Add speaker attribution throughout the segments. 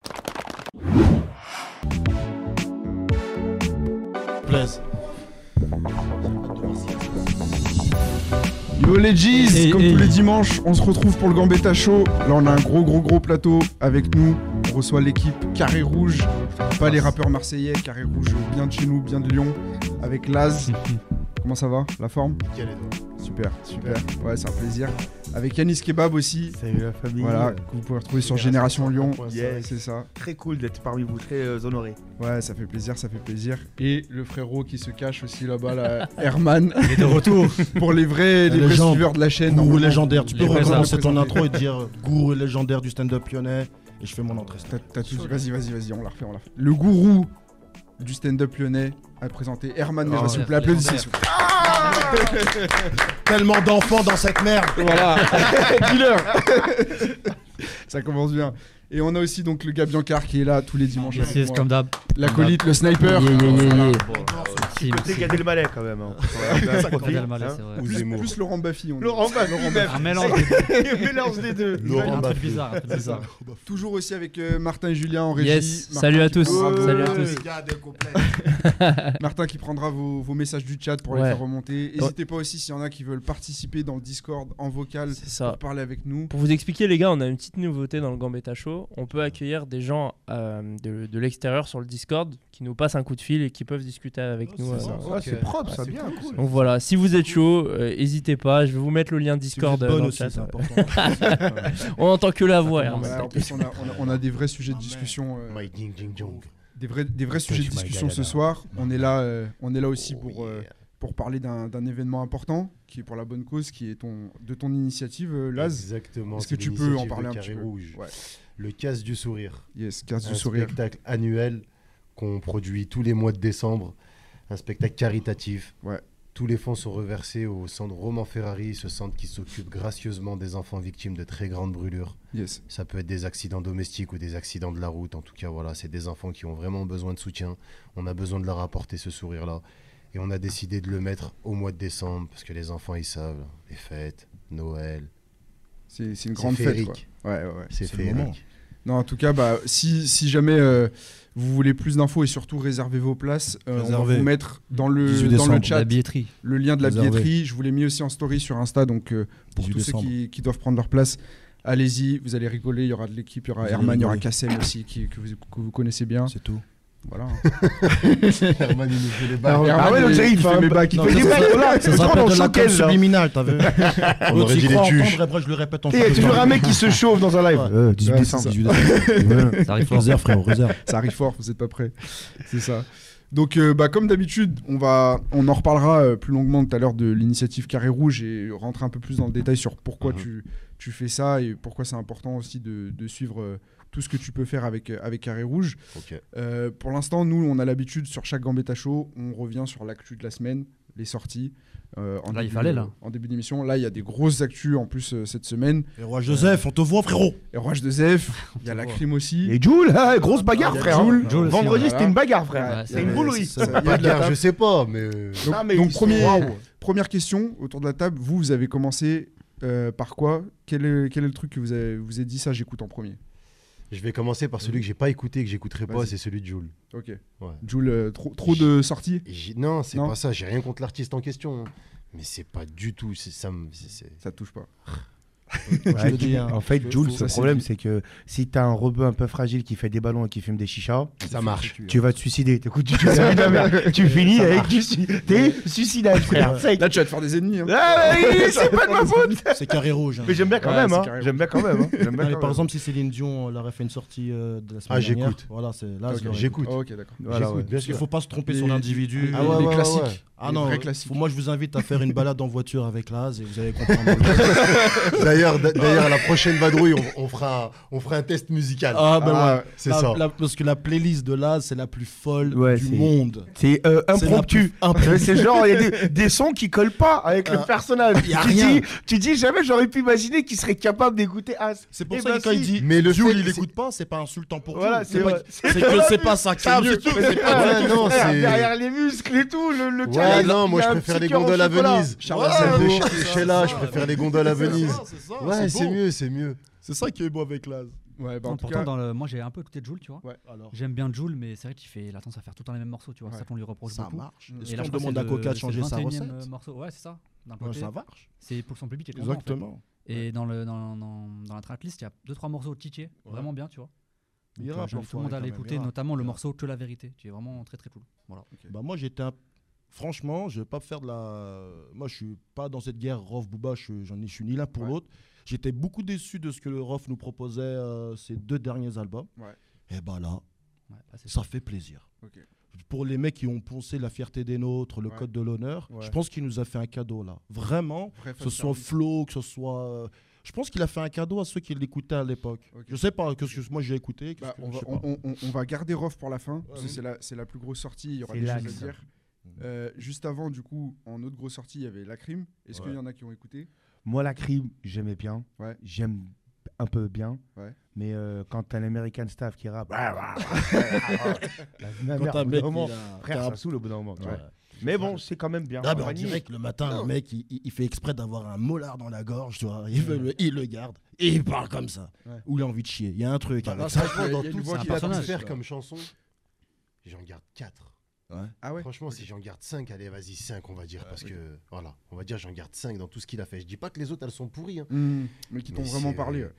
Speaker 1: plaise.
Speaker 2: Yo les G's,
Speaker 1: Et-
Speaker 2: comme
Speaker 1: et-
Speaker 2: tous les dimanches, on se retrouve pour le Gambetta Show. Là, on a un gros, gros, gros plateau avec nous. On reçoit l'équipe Carré Rouge, pas les rappeurs marseillais, Carré Rouge, bien de chez nous, bien de Lyon, avec Laz. Comment ça va La forme Super, super. Ouais, c'est un plaisir. Avec Yanis Kebab aussi.
Speaker 3: Salut la famille.
Speaker 2: Voilà, que vous pouvez retrouver sur Génération
Speaker 3: Génération
Speaker 2: Lyon.
Speaker 3: 100.5.
Speaker 2: Yeah, C'est ça.
Speaker 3: Très cool d'être parmi vous, très euh, honoré.
Speaker 2: Ouais, ça fait plaisir, ça fait plaisir. Et le frérot qui se cache aussi là-bas, là, Herman,
Speaker 1: Et de retour,
Speaker 2: pour les vrais, les
Speaker 4: Les
Speaker 2: vrais
Speaker 4: gens.
Speaker 2: suiveurs de la chaîne.
Speaker 4: Gourou
Speaker 2: normalement.
Speaker 4: légendaire, tu peux
Speaker 1: Les vrais
Speaker 4: recommencer
Speaker 2: arts.
Speaker 4: ton intro et dire gourou légendaire du stand-up lyonnais et je fais mon entrée.
Speaker 2: T'as- t'as tout dit. Vas-y, vas-y, vas-y, on la refait, on la refait. Le gourou du stand-up lyonnais a présenté Herman
Speaker 1: Oh,
Speaker 2: Mera, s'il vous plaît, applaudissez. s'il vous plaît.
Speaker 4: Tellement d'enfants dans cette merde.
Speaker 2: Voilà, dealer Ça commence bien. Et on a aussi donc le gars Biancar qui est là tous les dimanches.
Speaker 1: yes,
Speaker 2: avec
Speaker 1: yes,
Speaker 2: moi.
Speaker 1: comme d'hab.
Speaker 2: L'acolyte, le sniper.
Speaker 1: Yeah, yeah, yeah, yeah. Merci,
Speaker 3: Côté
Speaker 1: merci.
Speaker 3: Gad Elmaleh quand même. hein. Ouais, ça
Speaker 1: Gad
Speaker 3: confirme,
Speaker 1: Elmaleh,
Speaker 3: hein.
Speaker 1: c'est vrai.
Speaker 2: Plus, plus Laurent Baffy. on-
Speaker 3: Laurent Baffy, même.
Speaker 1: Un mélange, des-
Speaker 3: Le mélange des deux.
Speaker 1: un
Speaker 4: Laurent
Speaker 1: truc
Speaker 4: Baffy.
Speaker 1: bizarre, un truc bizarre.
Speaker 2: Toujours aussi avec euh, Martin et Julien en régie.
Speaker 1: Yes,
Speaker 2: Martin
Speaker 1: salut à
Speaker 2: qui
Speaker 1: tous.
Speaker 2: prendra vos-
Speaker 1: Salut à tous.
Speaker 2: Martin qui prendra vos, vos messages du chat pour les
Speaker 1: Ouais.
Speaker 2: faire remonter. N'hésitez pas aussi s'il y en a qui veulent participer dans le Discord en vocal
Speaker 5: C'est
Speaker 2: pour
Speaker 5: ça.
Speaker 2: parler avec nous.
Speaker 5: Pour vous expliquer, les gars, on a une petite nouveauté dans le Gambetta Show. On peut accueillir des gens euh, de, de l'extérieur sur le Discord qui nous passent un coup de fil et qui peuvent discuter
Speaker 4: Oh,
Speaker 5: avec nous. euh.
Speaker 3: Ouais, Ah, c'est propre, ça bien. cool.
Speaker 5: Donc voilà, si vous êtes chaud, n'hésitez pas. Je vais vous mettre le lien
Speaker 4: Si vous êtes
Speaker 5: Discord. euh, dans
Speaker 4: bonne
Speaker 5: le
Speaker 4: aussi,
Speaker 5: chat.
Speaker 4: c'est important.
Speaker 5: On entend que la voix.
Speaker 4: Ça
Speaker 5: hein,
Speaker 4: commence
Speaker 2: Ouais,
Speaker 5: t'inquiète.
Speaker 2: en plus, on a, on a- on a des vrais sujets de discussion, euh, des vrais, des vrais sujets de discussion ce soir. On est là, euh, on est là aussi pour, euh, pour parler d'un d'un événement important qui est pour la bonne cause, qui est ton, de ton initiative, euh, Laz.
Speaker 6: Exactement.
Speaker 2: Est-ce
Speaker 6: c'est
Speaker 2: que tu peux en
Speaker 6: l'initiative
Speaker 2: parler
Speaker 6: de
Speaker 2: un
Speaker 6: Carré
Speaker 2: petit peu
Speaker 6: Rouge.
Speaker 2: Ouais.
Speaker 6: Le casse du sourire.
Speaker 2: Yes, casse
Speaker 6: un
Speaker 2: du sourire.
Speaker 6: spectacle annuel qu'on produit tous les mois de décembre. Un spectacle caritatif.
Speaker 2: Ouais.
Speaker 6: Tous les fonds sont reversés au centre Roman Ferrari, ce centre qui s'occupe gracieusement des enfants victimes de très grandes brûlures.
Speaker 2: Yes.
Speaker 6: Ça peut être des accidents domestiques ou des accidents de la route. En tout cas, voilà, c'est des enfants qui ont vraiment besoin de soutien. On a besoin de leur apporter ce sourire-là. Et on a décidé de le mettre au mois de décembre parce que les enfants, ils savent. Les fêtes, Noël,
Speaker 2: C'est c'est une
Speaker 6: C'est
Speaker 2: grande fête.
Speaker 6: féerique.
Speaker 2: quoi. Ouais, ouais, ouais.
Speaker 6: c'est
Speaker 4: C'est le moment.
Speaker 6: féerique.
Speaker 2: Non, en tout cas, bah, si, si jamais euh, vous voulez plus d'infos et surtout réservez vos places, euh, on va
Speaker 4: Réservez.
Speaker 2: vous mettre dans le,
Speaker 3: Euh,
Speaker 4: 18
Speaker 2: dans le
Speaker 4: décembre, Bah,
Speaker 2: chat
Speaker 1: La billetterie.
Speaker 2: le lien de la
Speaker 4: Réservez.
Speaker 2: billetterie. Je vous l'ai mis aussi en story sur Insta, donc euh, pour
Speaker 4: 18
Speaker 2: tous ceux
Speaker 4: décembre.
Speaker 2: qui, qui doivent prendre leur place, allez-y, vous allez rigoler. Il y aura de l'équipe, il y aura
Speaker 4: Vous allez
Speaker 2: Herman, il y aura
Speaker 4: rigoler.
Speaker 2: Kassem aussi qui, que, vous, que vous connaissez
Speaker 1: hein.
Speaker 2: bien.
Speaker 4: C'est tout.
Speaker 2: Voilà.
Speaker 6: Herman, il nous fait les
Speaker 2: Ah
Speaker 6: balles.
Speaker 2: ouais,
Speaker 3: Ah ouais,
Speaker 2: il
Speaker 3: l'autre, il
Speaker 2: fait
Speaker 3: fait
Speaker 2: mes
Speaker 3: un-
Speaker 2: bacs, il
Speaker 4: non,
Speaker 2: fait
Speaker 4: ça,
Speaker 2: des
Speaker 4: ça,
Speaker 2: bacs.
Speaker 3: là,
Speaker 4: Ça se rappelle de la com subliminale, t'as vu
Speaker 6: On
Speaker 4: L'autre
Speaker 6: aurait
Speaker 4: y
Speaker 6: dit les
Speaker 4: croit
Speaker 6: tuches.
Speaker 4: entendre et après je le répète en
Speaker 3: Il y a toujours un mec qui se chauffe dans un live.
Speaker 4: Euh, 18
Speaker 2: Ouais,
Speaker 4: décembre,
Speaker 2: c'est ça.
Speaker 4: 18 décembre. Ouais.
Speaker 1: Ça arrive fort.
Speaker 4: Réserve, frérot, réserve.
Speaker 2: Ça arrive fort, vous n'êtes pas prêts. C'est ça. Donc, euh, bah, comme d'habitude, on, va, on en reparlera euh, plus longuement tout à l'heure de l'initiative Carré Rouge et rentrer un peu plus dans le détail sur pourquoi
Speaker 3: Mhm.
Speaker 2: tu, tu fais ça et pourquoi c'est important aussi de, de suivre euh, tout ce que tu peux faire avec, euh, avec Carré Rouge.
Speaker 6: Ok.
Speaker 2: Euh, pour l'instant, nous, on a l'habitude sur chaque Gambetta Show, on revient sur l'actu de la semaine, les sorties. euh, en
Speaker 1: Là, il
Speaker 2: début-
Speaker 1: fallait, là.
Speaker 2: En début d'émission. Là, il y a des grosses actus en plus euh, cette semaine.
Speaker 4: Et roi Joseph, on te voit, frérot.
Speaker 2: Et Roche de Zef, il y a
Speaker 1: Oh.
Speaker 2: la crime aussi. Ah,
Speaker 3: Et Jules, hein, grosse bagarre,
Speaker 2: Il y a
Speaker 3: frère. hein.
Speaker 2: Jul.
Speaker 1: Jul aussi,
Speaker 3: Vendredi,
Speaker 2: ouais.
Speaker 3: c'était une bagarre, frère.
Speaker 1: Ouais,
Speaker 3: c'est une
Speaker 2: Euh,
Speaker 3: boulerie.
Speaker 2: ça, il y a de la
Speaker 6: Bagarre,
Speaker 2: table.
Speaker 6: je sais pas, mais. euh,
Speaker 2: Donc,
Speaker 3: Non, mais
Speaker 2: donc
Speaker 3: ils sont-
Speaker 2: premier-
Speaker 3: Waouh.
Speaker 2: première question autour de la table. Vous, vous avez commencé euh, par quoi quel est, quel est le truc que vous avez, vous avez dit ça J'écoute en premier.
Speaker 6: Je vais commencer par celui que j'ai pas écouté, que j'écouterai pas,
Speaker 2: Vas-y.
Speaker 6: c'est celui de Jules.
Speaker 2: Ok.
Speaker 6: Ouais.
Speaker 2: Jules, euh, trop, trop de sorties
Speaker 6: Et j'ai- Non, c'est
Speaker 2: Non.
Speaker 6: pas ça, j'ai rien contre l'artiste en question. hein. Mais c'est pas du tout. C'est ça me- c'est- c'est-
Speaker 2: Ça te touche pas.
Speaker 4: Je le dis, hein.
Speaker 3: En fait, Jules,
Speaker 2: Ça,
Speaker 3: le
Speaker 2: c'est
Speaker 3: problème,
Speaker 2: dit.
Speaker 3: c'est que si t'as un rebeu un peu fragile qui fait des ballons et qui fume des chichas,
Speaker 6: Ça marche.
Speaker 3: tu vas te suicider. T'écoutes du Jules Ferry de la merde. Tu finis avec du su- T'es suicidable, frère. Sec.
Speaker 2: Là, tu vas te faire des ennemis. hein.
Speaker 3: Ah, mais c'est pas de ma faute.
Speaker 4: C'est carré rouge. hein.
Speaker 3: Mais j'aime bien quand
Speaker 2: Ouais,
Speaker 3: même.
Speaker 2: c'est
Speaker 3: hein.
Speaker 2: carrément.
Speaker 3: J'aime bien quand même. hein. J'aime bien
Speaker 4: Non, mais
Speaker 3: quand
Speaker 4: par
Speaker 3: même.
Speaker 4: exemple, si Céline Dion euh, leur a fait une sortie euh, de la semaine
Speaker 6: Ah,
Speaker 4: dernière.
Speaker 6: j'écoute.
Speaker 4: Voilà, c'est là.
Speaker 2: Ok,
Speaker 4: je l'aurais
Speaker 6: J'écoute.
Speaker 2: Oh, ok, d'accord.
Speaker 3: Voilà,
Speaker 6: J'écoute,
Speaker 3: ouais.
Speaker 6: bien
Speaker 4: Parce qu'il
Speaker 6: sûr.
Speaker 4: faut pas se tromper sur
Speaker 2: Les-
Speaker 4: l'individu.
Speaker 6: Ah ouais,
Speaker 2: les
Speaker 6: ouais,
Speaker 2: classiques.
Speaker 6: ouais.
Speaker 4: Ah
Speaker 2: les
Speaker 4: non,
Speaker 2: vrais
Speaker 4: euh,
Speaker 2: classiques.
Speaker 4: faut- moi je vous invite à faire une balade en voiture avec Laz et vous allez comprendre.
Speaker 6: D'ailleurs, d'a- d'ailleurs, la prochaine vadrouille, on, on fera, un- on fera un test musical.
Speaker 4: ah ben
Speaker 2: Ah,
Speaker 4: ouais.
Speaker 6: c'est
Speaker 4: La-
Speaker 6: ça.
Speaker 4: la- parce que la playlist de Laz c'est la plus folle
Speaker 3: Ouais,
Speaker 4: du
Speaker 3: c'est-
Speaker 4: monde.
Speaker 3: C'est euh,
Speaker 4: C'est la
Speaker 3: impromptu.
Speaker 4: plus- impromptu.
Speaker 3: C'est genre, il y a des, des sons qui collent pas avec le
Speaker 4: Ah,
Speaker 3: personnage.
Speaker 4: y a
Speaker 3: tu,
Speaker 4: rien.
Speaker 3: Dis, tu dis jamais j'aurais pu imaginer qu'il serait capable d'écouter As.
Speaker 4: C'est pour
Speaker 3: Eh
Speaker 4: ça
Speaker 3: ben
Speaker 4: que quand
Speaker 3: si.
Speaker 4: il dit
Speaker 6: Mais le
Speaker 4: Jules
Speaker 6: fait-
Speaker 4: il
Speaker 6: c'est-
Speaker 4: écoute pas, c'est pas insultant pour
Speaker 3: Voilà,
Speaker 4: tout.
Speaker 3: c'est
Speaker 4: pas-
Speaker 3: vrai.
Speaker 4: C'est que c'est pas ça qui
Speaker 6: Ah,
Speaker 4: est mieux.
Speaker 6: Ouais, non, c'est-
Speaker 3: Derrière les muscles et tout, le, le
Speaker 6: Ouais,
Speaker 3: carré,
Speaker 6: non,
Speaker 3: il
Speaker 6: moi
Speaker 3: y a
Speaker 6: je
Speaker 3: un
Speaker 6: préfère
Speaker 3: petit
Speaker 6: les
Speaker 3: cœur au
Speaker 6: gondoles à
Speaker 3: chocolat.
Speaker 6: Venise.
Speaker 4: Charles
Speaker 6: Ouais,
Speaker 4: Aznavour,
Speaker 6: celle de
Speaker 4: c'est
Speaker 6: chez-
Speaker 4: ça,
Speaker 6: chez là,
Speaker 4: c'est
Speaker 6: je
Speaker 4: ça.
Speaker 6: préfère les gondoles à Venise.
Speaker 4: C'est ça,
Speaker 6: Ouais, Ah, c'est
Speaker 4: beau.
Speaker 6: mieux, c'est mieux.
Speaker 4: C'est ça qui est beau avec Laz.
Speaker 2: Ouais, bah, en
Speaker 1: Non,
Speaker 2: tout
Speaker 1: pourtant,
Speaker 2: cas,
Speaker 1: dans le- moi j'ai un peu écouté Joule, tu vois.
Speaker 4: Alors,
Speaker 1: J'aime bien Joule, mais c'est vrai qu'il fait la tendance à faire tout le temps les mêmes morceaux, tu vois.
Speaker 2: Ouais.
Speaker 1: C'est ça qu'on lui reproche
Speaker 4: ça
Speaker 1: beaucoup.
Speaker 4: marche.
Speaker 2: Et
Speaker 4: Est-ce
Speaker 1: là,
Speaker 4: qu'on
Speaker 1: je pense que
Speaker 4: demande à
Speaker 1: c'est
Speaker 4: Coca
Speaker 1: le-
Speaker 4: de
Speaker 1: c'est
Speaker 4: changer sa
Speaker 1: le 21e
Speaker 4: recette
Speaker 1: morceau. Ouais, c'est ça. D'un
Speaker 4: Non,
Speaker 1: euh, côté,
Speaker 4: Ça marche.
Speaker 1: c'est pour son public qui est content. en fait.
Speaker 4: Exactement.
Speaker 1: Et dans, le, dans, dans, dans la tracklist, il y a 2-3 morceaux tiqués, vraiment bien, tu vois. Donc,
Speaker 4: Il
Speaker 1: euh,
Speaker 4: rappe,
Speaker 1: J'invite tout le
Speaker 4: l'enfoiré,
Speaker 1: monde à
Speaker 4: quand même, il
Speaker 1: l'écouter,
Speaker 4: rappe.
Speaker 1: notamment le
Speaker 4: Il
Speaker 1: morceau Que la vérité, qui est vraiment très très cool. Voilà.
Speaker 4: Bah moi j'étais un- franchement, je vais pas faire de la moi je suis pas dans cette guerre Rof Booba, je suis- j'en ai je suis ni l'un pour
Speaker 2: Ouais.
Speaker 4: l'autre. J'étais beaucoup déçu de ce que le Rof nous proposait euh, ces deux derniers albums.
Speaker 2: Ouais.
Speaker 4: Et bah là,
Speaker 1: Ouais, bah, c'est
Speaker 4: ça fait plaisir.
Speaker 2: Ok.
Speaker 4: Pour les mecs qui ont poncé la fierté des nôtres, le
Speaker 2: Ouais.
Speaker 4: code de l'honneur,
Speaker 2: Ouais.
Speaker 4: je pense qu'il nous a fait un cadeau là. Vraiment,
Speaker 2: Vrai
Speaker 4: que ce
Speaker 2: fan
Speaker 4: soit
Speaker 2: service.
Speaker 4: Flo, que ce soit euh, je pense qu'il a fait un cadeau à ceux qui l'écoutaient à l'époque.
Speaker 2: Ok.
Speaker 4: Je sais pas que ce que moi j'ai écouté, qu'est-ce
Speaker 2: Bah,
Speaker 4: que-
Speaker 2: on,
Speaker 4: je
Speaker 2: va,
Speaker 4: sais
Speaker 2: on,
Speaker 4: pas.
Speaker 2: on- on va garder Rof pour la fin, parce que
Speaker 4: oui.
Speaker 2: c'est la, c'est la plus grosse sortie, il y aura
Speaker 5: C'est
Speaker 2: des choses à
Speaker 5: l'axe.
Speaker 2: dire. Euh, juste avant, du coup, en autre grosse sortie, il y avait La Crime. Est-ce qu'il y en a qui ont écouté
Speaker 3: Moi, la crime, j'aimais bien.
Speaker 2: Ouais.
Speaker 3: J'aime un peu bien.
Speaker 2: Ouais.
Speaker 3: Mais euh, quand t'as l'American staff qui rappe. bah, la merde,
Speaker 4: Quand un
Speaker 3: au bout
Speaker 4: mec,
Speaker 3: d'un moment,
Speaker 4: il a-
Speaker 3: frère,
Speaker 4: t'as
Speaker 3: ça
Speaker 4: un-
Speaker 3: me saoule au bout d'un moment. tu
Speaker 4: Ouais.
Speaker 3: vois. Mais bon, c'est quand même bien.
Speaker 4: Ah ben, on
Speaker 3: Vanille.
Speaker 4: dirait que le matin, le mec, il, il- il fait exprès d'avoir un molard dans la gorge, tu vois. Il, veut le, il le garde et il parle comme ça.
Speaker 2: Ouais.
Speaker 4: Ou il a envie de chier. Il y a un truc.
Speaker 6: Bah,
Speaker 4: avec ça.
Speaker 6: franchement,
Speaker 2: il y a
Speaker 6: dans
Speaker 2: une
Speaker 6: tout
Speaker 2: voix
Speaker 6: ce
Speaker 1: qui
Speaker 6: qu'il a pu
Speaker 1: personnage,
Speaker 6: faire
Speaker 2: quoi.
Speaker 6: comme chanson, j'en garde 4.
Speaker 2: Ah ouais
Speaker 6: Franchement, si j'en garde 5, allez, vas-y, 5, on va dire. parce que, voilà, on va dire, j'en garde 5 dans tout ce qu'il a fait. Je dis pas que les autres, elles sont pourries. hein.
Speaker 2: Hmm, Mais qui t'ont
Speaker 6: Mais
Speaker 2: vraiment
Speaker 6: c'est-
Speaker 2: parlé.
Speaker 4: euh,
Speaker 2: ouais.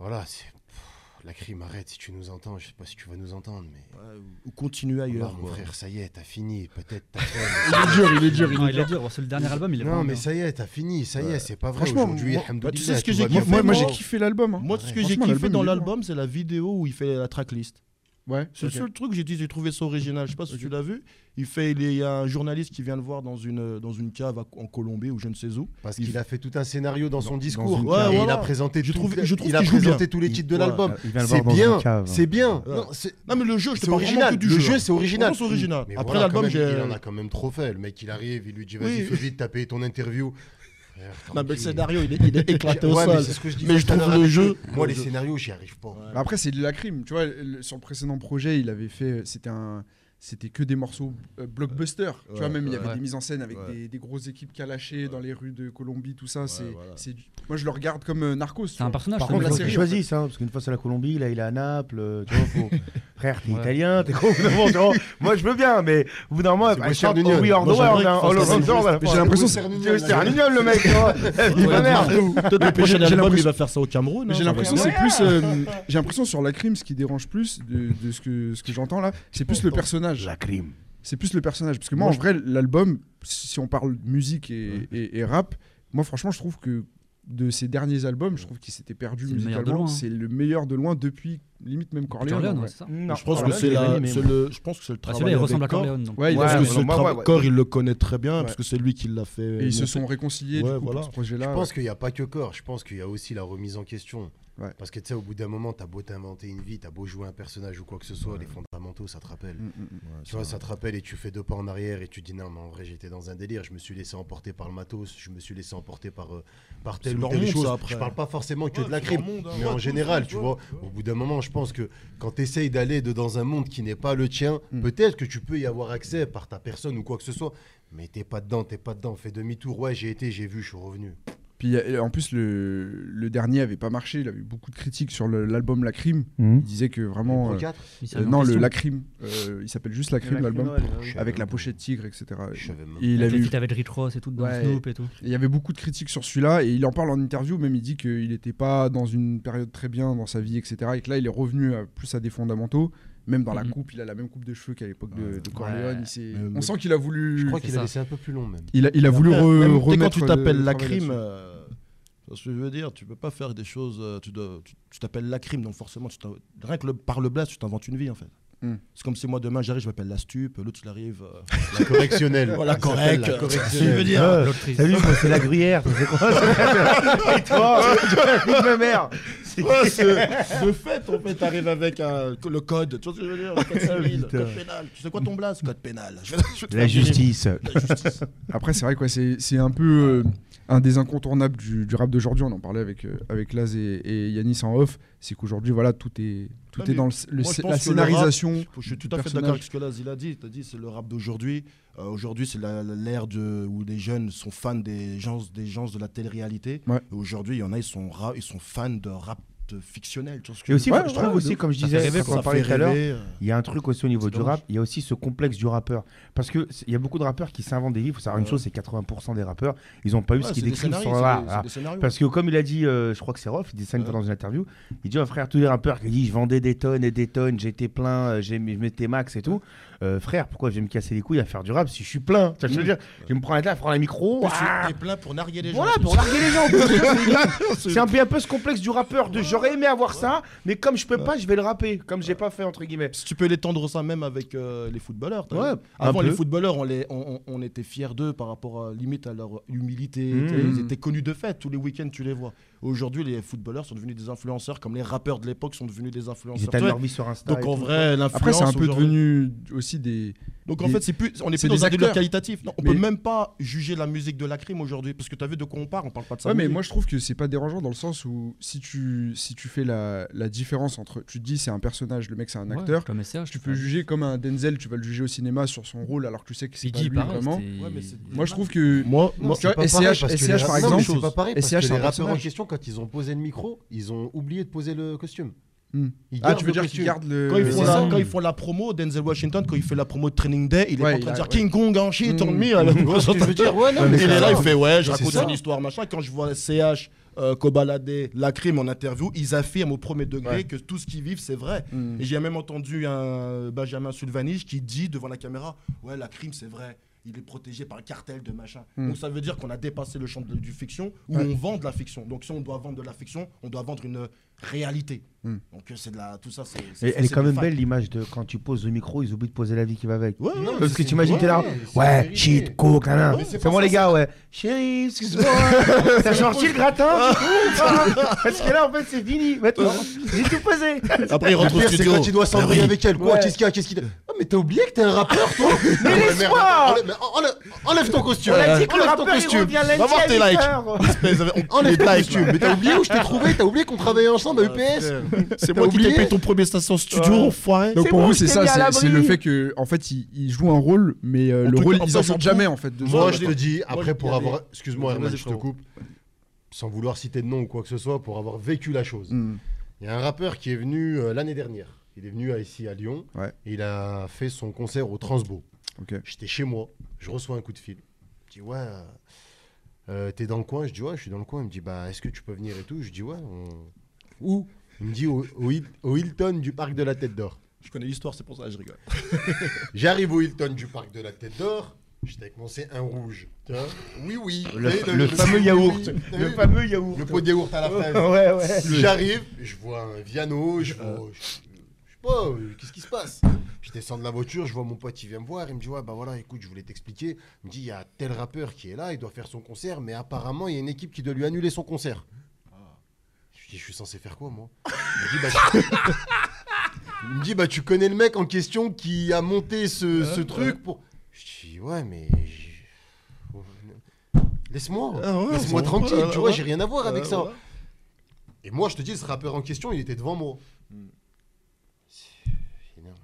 Speaker 6: Voilà, c'est. Pff, La crime, arrête si tu nous entends. Je sais pas si tu vas nous entendre, mais.
Speaker 4: Ouais, ou- Ou continue ailleurs.
Speaker 6: Alors, Ah, mon
Speaker 4: quoi.
Speaker 6: frère, ça y est, t'as fini. Peut-être t'as fait.
Speaker 2: Il est dur, il est dur.
Speaker 1: Non, il est dur, parce que le dernier album, il est
Speaker 6: Non,
Speaker 1: vraiment
Speaker 6: mais
Speaker 1: bien.
Speaker 6: ça y est, t'as fini. Ça y est, c'est pas vrai.
Speaker 2: franchement,
Speaker 6: Aujourd'hui,
Speaker 2: moi-
Speaker 6: alhamdoulilah,
Speaker 4: bah, tu sais ce que
Speaker 6: tout
Speaker 4: j'ai
Speaker 6: va bien.
Speaker 2: Moi,
Speaker 4: kiffé, moi.
Speaker 2: moi, j'ai kiffé l'album. hein.
Speaker 4: Moi, ce que
Speaker 2: Franchement,
Speaker 4: j'ai kiffé
Speaker 2: l'album,
Speaker 4: dans
Speaker 2: il est bon.
Speaker 4: l'album, c'est la vidéo où il fait la tracklist.
Speaker 2: Ouais,
Speaker 4: C'est
Speaker 2: ok.
Speaker 4: le seul truc que j'ai dit, j'ai trouvé ça original. Je sais pas si tu l'as vu. Il fait, il est- il y a un journaliste qui vient le voir dans une, dans une cave à- en Colombie ou je ne sais où.
Speaker 6: Parce
Speaker 4: Il-
Speaker 6: qu'il a fait tout un scénario dans son discours.
Speaker 3: une
Speaker 6: et
Speaker 4: cave.
Speaker 6: il
Speaker 4: Voilà.
Speaker 6: a présenté,
Speaker 4: Je
Speaker 6: tout-
Speaker 4: trouve- je trouve
Speaker 6: il a
Speaker 4: qu'il joue
Speaker 6: présenté
Speaker 4: bien.
Speaker 6: tous les titres de
Speaker 3: Ouais,
Speaker 6: l'album.
Speaker 3: euh, il vient le
Speaker 6: C'est
Speaker 3: voir dans
Speaker 6: bien.
Speaker 3: une cave.
Speaker 6: C'est bien.
Speaker 4: Ouais.
Speaker 6: Non, c'est-
Speaker 4: Non, mais le jeu, je te
Speaker 6: C'est
Speaker 4: parle vraiment
Speaker 6: original.
Speaker 4: que du
Speaker 6: le
Speaker 4: jeu.
Speaker 6: jeu, c'est original.
Speaker 4: Vraiment, c'est original.
Speaker 6: Mais
Speaker 4: Après
Speaker 6: voilà, quand
Speaker 4: l'album,
Speaker 6: même,
Speaker 4: j'ai.
Speaker 6: il en a quand même trop fait. Le mec, il arrive, il lui dit vas-y,
Speaker 4: Oui.
Speaker 6: fais vite, t'as payé ton interview. Frère,
Speaker 4: Non, mais le
Speaker 6: tranquille.
Speaker 4: scénario, il est, il est éclaté au
Speaker 6: Ouais, mais
Speaker 4: sol.
Speaker 6: c'est ce que je dis
Speaker 4: Mais je
Speaker 6: tout à
Speaker 4: trouve
Speaker 6: l'heure.
Speaker 4: le jeu.
Speaker 6: Moi, les scénarios, j'y arrive pas.
Speaker 2: Bah Après, c'est de la crime. Tu vois, le- sur le précédent projet, il avait fait. C'était un. C'était que des morceaux euh, blockbuster. tu vois,
Speaker 4: Ouais,
Speaker 2: même il y
Speaker 4: ouais.
Speaker 2: avait
Speaker 5: Ouais.
Speaker 2: des mises en scène avec
Speaker 4: Ouais.
Speaker 2: des, des grosses équipes calachées dans les rues de Colombie, tout ça. c'est,
Speaker 4: voilà.
Speaker 2: c'est du- Moi, je le regarde comme euh, Narcos. tu
Speaker 1: C'est un
Speaker 2: vois.
Speaker 1: personnage,
Speaker 3: Par
Speaker 1: ce
Speaker 2: contre,
Speaker 3: contre,
Speaker 2: la
Speaker 1: mec.
Speaker 3: il faut
Speaker 2: série,
Speaker 3: qu'il choisisse, hein, parce qu'une fois c'est la Colombie, là il est à Naples, euh, tu vois, faut- frère, t'es
Speaker 5: Ouais.
Speaker 3: italien, t'es con, au bout d'un moment, tu vois. moi je veux bien, mais au bout d'un moment,
Speaker 6: C'est
Speaker 3: bah,
Speaker 6: Western
Speaker 3: je chante
Speaker 6: Union.
Speaker 3: We Are the
Speaker 6: Moi,
Speaker 3: World, hein, all
Speaker 6: j'aimerais
Speaker 3: around
Speaker 6: que
Speaker 3: the world,
Speaker 6: Western-
Speaker 3: là.
Speaker 2: J'ai l'impression que
Speaker 3: C'est Western Union, le mec, tu vois. Eh, dis, ma mère.
Speaker 4: Peut-être le prochain
Speaker 2: J'ai
Speaker 4: album, il
Speaker 2: l'impression-
Speaker 4: va faire ça au Cameroun.
Speaker 2: Mais
Speaker 4: hein,
Speaker 2: j'ai
Speaker 4: ça va
Speaker 2: l'impression
Speaker 4: être-
Speaker 2: c'est plus euh, j'ai l'impression sur la crime ce qui dérange plus de, de ce que ce que j'entends là c'est plus le personnage
Speaker 3: La crime.
Speaker 2: c'est plus le personnage parce que moi en vrai l'album si on parle musique et, et- et rap moi franchement je trouve que de ces derniers albums je trouve qu'il s'était perdu
Speaker 1: C'est le meilleur de
Speaker 2: musicalement
Speaker 1: loin, hein.
Speaker 2: c'est le meilleur de loin depuis limite même Corleone
Speaker 1: Corleone,
Speaker 2: en
Speaker 1: ouais,
Speaker 2: vrai.
Speaker 1: c'est ça.
Speaker 4: Je
Speaker 3: Oh,
Speaker 4: pense que c'est la- c'est le je pense que c'est le
Speaker 1: Bah,
Speaker 4: travail.
Speaker 1: Celui-là, il
Speaker 4: avec
Speaker 1: ressemble à
Speaker 4: Cor.
Speaker 1: Corleone. donc.
Speaker 2: Ouais, il a-
Speaker 3: Ouais,
Speaker 4: Parce que
Speaker 3: non,
Speaker 4: ce
Speaker 3: moi,
Speaker 4: tra-
Speaker 3: ouais.
Speaker 4: Cor, il le connaît très bien,
Speaker 2: Ouais.
Speaker 4: parce que c'est lui qui l'a fait.
Speaker 2: et ils se
Speaker 4: monter.
Speaker 2: sont réconciliés
Speaker 4: Ouais,
Speaker 2: du coup,
Speaker 4: voilà.
Speaker 2: pour ce projet là
Speaker 6: Je pense qu'il n'y a pas que corps, je pense qu'il y a aussi la remise en question.
Speaker 2: Ouais.
Speaker 6: Parce que tu sais, au bout d'un moment, t'as beau t'inventer une vie, t'as beau jouer un personnage ou quoi que ce soit, les fondamentaux, ça te rappelle.
Speaker 2: Mm,
Speaker 6: Tu vois, ça te rappelle et tu fais deux pas en arrière et tu te dis non, mais en vrai, j'étais dans un délire. Je me suis laissé emporter par le matos, je me suis laissé emporter par, euh, par
Speaker 4: C'est
Speaker 6: telle ou
Speaker 4: leur
Speaker 6: telle
Speaker 4: monde,
Speaker 6: chose.
Speaker 4: ça, après.
Speaker 6: Je parle pas forcément que
Speaker 4: Ouais,
Speaker 6: de la
Speaker 4: c'est
Speaker 6: crime,
Speaker 4: leur monde, hein.
Speaker 6: mais
Speaker 4: Ouais,
Speaker 6: en
Speaker 4: tous,
Speaker 6: général,
Speaker 4: tous,
Speaker 6: tu
Speaker 4: ouais,
Speaker 6: vois, au bout d'un moment, je pense que quand t'essayes d'aller de- dans un monde qui n'est pas le tien,
Speaker 2: Mm.
Speaker 6: peut-être que tu peux y avoir accès par ta personne ou quoi que ce soit, mais t'es pas dedans, t'es pas dedans. Fais demi-tour, ouais, j'ai été, j'ai vu, je suis revenu.
Speaker 2: puis euh, en plus le, le dernier avait pas marché il a eu beaucoup de critiques sur le- l'album La Crime
Speaker 3: Hmm.
Speaker 2: il disait que
Speaker 6: Les
Speaker 2: vraiment euh,
Speaker 6: brocards,
Speaker 1: Il s'est
Speaker 2: euh,
Speaker 1: remis en
Speaker 2: non le
Speaker 1: question.
Speaker 2: La Crime euh, il s'appelle juste La Crime l'album avec la pochette tigre, etc.
Speaker 6: Je savais même
Speaker 2: Et il,
Speaker 1: Le
Speaker 2: avait eu-
Speaker 1: feat avec Rick Ross et tout, dans
Speaker 2: Ouais.
Speaker 1: Snoop et tout.
Speaker 2: il y avait beaucoup de critiques sur celui-là et il en parle en interview, même il dit qu'il n'était pas dans une période très bien dans sa vie, etc. Et que là, il est revenu à- plus à des fondamentaux. Même dans la
Speaker 1: Mhm.
Speaker 2: coupe, il a la même coupe de cheveux qu'à l'époque de, de Corleone. il s'est-
Speaker 4: Mais-
Speaker 2: On
Speaker 4: Euh, mais-
Speaker 2: sent qu'il a voulu.
Speaker 6: Je crois
Speaker 1: C'est
Speaker 6: qu'il a
Speaker 1: ça.
Speaker 6: laissé un peu plus long même.
Speaker 2: Il a, il a voulu
Speaker 4: Après,
Speaker 2: re-
Speaker 4: même dès
Speaker 2: remettre.
Speaker 4: Quand tu
Speaker 2: le-
Speaker 4: t'appelles
Speaker 2: le
Speaker 4: la
Speaker 2: travail
Speaker 4: crime,
Speaker 2: là-dessus.
Speaker 4: euh, c'est ce que je veux dire, tu peux pas faire des choses. euh, Tu dois- tu- tu t'appelles la crime, donc forcément, tu t'in- rien que le- par le blast, tu t'inventes une vie en fait.
Speaker 2: Hmm.
Speaker 4: C'est comme si moi demain j'arrive, je m'appelle la stupe, l'autre il arrive. euh,
Speaker 6: La correctionnelle.
Speaker 4: Voilà,
Speaker 6: Ça s'appelle
Speaker 4: correct.
Speaker 6: La
Speaker 4: Je veux
Speaker 6: correctionnelle.
Speaker 4: dire.
Speaker 1: L'autrice.
Speaker 3: Euh, Salut, moi c'est la gruyère, c'est quoi ça Et toi, tu vois, nique ma mère C'est-
Speaker 4: Ouais, c'est- de fait, en fait, t'arrives avec un- le code. Tu vois ce que je veux dire Le code civil, le
Speaker 3: Ah, putain.
Speaker 4: code pénal. Tu sais quoi ton blast Code pénal. Je vais- je vais te
Speaker 3: La
Speaker 4: faire
Speaker 3: justice.
Speaker 4: gêner. La justice.
Speaker 2: Après, c'est vrai quoi, c'est c'est un peu euh, un des incontournables du, du rap d'aujourd'hui. On en parlait avec euh, avec Laz et, et Yanis en off. C'est qu'aujourd'hui, voilà, tout est tout
Speaker 4: Non,
Speaker 2: est
Speaker 4: mais
Speaker 2: dans le- le
Speaker 4: moi, je pense
Speaker 2: sc- la
Speaker 4: que le rap,
Speaker 2: scénarisation.
Speaker 4: Je suis tout
Speaker 2: du
Speaker 4: à fait
Speaker 2: personnage.
Speaker 4: d'accord avec ce que Laz il a dit. Il a dit c'est le rap d'aujourd'hui. Euh, aujourd'hui, c'est la- l'ère de où les jeunes sont fans des gens, des gens de la télé-réalité.
Speaker 2: Ouais.
Speaker 4: Et Aujourd'hui, il y en a, ils sont, ra- ils sont fans de rap artistes fictionnels. tu vois ce que
Speaker 3: Et aussi,
Speaker 4: veux
Speaker 3: je
Speaker 4: dire
Speaker 3: trouve aussi, comme je
Speaker 4: Ça fait
Speaker 3: disais,
Speaker 4: rêver,
Speaker 3: quand on
Speaker 4: ça
Speaker 3: parlait
Speaker 4: fait
Speaker 3: tout à l'heure,
Speaker 4: rêver, euh.
Speaker 3: Il y a un truc aussi au niveau
Speaker 4: C'est
Speaker 3: du
Speaker 4: dommage.
Speaker 3: rap, il y a aussi ce complexe du rappeur. Parce qu'il y a beaucoup de rappeurs qui s'inventent des livres. Faut savoir une
Speaker 4: Ouais.
Speaker 3: chose, c'est 80% des rappeurs, ils n'ont pas eu
Speaker 4: Ouais,
Speaker 3: ce qu'ils
Speaker 4: c'est des
Speaker 3: décrivent.
Speaker 4: scénaristes,
Speaker 3: sur-
Speaker 4: c'est
Speaker 3: voilà,
Speaker 4: des- c'est
Speaker 3: voilà.
Speaker 4: des scénarios.
Speaker 3: Parce que comme il a dit, euh, je crois que c'est Rof, il dit ça une fois
Speaker 4: Mm. Ouais.
Speaker 3: dans une interview, il dit, oh, frère, tous les rappeurs qui disent, je vendais des tonnes et des tonnes, j'étais plein, euh, j'ai- je mettais max et tout. Euh, frère, pourquoi je vais me casser les couilles à faire du rap si je suis plein Tu vois ce que je
Speaker 4: Mm.
Speaker 3: veux dire Je vais me prends la tête, prendre la micro.
Speaker 4: En plus,
Speaker 3: ah,
Speaker 4: T'es plein pour narguer les gens.
Speaker 3: voilà, pour larguer les gens. C'est un peu, un peu ce complexe du rappeur de j'aurais aimé avoir ça, mais comme je peux pas, je vais le rapper, comme j'ai pas fait entre guillemets.
Speaker 4: Si tu peux l'étendre ça même avec euh, les footballeurs. t'as
Speaker 3: Ouais,
Speaker 4: vu.
Speaker 3: un
Speaker 4: Avant,
Speaker 3: peu.
Speaker 4: les footballeurs, on, les, on, on- on était fiers d'eux par rapport à, limite à leur humilité.
Speaker 2: Mmh.
Speaker 3: Mhm.
Speaker 4: tu sais, Ils étaient connus de fait. Tous les week-ends, tu les vois. Aujourd'hui, les footballeurs sont devenus des influenceurs, comme les rappeurs de l'époque sont devenus des
Speaker 3: Ils
Speaker 4: influenceurs.
Speaker 3: étalent
Speaker 4: tu
Speaker 3: leur
Speaker 4: vois.
Speaker 3: vie sur Insta.
Speaker 4: Donc
Speaker 3: et
Speaker 4: en
Speaker 3: tout.
Speaker 4: vrai, l'influence.
Speaker 2: Après, c'est un peu
Speaker 4: aujourd'hui-
Speaker 2: devenu aussi des.
Speaker 4: Donc en
Speaker 2: des-
Speaker 4: fait, c'est plus, on n'est
Speaker 2: c'est
Speaker 4: plus dans
Speaker 2: des
Speaker 4: un délire
Speaker 2: acteurs.
Speaker 4: qualitatif. Non, on
Speaker 2: Mais-
Speaker 4: peut même pas juger la musique de la crime aujourd'hui, parce que tu as vu de quoi on parle. On parle pas de ça.
Speaker 2: Ouais, mais moi je trouve que c'est pas dérangeant dans le sens où si tu, si tu fais la, la différence entre. Tu te dis c'est un personnage, le mec c'est un
Speaker 1: Ouais,
Speaker 2: acteur.
Speaker 1: Comme SCH.
Speaker 2: Tu peux juger comme un Denzel, tu vas le juger au cinéma sur son rôle alors que tu sais que c'est pas
Speaker 1: Biggie,
Speaker 2: lui
Speaker 1: pareil.
Speaker 2: vraiment.
Speaker 1: c'était-
Speaker 4: Ouais, mais c'est-
Speaker 2: Moi je trouve que.
Speaker 4: moi,
Speaker 6: Non,
Speaker 4: moi-
Speaker 6: c'est
Speaker 2: tu vois,
Speaker 6: pas pareil,
Speaker 2: SCH,
Speaker 6: parce que les
Speaker 2: SCH, par
Speaker 6: rappeurs- non, mais
Speaker 2: exemple,
Speaker 6: c'est pas pareil. Parce
Speaker 2: SCH,
Speaker 6: que
Speaker 2: c'est un
Speaker 6: les rappeurs en
Speaker 2: personnage.
Speaker 6: question, quand ils ont posé le micro, ils ont oublié de poser le costume.
Speaker 2: Hmm.
Speaker 6: Ils
Speaker 2: Ah, tu
Speaker 6: gardent
Speaker 2: veux
Speaker 6: le
Speaker 2: dire
Speaker 6: costume.
Speaker 2: qu'il garde le.
Speaker 4: Quand ils, font
Speaker 6: Voilà.
Speaker 4: ça, quand ils font la promo, Denzel Washington, quand il fait la promo de Training Day, il est
Speaker 2: Ouais,
Speaker 4: pas en train
Speaker 2: il
Speaker 4: de
Speaker 2: a-
Speaker 4: dire King Kong, hein, shit, on me.
Speaker 6: Mm. Tu vois ce que je veux dire Ouais, non, mais
Speaker 4: Il
Speaker 6: c'est
Speaker 4: est là,
Speaker 6: ça.
Speaker 4: il fait ouais, je
Speaker 6: Mais
Speaker 4: raconte
Speaker 6: c'est ça.
Speaker 4: une histoire, machin. Quand je vois CH, euh, Kobalade, la crime en interview, ils affirment au premier degré
Speaker 2: Ouais.
Speaker 4: que tout ce qu'ils vivent, c'est vrai.
Speaker 2: Mm.
Speaker 4: Et j'ai même entendu un Benjamin Sulvanich qui dit devant la caméra Ouais, la crime, c'est vrai. Il est protégé par le cartel de machin.
Speaker 2: Mm.
Speaker 4: Donc ça veut dire qu'on a dépassé le champ de- du fiction où
Speaker 2: Ouais.
Speaker 4: on vend de la fiction. Donc si on doit vendre de la fiction, on doit vendre une réalité.
Speaker 2: Mm.
Speaker 4: Donc euh, c'est de la tout ça c'est c'est
Speaker 3: Et elle est
Speaker 4: faussé
Speaker 3: quand
Speaker 4: de
Speaker 3: même
Speaker 4: fact.
Speaker 3: belle l'image de quand tu poses le micro, ils oublient de poser la vie qui va avec.
Speaker 4: Ouais, ouais,
Speaker 3: Parce que t'imagines, t'es là,
Speaker 6: ouais, c'est la
Speaker 3: ouais,
Speaker 6: vérité.
Speaker 3: shit, coke, nanana.
Speaker 4: Ouais, c'est
Speaker 3: c'est
Speaker 4: pas
Speaker 3: bon,
Speaker 4: ça,
Speaker 3: les
Speaker 4: c'est-
Speaker 3: gars, ouais. Chérie, excuse-moi, t'as sorti le gratin du coup Parce que là, en fait, c'est fini, maintenant. J'ai tout posé.
Speaker 4: Après, il
Speaker 6: Le
Speaker 4: rentre au
Speaker 6: pire, c'est
Speaker 4: studio. Ah
Speaker 6: quand tu dois s'embrouiller avec elle. Quoi
Speaker 3: Ouais.
Speaker 6: Qu'est-ce qu'il y a Qu'est-ce qu'il y a Ah, mais t'as oublié que t'es un rappeur, toi Mais
Speaker 3: laisse-moi
Speaker 6: Oh, merde, enlève- enlève- Enlève ton costume
Speaker 3: On a dit que le
Speaker 6: Enlève ton
Speaker 3: rappeur, il
Speaker 6: costume
Speaker 3: revient lundi
Speaker 4: Va voir
Speaker 3: à
Speaker 4: tes
Speaker 3: 8
Speaker 4: likes.
Speaker 3: heures.
Speaker 4: Espèce de- on-
Speaker 6: Enlève
Speaker 4: les
Speaker 6: ton
Speaker 4: likes,
Speaker 6: costume Mais t'as oublié où je t'ai trouvé T'as oublié qu'on travaillait ensemble à UPS
Speaker 4: Ah, C'est
Speaker 6: T'as
Speaker 4: moi qui
Speaker 6: oublié
Speaker 4: t'ai payé ton premier station studio,
Speaker 3: Ouais.
Speaker 4: enfoiré.
Speaker 2: Donc
Speaker 3: C'est
Speaker 2: pour
Speaker 3: bon,
Speaker 2: vous,
Speaker 3: je
Speaker 2: c'est
Speaker 3: t'ai
Speaker 2: ça,
Speaker 3: mis à
Speaker 2: c'est
Speaker 3: l'abri.
Speaker 2: c'est le fait que, en fait, il, il joue un rôle, mais euh,
Speaker 4: En
Speaker 2: le
Speaker 4: tout
Speaker 2: rôle,
Speaker 4: cas, en
Speaker 2: ils
Speaker 4: fait,
Speaker 2: en
Speaker 4: on
Speaker 2: sortent
Speaker 4: prend-
Speaker 2: jamais en fait. de
Speaker 4: Moi,
Speaker 2: ça.
Speaker 6: Moi,
Speaker 4: je
Speaker 6: je te
Speaker 4: l'ai-
Speaker 6: dis, après,
Speaker 4: je- il y
Speaker 6: pour
Speaker 4: a
Speaker 6: avoir.
Speaker 4: des-
Speaker 6: Excuse-moi,
Speaker 4: Vas-y,
Speaker 6: Herman,
Speaker 4: vas-y,
Speaker 6: je te
Speaker 4: frérot.
Speaker 6: coupe. Sans vouloir citer de nom ou quoi que ce soit, pour avoir vécu la chose.
Speaker 2: Mm.
Speaker 6: Il y a un rappeur qui est venu euh, l'année dernière. Il est venu à- ici à Lyon.
Speaker 2: Ouais.
Speaker 6: Et il a fait son concert au Transbo.
Speaker 2: Ok.
Speaker 6: J'étais chez moi. Je reçois un coup de fil. Je dis ouais. euh, T'es dans le coin Je dis ouais, je suis dans le coin. Il me dit bah est-ce que tu peux venir et tout Je dis ouais. on-
Speaker 2: Où
Speaker 6: Il me dit au, au Hil- au Hilton du parc de la Tête d'Or.
Speaker 4: Je connais l'histoire, c'est pour ça que je rigole.
Speaker 6: J'arrive au Hilton du parc de la Tête d'Or. J'étais avec mon un rouge. Tu vois oui oui.
Speaker 3: Le-
Speaker 6: Et
Speaker 3: le fameux
Speaker 6: oui,
Speaker 3: yaourt.
Speaker 6: oui. T'as
Speaker 3: Le
Speaker 6: vu
Speaker 3: fameux yaourt.
Speaker 6: Le pot de yaourt à la fraise.
Speaker 3: Ouais, ouais.
Speaker 6: J'arrive, je vois un Viano, je
Speaker 4: Euh.
Speaker 6: vois. Je, je sais pas, euh, qu'est-ce qui se passe Je descends de la voiture, je vois mon pote, il vient me voir, il me dit Ouais, bah voilà, écoute, je voulais t'expliquer. Il me dit Il y a tel rappeur qui est là, il doit faire son concert, mais apparemment, il y a une équipe qui doit lui annuler son concert.
Speaker 4: Ah.
Speaker 6: Je lui dis Je suis censé faire quoi, moi Il me dit Bah, tu... il me dit, bah, tu connais le mec en question qui a monté ce, ce truc pour. Je dis Ouais, mais. j'ai- Laisse-moi,
Speaker 4: Ah ouais,
Speaker 6: laisse-moi
Speaker 4: on s'en
Speaker 6: tranquille,
Speaker 4: fout,
Speaker 6: tu
Speaker 4: euh,
Speaker 6: vois,
Speaker 4: ouais.
Speaker 6: j'ai rien à voir avec
Speaker 4: Euh,
Speaker 6: ça.
Speaker 4: voilà.
Speaker 6: Et moi, je te dis, ce rappeur en question, il était devant moi. C'est énorme.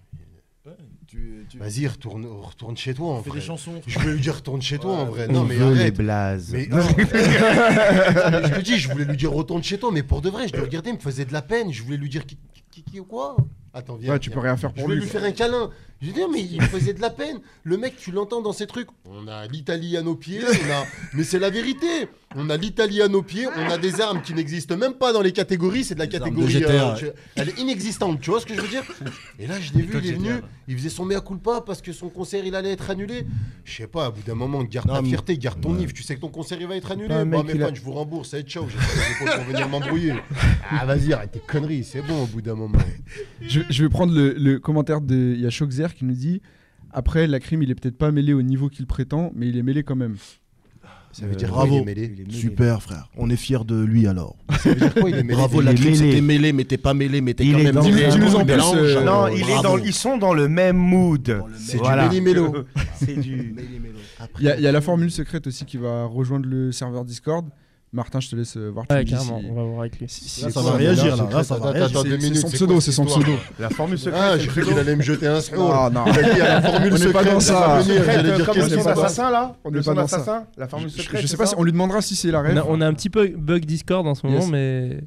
Speaker 4: Tu, tu
Speaker 6: Vas-y, retourne, retourne chez toi, en
Speaker 4: fais
Speaker 6: vrai.
Speaker 4: des chansons.
Speaker 6: Je voulais lui dire, retourne chez toi, en
Speaker 4: Ouais.
Speaker 6: vrai.
Speaker 3: On
Speaker 6: Non, mais
Speaker 3: veut les
Speaker 6: arrête.
Speaker 3: blazes.
Speaker 6: Mais, Non, mais je te dis, je voulais lui dire, retourne chez toi, mais pour de vrai, je le regardais, il me faisait de la peine. Je voulais lui dire, qui, qui, qui- quoi Attends, viens.
Speaker 2: Ouais, tu
Speaker 6: viens.
Speaker 2: peux rien faire
Speaker 6: Je
Speaker 2: pour
Speaker 6: voulais
Speaker 2: lui.
Speaker 6: lui
Speaker 2: quoi.
Speaker 6: faire un câlin. Je lui dis, mais il me faisait de la peine. Le mec, tu l'entends dans ses trucs. On a l'Italie à nos pieds, on a- mais c'est la vérité. On a l'Italie à nos pieds, on a des armes qui n'existent même pas dans les catégories. C'est de la
Speaker 4: Des armes de
Speaker 6: catégorie.
Speaker 4: GTA,
Speaker 6: tu- Elle est inexistante, tu vois ce que je veux dire Et là, je l'ai vu,
Speaker 4: École
Speaker 6: il est
Speaker 4: GTA,
Speaker 6: venu,
Speaker 4: là.
Speaker 6: il faisait son mea culpa parce que son concert, il allait être annulé. Je sais pas, à bout d'un moment, garde
Speaker 4: Non,
Speaker 6: ta
Speaker 4: mais-
Speaker 6: fierté, garde ton livre. Tu sais que ton concert, il va être annulé.
Speaker 3: Putain,
Speaker 6: Moi,
Speaker 3: mec,
Speaker 6: mes
Speaker 3: il a-
Speaker 6: fans, je vous rembourse, c'est ciao. J'ai pas les épaules pour venir m'embrouiller. Ah, vas-y, arrête tes conneries, c'est bon au bout d'un moment.
Speaker 2: Je, je vais prendre le, le commentaire de. Il y a Shoxer qui nous dit Après, la crime, il est peut-être pas mêlé au niveau qu'il prétend, mais il est mêlé quand même.
Speaker 6: Ça veut dire
Speaker 4: bravo.
Speaker 6: quoi, il est mêlé
Speaker 4: Super, frère. On est fiers de lui alors.
Speaker 6: Ça veut dire quoi, il est mêlé
Speaker 4: Bravo,
Speaker 3: il
Speaker 4: la
Speaker 3: est
Speaker 4: crime,
Speaker 3: mêlé.
Speaker 4: c'était mêlé, mais t'es pas mêlé, mais t'es
Speaker 3: Il
Speaker 4: quand
Speaker 3: est
Speaker 4: même
Speaker 3: dans
Speaker 4: mêlé.
Speaker 3: un
Speaker 2: Dis-nous en plus,
Speaker 4: Mélange,
Speaker 2: euh,
Speaker 4: alors.
Speaker 3: Non, il est
Speaker 4: Bravo.
Speaker 3: dans, ils sont dans le même mood.
Speaker 6: C'est
Speaker 3: Voilà.
Speaker 6: du méli-mélo.
Speaker 3: C'est du.
Speaker 2: Il y, a- il y a la formule secrète aussi qui va rejoindre le serveur Discord. Martin, je te laisse euh, voir. tu
Speaker 5: Ouais,
Speaker 2: me dis
Speaker 5: carrément,
Speaker 2: si-
Speaker 5: on va voir avec lui.
Speaker 2: si- si-
Speaker 4: Là,
Speaker 2: c'est
Speaker 4: ça
Speaker 2: quoi,
Speaker 4: va
Speaker 2: la-
Speaker 4: réagir, là. Là, ça
Speaker 6: Attends,
Speaker 4: va
Speaker 6: attends,
Speaker 4: réagir.
Speaker 6: deux
Speaker 2: C'est-
Speaker 6: minutes,
Speaker 2: c'est son
Speaker 6: quoi
Speaker 2: pseudo,
Speaker 6: cette
Speaker 2: c'est son
Speaker 6: histoire
Speaker 2: pseudo.
Speaker 3: La formule
Speaker 6: Ah,
Speaker 3: secrète.
Speaker 6: j'ai cru qu'il allait me jeter un
Speaker 2: Non,
Speaker 6: sahur.
Speaker 2: non.
Speaker 6: Il a dit à la formule
Speaker 2: On n'est pas
Speaker 6: secrète,
Speaker 2: dans
Speaker 6: il
Speaker 2: ça.
Speaker 6: va venir, j'allais
Speaker 3: Secrète,
Speaker 6: dire
Speaker 3: Comme
Speaker 6: qu'est-ce
Speaker 3: le
Speaker 2: qu'elle
Speaker 6: qui
Speaker 3: son
Speaker 6: se
Speaker 2: n'est pas
Speaker 6: passe.
Speaker 3: assassin là
Speaker 2: On
Speaker 3: Le
Speaker 2: n'est pas
Speaker 3: son
Speaker 2: dans ça.
Speaker 3: assassin La formule
Speaker 2: Je,
Speaker 3: secrète.
Speaker 2: je sais
Speaker 3: c'est
Speaker 2: pas
Speaker 3: ça
Speaker 2: si on lui demandera si c'est la
Speaker 5: On
Speaker 2: rêve.
Speaker 5: a, on a un petit peu bug Discord en ce moment,
Speaker 2: Yes.
Speaker 5: mais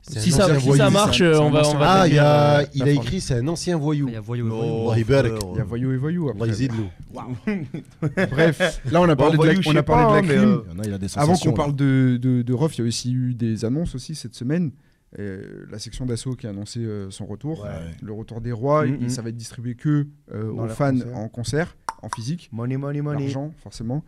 Speaker 6: C'est
Speaker 5: Si
Speaker 6: un
Speaker 5: ça,
Speaker 6: ancien
Speaker 5: si
Speaker 6: voyou,
Speaker 5: ça
Speaker 6: c'est un-
Speaker 5: marche,
Speaker 2: c'est un
Speaker 5: euh, on va.
Speaker 2: ancien
Speaker 5: on va
Speaker 6: Ah, il, y a,
Speaker 2: euh,
Speaker 6: il a
Speaker 2: la
Speaker 6: écrit, c'est un ancien voyou.
Speaker 1: Il y a voyou et voyou.
Speaker 4: Non,
Speaker 6: il back.
Speaker 4: frère.
Speaker 2: Il y a voyou et voyou.
Speaker 6: Allah,
Speaker 2: Après.
Speaker 6: ils aident nous.
Speaker 2: Bref, là on a parlé
Speaker 3: voyou,
Speaker 2: de
Speaker 3: je
Speaker 2: la, on a
Speaker 3: sais
Speaker 2: parlé
Speaker 3: pas,
Speaker 2: de la
Speaker 3: mais,
Speaker 2: crime.
Speaker 3: euh,
Speaker 4: Il y en a, il a des
Speaker 2: Avant
Speaker 4: sensations,
Speaker 2: qu'on parle de, de, de Rof, il y a aussi eu des annonces aussi cette semaine. Euh, la section d'assaut qui a annoncé euh, son retour,
Speaker 4: Ouais.
Speaker 2: le retour des rois,
Speaker 3: Mhm.
Speaker 2: et ça va être distribué que euh,
Speaker 3: Dans
Speaker 2: aux
Speaker 3: leur
Speaker 2: fans
Speaker 3: concert.
Speaker 2: en concert, en physique,
Speaker 3: Money, money, money.
Speaker 2: l'argent forcément.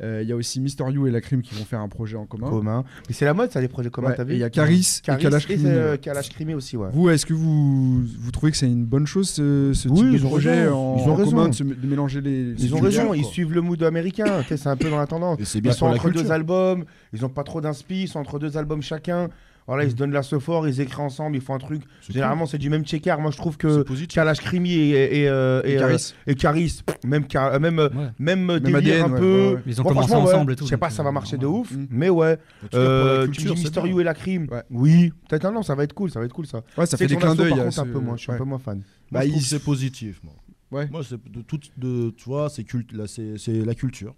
Speaker 2: Euh, Il y a aussi Mister You et la crime qui vont faire un projet en commun.
Speaker 3: Commun. Mais c'est la mode, ça, les projets communs,
Speaker 2: hein. Ouais,
Speaker 3: t'as
Speaker 2: et
Speaker 3: vu
Speaker 2: il y a Caris et Kalash
Speaker 3: et,
Speaker 2: Crimin.
Speaker 3: euh, Kalash Crimin aussi, ouais.
Speaker 2: Vous, est-ce que vous, vous trouvez que c'est une bonne chose ce, ce
Speaker 3: Oui,
Speaker 2: type de
Speaker 3: ils ont
Speaker 2: projet
Speaker 3: raison.
Speaker 2: en,
Speaker 3: Ils ont
Speaker 2: en
Speaker 3: raison.
Speaker 2: commun, de, se- de mélanger les. les
Speaker 3: Ils ont
Speaker 2: univers,
Speaker 3: raison,
Speaker 2: quoi. Bah,
Speaker 3: ils suivent le mood américain. tu sais, c'est un peu dans la tendance.
Speaker 4: Et c'est bien
Speaker 3: Ils sont
Speaker 4: pour la
Speaker 3: entre
Speaker 4: culture.
Speaker 3: deux albums, ils ont pas trop d'inspi, ils sont entre deux albums chacun. Voilà, ils
Speaker 2: Mm.
Speaker 3: se donnent la fort, ils écrivent ensemble, ils font un truc.
Speaker 4: C'est
Speaker 3: Généralement, c'est du même checker. Moi, je trouve
Speaker 4: cool.
Speaker 3: que
Speaker 4: C'est positif.
Speaker 3: Kalash Krimi et, et, euh, et,
Speaker 2: Et
Speaker 3: euh,
Speaker 2: Caris.
Speaker 3: et Caris, pff, même, Car- euh, même, euh,
Speaker 1: Ouais.
Speaker 3: même, euh,
Speaker 2: Même
Speaker 3: délire
Speaker 2: ADN,
Speaker 3: un
Speaker 2: ouais,
Speaker 3: peu.
Speaker 2: ouais, ouais.
Speaker 1: Ils ont
Speaker 3: Bon,
Speaker 1: commencé
Speaker 3: franchement,
Speaker 1: ensemble
Speaker 3: ouais,
Speaker 1: et tout.
Speaker 3: Je sais
Speaker 1: donc,
Speaker 3: pas, ça
Speaker 1: euh,
Speaker 3: va marcher de
Speaker 1: normal.
Speaker 3: ouf,
Speaker 2: Mm.
Speaker 3: mais
Speaker 4: En
Speaker 3: ouais.
Speaker 4: tout cas, pour la
Speaker 3: Euh, tu me
Speaker 4: culture,
Speaker 3: dis
Speaker 4: c'est
Speaker 3: Mister
Speaker 4: bien.
Speaker 3: You et la crime.
Speaker 2: Ouais.
Speaker 3: Oui. Peut-être non, non, ça va être cool, ça va être cool ça.
Speaker 2: Ouais, ça fait des
Speaker 3: Section
Speaker 2: clins
Speaker 3: d'assaut,
Speaker 2: d'œil.
Speaker 3: Par
Speaker 2: à
Speaker 3: contre, un
Speaker 2: ce-
Speaker 3: peu moins, je suis
Speaker 2: ouais.
Speaker 3: un peu moins fan.
Speaker 4: Moi,
Speaker 2: Bah,
Speaker 4: je trouve
Speaker 2: ils-
Speaker 4: que c'est positif. Moi,
Speaker 2: Ouais.
Speaker 4: Moi, c'est de toute, de, tu vois, c'est culte, là, c'est, c'est la culture.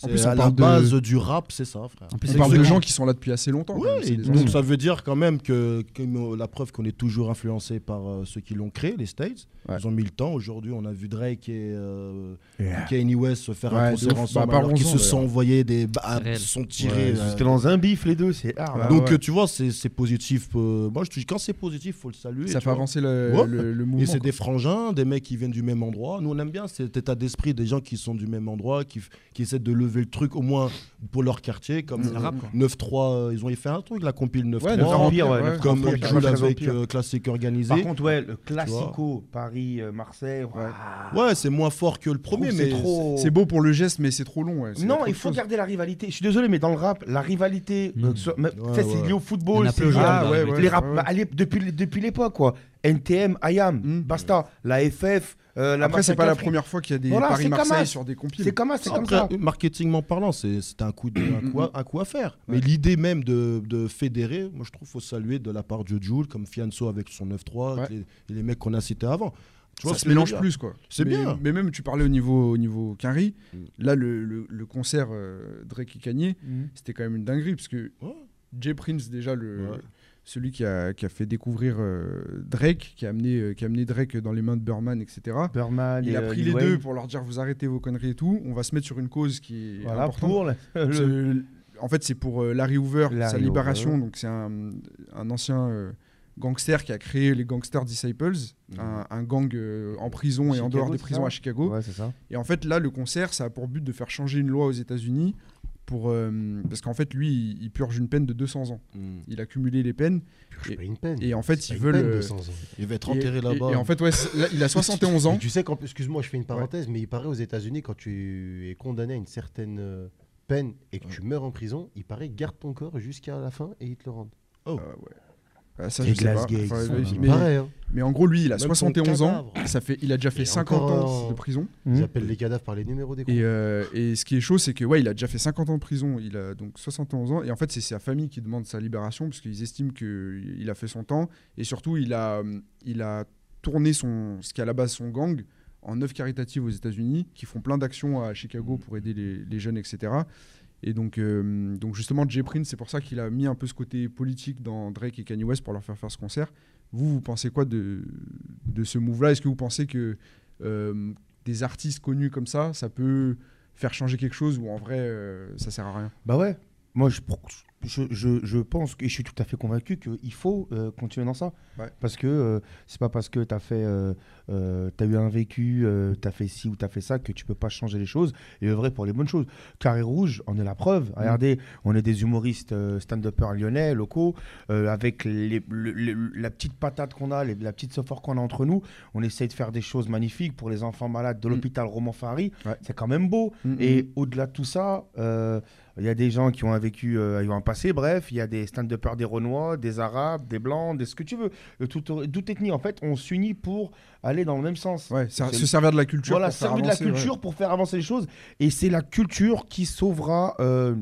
Speaker 2: En
Speaker 4: C'est
Speaker 2: plus, on
Speaker 4: à la
Speaker 2: parle de-
Speaker 4: base du rap, c'est ça, frère.
Speaker 1: En plus,
Speaker 2: On
Speaker 1: c'est
Speaker 2: parle
Speaker 1: ceux
Speaker 2: de
Speaker 1: qui-
Speaker 2: gens qui sont là depuis assez longtemps. quand même,
Speaker 4: Ouais,
Speaker 2: c'est
Speaker 4: et
Speaker 2: des
Speaker 4: donc
Speaker 2: anciens.
Speaker 4: ça veut dire quand même que, que nous- la preuve qu'on est toujours influencé par euh, ceux qui l'ont créé, les States.
Speaker 2: Ouais.
Speaker 4: Ils ont mis le temps. Aujourd'hui, on a vu Drake et euh, Kanye West se faire
Speaker 2: Ouais,
Speaker 4: un
Speaker 2: de
Speaker 4: concert
Speaker 2: ouf.
Speaker 4: ensemble
Speaker 2: Bah,
Speaker 4: alors qu'ils
Speaker 2: parlons-en,
Speaker 4: se sont envoyés des ba-
Speaker 1: C'est réel.
Speaker 4: se sont tirés. euh,
Speaker 3: C'était dans un bif les deux, c'est hard.
Speaker 2: Ah,
Speaker 4: donc
Speaker 2: ouais.
Speaker 4: euh, tu vois, c'est, c'est positif. euh, moi, je te dis quand c'est positif, faut le saluer. tu
Speaker 2: Ça fait
Speaker 4: vois.
Speaker 2: avancer le,
Speaker 4: Ouais.
Speaker 2: le, le
Speaker 4: Et
Speaker 2: mouvement.
Speaker 4: c'est des frangins, des mecs qui viennent du même endroit. Nous, on aime bien cet état d'esprit des gens qui sont du même endroit, qui, f- qui essaient de lever le truc au moins pour leur quartier. Comme
Speaker 1: C'est le rap, quoi.
Speaker 4: 9-3, euh, ils ont fait un truc, la compile 9-3.
Speaker 2: Ouais,
Speaker 3: Le
Speaker 2: Neuf
Speaker 3: vampire,
Speaker 2: Vampire,
Speaker 3: ouais,
Speaker 2: ouais.
Speaker 3: Neuf
Speaker 4: comme
Speaker 3: Vampire,
Speaker 4: ils
Speaker 3: Neuf
Speaker 4: jouent
Speaker 3: Vampire.
Speaker 4: avec euh, classique organisé.
Speaker 3: Par contre, ouais, le classico, Paris, euh, Marseille.
Speaker 4: ouais, c'est moins fort que le premier, mais
Speaker 3: trop.
Speaker 2: C'est beau pour le geste, mais c'est trop long. ouais, c'est
Speaker 3: Non,
Speaker 2: trop
Speaker 3: il
Speaker 2: de
Speaker 3: faut
Speaker 2: choses.
Speaker 3: garder la rivalité. Je suis désolé, mais dans le rap, la rivalité,
Speaker 1: Mm.
Speaker 3: euh, que ce- même-
Speaker 4: Ouais,
Speaker 3: ça, c'est
Speaker 4: ouais.
Speaker 3: lié au
Speaker 1: Il y en
Speaker 3: football,
Speaker 1: a
Speaker 3: c'est
Speaker 1: plus
Speaker 3: lié
Speaker 1: aujourd'hui,
Speaker 3: à-
Speaker 2: Ah,
Speaker 1: la
Speaker 2: ouais,
Speaker 1: vérité.
Speaker 2: ouais.
Speaker 3: les rap, bah, allez, depuis, les- depuis l'époque, quoi. NTM, IAM,
Speaker 2: Mm.
Speaker 3: basta. La FF, euh, la
Speaker 2: Après, c'est
Speaker 3: Marseille
Speaker 2: pas la
Speaker 3: Afrique.
Speaker 2: première fois qu'il y a des
Speaker 3: Voilà, c'est comme ça.
Speaker 2: Paris-Marseille sur des compiles.
Speaker 3: C'est comme ça, c'est comme
Speaker 4: Après,
Speaker 3: ça.
Speaker 4: marketingment parlant, c'est c'est un coup, de- un, coup à, un coup à faire. Mais
Speaker 2: Ouais.
Speaker 4: l'idée même de, de fédérer, moi je trouve faut saluer de la part de Jules, comme Fianso avec son 9-3,
Speaker 2: Ouais.
Speaker 4: et les, et les mecs qu'on a cités avant. Tu
Speaker 2: ça
Speaker 4: vois ce
Speaker 2: se
Speaker 4: que je veux
Speaker 2: mélange
Speaker 4: dire
Speaker 2: plus quoi.
Speaker 4: C'est
Speaker 2: Mais-
Speaker 4: bien.
Speaker 2: Mais même tu parlais au niveau au niveau Quinry,
Speaker 4: Mm.
Speaker 2: là le, le- le concert euh, Drake et Kanye,
Speaker 3: Mm.
Speaker 2: c'était quand même une dinguerie parce que
Speaker 4: Ouais.
Speaker 2: Jay Prince déjà le
Speaker 4: Ouais.
Speaker 2: celui qui a, qui a fait découvrir euh, Drake, qui a amené euh, qui a amené Drake dans les mains de Burman etc.
Speaker 3: Birdman
Speaker 2: Il
Speaker 3: et,
Speaker 2: a
Speaker 3: euh,
Speaker 2: pris
Speaker 3: Lil
Speaker 2: les
Speaker 3: Wayne.
Speaker 2: deux pour leur dire vous arrêtez vos conneries et tout, on va se mettre sur une cause qui est
Speaker 3: Voilà,
Speaker 2: importante.
Speaker 3: pour le-
Speaker 2: C'est-
Speaker 3: le-
Speaker 2: En fait, c'est pour euh, Larry Hoover,
Speaker 3: Larry
Speaker 2: sa libération.
Speaker 3: Hoover.
Speaker 2: Donc, c'est un, un ancien euh, gangster qui a créé les Gangster Disciples, un, un gang euh, en prison et en
Speaker 3: Mhm. Chicago,
Speaker 2: dehors des
Speaker 3: c'est
Speaker 2: prisons
Speaker 3: ça
Speaker 2: à Chicago.
Speaker 3: Ouais, c'est ça.
Speaker 2: Et en fait, là, le concert, ça a pour but de faire changer une loi aux États-Unis. Pour, euh, parce qu'en fait, lui, il, il purge une peine de 200 ans.
Speaker 4: Mm.
Speaker 2: Il a cumulé les peines.
Speaker 6: Purge pas une peine.
Speaker 2: Et en fait,
Speaker 6: C'est
Speaker 2: ils
Speaker 6: pas une
Speaker 2: veulent,
Speaker 6: peine,
Speaker 2: euh,
Speaker 6: 200 ans.
Speaker 4: Il va être
Speaker 2: Et-
Speaker 4: enterré
Speaker 2: et-
Speaker 4: là-bas.
Speaker 2: Et, en fait, ouais, c'est- là, il a 71 ans.
Speaker 6: Mais tu sais qu'en excuse-moi, je fais une parenthèse, mais il paraît aux États-Unis, quand tu es condamné à une certaine euh, peine et que tu meurs en prison, il paraît garde ton corps jusqu'à la fin et ils te le rendent.
Speaker 2: Ah, ça,
Speaker 3: Et
Speaker 2: je sais pas.
Speaker 3: Glasgow,
Speaker 2: Enfin,
Speaker 3: ça,
Speaker 2: mais-
Speaker 6: Il
Speaker 2: mais,
Speaker 6: paraît, hein.
Speaker 2: mais en gros, lui, il a
Speaker 4: Même son
Speaker 2: 71 ans.
Speaker 4: cadavre.
Speaker 2: Ça fait, il a déjà fait
Speaker 6: Et
Speaker 2: 50
Speaker 6: encore,
Speaker 2: ans
Speaker 6: euh,
Speaker 2: de prison.
Speaker 6: Ils
Speaker 3: Mm.
Speaker 6: appellent les cadavres par les numéros des comptes.
Speaker 2: Et, euh, et ce qui est chaud, c'est que ouais, il a déjà fait 50 ans de prison, il a donc 71 ans, et en fait, c'est sa famille qui demande sa libération parce qu'ils estiment qu'il a fait son temps, et surtout, il a, euh, il a tourné son, ce qui est à la base son gang en œuvre caritative aux États-Unis, qui font plein d'actions à Chicago pour aider les, les jeunes, etc. Et donc, euh, donc justement, Jay Prince, c'est pour ça qu'il a mis un peu ce côté politique dans Drake et Kanye West pour leur faire faire ce concert. Vous, vous pensez quoi de, de ce move-là Est-ce que vous pensez que euh, des artistes connus comme ça, ça peut faire changer quelque chose ou en vrai, euh, ça sert à rien
Speaker 3: Bah ouais. Moi, je, je, je, je pense que et je suis tout à fait convaincu qu'il faut euh, continuer dans ça.
Speaker 2: Ouais.
Speaker 3: Parce que euh, c'est pas parce que t'as fait, euh, euh, t'as eu un vécu, euh, t'as fait ci ou t'as fait ça que tu peux pas changer les choses et œuvrer pour les bonnes choses. Carré Rouge, on est la
Speaker 2: Mm.
Speaker 3: preuve. Regardez, on est des humoristes euh, stand-uppers lyonnais, locaux, euh, avec les- le- le- la petite patate qu'on a, les- la petite sophore qu'on a entre nous. On essaye de faire des choses magnifiques pour les enfants malades de l'hôpital Roman Fary.
Speaker 2: Mm. Ouais.
Speaker 3: C'est quand même beau. Et au-delà de tout ça, euh, il y a des gens qui ont un vécu, euh, ils ont un passé, bref, il y a des stand-uppers des Renois, des Arabes, des Blancs, des ce que tu veux. Euh, Toute toute ethnie, en fait, on s'unit pour aller dans le même sens.
Speaker 2: ouais, ça-
Speaker 3: c'est-
Speaker 2: se servir de la culture.
Speaker 3: Voilà,
Speaker 2: pour faire
Speaker 3: servir de la
Speaker 2: avancer, ouais.
Speaker 3: culture pour faire avancer les choses. Et c'est la culture qui sauvera euh,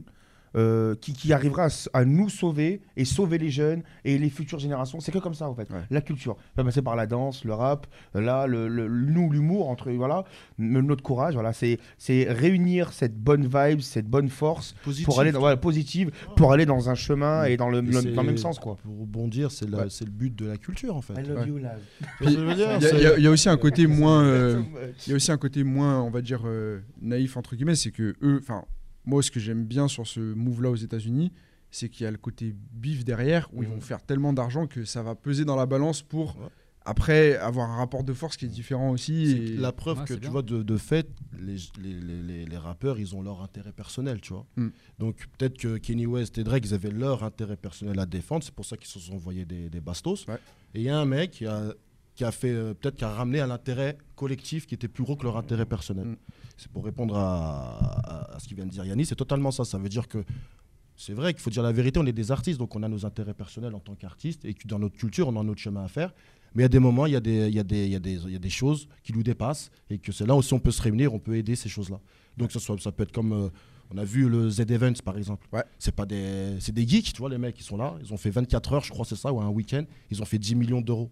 Speaker 3: euh, qui, qui arrivera à, s- à nous sauver et sauver les jeunes et les futures générations. C'est que comme ça, en fait.
Speaker 2: Ouais.
Speaker 3: La culture. Ça va passer par la danse, le rap, euh, là, le, le- nous, l'humour, entre voilà, n- notre courage. Voilà, c'est c'est réunir cette bonne vibe, cette bonne force
Speaker 4: Positif,
Speaker 3: pour aller dans, voilà, positive, pour aller dans un chemin et dans le,
Speaker 4: Et
Speaker 3: dans
Speaker 4: c'est-
Speaker 3: le même sens, quoi.
Speaker 4: Pour rebondir, c'est la-
Speaker 2: Ouais.
Speaker 4: c'est le but de la culture en fait.
Speaker 2: Ouais.
Speaker 3: you,
Speaker 4: Tu vois ce que je veux dire
Speaker 2: Il y a- il y, a-
Speaker 4: C'est-
Speaker 2: il y a aussi un côté moins. euh, Il y a aussi un côté moins, on va dire, euh, naïf, entre guillemets, c'est que eux, enfin, moi, ce que j'aime bien sur ce move-là aux États-Unis, c'est qu'il y a le côté bif derrière, où ils vont faire tellement d'argent que ça va peser dans la balance pour,
Speaker 4: Ouais.
Speaker 2: après, avoir un rapport de force qui est différent aussi.
Speaker 4: c'est
Speaker 2: et-
Speaker 4: la preuve
Speaker 1: Ouais,
Speaker 4: que
Speaker 1: c'est
Speaker 4: tu
Speaker 1: bien.
Speaker 4: vois de, de fait, les, les, les- les- les rappeurs, ils ont leur intérêt personnel, tu vois.
Speaker 2: Mm.
Speaker 4: Donc peut-être que Kenny West et Drake, ils avaient leur intérêt personnel à défendre, c'est pour ça qu'ils se sont envoyés des, des bastos.
Speaker 2: Ouais.
Speaker 4: Et il y a un mec qui a, qui a fait euh, peut-être qui a ramené à l'intérêt collectif qui était plus gros que leur intérêt personnel.
Speaker 2: Mm.
Speaker 4: C'est pour répondre à, à- à ce qu'il vient de dire Yannis, c'est totalement ça. Ça veut dire que c'est vrai qu'il faut dire la vérité, on est des artistes, donc on a nos intérêts personnels en tant qu'artistes et que dans notre culture, on a notre chemin à faire. Mais il y a des moments, il y, a des- il y, a des- il y, a des- il y a des choses qui nous dépassent et que c'est là où si on peut se réunir, on peut aider ces choses-là. Donc ça, soit, ça peut être comme, euh, on a vu le Z-Events par exemple.
Speaker 2: Ouais.
Speaker 4: C'est pas des, c'est des geeks, tu vois, les mecs, ils sont là, ils ont fait 24 heures, je crois, c'est ça, ou un week-end, ils ont fait 10 millions d'euros.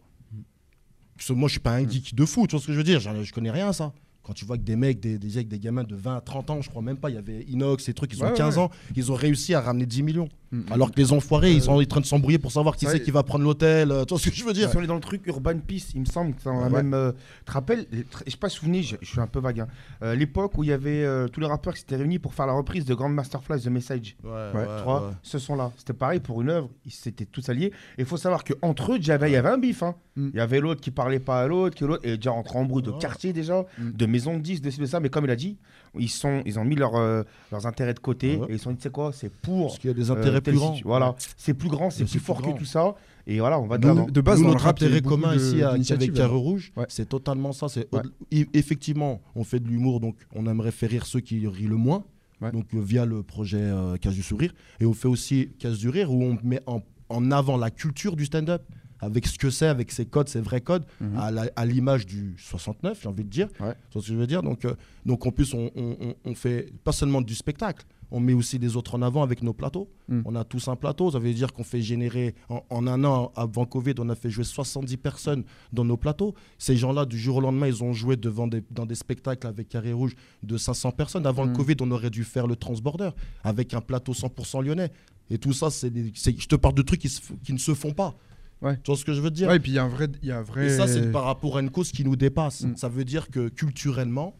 Speaker 4: Parce que Moi, je suis pas un geek de fou, tu vois ce que je veux dire, J'en- je connais rien à ça. Quand tu vois que des mecs, des, des, mecs, des gamins de 20 à 30 ans, je crois même pas, il y avait Inox, ces trucs, ils ont
Speaker 2: Ouais, ouais,
Speaker 4: 15 ans, ils ont réussi à ramener 10 millions.
Speaker 2: Mm.
Speaker 4: Alors que les enfoirés, ils sont en train de s'embrouiller pour savoir qui
Speaker 2: Ouais.
Speaker 4: c'est qui va prendre l'hôtel, euh, tu vois ce que je veux dire.
Speaker 3: Si on est dans le truc Urban Peace, il me semble que ça on a
Speaker 2: Ouais.
Speaker 3: même. euh, te rappelles les- tr- Je sais pas souvenir, je, je suis un peu vague. hein. Euh, L'époque où il y avait euh, tous les rappeurs qui s'étaient réunis pour faire la reprise de Grand Masterclass The Message.
Speaker 2: Ouais,
Speaker 3: Trois, ce son-là. C'était pareil pour une œuvre, ils s'étaient tous alliés. Et il faut savoir qu'entre eux, déjà, il y avait un bif. hein. Il
Speaker 2: Mm.
Speaker 3: y avait l'autre qui parlait pas à l'autre, que l'autre. Et déjà, entre embrouilles de
Speaker 4: Ouais.
Speaker 3: quartier, déjà,
Speaker 2: Mm.
Speaker 3: de maison de 10, de, ci, de ça. Mais comme il a dit, ils, sont, ils ont mis leurs, euh, leurs intérêts de côté
Speaker 4: Ouais.
Speaker 3: et ils se sont dit, tu sais quoi, c'est pour.
Speaker 4: Parce qu'il y a des
Speaker 3: euh,
Speaker 4: intérêts
Speaker 3: telle
Speaker 4: plus grands.
Speaker 3: situ- Voilà, c'est plus grand, c'est
Speaker 4: Mais
Speaker 3: plus
Speaker 4: c'est
Speaker 3: fort
Speaker 4: plus
Speaker 3: que
Speaker 4: grand.
Speaker 3: tout ça. Et voilà, on va de l'avant.
Speaker 2: Nous, de base,
Speaker 4: Nous,
Speaker 2: dans le
Speaker 4: notre
Speaker 2: rap, il y a
Speaker 4: intérêt
Speaker 2: beaucoup
Speaker 4: commun
Speaker 2: de-
Speaker 4: ici à- avec
Speaker 2: d'initiatives.
Speaker 4: Carré Rouge,
Speaker 2: Ouais.
Speaker 4: c'est totalement ça. C'est
Speaker 2: Ouais.
Speaker 4: i- effectivement, on fait de l'humour, donc on aimerait faire rire ceux qui rient le moins,
Speaker 2: Ouais.
Speaker 4: donc euh, via le projet euh, Casse du sourire, et on fait aussi Casse du rire où on met en, en avant la culture du stand-up avec ce que c'est, avec ses codes, ses vrais codes,
Speaker 2: Mhm.
Speaker 4: à la- à l'image du 69, j'ai envie de dire.
Speaker 2: Ouais.
Speaker 4: C'est ce que je veux dire. Donc, euh, donc en plus, on, on- on- on fait pas seulement du spectacle, on met aussi les autres en avant avec nos plateaux.
Speaker 2: Mm.
Speaker 4: On a tous un plateau, ça veut dire qu'on fait générer, en, en un an avant Covid, on a fait jouer 70 personnes dans nos plateaux. Ces gens-là, du jour au lendemain, ils ont joué devant des, dans des spectacles avec Carré Rouge de 500 personnes. Avant le
Speaker 2: Mm.
Speaker 4: Covid, on aurait dû faire le transborder avec un plateau 100% lyonnais. Et tout ça, c'est des- c'est- je te parle de trucs qui, se f- qui ne se font pas.
Speaker 2: Ouais.
Speaker 4: Tu vois ce que je veux te dire
Speaker 2: Ouais, et puis il y a un vrai. il Y a un vrai...
Speaker 4: et ça, c'est par rapport à une cause qui nous dépasse.
Speaker 2: Mm.
Speaker 4: Ça veut dire que culturellement,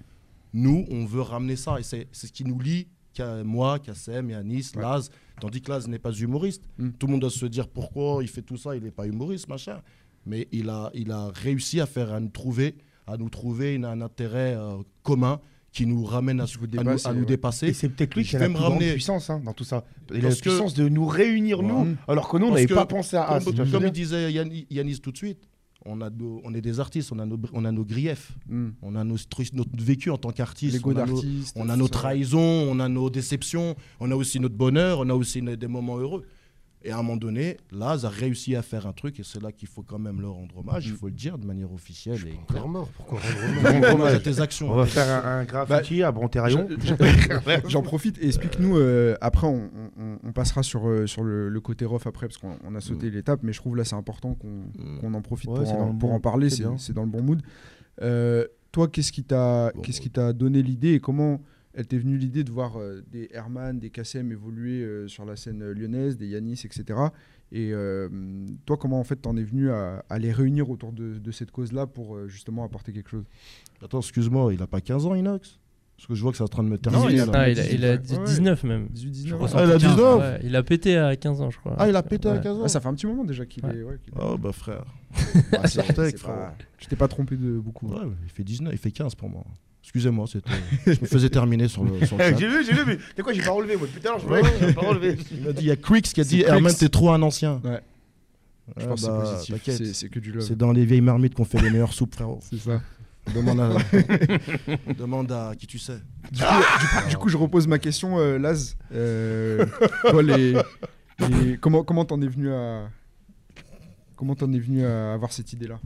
Speaker 4: nous, on veut ramener ça. Et c'est c'est ce qui nous lie, qu'à moi, Kassem, Yanis,
Speaker 2: Ouais.
Speaker 4: Laz. Tandis que Laz n'est pas humoriste.
Speaker 2: Mm.
Speaker 4: Tout le monde doit se dire pourquoi il fait tout ça, il n'est pas humoriste, machin. Mais il a, il a réussi à faire, à nous trouver, à nous trouver une- un intérêt euh, commun qui nous ramène à,
Speaker 2: Qui vous
Speaker 4: à nous-
Speaker 2: dépasse,
Speaker 4: à
Speaker 2: et
Speaker 4: nous
Speaker 2: ouais.
Speaker 4: dépasser.
Speaker 3: Et c'est peut-être lui
Speaker 4: Je
Speaker 3: qui a
Speaker 4: vais
Speaker 3: la
Speaker 4: me
Speaker 3: plus grande
Speaker 4: ramener-
Speaker 3: puissance hein, dans tout ça. Il a la
Speaker 4: Parce que-
Speaker 3: puissance de nous réunir,
Speaker 4: Ouais.
Speaker 3: nous, alors que nous, on
Speaker 4: Parce
Speaker 3: n'avait
Speaker 4: que-
Speaker 3: pas pensé à. à ce que
Speaker 4: comme,
Speaker 3: tu veux
Speaker 4: comme
Speaker 3: dire.
Speaker 4: il disait Yanni- Yanis tout de suite, on, a nos- on est des artistes, on a nos, br- on a nos griefs,
Speaker 2: Mm.
Speaker 4: on a nos stru- notre vécu en tant qu'artiste.
Speaker 2: L'ego
Speaker 4: on a nos-
Speaker 2: d'artiste.
Speaker 4: On a
Speaker 2: tout
Speaker 4: nos
Speaker 2: ça.
Speaker 4: trahisons, on a nos déceptions, on a aussi notre bonheur, on a aussi nos- des moments heureux. Et à un moment donné, Laz a réussi à faire un truc, et c'est là qu'il faut quand même leur rendre hommage,
Speaker 5: Mm.
Speaker 4: il faut le dire de manière officielle. Et
Speaker 6: Encore mort, pourquoi rendre hommage
Speaker 4: claire.
Speaker 3: Rendre
Speaker 4: Hommage à
Speaker 3: hommage.
Speaker 4: tes actions.
Speaker 3: On va faire un, un graffiti à Brontéraillon.
Speaker 2: J'en profite et explique-nous. euh, après, on, on- on passera sur, euh, sur le, le côté rough après, parce qu'on on a sauté l'étape, mais je trouve là c'est important qu'on
Speaker 4: Mm.
Speaker 2: qu'on en profite
Speaker 3: Mm. Ouais,
Speaker 2: pour,
Speaker 3: c'est
Speaker 2: en,
Speaker 3: dans le
Speaker 2: pour
Speaker 3: bon-
Speaker 2: en parler.
Speaker 3: c'est
Speaker 2: C'est
Speaker 3: bien.
Speaker 2: c'est dans le bon mood. Euh, toi, qu'est-ce qui t'a
Speaker 4: Bon
Speaker 2: qu'est-ce
Speaker 4: mood.
Speaker 2: qui t'a donné l'idée et comment elle t'est venue l'idée de voir euh, des Herman, des KCM évoluer euh, sur la scène euh, lyonnaise, des Yanis, etc. Et euh, toi, comment en fait t'en es venu à, à les réunir autour de, de cette cause-là pour euh, justement apporter quelque chose
Speaker 4: Attends, excuse-moi, il a pas 15 ans, Inox Parce que je vois que c'est en train de me terminer.
Speaker 2: Non, il a
Speaker 4: là.
Speaker 2: pas-
Speaker 5: Ah, il a, il a dit
Speaker 2: Ouais.
Speaker 5: 19 même.
Speaker 2: 18-19
Speaker 1: crois
Speaker 2: ans.
Speaker 1: ça.
Speaker 4: Ah, il a
Speaker 1: 75,
Speaker 4: 19
Speaker 5: Ouais, il a pété à 15 ans, je crois.
Speaker 4: Ah, il a pété à
Speaker 5: Ouais.
Speaker 4: 15 ans
Speaker 2: Ah, ça fait un petit moment déjà qu'il
Speaker 5: Ouais.
Speaker 2: est. ouais, qu'il est-
Speaker 4: Oh, bah frère.
Speaker 2: Bah,
Speaker 4: c'est
Speaker 2: c'est-
Speaker 4: Artec,
Speaker 2: c'est
Speaker 4: frérot.
Speaker 2: pas- Je t'ai pas trompé de beaucoup.
Speaker 4: Ouais, il fait 19, il fait 15 pour moi. Excusez-moi, c'était... je me faisais terminer sur le, sur le chat.
Speaker 3: j'ai vu, j'ai vu, mais t'es quoi, j'ai pas relevé, moi, depuis tout à l'heure, je
Speaker 4: Ouais.
Speaker 3: voulais- j'ai pas relevé.
Speaker 4: Il m'a dit, il y a Quicks qui a
Speaker 2: C'est
Speaker 4: dit Herman,
Speaker 2: Quicks.
Speaker 4: t'es trop un ancien.
Speaker 2: Ouais. Je
Speaker 4: Ah,
Speaker 2: pense
Speaker 4: bah,
Speaker 2: que c'est positif.
Speaker 4: t'inquiète.
Speaker 2: C'est- C'est que du love.
Speaker 4: C'est dans les vieilles marmites qu'on fait les meilleures soupes, frérot.
Speaker 2: C'est ça.
Speaker 4: Demande à, demande à qui tu sais.
Speaker 2: Du coup, du coup- du coup, je repose ma question, euh, Laz. Euh, toi, les, les- comment comment t'en es venu à comment t'en es venu à avoir cette idée-là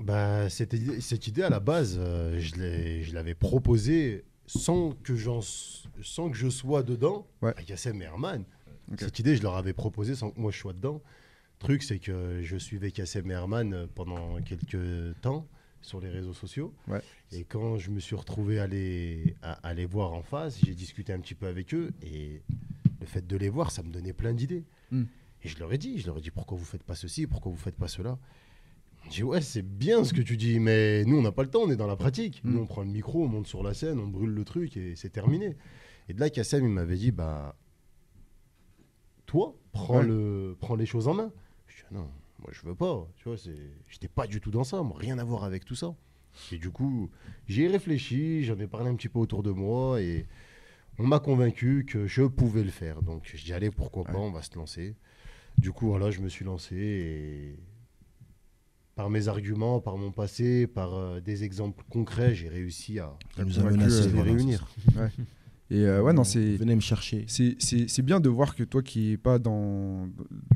Speaker 6: Bah, cette, idée- cette idée à la base, euh, je l'ai- je l'avais proposée sans que, j'en s- sans que je sois dedans,
Speaker 2: Ouais.
Speaker 6: à Kassem et Herman.
Speaker 2: Ok.
Speaker 6: Cette idée, je leur avais proposée sans que moi je sois dedans. Le truc, c'est que je suivais Kassem et Herman euh, pendant quelques temps sur les réseaux sociaux.
Speaker 2: Ouais.
Speaker 6: Et quand je me suis retrouvé à les, à, à les voir en face, j'ai discuté un petit peu avec eux. Et le fait de les voir, ça me donnait plein d'idées.
Speaker 2: Hmm.
Speaker 1: Mm.
Speaker 6: Et je leur ai dit, je leur ai dit, pourquoi vous faites pas ceci, pourquoi vous faites pas cela J'ai dit, ouais, c'est bien ce que tu dis, mais nous, on n'a pas le temps, on est dans la pratique.
Speaker 2: Mm.
Speaker 6: Nous, on prend le micro, on monte sur la scène, on brûle le truc et c'est terminé. Et de là, Kassem, il m'avait dit, bah, toi, prends,
Speaker 2: Ouais.
Speaker 6: le, prends les choses en main. Je dis, Ah non, moi, je veux pas. Tu vois, c'est- j'étais pas du tout dans ça, moi, rien à voir avec tout ça. Et du coup, j'y ai réfléchi, j'en ai parlé un petit peu autour de moi et on m'a convaincu que je pouvais le faire. Donc, je dis, allez, pourquoi pas, on va se lancer. Du coup, voilà, je me suis lancé et par mes arguments, par mon passé, par euh, des exemples concrets, j'ai réussi à
Speaker 4: Il nous
Speaker 2: a menacés,
Speaker 6: les
Speaker 4: voilà,
Speaker 6: réunir.
Speaker 2: Et euh, ouais, non, c'est.
Speaker 4: Venez me chercher.
Speaker 2: C'est- C'est c'est bien de voir que toi qui n'es pas dans,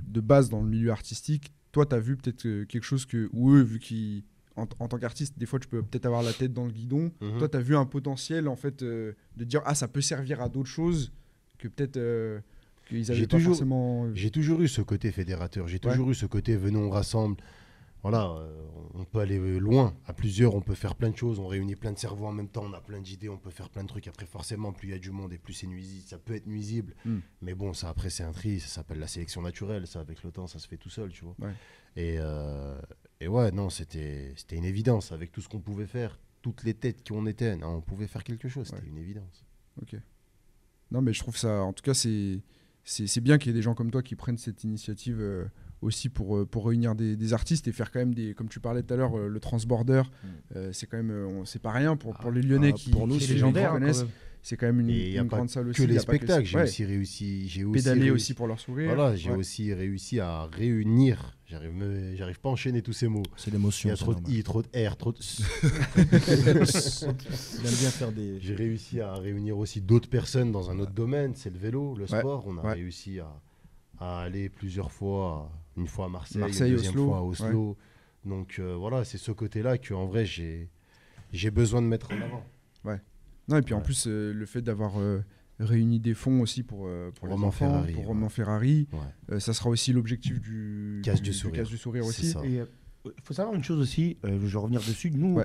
Speaker 2: de base dans le milieu artistique, toi tu as vu peut-être euh, quelque chose que, ou eux, vu qu'ils, en, en tant qu'artiste, des fois tu peux peut-être avoir la tête dans le guidon,
Speaker 6: Mhm.
Speaker 2: toi tu as vu un potentiel en fait euh, de dire ah ça peut servir à d'autres choses que peut-être euh, qu'ils avaient
Speaker 6: J'ai
Speaker 2: pas
Speaker 6: toujours-
Speaker 2: forcément. euh,
Speaker 6: J'ai toujours eu ce côté fédérateur, j'ai
Speaker 2: Ouais.
Speaker 6: toujours eu ce côté venons, on rassemble. Voilà, euh, on peut aller euh, loin. À plusieurs, on peut faire plein de choses, on réunit plein de cerveaux en même temps, on a plein d'idées, on peut faire plein de trucs. Après, forcément, plus il y a du monde et plus c'est nuisible, ça peut être nuisible.
Speaker 2: Mm.
Speaker 6: Mais bon, ça après, c'est un tri, ça s'appelle la sélection naturelle, ça avec le temps, ça se fait tout seul, tu vois.
Speaker 2: Ouais.
Speaker 6: Et, euh, et ouais, non, c'était c'était une évidence avec tout ce qu'on pouvait faire, toutes les têtes qu'on était, non, on pouvait faire quelque chose, c'était
Speaker 2: Ouais.
Speaker 6: une évidence.
Speaker 2: Non mais je trouve ça, en tout cas c'est c'est c'est bien qu'il y ait des gens comme toi qui prennent cette initiative euh, aussi pour, euh, pour réunir des, des artistes et faire quand même des, comme tu parlais tout à l'heure, euh, le transborder,
Speaker 6: Mmh.
Speaker 2: euh, c'est quand même, euh, on- c'est pas rien pour, pour les Lyonnais
Speaker 4: Ah,
Speaker 2: qui,
Speaker 4: pour nous,
Speaker 2: qui-
Speaker 4: c'est
Speaker 2: les gens qui
Speaker 4: légendaire, hein,
Speaker 2: connaissent,
Speaker 4: quand même.
Speaker 2: c'est quand même une,
Speaker 6: Et y a
Speaker 2: une
Speaker 6: pas
Speaker 2: grande salle aussi.
Speaker 6: Que
Speaker 2: y
Speaker 6: les
Speaker 2: a pas
Speaker 6: spectacles,
Speaker 2: ça.
Speaker 6: j'ai
Speaker 2: Ouais,
Speaker 6: aussi réussi. j'ai aussi
Speaker 2: pédaler
Speaker 6: réussi-
Speaker 2: aussi pour leur sourire.
Speaker 6: Voilà, j'ai
Speaker 2: Ouais.
Speaker 6: aussi réussi à réunir. J'arrive, me- j'arrive pas à enchaîner tous ces mots.
Speaker 4: C'est
Speaker 6: Il y
Speaker 4: l'émotion.
Speaker 6: a
Speaker 4: c'est
Speaker 6: trop de
Speaker 4: normal.
Speaker 6: i, trop de r, trop de. s.
Speaker 4: Il aime bien faire des.
Speaker 6: j'ai réussi à réunir aussi d'autres personnes dans un autre domaine. C'est le vélo, le
Speaker 2: Ouais,
Speaker 6: sport. On a
Speaker 2: ouais.
Speaker 6: réussi à, à aller plusieurs fois, une fois à Marseille,
Speaker 2: Marseille,
Speaker 6: une deuxième
Speaker 2: Oslo,
Speaker 6: fois à Oslo. Donc euh, voilà, c'est ce côté-là que en vrai j'ai j'ai besoin de mettre en avant.
Speaker 2: Non, et puis en
Speaker 6: Ouais.
Speaker 2: plus, euh, le fait d'avoir euh, réuni des fonds aussi pour, euh, pour les
Speaker 6: Roman
Speaker 2: enfants,
Speaker 6: Ferrari,
Speaker 2: pour
Speaker 6: ouais.
Speaker 2: Roman Ferrari,
Speaker 6: Ouais.
Speaker 2: euh, ça sera aussi l'objectif du
Speaker 6: Casse du sourire.
Speaker 2: casse du sourire
Speaker 6: C'est
Speaker 2: aussi.
Speaker 6: ça.
Speaker 3: Il faut savoir une chose aussi, euh, je vais revenir dessus. Nous,
Speaker 2: Ouais.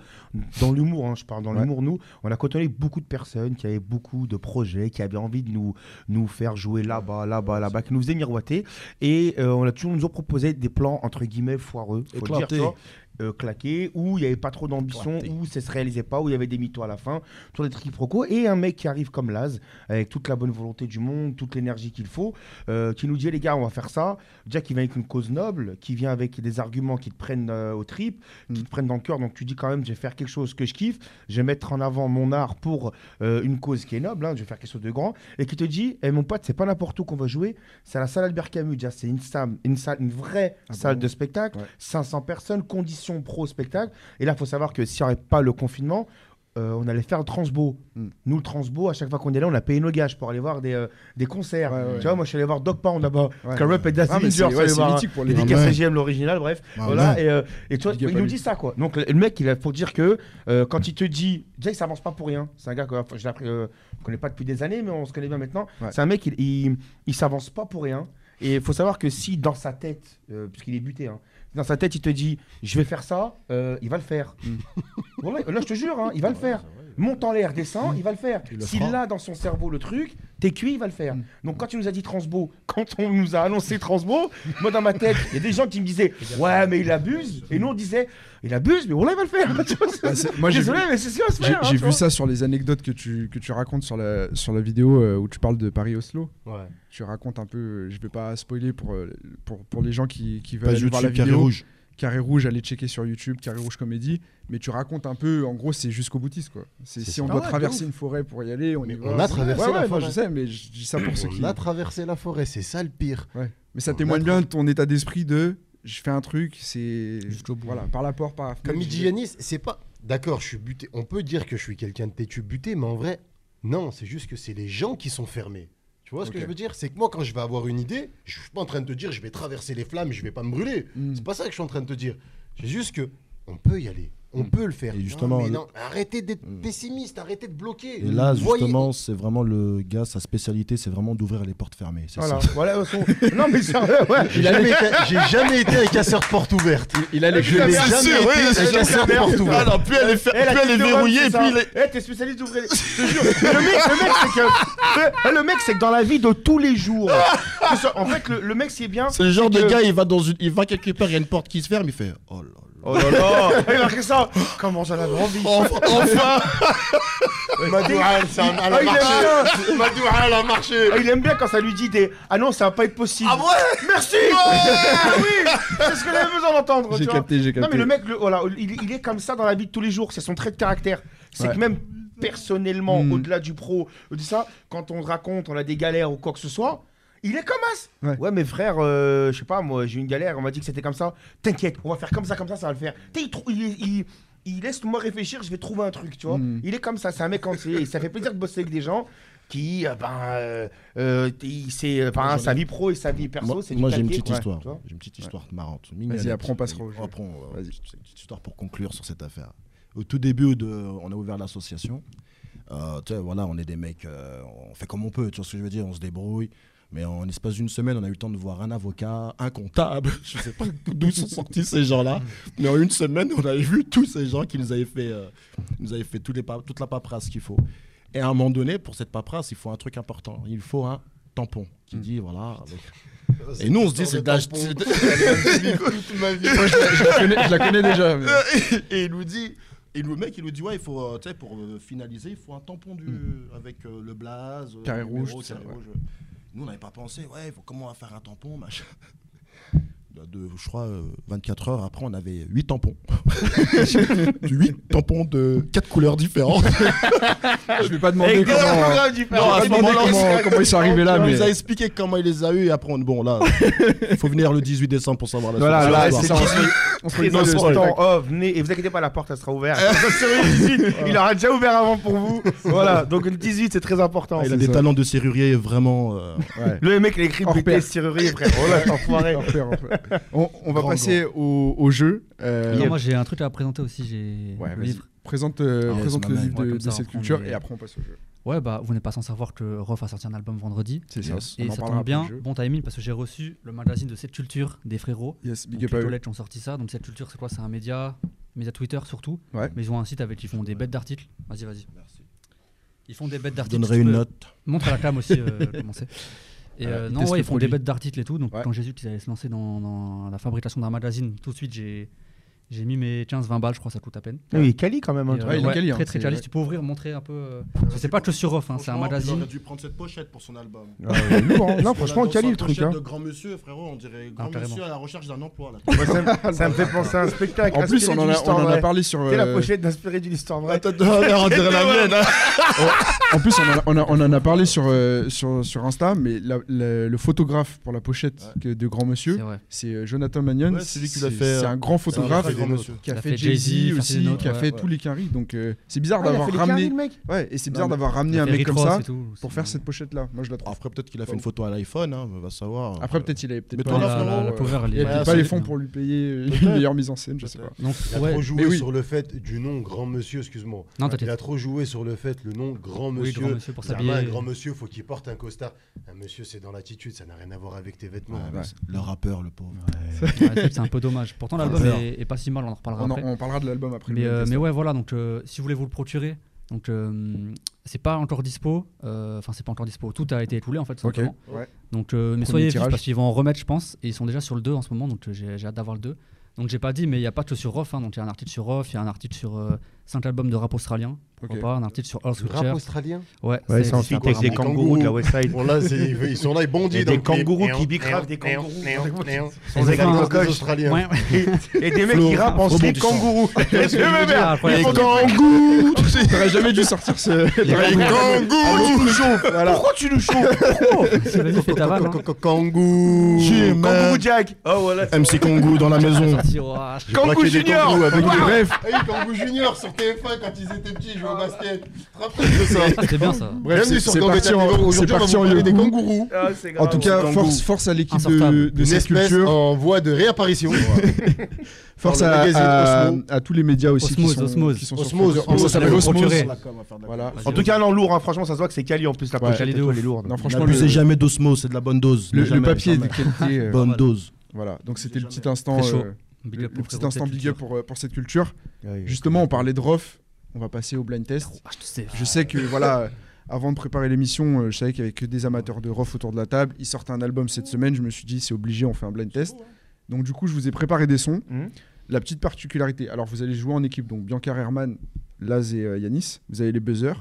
Speaker 3: dans l'humour, hein, je parle dans
Speaker 2: Ouais.
Speaker 3: l'humour, nous, on a côtoyé beaucoup de personnes qui avaient beaucoup de projets, qui avaient envie de nous, nous faire jouer là-bas, là-bas, là-bas, qui nous faisaient miroiter. Et euh, on a toujours on nous ont proposé des plans, entre guillemets, foireux, faut le dire,
Speaker 4: Éclatés.
Speaker 3: tu vois, euh, claqués, où il n'y avait pas trop d'ambition,
Speaker 4: Éclatés.
Speaker 3: où ça se réalisait pas, où il y avait des mythos à la fin, sur des quiproquos. Et un mec qui arrive comme Laz, avec toute la bonne volonté du monde, toute l'énergie qu'il faut, euh, qui nous dit les gars, on va faire ça. Déjà qui vient avec une cause noble, qui vient avec des arguments qui te prennent euh, aux tripes, qui
Speaker 2: Mm.
Speaker 3: te prennent dans le cœur. Donc tu dis quand même, je vais faire quelque chose que je kiffe, je vais mettre en avant mon art pour euh, une cause qui est noble, hein, je vais faire quelque chose de grand. Et qui te dit, eh, mon pote, c'est pas n'importe où qu'on va jouer, c'est à la salle Albert Camus. Déjà, c'est une, salle- une, salle, une vraie
Speaker 2: Ah
Speaker 3: salle
Speaker 2: bon
Speaker 3: de spectacle,
Speaker 2: Ouais.
Speaker 3: 500 personnes, conditions pro spectacle. Et là, il faut savoir que s'il n'y avait pas le confinement, euh, on allait faire le transbo.
Speaker 2: Mm.
Speaker 3: Nous, le transbo, à chaque fois qu'on est là, on a payé nos gages pour aller voir des, euh, des concerts.
Speaker 2: Ouais, ouais.
Speaker 3: Tu vois, moi, je suis allé voir Doc Pound là-bas.
Speaker 2: Ouais.
Speaker 3: Carup et Dazzy
Speaker 2: Ah, mais c'est
Speaker 3: Miller,
Speaker 2: ouais,
Speaker 3: ça
Speaker 2: c'est
Speaker 3: les voir,
Speaker 2: mythique pour les
Speaker 4: Ah,
Speaker 3: Dédicace
Speaker 4: ouais.
Speaker 3: à JM, l'original, bref.
Speaker 4: Ah,
Speaker 3: voilà,
Speaker 4: ouais.
Speaker 3: et, euh, et tu vois,
Speaker 2: Big up
Speaker 3: il
Speaker 2: à
Speaker 3: nous
Speaker 2: lui.
Speaker 3: dit ça, quoi. Donc, le, le mec, il a pour dire que euh, quand il te dit, déjà, il s'avance pas pour rien. C'est un gars que enfin, je l'ai appris, euh, je connais pas depuis des années, mais on se connaît bien maintenant.
Speaker 2: Ouais.
Speaker 3: C'est un mec, il, il, il s'avance pas pour rien. Et il faut savoir que si dans sa tête, euh, parce qu'il est buté, hein, dans sa tête, il te dit, je vais faire ça, euh, il va le faire. Voilà, là, je te jure, hein, il va le faire. Monte en l'air, descend, il va le faire.
Speaker 4: Il le
Speaker 3: S'il
Speaker 4: fera.
Speaker 3: a dans son cerveau le truc, t'es cuit, il va le faire.
Speaker 2: Mm.
Speaker 3: Donc quand tu nous as dit Transbo, quand on nous a annoncé Transbo, moi dans ma tête, il y a des gens qui me disaient ouais mais il abuse, et nous on disait il abuse mais voilà il va le faire. Tu vois, c'est-
Speaker 2: Bah, c'est- Moi, j'ai vu-
Speaker 3: Désolé mais c'est ce qu'il va se
Speaker 2: j'ai-
Speaker 3: faire. hein,
Speaker 2: j'ai
Speaker 3: tu
Speaker 2: vu
Speaker 3: vois.
Speaker 2: ça sur les anecdotes que tu, que tu racontes sur la, sur la vidéo euh, où tu parles de Paris-Oslo.
Speaker 6: Ouais.
Speaker 2: Tu racontes un peu, euh, je vais pas spoiler pour, euh, pour, pour les gens qui, qui veulent
Speaker 4: Pas
Speaker 2: aller voir la
Speaker 4: YouTube, carré
Speaker 2: vidéo.
Speaker 4: rouge.
Speaker 2: Carré Rouge, allez checker sur YouTube, Carré Rouge Comédie. Mais tu racontes un peu, en gros, c'est jusqu'au boutiste, quoi. C'est si
Speaker 6: C'est ça.
Speaker 2: on
Speaker 3: Ah
Speaker 2: doit
Speaker 3: ouais,
Speaker 2: traverser
Speaker 3: de
Speaker 2: une forêt pour y aller, on y
Speaker 6: Mais
Speaker 2: va.
Speaker 6: on a traversé
Speaker 2: Ouais,
Speaker 6: la
Speaker 2: ouais, non,
Speaker 6: forêt.
Speaker 2: je sais, mais je dis ça pour ceux qui.
Speaker 6: On a traversé la forêt, c'est ça le pire.
Speaker 2: Ouais. Mais ça
Speaker 6: on a
Speaker 2: témoigne
Speaker 6: tra-
Speaker 2: bien de ton état d'esprit de je fais un truc, c'est.
Speaker 1: Jusqu'au bout.
Speaker 2: Voilà, par la porte, par la fenêtre,
Speaker 6: Comme il
Speaker 2: j'y
Speaker 6: dit
Speaker 2: vais.
Speaker 6: Yanis, c'est pas. D'accord, je suis buté. On peut dire que je suis quelqu'un de têtu buté, mais en vrai, non, c'est juste que c'est les gens qui sont fermés. Tu vois ce
Speaker 2: Ok.
Speaker 6: que je veux dire C'est que moi, quand je vais avoir une idée, je suis pas en train de te dire je vais traverser les flammes, je vais pas me brûler.
Speaker 2: Mm.
Speaker 6: C'est pas ça que je suis en train de te dire. C'est juste que on peut y aller. On peut le faire.
Speaker 4: Mm. Et justement,
Speaker 6: Non, mais
Speaker 4: le-
Speaker 6: non, arrêtez d'être
Speaker 4: Mm.
Speaker 6: pessimiste, arrêtez de bloquer.
Speaker 4: Et là,
Speaker 6: Voyez-
Speaker 4: justement, c'est vraiment le gars, sa spécialité, c'est vraiment d'ouvrir les portes fermées. C'est
Speaker 3: Voilà,
Speaker 4: ça.
Speaker 3: voilà, son- Non, mais sérieux, ouais.
Speaker 6: J'ai jamais, été- j'ai jamais été un casseur de porte ouverte.
Speaker 7: Il a les
Speaker 6: Je n'ai jamais
Speaker 7: sûr, ouais,
Speaker 6: été un
Speaker 7: c'est
Speaker 6: casseur de porte ouverte.
Speaker 7: Alors, plus elle est, fer-
Speaker 3: Eh, la
Speaker 7: plus elle est
Speaker 3: petite Europe,
Speaker 7: verrouillée,
Speaker 3: c'est
Speaker 7: plus il
Speaker 3: ça.
Speaker 7: est.
Speaker 3: Eh, t'es spécialiste d'ouvrir les. Je te jure. Le mec, le mec, c'est que. Eh, Le mec, c'est que dans la vie de tous les jours. que ce- En fait, le, le mec, c'est bien.
Speaker 4: C'est le genre de
Speaker 3: C'est que-
Speaker 4: gars, il va dans une, il va quelque part, il y a une porte qui se ferme, il fait oh là là.
Speaker 7: Oh là là
Speaker 3: Il marqué ça. Comment j'en avais envie.
Speaker 7: Enfin
Speaker 6: Madoual, c'est un- elle
Speaker 3: Ah,
Speaker 6: a
Speaker 3: il aime
Speaker 6: marché.
Speaker 3: bien.
Speaker 6: Madoual, elle a marché.
Speaker 3: Ah, il aime bien quand ça lui dit des Ah non, ça va pas être possible.
Speaker 7: Ah ouais
Speaker 3: Merci Ah Oui C'est ce que j'avais besoin d'entendre.
Speaker 7: J'ai
Speaker 3: tu vois.
Speaker 7: capté, j'ai capté.
Speaker 3: Non, mais le mec, le- voilà, il, il est comme ça dans la vie de tous les jours. C'est son trait de caractère. C'est
Speaker 7: Ouais.
Speaker 3: que même personnellement,
Speaker 2: Mm.
Speaker 3: au-delà du pro, de ça, quand on raconte, on a des galères ou quoi que ce soit. Il est comme as
Speaker 2: Ouais.
Speaker 3: mais frère, euh, je sais pas, moi j'ai eu une galère, on m'a dit que c'était comme ça. T'inquiète, on va faire comme ça, comme ça, ça va le faire. T'sais, il, trou- il- il- il laisse moi réfléchir, je vais trouver un truc, tu vois.
Speaker 2: Mm.
Speaker 3: Il est comme ça, c'est un mec entier. et ça fait plaisir de bosser avec des gens qui, euh, ben, euh, euh, il sait, euh, enfin,
Speaker 4: Moi, j'en ai-
Speaker 3: sa vie pro et sa vie perso,
Speaker 4: moi,
Speaker 3: c'est du
Speaker 4: moi, j'ai une
Speaker 3: calqué,
Speaker 4: petite
Speaker 3: quoi,
Speaker 4: histoire.
Speaker 3: tu vois.
Speaker 4: J'ai une petite histoire marrante.
Speaker 2: Vas-y, apprends, passera au jeu.
Speaker 4: Apprends, euh,
Speaker 7: Vas-y.
Speaker 4: petite petite histoire pour conclure sur cette affaire. Au tout début, de, on a ouvert l'association. Euh, tu sais, voilà, on est des mecs, euh, on fait comme on peut, tu vois ce que je veux dire, on se débrouille. Mais en l'espace d'une semaine, on a eu le temps de voir un avocat, un comptable, je sais pas d'où sont sortis ces gens-là. Mais en une semaine, on avait vu tous ces gens qui nous avaient fait, euh, nous avaient fait tous les pa- toute la paperasse qu'il faut. Et à un moment donné, pour cette paperasse, il faut un truc important. Il faut un tampon qui
Speaker 3: Hmm.
Speaker 4: dit, voilà.
Speaker 6: Ah,
Speaker 4: avec- Et nous, on se dit, c'est d'ach-
Speaker 6: Toute ma vie.
Speaker 7: Moi, je, la- je la connais, je la connais déjà. mais-
Speaker 4: Euh,
Speaker 2: Euh.
Speaker 4: et il nous dit et le mec il nous dit ouais il faut euh, tu sais pour euh, finaliser il faut un tampon du avec euh, le blaze euh,
Speaker 2: Mm. Carré
Speaker 4: le
Speaker 2: rouge,
Speaker 4: numéro,
Speaker 2: tout ça,
Speaker 4: carré
Speaker 2: ouais.
Speaker 4: rouge. nous on n'avait pas pensé ouais il faut comment on va faire un tampon machin Bah, de, je crois euh, 24 heures après on avait 8 tampons 8 tampons de 4 couleurs différentes
Speaker 2: Je vais pas demander comment. Je
Speaker 4: Non, à
Speaker 2: vais
Speaker 4: ce
Speaker 2: pas demander
Speaker 4: moment-là, on
Speaker 2: comment,
Speaker 4: s'est-
Speaker 2: comment ils sont arrivés là,
Speaker 4: on
Speaker 2: mais.
Speaker 4: nous a expliqué comment il les a eu et après on, bon là il faut venir le 18 décembre pour savoir la
Speaker 2: Voilà,
Speaker 4: suite de
Speaker 2: là,
Speaker 4: l'histoire.
Speaker 2: c'est ça. on se- On se
Speaker 3: Très
Speaker 2: rigole de
Speaker 3: important.
Speaker 2: spectacle.
Speaker 3: Oh, venez, et vous inquiétez pas, la porte elle sera ouverte. Il aura déjà ouvert avant pour vous. voilà, donc le 18 c'est très important.
Speaker 4: Ah, il a
Speaker 2: c'est
Speaker 4: des
Speaker 2: ça.
Speaker 4: talents de serrurier vraiment euh,
Speaker 3: Le mec il écrit
Speaker 2: Hors
Speaker 3: BTS
Speaker 2: pair.
Speaker 3: serrurier, frère. Oh là, cet enfoiré.
Speaker 2: On repère, on repère. On, on va
Speaker 4: Grand,
Speaker 2: passer au, au jeu. Euh,
Speaker 1: Non, moi j'ai un truc à présenter aussi, j'ai
Speaker 2: Ouais,
Speaker 1: le
Speaker 2: vas-y.
Speaker 1: livre.
Speaker 2: Présente, euh,
Speaker 4: Ah ouais,
Speaker 2: présente
Speaker 4: c'est
Speaker 2: le
Speaker 4: ma main,
Speaker 2: livre
Speaker 1: ouais,
Speaker 2: de,
Speaker 1: comme
Speaker 2: de
Speaker 1: ça, on
Speaker 2: cette
Speaker 1: prend
Speaker 2: culture
Speaker 1: les-
Speaker 2: et après on passe au jeu.
Speaker 1: Ouais, bah vous n'êtes pas sans savoir que Rof a sorti un album vendredi.
Speaker 2: C'est
Speaker 4: ça.
Speaker 2: yes.
Speaker 1: Et ça tombe bien, bon timing parce que j'ai reçu le magazine de cette culture des frérots.
Speaker 2: Yes,
Speaker 1: Donc,
Speaker 2: big
Speaker 1: les
Speaker 2: up à eux.
Speaker 1: Collèges ont sorti ça. Donc cette culture c'est quoi C'est un média, média Twitter surtout.
Speaker 2: Ouais.
Speaker 1: Mais ils ont un site avec ils font des bêtes d'articles. Vas-y, vas-y. Ils font des bêtes
Speaker 4: je
Speaker 1: d'articles.
Speaker 4: donnerai
Speaker 1: si tu
Speaker 4: une
Speaker 1: veux.
Speaker 4: note
Speaker 1: Montre à la cam aussi euh, comment c'est. Et
Speaker 2: Voilà,
Speaker 1: euh,
Speaker 2: ils
Speaker 1: non,
Speaker 2: testent
Speaker 1: ouais,
Speaker 2: le
Speaker 1: ils font
Speaker 2: produit.
Speaker 1: des bêtes d'articles et tout. Donc
Speaker 2: Ouais.
Speaker 1: quand j'ai su qu'ils allaient se lancer dans, dans la fabrication d'un magazine, tout de suite j'ai j'ai mis mes 15-20 balles, je crois, ça coûte à peine.
Speaker 3: Oui, il cali quand même.
Speaker 1: Et, euh,
Speaker 2: ouais, il est quali, hein,
Speaker 1: très très
Speaker 2: c'est-
Speaker 1: quali.
Speaker 2: ouais.
Speaker 1: Tu peux ouvrir, montrer un peu. euh, parce que C'est pas que sur off, hein, c'est un
Speaker 4: Franchement, Il
Speaker 1: magazine.
Speaker 4: aurait dû prendre cette pochette pour son album.
Speaker 3: hein. Non,
Speaker 4: Parce que là,
Speaker 3: franchement,
Speaker 4: dans
Speaker 3: cali
Speaker 4: sa
Speaker 3: le truc.
Speaker 4: pochette
Speaker 3: hein.
Speaker 4: de grand monsieur, frérot, on dirait grand
Speaker 1: carrément.
Speaker 4: monsieur à la recherche d'un emploi. Là.
Speaker 3: Moi, ça, me- ça me fait penser à un spectacle.
Speaker 2: En plus,
Speaker 3: inspiré
Speaker 2: on en
Speaker 3: d'une
Speaker 2: a, on
Speaker 3: histoire
Speaker 2: en a
Speaker 3: vraie.
Speaker 2: parlé sur.
Speaker 3: T'es la
Speaker 2: euh,
Speaker 3: pochette inspirée d'une histoire vraie.
Speaker 4: on dirait la mienne. hein.
Speaker 2: En plus, on, en a- on a- on en a parlé sur, euh, sur, sur Insta, mais la- la- le photographe pour la pochette que- de Grand
Speaker 1: C'est
Speaker 2: Monsieur,
Speaker 1: vrai.
Speaker 2: c'est euh, Jonathan Magnon.
Speaker 4: Ouais, c'est lui qui l'a
Speaker 2: C'est-
Speaker 4: fait, euh,
Speaker 2: C'est un grand photographe
Speaker 4: c'est un grand monsieur.
Speaker 2: qui
Speaker 1: Il
Speaker 2: a fait Jay-Z aussi,
Speaker 1: Ferdinand,
Speaker 2: qui a
Speaker 1: ouais,
Speaker 2: fait
Speaker 4: ouais.
Speaker 2: tous les quinries. Donc, euh, c'est
Speaker 3: Ah,
Speaker 2: bizarre
Speaker 3: il a
Speaker 2: d'avoir
Speaker 3: fait les carrés,
Speaker 2: ramené.
Speaker 3: le mec.
Speaker 2: Ouais, et c'est bizarre
Speaker 4: mais-
Speaker 2: d'avoir
Speaker 1: Il
Speaker 2: ramené
Speaker 1: a
Speaker 2: un
Speaker 1: fait
Speaker 2: mec comme
Speaker 1: Rick Ross
Speaker 2: ça
Speaker 1: et tout,
Speaker 2: pour
Speaker 1: c'est-
Speaker 2: faire cette pochette là. Moi, je la trouve.
Speaker 4: Après, peut-être qu'il a fait une photo à l'iPhone, hein, on va savoir.
Speaker 2: Après, peut-être il avait
Speaker 4: Mais
Speaker 2: peut-être
Speaker 4: toi,
Speaker 2: pas,
Speaker 1: Ouais, la-
Speaker 4: là,
Speaker 1: la-
Speaker 4: frérot,
Speaker 1: la
Speaker 4: euh,
Speaker 1: cover, elle est
Speaker 2: il avait
Speaker 4: Ouais,
Speaker 2: pas
Speaker 4: c'est-
Speaker 2: les fonds pour lui payer euh, une
Speaker 4: Peut-être.
Speaker 2: meilleure mise en scène, je sais pas.
Speaker 1: Donc,
Speaker 6: Il a
Speaker 1: ouais.
Speaker 6: trop joué
Speaker 2: mais oui.
Speaker 6: sur le fait du nom grand monsieur, excuse-moi.
Speaker 1: Non,
Speaker 6: Il
Speaker 1: t'inquiète.
Speaker 6: a trop joué sur le fait le nom grand
Speaker 1: Oui,
Speaker 6: monsieur.
Speaker 1: grand monsieur pour
Speaker 6: Germain, un
Speaker 1: s'habiller.
Speaker 6: grand monsieur, faut qu'il porte un costard. Un monsieur, c'est dans l'attitude, ça n'a rien à voir avec tes vêtements.
Speaker 2: ouais.
Speaker 4: Le rappeur, le pauvre.
Speaker 1: Ouais, c'est- c'est un peu dommage. Pourtant, l'album
Speaker 4: Alors.
Speaker 1: est, est pas si mal, on en reparlera
Speaker 2: On, en-
Speaker 1: après.
Speaker 2: on parlera de l'album après.
Speaker 1: mais,
Speaker 2: le
Speaker 1: euh,
Speaker 2: podcast.
Speaker 1: mais ouais, voilà. Donc, euh, si vous voulez vous le procurer, donc euh, c'est pas encore dispo. euh, Enfin, c'est pas encore dispo. Tout a été écoulé en fait. tout
Speaker 2: Ok.
Speaker 1: simplement.
Speaker 2: Ouais.
Speaker 1: Donc, euh, mais
Speaker 2: Premier
Speaker 1: soyez vifs
Speaker 2: tirage.
Speaker 1: parce qu'ils vont en remettre, je pense. Et ils sont déjà sur le 2 en ce moment, donc euh, j'ai j'ai hâte d'avoir le 2. Donc, j'ai pas dit, mais il y a pas que sur Rof. hein, donc, il y a un article sur Rof, il y a un article sur 5 albums de rap australien. Pourquoi
Speaker 2: Ok.
Speaker 1: pas Un article sur All
Speaker 6: Le rap
Speaker 1: Switcher.
Speaker 6: australien
Speaker 1: Ouais,
Speaker 3: Ouais, c'est
Speaker 1: c'est-
Speaker 3: un
Speaker 1: c'est
Speaker 3: feat
Speaker 6: quoi,
Speaker 3: avec des
Speaker 6: des
Speaker 3: kangourous de la
Speaker 6: kangourous
Speaker 3: Westside.
Speaker 6: Bon, là, c'est- ils sont là, ils
Speaker 3: Il y
Speaker 6: bondissent.
Speaker 3: a des
Speaker 6: dans le clip.
Speaker 3: kangourous qui
Speaker 6: Néon,
Speaker 3: bicravent des
Speaker 6: néon,
Speaker 3: kangourous.
Speaker 6: néon, néon.
Speaker 3: Sans
Speaker 6: Des
Speaker 3: avec des
Speaker 6: kangourous
Speaker 3: cocottes.
Speaker 6: australiens.
Speaker 1: Ouais, ouais.
Speaker 3: Et et des mecs qui rappent en slip
Speaker 4: Rebondissant.
Speaker 3: kangourou. Les
Speaker 1: que je veux dire, après,
Speaker 3: ils
Speaker 1: les
Speaker 3: font des-
Speaker 2: T'aurais jamais dû sortir ce.
Speaker 6: Les kangourous
Speaker 3: Pourquoi tu nous chauffes
Speaker 1: C'est- vas-y, fais ta vanne, hein.
Speaker 6: Kangou
Speaker 3: Kangourou Jack. Oh voilà.
Speaker 4: MC Kongu dans la maison.
Speaker 1: Sorti, ouah,
Speaker 3: Kangoo Junior.
Speaker 6: Avec des refs Hey, Kangoo Ah Junior sur TF1 quand ils étaient petits, ils jouaient au basket.
Speaker 1: C'était bien ça.
Speaker 2: Bref, c'est- c'est parti en- c'est parti en
Speaker 6: des
Speaker 2: yogourt.
Speaker 6: kangourous.
Speaker 4: Ah,
Speaker 2: En tout cas,
Speaker 6: Kangoo.
Speaker 2: force, force à l'équipe de,
Speaker 1: Insortable.
Speaker 2: de
Speaker 6: Une
Speaker 2: cette
Speaker 6: espèce
Speaker 2: culture.
Speaker 6: en voie de réapparition.
Speaker 2: Force
Speaker 6: dans le
Speaker 2: à,
Speaker 6: magazine
Speaker 2: à-
Speaker 6: Osmo.
Speaker 2: à tous les médias aussi
Speaker 1: Osmose,
Speaker 2: qui sont,
Speaker 1: Osmose.
Speaker 2: qui sont sur
Speaker 6: Osmose,
Speaker 2: Twitter. Ça s'appelle
Speaker 1: allez vous
Speaker 2: Osmose.
Speaker 1: procurer.
Speaker 2: Voilà.
Speaker 3: En tout cas, non, lourd, hein. franchement, ça se voit que c'est Cali en plus, la
Speaker 2: Ouais,
Speaker 3: pochette
Speaker 1: Cali
Speaker 3: et
Speaker 1: de
Speaker 3: tout,
Speaker 1: ouf.
Speaker 3: elle est lourde.
Speaker 2: Non, franchement, le,
Speaker 4: N'abusez jamais d'osmose, c'est de la bonne dose.
Speaker 2: le-
Speaker 4: Ne
Speaker 2: le
Speaker 4: jamais,
Speaker 2: papier est de
Speaker 4: jamais.
Speaker 2: qualité. euh,
Speaker 4: Bonne dose.
Speaker 2: Voilà, donc c'était le petit instant,
Speaker 1: Très chaud.
Speaker 2: euh,
Speaker 1: Big
Speaker 2: le,
Speaker 1: up
Speaker 2: le
Speaker 1: au
Speaker 2: petit
Speaker 1: frérot
Speaker 2: instant
Speaker 1: de cette
Speaker 2: big up
Speaker 1: culture.
Speaker 2: pour, euh, pour cette culture.
Speaker 3: Ouais,
Speaker 2: Justement, on parlait de Rof, on va passer au blind test.
Speaker 1: Ah, je te sais.
Speaker 2: Je sais que, voilà, euh, avant de préparer l'émission, euh, je savais qu'il y avait que des amateurs de Rof autour de la table. Ils sortent un album cette semaine, je me suis dit, c'est obligé, on fait un blind test. Donc du coup, je vous ai préparé des sons.
Speaker 3: Mhm.
Speaker 2: La petite particularité, alors vous allez jouer en équipe, donc Bianca Herman, Laz et euh, Yanis, vous avez les buzzers.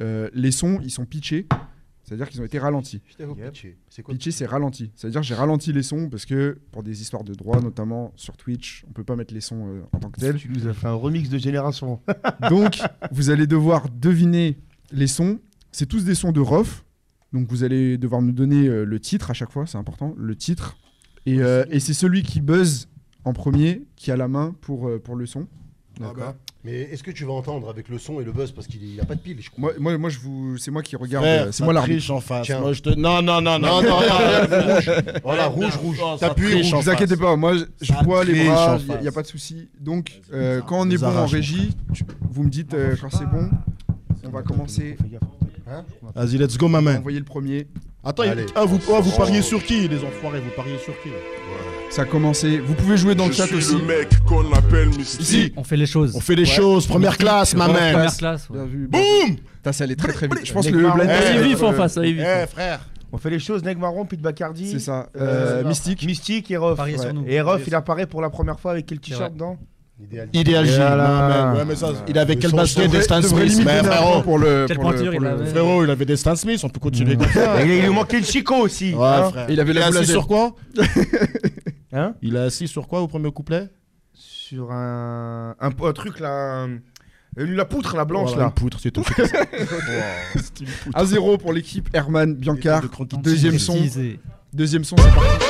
Speaker 2: Euh, les sons, ils sont pitchés, c'est-à-dire qu'ils ont été ralentis.
Speaker 3: Yep.
Speaker 6: C'est quoi
Speaker 2: Pitcher, c'est ralenti. C'est-à-dire j'ai rali les sons parce que pour des histoires de droit, notamment sur Twitch, on peut pas mettre les sons euh, en tant que tels.
Speaker 3: Tu nous as fait un remix de génération.
Speaker 2: Donc vous allez devoir deviner les sons. C'est tous des sons de Rof. Donc vous allez devoir nous donner euh, le titre à chaque fois, c'est important, le titre. Et, euh, et c'est celui qui buzz en premier qui a la main pour, euh, pour le son.
Speaker 4: Ah bah.
Speaker 6: D'accord. Ah bah. Mais est-ce que tu vas entendre avec le son et le buzz parce qu'il n'y a pas de pile je crois.
Speaker 2: Moi, moi, moi je vous, c'est moi qui regarde,
Speaker 4: Frère,
Speaker 2: euh, c'est
Speaker 4: ça
Speaker 2: moi l'arbitre.
Speaker 4: triche en face.
Speaker 6: Tiens.
Speaker 4: Moi, je te- Non, non, non, non,
Speaker 6: Non, non, regarde, regarde, rouge. Voilà,
Speaker 4: Ouais,
Speaker 6: Oh, rouge,
Speaker 4: non,
Speaker 6: rouge.
Speaker 4: non, ça
Speaker 6: T'appuies
Speaker 4: triche
Speaker 6: rouge.
Speaker 4: en
Speaker 2: Ne vous inquiétez pas, moi je- je
Speaker 4: Ça
Speaker 2: bois les
Speaker 4: triche en
Speaker 2: bras, il
Speaker 4: face.
Speaker 2: n'y a pas de souci. Donc euh, quand on
Speaker 4: Nous
Speaker 2: est bon en
Speaker 4: arrache, mon
Speaker 2: régie, tu- vous me dites euh, quand c'est bon. On va commencer.
Speaker 4: Vas-y, let's go, ma main.
Speaker 2: Envoyez le premier.
Speaker 4: Attends, il y a-
Speaker 6: Allez.
Speaker 4: ah, vous, ah, vous
Speaker 6: Oh.
Speaker 4: pariez sur qui, les enfoirés Vous pariez sur qui là
Speaker 2: Ça a commencé. Vous pouvez jouer dans le
Speaker 8: Je
Speaker 2: chat
Speaker 8: suis
Speaker 2: aussi.
Speaker 8: le mec qu'on appelle Mystique.
Speaker 4: Ici,
Speaker 1: On fait les choses.
Speaker 4: on fait des choses. Première classe, ma main.
Speaker 1: Première classe. ouais.
Speaker 2: Bien vu. Boum Putain, ça allait très très vite. Je pense que le
Speaker 3: Neymar,
Speaker 2: blind
Speaker 3: Eh,
Speaker 5: Ah,
Speaker 2: test,
Speaker 5: il est
Speaker 2: euh,
Speaker 5: vif en face, il est
Speaker 4: Eh,
Speaker 5: vif.
Speaker 4: frère.
Speaker 3: On fait les choses, Neg Marron, puis de Bacardi.
Speaker 2: C'est ça.
Speaker 3: Euh,
Speaker 2: Euh, Mystique.
Speaker 3: Mystique et Rof.
Speaker 1: Pariez sur nous.
Speaker 3: Et Rof, il apparaît pour la première fois avec quel
Speaker 1: vrai.
Speaker 3: t-shirt dedans
Speaker 6: Idéal.
Speaker 4: Idéal J.
Speaker 3: Voilà.
Speaker 4: ma main. Ouais, mais ça, il avait
Speaker 6: Le
Speaker 4: quel
Speaker 6: son, je
Speaker 4: basket de
Speaker 6: devrais-
Speaker 4: Stan
Speaker 2: Devrait
Speaker 4: Smith
Speaker 2: limite
Speaker 4: Mais
Speaker 2: donner un point
Speaker 4: frérot,
Speaker 2: pour le.
Speaker 1: Quelle
Speaker 2: pour le-
Speaker 1: pointure
Speaker 2: pour
Speaker 1: il
Speaker 2: le-
Speaker 1: avait.
Speaker 4: frérot, il avait des Stan Smith. On peut continuer comme ça.
Speaker 3: Et Il lui manquait le Chico aussi.
Speaker 4: Ouais,
Speaker 3: hein.
Speaker 4: frère.
Speaker 2: Ah, Il avait la
Speaker 4: est assis
Speaker 2: blasée.
Speaker 4: sur quoi
Speaker 3: Hein
Speaker 4: Il est assis sur quoi au premier couplet
Speaker 3: Sur un, un, un truc là. un- La poutre, la blanche
Speaker 4: Voilà,
Speaker 3: là.
Speaker 4: Une poutre, c'est tout.
Speaker 2: À zéro pour l'équipe. Herman, Biancar. Deuxième son.
Speaker 1: Teasé.
Speaker 2: Deuxième son, c'est parti.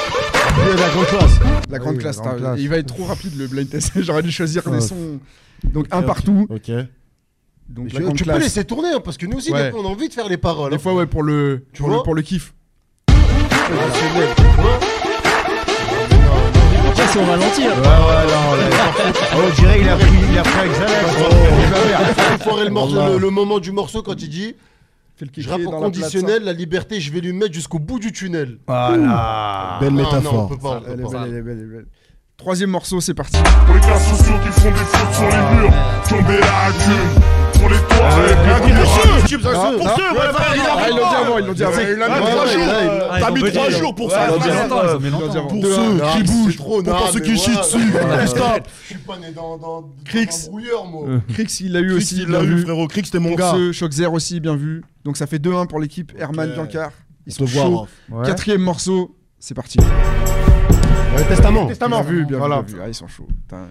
Speaker 4: la grande classe.
Speaker 2: La
Speaker 3: Ah
Speaker 2: grande
Speaker 3: oui,
Speaker 2: classe.
Speaker 3: la grande
Speaker 2: t'as-
Speaker 3: classe.
Speaker 2: Il va être trop rapide le blind test. J'aurais dû choisir
Speaker 4: Oh.
Speaker 2: des sons. Donc un
Speaker 4: Ok, ok.
Speaker 2: partout.
Speaker 4: Ok.
Speaker 2: Donc la
Speaker 6: Tu,
Speaker 2: grande
Speaker 6: tu peux
Speaker 2: classe.
Speaker 6: laisser tourner hein, parce que nous aussi,
Speaker 2: Ouais.
Speaker 6: des fois, on a envie de faire les paroles.
Speaker 2: Des
Speaker 6: hein.
Speaker 2: fois, ouais, pour le,
Speaker 6: Tu
Speaker 2: pour le,
Speaker 6: vois
Speaker 2: pour le kiff.
Speaker 5: Tiens, c'est au ralenti. hein.
Speaker 3: Oh, on dirait il a pris, il a pris avec Zalex.
Speaker 6: Oh,
Speaker 2: Oh,
Speaker 6: Faut foirer le, morceau- le- le moment du morceau quand il dit
Speaker 2: Fais le kiff
Speaker 6: Je rappe
Speaker 2: dans
Speaker 6: en
Speaker 2: la hein.
Speaker 6: conditionnel, la liberté, je vais lui mettre jusqu'au bout du tunnel.
Speaker 3: Voilà.
Speaker 4: Belle
Speaker 6: Non, non, on
Speaker 4: métaphore.
Speaker 6: peut pas, on
Speaker 2: place, hein. Elle
Speaker 6: peut
Speaker 2: est
Speaker 6: pas.
Speaker 2: belle, elle est belle, elle est belle. Troisième morceau, c'est parti.
Speaker 8: Pour les cas sociaux qui font des fautes sur les murs, tombez la gueule. Pour les toits, les
Speaker 3: Pour
Speaker 8: grands
Speaker 3: ceux, Chips, hein,
Speaker 2: Ah,
Speaker 3: c'est pour
Speaker 2: ah,
Speaker 3: ceux, voilà, frère, il a
Speaker 2: Ah, ils
Speaker 3: raison.
Speaker 2: l'ont dit avant, ils l'ont dit avant.
Speaker 3: C'est-
Speaker 2: Ils
Speaker 3: il a mis
Speaker 6: Ouais,
Speaker 3: trois
Speaker 6: ouais,
Speaker 3: jours.
Speaker 6: ouais, ouais.
Speaker 1: Ah, ils ont bugué, ils ont-
Speaker 4: pour
Speaker 1: Ah, ils ont mis
Speaker 3: Ouais,
Speaker 1: longtemps, ils ont mis
Speaker 2: l'ont dit
Speaker 1: longtemps.
Speaker 2: avant.
Speaker 4: Pour
Speaker 2: Deux,
Speaker 4: ceux
Speaker 6: Ah,
Speaker 4: qui
Speaker 6: c'est
Speaker 4: bougent,
Speaker 6: trop,
Speaker 4: pour
Speaker 6: non,
Speaker 4: ceux
Speaker 6: mais
Speaker 4: qui chient
Speaker 6: voilà.
Speaker 4: dessus. Stop.
Speaker 6: Je suis pas né dans, dans, dans
Speaker 2: Crix.
Speaker 6: un brouillard, moi.
Speaker 2: Crix, il l'a eu aussi,
Speaker 4: Crix, il l'a
Speaker 2: bien
Speaker 4: eu,
Speaker 2: vu.
Speaker 4: frérot. Crix, t'es mon
Speaker 2: Pour
Speaker 4: gars.
Speaker 2: ceux, Choc Zero aussi, bien vu. Donc ça fait 2-1 pour l'équipe. Herman,
Speaker 4: Ok.
Speaker 2: Biancar,
Speaker 4: On
Speaker 2: ils
Speaker 4: hein.
Speaker 2: sont
Speaker 4: te voit,
Speaker 2: chauds.
Speaker 4: Raph.
Speaker 3: Ouais.
Speaker 2: Quatrième morceau, c'est parti.
Speaker 6: testament.
Speaker 3: Testament.
Speaker 2: Bien vu, bien
Speaker 3: Voilà.
Speaker 2: vu, bien vu. Ah, ils sont chauds. Putain.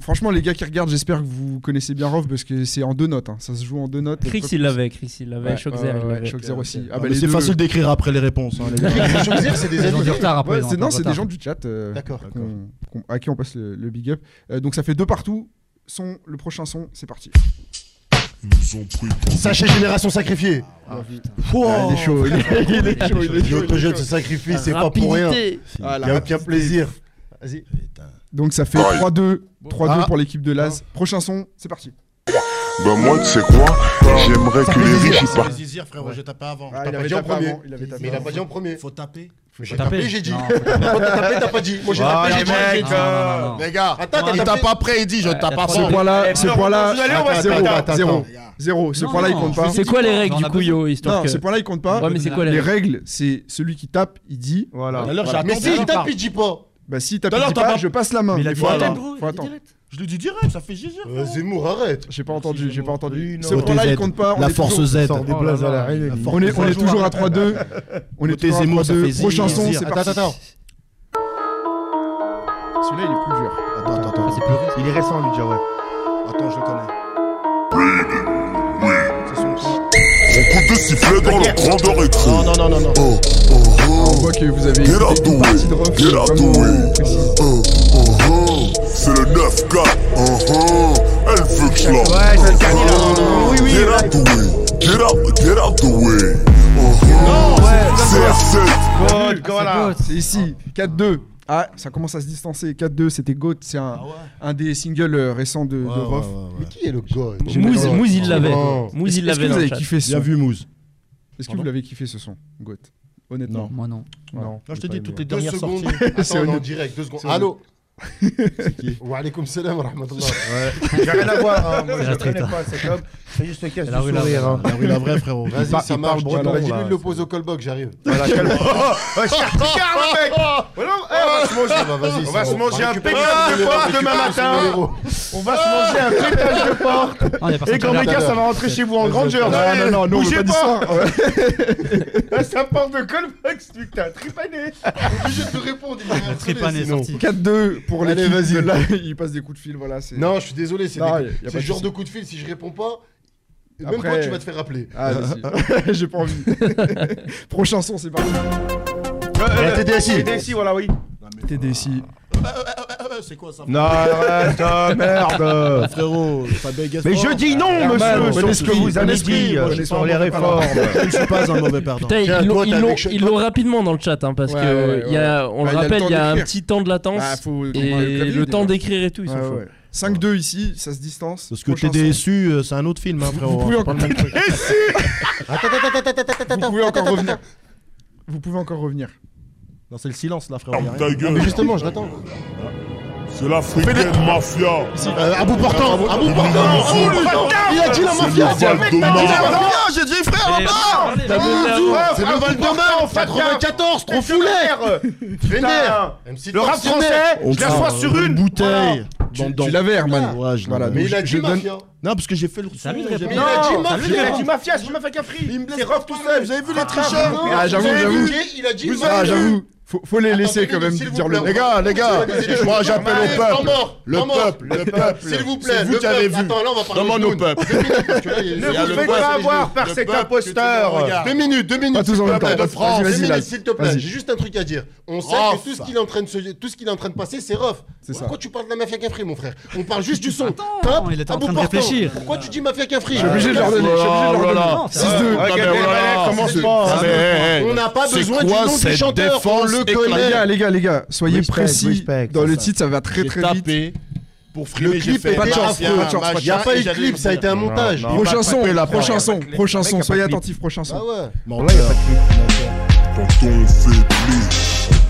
Speaker 2: Franchement, les gars qui regardent, j'espère que vous connaissez bien Rov parce que c'est en deux notes. hein. Ça se joue en deux notes.
Speaker 5: Crix, il l'avait, Crix, il l'avait,
Speaker 2: Ouais,
Speaker 5: Shock
Speaker 2: ouais,
Speaker 5: Zero, il
Speaker 2: ouais,
Speaker 5: l'avait.
Speaker 2: Shock Zero aussi. Ah,
Speaker 4: Ah,
Speaker 2: bah,
Speaker 4: mais
Speaker 2: les
Speaker 4: c'est
Speaker 2: deux-
Speaker 4: facile d'écrire après les réponses. hein, les gars.
Speaker 6: Choisir, c'est des
Speaker 1: Ils ont
Speaker 6: amis.
Speaker 1: du retard après.
Speaker 2: Ouais,
Speaker 1: ils ont
Speaker 2: c'est-
Speaker 1: un
Speaker 2: non,
Speaker 1: peu
Speaker 2: c'est
Speaker 1: retard.
Speaker 2: des gens du chat euh,
Speaker 6: D'accord.
Speaker 2: qu'on- qu'on- à qui on passe le, le big up. Euh, donc ça fait deux partout. Son, le prochain son, c'est parti.
Speaker 8: nous ont pris pour
Speaker 6: Sachez génération sacrifiée.
Speaker 1: Ah, putain.
Speaker 2: Ah, il est chaud, il est, il est chaud, il est chaud, il est
Speaker 6: L'autogène
Speaker 2: chaud.
Speaker 6: se sacrifie, c'est pas pour rien.
Speaker 5: Rapidité.
Speaker 2: Ah, la
Speaker 6: Tiens,
Speaker 2: rapidité.
Speaker 6: tiens, plaisir. Vas-y.
Speaker 2: Donc ça fait 3-2, 3-2
Speaker 6: Ah.
Speaker 2: pour l'équipe de Laz. Prochain son, c'est parti.
Speaker 4: Ah,
Speaker 8: Bah moi tu sais quoi J'aimerais que les riches ils partent.
Speaker 4: Zizir, frérot, j'ai tapé avant.
Speaker 2: Ah,
Speaker 6: tapé
Speaker 2: il avait
Speaker 6: déjà
Speaker 2: tapé
Speaker 6: en premier.
Speaker 2: avant, il avait tapé
Speaker 6: Mais il a
Speaker 2: avant.
Speaker 6: pas dit en premier.
Speaker 4: Faut taper.
Speaker 6: Mais J'ai
Speaker 1: Faut taper.
Speaker 6: tapé, j'ai dit.
Speaker 1: Non,
Speaker 6: Quand t'as tapé, t'as pas dit. Moi j'ai tapé, j'ai dit.
Speaker 1: Non, non, non, non.
Speaker 4: Les gars,
Speaker 6: Attends, t'as
Speaker 4: il
Speaker 6: tapé.
Speaker 4: tape après, il dit je tape
Speaker 1: y a
Speaker 4: avant.
Speaker 1: trois
Speaker 2: Ce point-là, ce
Speaker 3: non,
Speaker 2: point-là,
Speaker 3: vous allez, on va
Speaker 2: zéro,
Speaker 3: se
Speaker 6: battre.
Speaker 2: zéro,
Speaker 6: Attends, attends.
Speaker 2: zéro. Ce
Speaker 1: Non,
Speaker 2: point-là, il
Speaker 1: non.
Speaker 2: compte pas.
Speaker 5: C'est quoi les règles
Speaker 1: On
Speaker 5: du
Speaker 1: a besoin-
Speaker 5: couillot, histoire
Speaker 2: Hein Non,
Speaker 5: que.
Speaker 2: ce point-là, il compte pas.
Speaker 5: Ouais, mais c'est quoi les
Speaker 2: Les
Speaker 5: règles
Speaker 2: règles, c'est celui qui tape, il dit.
Speaker 3: Voilà.
Speaker 4: Tout à l'heure, j'ai
Speaker 6: Mais si
Speaker 4: attendu.
Speaker 6: il tape, il dit pas.
Speaker 2: Bah si tape,
Speaker 4: Tout à
Speaker 2: il
Speaker 4: l'heure,
Speaker 2: dit
Speaker 4: t'as
Speaker 2: pas,
Speaker 4: pas-
Speaker 2: je passe la main.
Speaker 1: Mais il a dit
Speaker 2: faut
Speaker 4: voilà.
Speaker 2: attendre, faut attendre.
Speaker 4: Je lui dis direct, ça fait Gizir.
Speaker 6: Euh, Zemmour, arrête.
Speaker 2: J'ai pas entendu, j'ai pas entendu.
Speaker 3: Oui, non.
Speaker 2: Ce point-là, il compte pas. on
Speaker 4: La
Speaker 2: est
Speaker 4: force
Speaker 2: toujours-
Speaker 4: Z.
Speaker 3: Sort des
Speaker 1: Oh
Speaker 3: places
Speaker 1: là
Speaker 3: à
Speaker 1: là.
Speaker 3: la Réunion.
Speaker 4: La
Speaker 2: On est, on est toujours à 3-2. On est
Speaker 4: Côté
Speaker 2: toujours à
Speaker 4: Zemmour, ça
Speaker 2: 3-2.
Speaker 4: fait
Speaker 2: Prochain son,
Speaker 4: zizir.
Speaker 2: c'est
Speaker 4: Attends,
Speaker 2: parti.
Speaker 4: attends, attends.
Speaker 2: Celui-là, il est plus dur.
Speaker 4: Attends, attends,
Speaker 1: Ah,
Speaker 4: attends.
Speaker 1: c'est plus rude.
Speaker 3: Il est récent, lui, déjà, ouais.
Speaker 4: Attends, je le connais.
Speaker 8: Mon coup de sifflet dans leur grandeur écrou.
Speaker 4: Non, non, non, non, non.
Speaker 8: Oh, oh,
Speaker 2: On
Speaker 8: oh.
Speaker 2: voit que vous avez
Speaker 8: Get out the
Speaker 2: une partie de
Speaker 8: way.
Speaker 2: rock.
Speaker 8: Get out the
Speaker 2: vraiment
Speaker 8: way.
Speaker 2: précise.
Speaker 8: Oh, oh, oh. C'est le 9-4. Oh, oh. Elle veut que je slow.
Speaker 9: Oui, oui.
Speaker 8: oh. Get out the way. Get out, get out the way. Oh, CR7.
Speaker 2: C'est ici, 4-2. Ah, ça commence à se distancer. 4-2, c'était Goat. C'est un, un des singles euh, récents de, de Rof.
Speaker 6: Mais qui est le Goat
Speaker 5: Mouz, Mouz, il l'avait.
Speaker 2: Oh.
Speaker 5: Mouz, il
Speaker 2: Est-ce que vous
Speaker 5: l'avait. dans le
Speaker 2: avez
Speaker 5: chat.
Speaker 2: kiffé ce
Speaker 4: Il a
Speaker 2: son
Speaker 4: vu Mouz.
Speaker 2: Est-ce que vous l'avez kiffé ce son, Goat Honnêtement.
Speaker 1: Moi non.
Speaker 2: Non.
Speaker 4: Non, je te
Speaker 2: j'ai
Speaker 4: dis
Speaker 2: pas
Speaker 4: toutes
Speaker 2: aimé.
Speaker 4: les
Speaker 6: Deux
Speaker 4: dernières
Speaker 6: secondes.
Speaker 4: sorties.
Speaker 6: Attends, on est en
Speaker 2: honnête.
Speaker 6: direct, deux secondes.
Speaker 2: C'est
Speaker 6: Allô Wa alaykoum salam wa rahmatullah.
Speaker 3: J'ai rien à voir. hein, Moi,
Speaker 1: C'est
Speaker 3: je
Speaker 1: la
Speaker 3: ne connais
Speaker 1: traite.
Speaker 3: pas cet homme. C'est juste le casse
Speaker 1: C'est la
Speaker 3: du
Speaker 1: rue, la
Speaker 3: sourire.
Speaker 1: rue.
Speaker 3: hein.
Speaker 6: La rue la vraie frérot.
Speaker 3: Il
Speaker 6: Vas-y,
Speaker 3: par-
Speaker 6: ça
Speaker 3: il
Speaker 6: marche.
Speaker 3: parle breton,
Speaker 6: Vas-y, lui
Speaker 3: là,
Speaker 6: il le pose au colboc, j'arrive. Oh,
Speaker 3: Voilà, calme. Ouais, je carte- carte, le mec. Ouais, non, eh, on va se manger-
Speaker 6: Ah bah, vas-y,
Speaker 3: On
Speaker 6: ça
Speaker 3: va se manger un
Speaker 6: récupérer
Speaker 3: pétage
Speaker 6: son
Speaker 3: de porc
Speaker 6: numéro,
Speaker 3: demain
Speaker 6: récupérer son
Speaker 3: matin.
Speaker 6: numéro.
Speaker 3: On va se manger un pétage de porc.
Speaker 1: Ah, on est parti
Speaker 3: Et quand
Speaker 1: tout à
Speaker 3: mes
Speaker 1: l'heure.
Speaker 3: gars, ça va rentrer chez vous en
Speaker 6: Vas-y,
Speaker 3: grandeur.
Speaker 6: vas-y.
Speaker 3: Ouais,
Speaker 2: Ah non, non, non, on veut pas
Speaker 3: bougez pas.
Speaker 2: d'histoire. Ouais.
Speaker 3: Ah, Ça part de Colbox, putain, tripané.
Speaker 6: Obligé de répondre, il m'a harcelé,
Speaker 1: Tripané
Speaker 6: sinon.
Speaker 1: sorti.
Speaker 2: 4-2 pour
Speaker 6: Allez,
Speaker 2: l'équipe.
Speaker 6: vas-y.
Speaker 2: de Là, il passe des coups de fil, voilà. c'est-
Speaker 6: Non, je suis désolé, c'est
Speaker 2: Non,
Speaker 6: des-
Speaker 2: y a- y a
Speaker 6: c'est
Speaker 2: pas
Speaker 6: le
Speaker 2: de
Speaker 6: genre
Speaker 2: souci.
Speaker 6: de coup de fil, si je réponds pas, même
Speaker 2: Après-
Speaker 6: toi tu vas te faire rappeler.
Speaker 2: Ah, vas-y. j'ai pas envie. Prochain son, c'est parti.
Speaker 6: Ah, TDSI.
Speaker 3: TDSI, voilà, oui.
Speaker 2: TDSI.
Speaker 4: C'est quoi ça
Speaker 3: Non, arrête, ah,
Speaker 4: Bah,
Speaker 3: merde.
Speaker 4: Frérot, ça bégaye
Speaker 3: Mais
Speaker 4: fort.
Speaker 3: je dis non,
Speaker 2: Herman,
Speaker 3: monsieur,
Speaker 2: bon
Speaker 3: sur ce que
Speaker 2: esprit,
Speaker 3: vous avez
Speaker 2: bon esprit,
Speaker 3: dit
Speaker 2: bon
Speaker 3: euh,
Speaker 2: esprit,
Speaker 3: sur
Speaker 2: bon
Speaker 3: les
Speaker 2: esprit, bon
Speaker 3: réformes.
Speaker 4: Je ne suis pas un mauvais perdant.
Speaker 5: Putain,
Speaker 6: Tiens,
Speaker 5: ils l'ont-
Speaker 6: toi,
Speaker 5: ils
Speaker 6: t'as
Speaker 5: l'ont-
Speaker 6: avec-
Speaker 5: ils l'ont rapidement dans le chat, hein, parce
Speaker 2: Ouais,
Speaker 5: que
Speaker 2: ouais,
Speaker 5: il y a, on
Speaker 2: Ouais, il
Speaker 5: le
Speaker 2: a le
Speaker 5: rappelle,
Speaker 2: temps
Speaker 5: il y a un
Speaker 2: d'écrire.
Speaker 5: petit temps de latence
Speaker 2: Ah, faut qu'on prenne
Speaker 5: et
Speaker 2: clavier,
Speaker 5: le temps
Speaker 2: déjà.
Speaker 5: d'écrire et tout, ils sont
Speaker 2: Ouais,
Speaker 5: chauds.
Speaker 2: ouais. 5-2 ici, ça se distance.
Speaker 4: Parce que
Speaker 2: Prochain
Speaker 4: TDSU, euh, c'est un autre film, hein, frérot.
Speaker 2: pouvez
Speaker 4: c'est pas le même truc.
Speaker 6: Attends, attends, attends, attends,
Speaker 2: son. Vous
Speaker 6: attends, attends.
Speaker 2: pouvez encore revenir. Vous pouvez encore revenir.
Speaker 4: Non, c'est le silence là, frérot. y a
Speaker 8: Ferme
Speaker 4: rien.
Speaker 8: ta gueule.
Speaker 6: Mais justement, je l'attends.
Speaker 8: C'est l'africaine mafia.
Speaker 6: Euh, à bout portant, à bout portant.
Speaker 8: Oh, le
Speaker 6: Il a dit la
Speaker 8: C'est
Speaker 6: mafia.
Speaker 8: le Val d'Omar.
Speaker 3: j'ai dit frère,
Speaker 5: Ah,
Speaker 3: Ah,
Speaker 6: C'est le Val d'Omar en 94, trop foulère. Vénère.
Speaker 3: Le rap français,
Speaker 4: On
Speaker 3: je la
Speaker 4: prend,
Speaker 3: sois
Speaker 4: euh,
Speaker 3: sur une
Speaker 4: bouteille.
Speaker 2: Tu,
Speaker 4: Dans- dans-
Speaker 2: tu l'avais, Herman.
Speaker 4: Ouais, je
Speaker 2: Voilà,
Speaker 4: l'avais.
Speaker 6: Mais
Speaker 2: donc
Speaker 6: il a
Speaker 2: je-
Speaker 6: dit
Speaker 2: je donne-
Speaker 6: mafia.
Speaker 4: Non, parce que j'ai fait le son.
Speaker 1: lui de
Speaker 4: j'ai-
Speaker 1: répondre.
Speaker 6: Il a dit
Speaker 3: Non, il a dit
Speaker 6: mafia.
Speaker 3: mafia, c'est mafia qu'un
Speaker 6: Il
Speaker 3: free.
Speaker 6: me
Speaker 3: C'est
Speaker 6: laisse
Speaker 3: rap
Speaker 6: tout
Speaker 3: tout
Speaker 6: seul,
Speaker 3: seul.
Speaker 6: vous avez vu les tricheurs
Speaker 2: Ah, j'avoue,
Speaker 6: Vous avez
Speaker 2: j'avoue.
Speaker 6: vu Il a dit
Speaker 2: Vous-
Speaker 6: mafia.
Speaker 2: Ah, j'avoue. Faut, faut les laisser
Speaker 6: Attendez,
Speaker 2: quand même
Speaker 6: s'il vous
Speaker 2: dire
Speaker 6: plaît,
Speaker 2: le
Speaker 6: Les gars, les gars, moi j'appelle au peuple. le peuple, le peuple. S'il vous plaît, vous avez vu. Attends, là on va parler. Demande au peuple.
Speaker 3: Ne vous faites pas avoir par cet imposteur.
Speaker 6: Deux minutes, deux minutes.
Speaker 2: Pas tous en
Speaker 6: s'il te
Speaker 2: même temps,
Speaker 6: plaît,
Speaker 2: pas
Speaker 6: de
Speaker 2: tous.
Speaker 6: France.
Speaker 2: Vas-y,
Speaker 6: Deux
Speaker 2: vas-y,
Speaker 6: minutes,
Speaker 2: Laz.
Speaker 6: s'il te plaît.
Speaker 2: Vas-y.
Speaker 6: J'ai juste un truc à dire. On sait
Speaker 4: Rof.
Speaker 6: que tout ce qu'il est en train de se, tout ce qu'il est en train de passer, c'est rough.
Speaker 2: C'est ça.
Speaker 6: Pourquoi tu parles de la mafia qu'un free, mon frère On parle juste du son.
Speaker 1: Attends, il était en
Speaker 6: à bout
Speaker 1: train de
Speaker 6: portant.
Speaker 1: réfléchir.
Speaker 6: Pourquoi tu dis mafia qu'un free
Speaker 2: Je suis obligé de leur donner. Je suis obligé de leur donner.
Speaker 1: Non, c'est vrai.
Speaker 2: 6-2.
Speaker 3: Ah,
Speaker 4: oh
Speaker 3: Gad Elmaleh, commence pas. hein.
Speaker 6: On n'a pas besoin du nom du chanteur. On le
Speaker 2: Les
Speaker 6: connaît.
Speaker 2: gars, les gars, les gars, soyez
Speaker 3: Respect,
Speaker 2: précis
Speaker 3: respect,
Speaker 2: dans
Speaker 3: c'est
Speaker 2: le
Speaker 3: ça.
Speaker 2: titre, ça va très
Speaker 10: J'ai
Speaker 2: très vite.
Speaker 10: tapé pour
Speaker 6: Le
Speaker 10: frimer, j'ai
Speaker 6: clip
Speaker 10: fait
Speaker 6: est
Speaker 2: pas de chance,
Speaker 6: chance,
Speaker 2: pas de chance, pas de
Speaker 6: Il n'y a
Speaker 10: chance.
Speaker 6: pas eu de
Speaker 10: J'allais
Speaker 6: clip, ça a été un montage.
Speaker 10: non.
Speaker 2: Prochain son,
Speaker 10: la
Speaker 2: prochain
Speaker 10: première.
Speaker 2: son, prochain son,
Speaker 3: mec a
Speaker 2: soyez
Speaker 3: pas de clip.
Speaker 2: attentifs, prochain
Speaker 6: Ah
Speaker 2: son.
Speaker 6: ouais.
Speaker 4: Menteur.
Speaker 8: Quand on fait blé,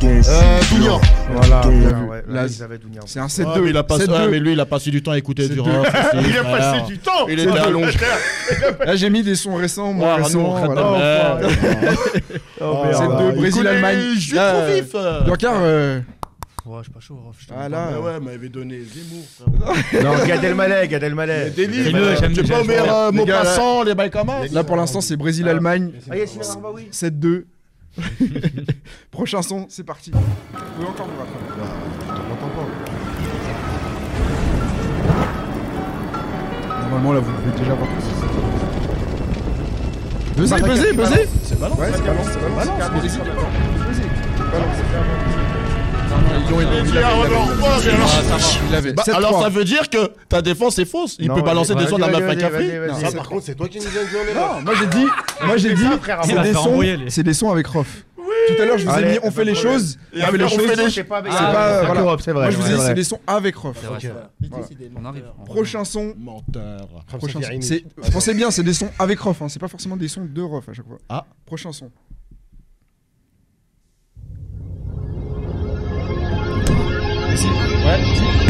Speaker 8: quand
Speaker 6: Euh,
Speaker 8: on fait bien.
Speaker 6: Dougnan.
Speaker 3: Voilà,
Speaker 8: Ton-
Speaker 3: bien, ouais,
Speaker 2: Laz.
Speaker 3: Laz, ils avaient Dougnan.
Speaker 2: C'est un
Speaker 4: Ouais,
Speaker 2: 7-2.
Speaker 4: Ah, mais il a passé,
Speaker 2: 7-2.
Speaker 4: ouais, mais lui, il a passé du temps à écouter
Speaker 2: C'est
Speaker 4: du
Speaker 2: deux.
Speaker 4: rock.
Speaker 3: Il a passé du temps.
Speaker 4: Il était à Londres.
Speaker 2: Là, j'ai mis des sons récents, moins
Speaker 4: Ouais,
Speaker 2: récents.
Speaker 4: Rano,
Speaker 2: voilà.
Speaker 4: Rano.
Speaker 3: Oh,
Speaker 2: C'est
Speaker 3: merde.
Speaker 2: deux, Brésil, Allemagne.
Speaker 4: Je suis trop vif. euh.
Speaker 2: Blancard, euh,
Speaker 1: Ouais, je suis pas chaud,
Speaker 3: hein,
Speaker 1: Rof. je te
Speaker 2: ah
Speaker 1: mets
Speaker 2: là,
Speaker 4: Ah
Speaker 2: euh,
Speaker 4: ouais, m'avait donné Zemmour, frérot.
Speaker 3: Non, Gad Elmaleh, Gad Elmaleh.
Speaker 1: pas. Dis-le, j'aime-
Speaker 4: Tu pas
Speaker 1: j'aime-
Speaker 4: ouvert euh,
Speaker 2: Les gars,
Speaker 4: Maupassant, les bails comme ça
Speaker 2: là pour l'instant, c'est Brésil-Allemagne,
Speaker 3: Ah, Yassine Arba, oui.
Speaker 2: 7-2. Prochain son, c'est parti. Vous pouvez encore vous rattraper. Normalement, là, vous pouvez déjà voir. Buzzé, buzzé, buzzé
Speaker 4: C'est balance.
Speaker 2: Ouais, c'est balance, c'est balance. Buzzé, buzzé. Balance. Ils l'ont- ils l'ont- ils l'avaient, ils l'avaient, ils l'avaient.
Speaker 4: Bah,
Speaker 2: 7-3.
Speaker 4: alors ça veut dire que ta défense est fausse. Il
Speaker 3: Non,
Speaker 4: peut
Speaker 3: vas-y,
Speaker 4: balancer des
Speaker 3: vas-y,
Speaker 4: sons de la
Speaker 3: vas-y,
Speaker 4: mafia
Speaker 3: vas-y, vas-y,
Speaker 4: café.
Speaker 3: vas-y.
Speaker 6: Ça, par contre, c'est toi qui nous as dit on est là.
Speaker 2: Non, moi j'ai dit, moi j'ai dit,
Speaker 3: frère,
Speaker 2: c'est des
Speaker 1: avant. Il va se faire
Speaker 2: sons,
Speaker 1: embrouiller, les.
Speaker 2: c'est des sons avec Rof. Tout à l'heure, je vous ai
Speaker 3: Allez,
Speaker 2: mis, on
Speaker 3: pas
Speaker 2: fait les
Speaker 3: de problème.
Speaker 2: choses,
Speaker 3: Et
Speaker 2: on fait
Speaker 3: après,
Speaker 2: les
Speaker 3: on fait les-
Speaker 2: choses.
Speaker 3: c'est pas avec
Speaker 2: c'est
Speaker 3: Europe,
Speaker 2: pas-
Speaker 3: c'est
Speaker 2: voilà.
Speaker 3: Europe, c'est vrai.
Speaker 2: Moi, je vous
Speaker 3: ouais,
Speaker 2: ai dit, c'est
Speaker 3: ouais.
Speaker 2: des sons avec Rof.
Speaker 1: C'est vrai, c'est vrai.
Speaker 2: Voilà.
Speaker 1: On arrive. on
Speaker 2: Prochain son,
Speaker 4: Menteur.
Speaker 2: prochain son. C'est- Pensez bien, c'est des sons avec Rof, hein, c'est pas forcément des sons de Rof à chaque fois.
Speaker 4: Ah.
Speaker 2: Prochain son.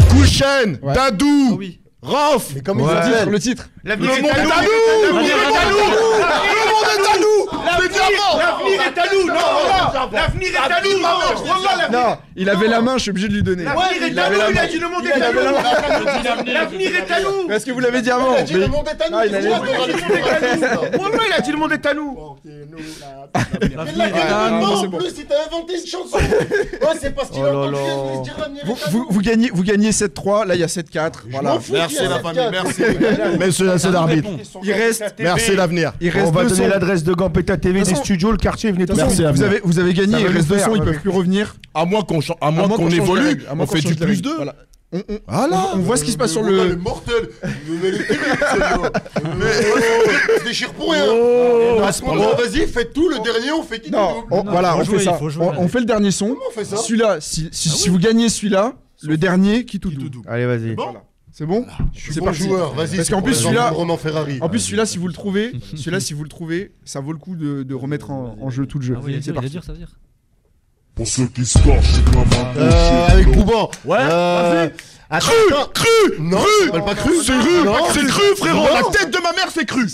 Speaker 4: Kouchen,
Speaker 2: Ouais.
Speaker 4: Dadou,
Speaker 1: Ah oui.
Speaker 4: Rof.
Speaker 6: Mais comme
Speaker 3: Ouais.
Speaker 2: Le
Speaker 6: ils
Speaker 2: titre,
Speaker 6: ont dit.
Speaker 2: le titre.
Speaker 3: L'avenir
Speaker 4: Le monde est à
Speaker 3: nous.
Speaker 4: nous
Speaker 3: L'avenir est à nous.
Speaker 4: L'avenir
Speaker 3: L'avenir est à nous. Non, voilà. L'avenir est à nous. Voilà, l'avenir-
Speaker 2: Non, il avait la main, je suis obligé de lui donner.
Speaker 3: L'avenir est à nous. Il a dit le monde est à nous. L'avenir est à nous.
Speaker 2: Est-ce que vous l'avez dit avant
Speaker 6: Il a dit le
Speaker 2: Mais-
Speaker 6: monde est à nous.
Speaker 2: Ah, il
Speaker 6: il a
Speaker 2: a
Speaker 6: dit
Speaker 2: dit-
Speaker 6: on aura des
Speaker 3: Ouais, ouais, il a dit le monde est à nous.
Speaker 6: Mais là,
Speaker 2: Ah, non,
Speaker 6: carrément,
Speaker 2: c'est
Speaker 6: en
Speaker 2: bon.
Speaker 6: plus, il t'a inventé une chanson. Ouais, c'est parce qu'il
Speaker 3: Oh
Speaker 6: a
Speaker 3: là
Speaker 6: entendu
Speaker 3: là.
Speaker 6: Elvis dire l'avenir
Speaker 2: Vous,
Speaker 6: est à
Speaker 2: vous-
Speaker 6: nous.
Speaker 2: vous gagnez, vous gagnez 7-3, là il y a 7-4.
Speaker 6: Je
Speaker 2: Voilà.
Speaker 6: m'en fous qu'il y a
Speaker 10: Merci la
Speaker 6: cette
Speaker 10: famille,
Speaker 6: carte.
Speaker 10: merci.
Speaker 4: Messieurs, c'est l'arbitre.
Speaker 2: Il reste,
Speaker 4: Merci l'avenir.
Speaker 2: il
Speaker 3: On
Speaker 2: reste
Speaker 3: va
Speaker 2: deux
Speaker 3: donner
Speaker 2: sons.
Speaker 3: l'adresse de Gambetta
Speaker 2: De
Speaker 3: TV,
Speaker 2: toute
Speaker 3: des
Speaker 2: façon-
Speaker 3: studios, le quartier, venez
Speaker 2: De toute
Speaker 3: tous.
Speaker 2: façon,
Speaker 4: Merci à
Speaker 2: vous
Speaker 4: vous.
Speaker 2: avez, vous avez
Speaker 3: Ça
Speaker 2: gagné,
Speaker 3: va
Speaker 2: il
Speaker 3: nous
Speaker 2: reste deux
Speaker 3: faire,
Speaker 2: sons, ils
Speaker 3: ouais.
Speaker 2: peuvent plus revenir.
Speaker 4: À moins qu'on chan- à
Speaker 2: À
Speaker 4: moins
Speaker 2: moins
Speaker 4: qu'on
Speaker 2: qu'on change les
Speaker 4: évolue,
Speaker 2: règles, à moins
Speaker 4: on
Speaker 2: qu'on
Speaker 4: fait du
Speaker 2: change les
Speaker 4: plus
Speaker 2: règles.
Speaker 4: deux.
Speaker 2: Voilà. Ah On, on- on voit ce qui se passe sur
Speaker 6: Voilà,
Speaker 2: le.
Speaker 6: mortel. Il me met le cul,
Speaker 10: se déchire pour rien. À ce moment, vas-y, faites tout. Le dernier, on fait qui
Speaker 2: Non, on- voilà, on fait ça. On on fait le dernier son.
Speaker 10: fait ça
Speaker 2: Celui-là, si si- si vous gagnez celui-là, le dernier Ah qui tout Ah, double.
Speaker 3: Allez, vas-y.
Speaker 2: Voilà. C'est bon
Speaker 10: Je suis
Speaker 2: C'est
Speaker 10: bon
Speaker 2: parti.
Speaker 10: joueur, vas-y,
Speaker 2: Parce
Speaker 10: c'est
Speaker 2: qu'en
Speaker 10: pour
Speaker 2: plus
Speaker 10: les
Speaker 2: celui-là,
Speaker 10: gens de Roman Ferrari.
Speaker 2: en plus celui-là, si vous le trouvez, celui-là, si vous le trouvez, ça vaut le coup de, de remettre en, en jeu tout le jeu.
Speaker 1: Ah oui, il est
Speaker 2: c'est
Speaker 1: dur, il
Speaker 2: parti.
Speaker 1: est dur, ça veut dire.
Speaker 8: Pour ceux qui se torchent comme un
Speaker 10: Euh,
Speaker 8: gaucher.
Speaker 10: avec Pouban.
Speaker 8: Ouais,
Speaker 10: Euh, attends,
Speaker 8: Cru, cru,
Speaker 10: Non,
Speaker 8: cru.
Speaker 10: ils veulent pas cru.
Speaker 8: C'est cru,
Speaker 10: Non.
Speaker 8: c'est cru, frérot.
Speaker 10: Non.
Speaker 8: La tête de ma mère, c'est cru.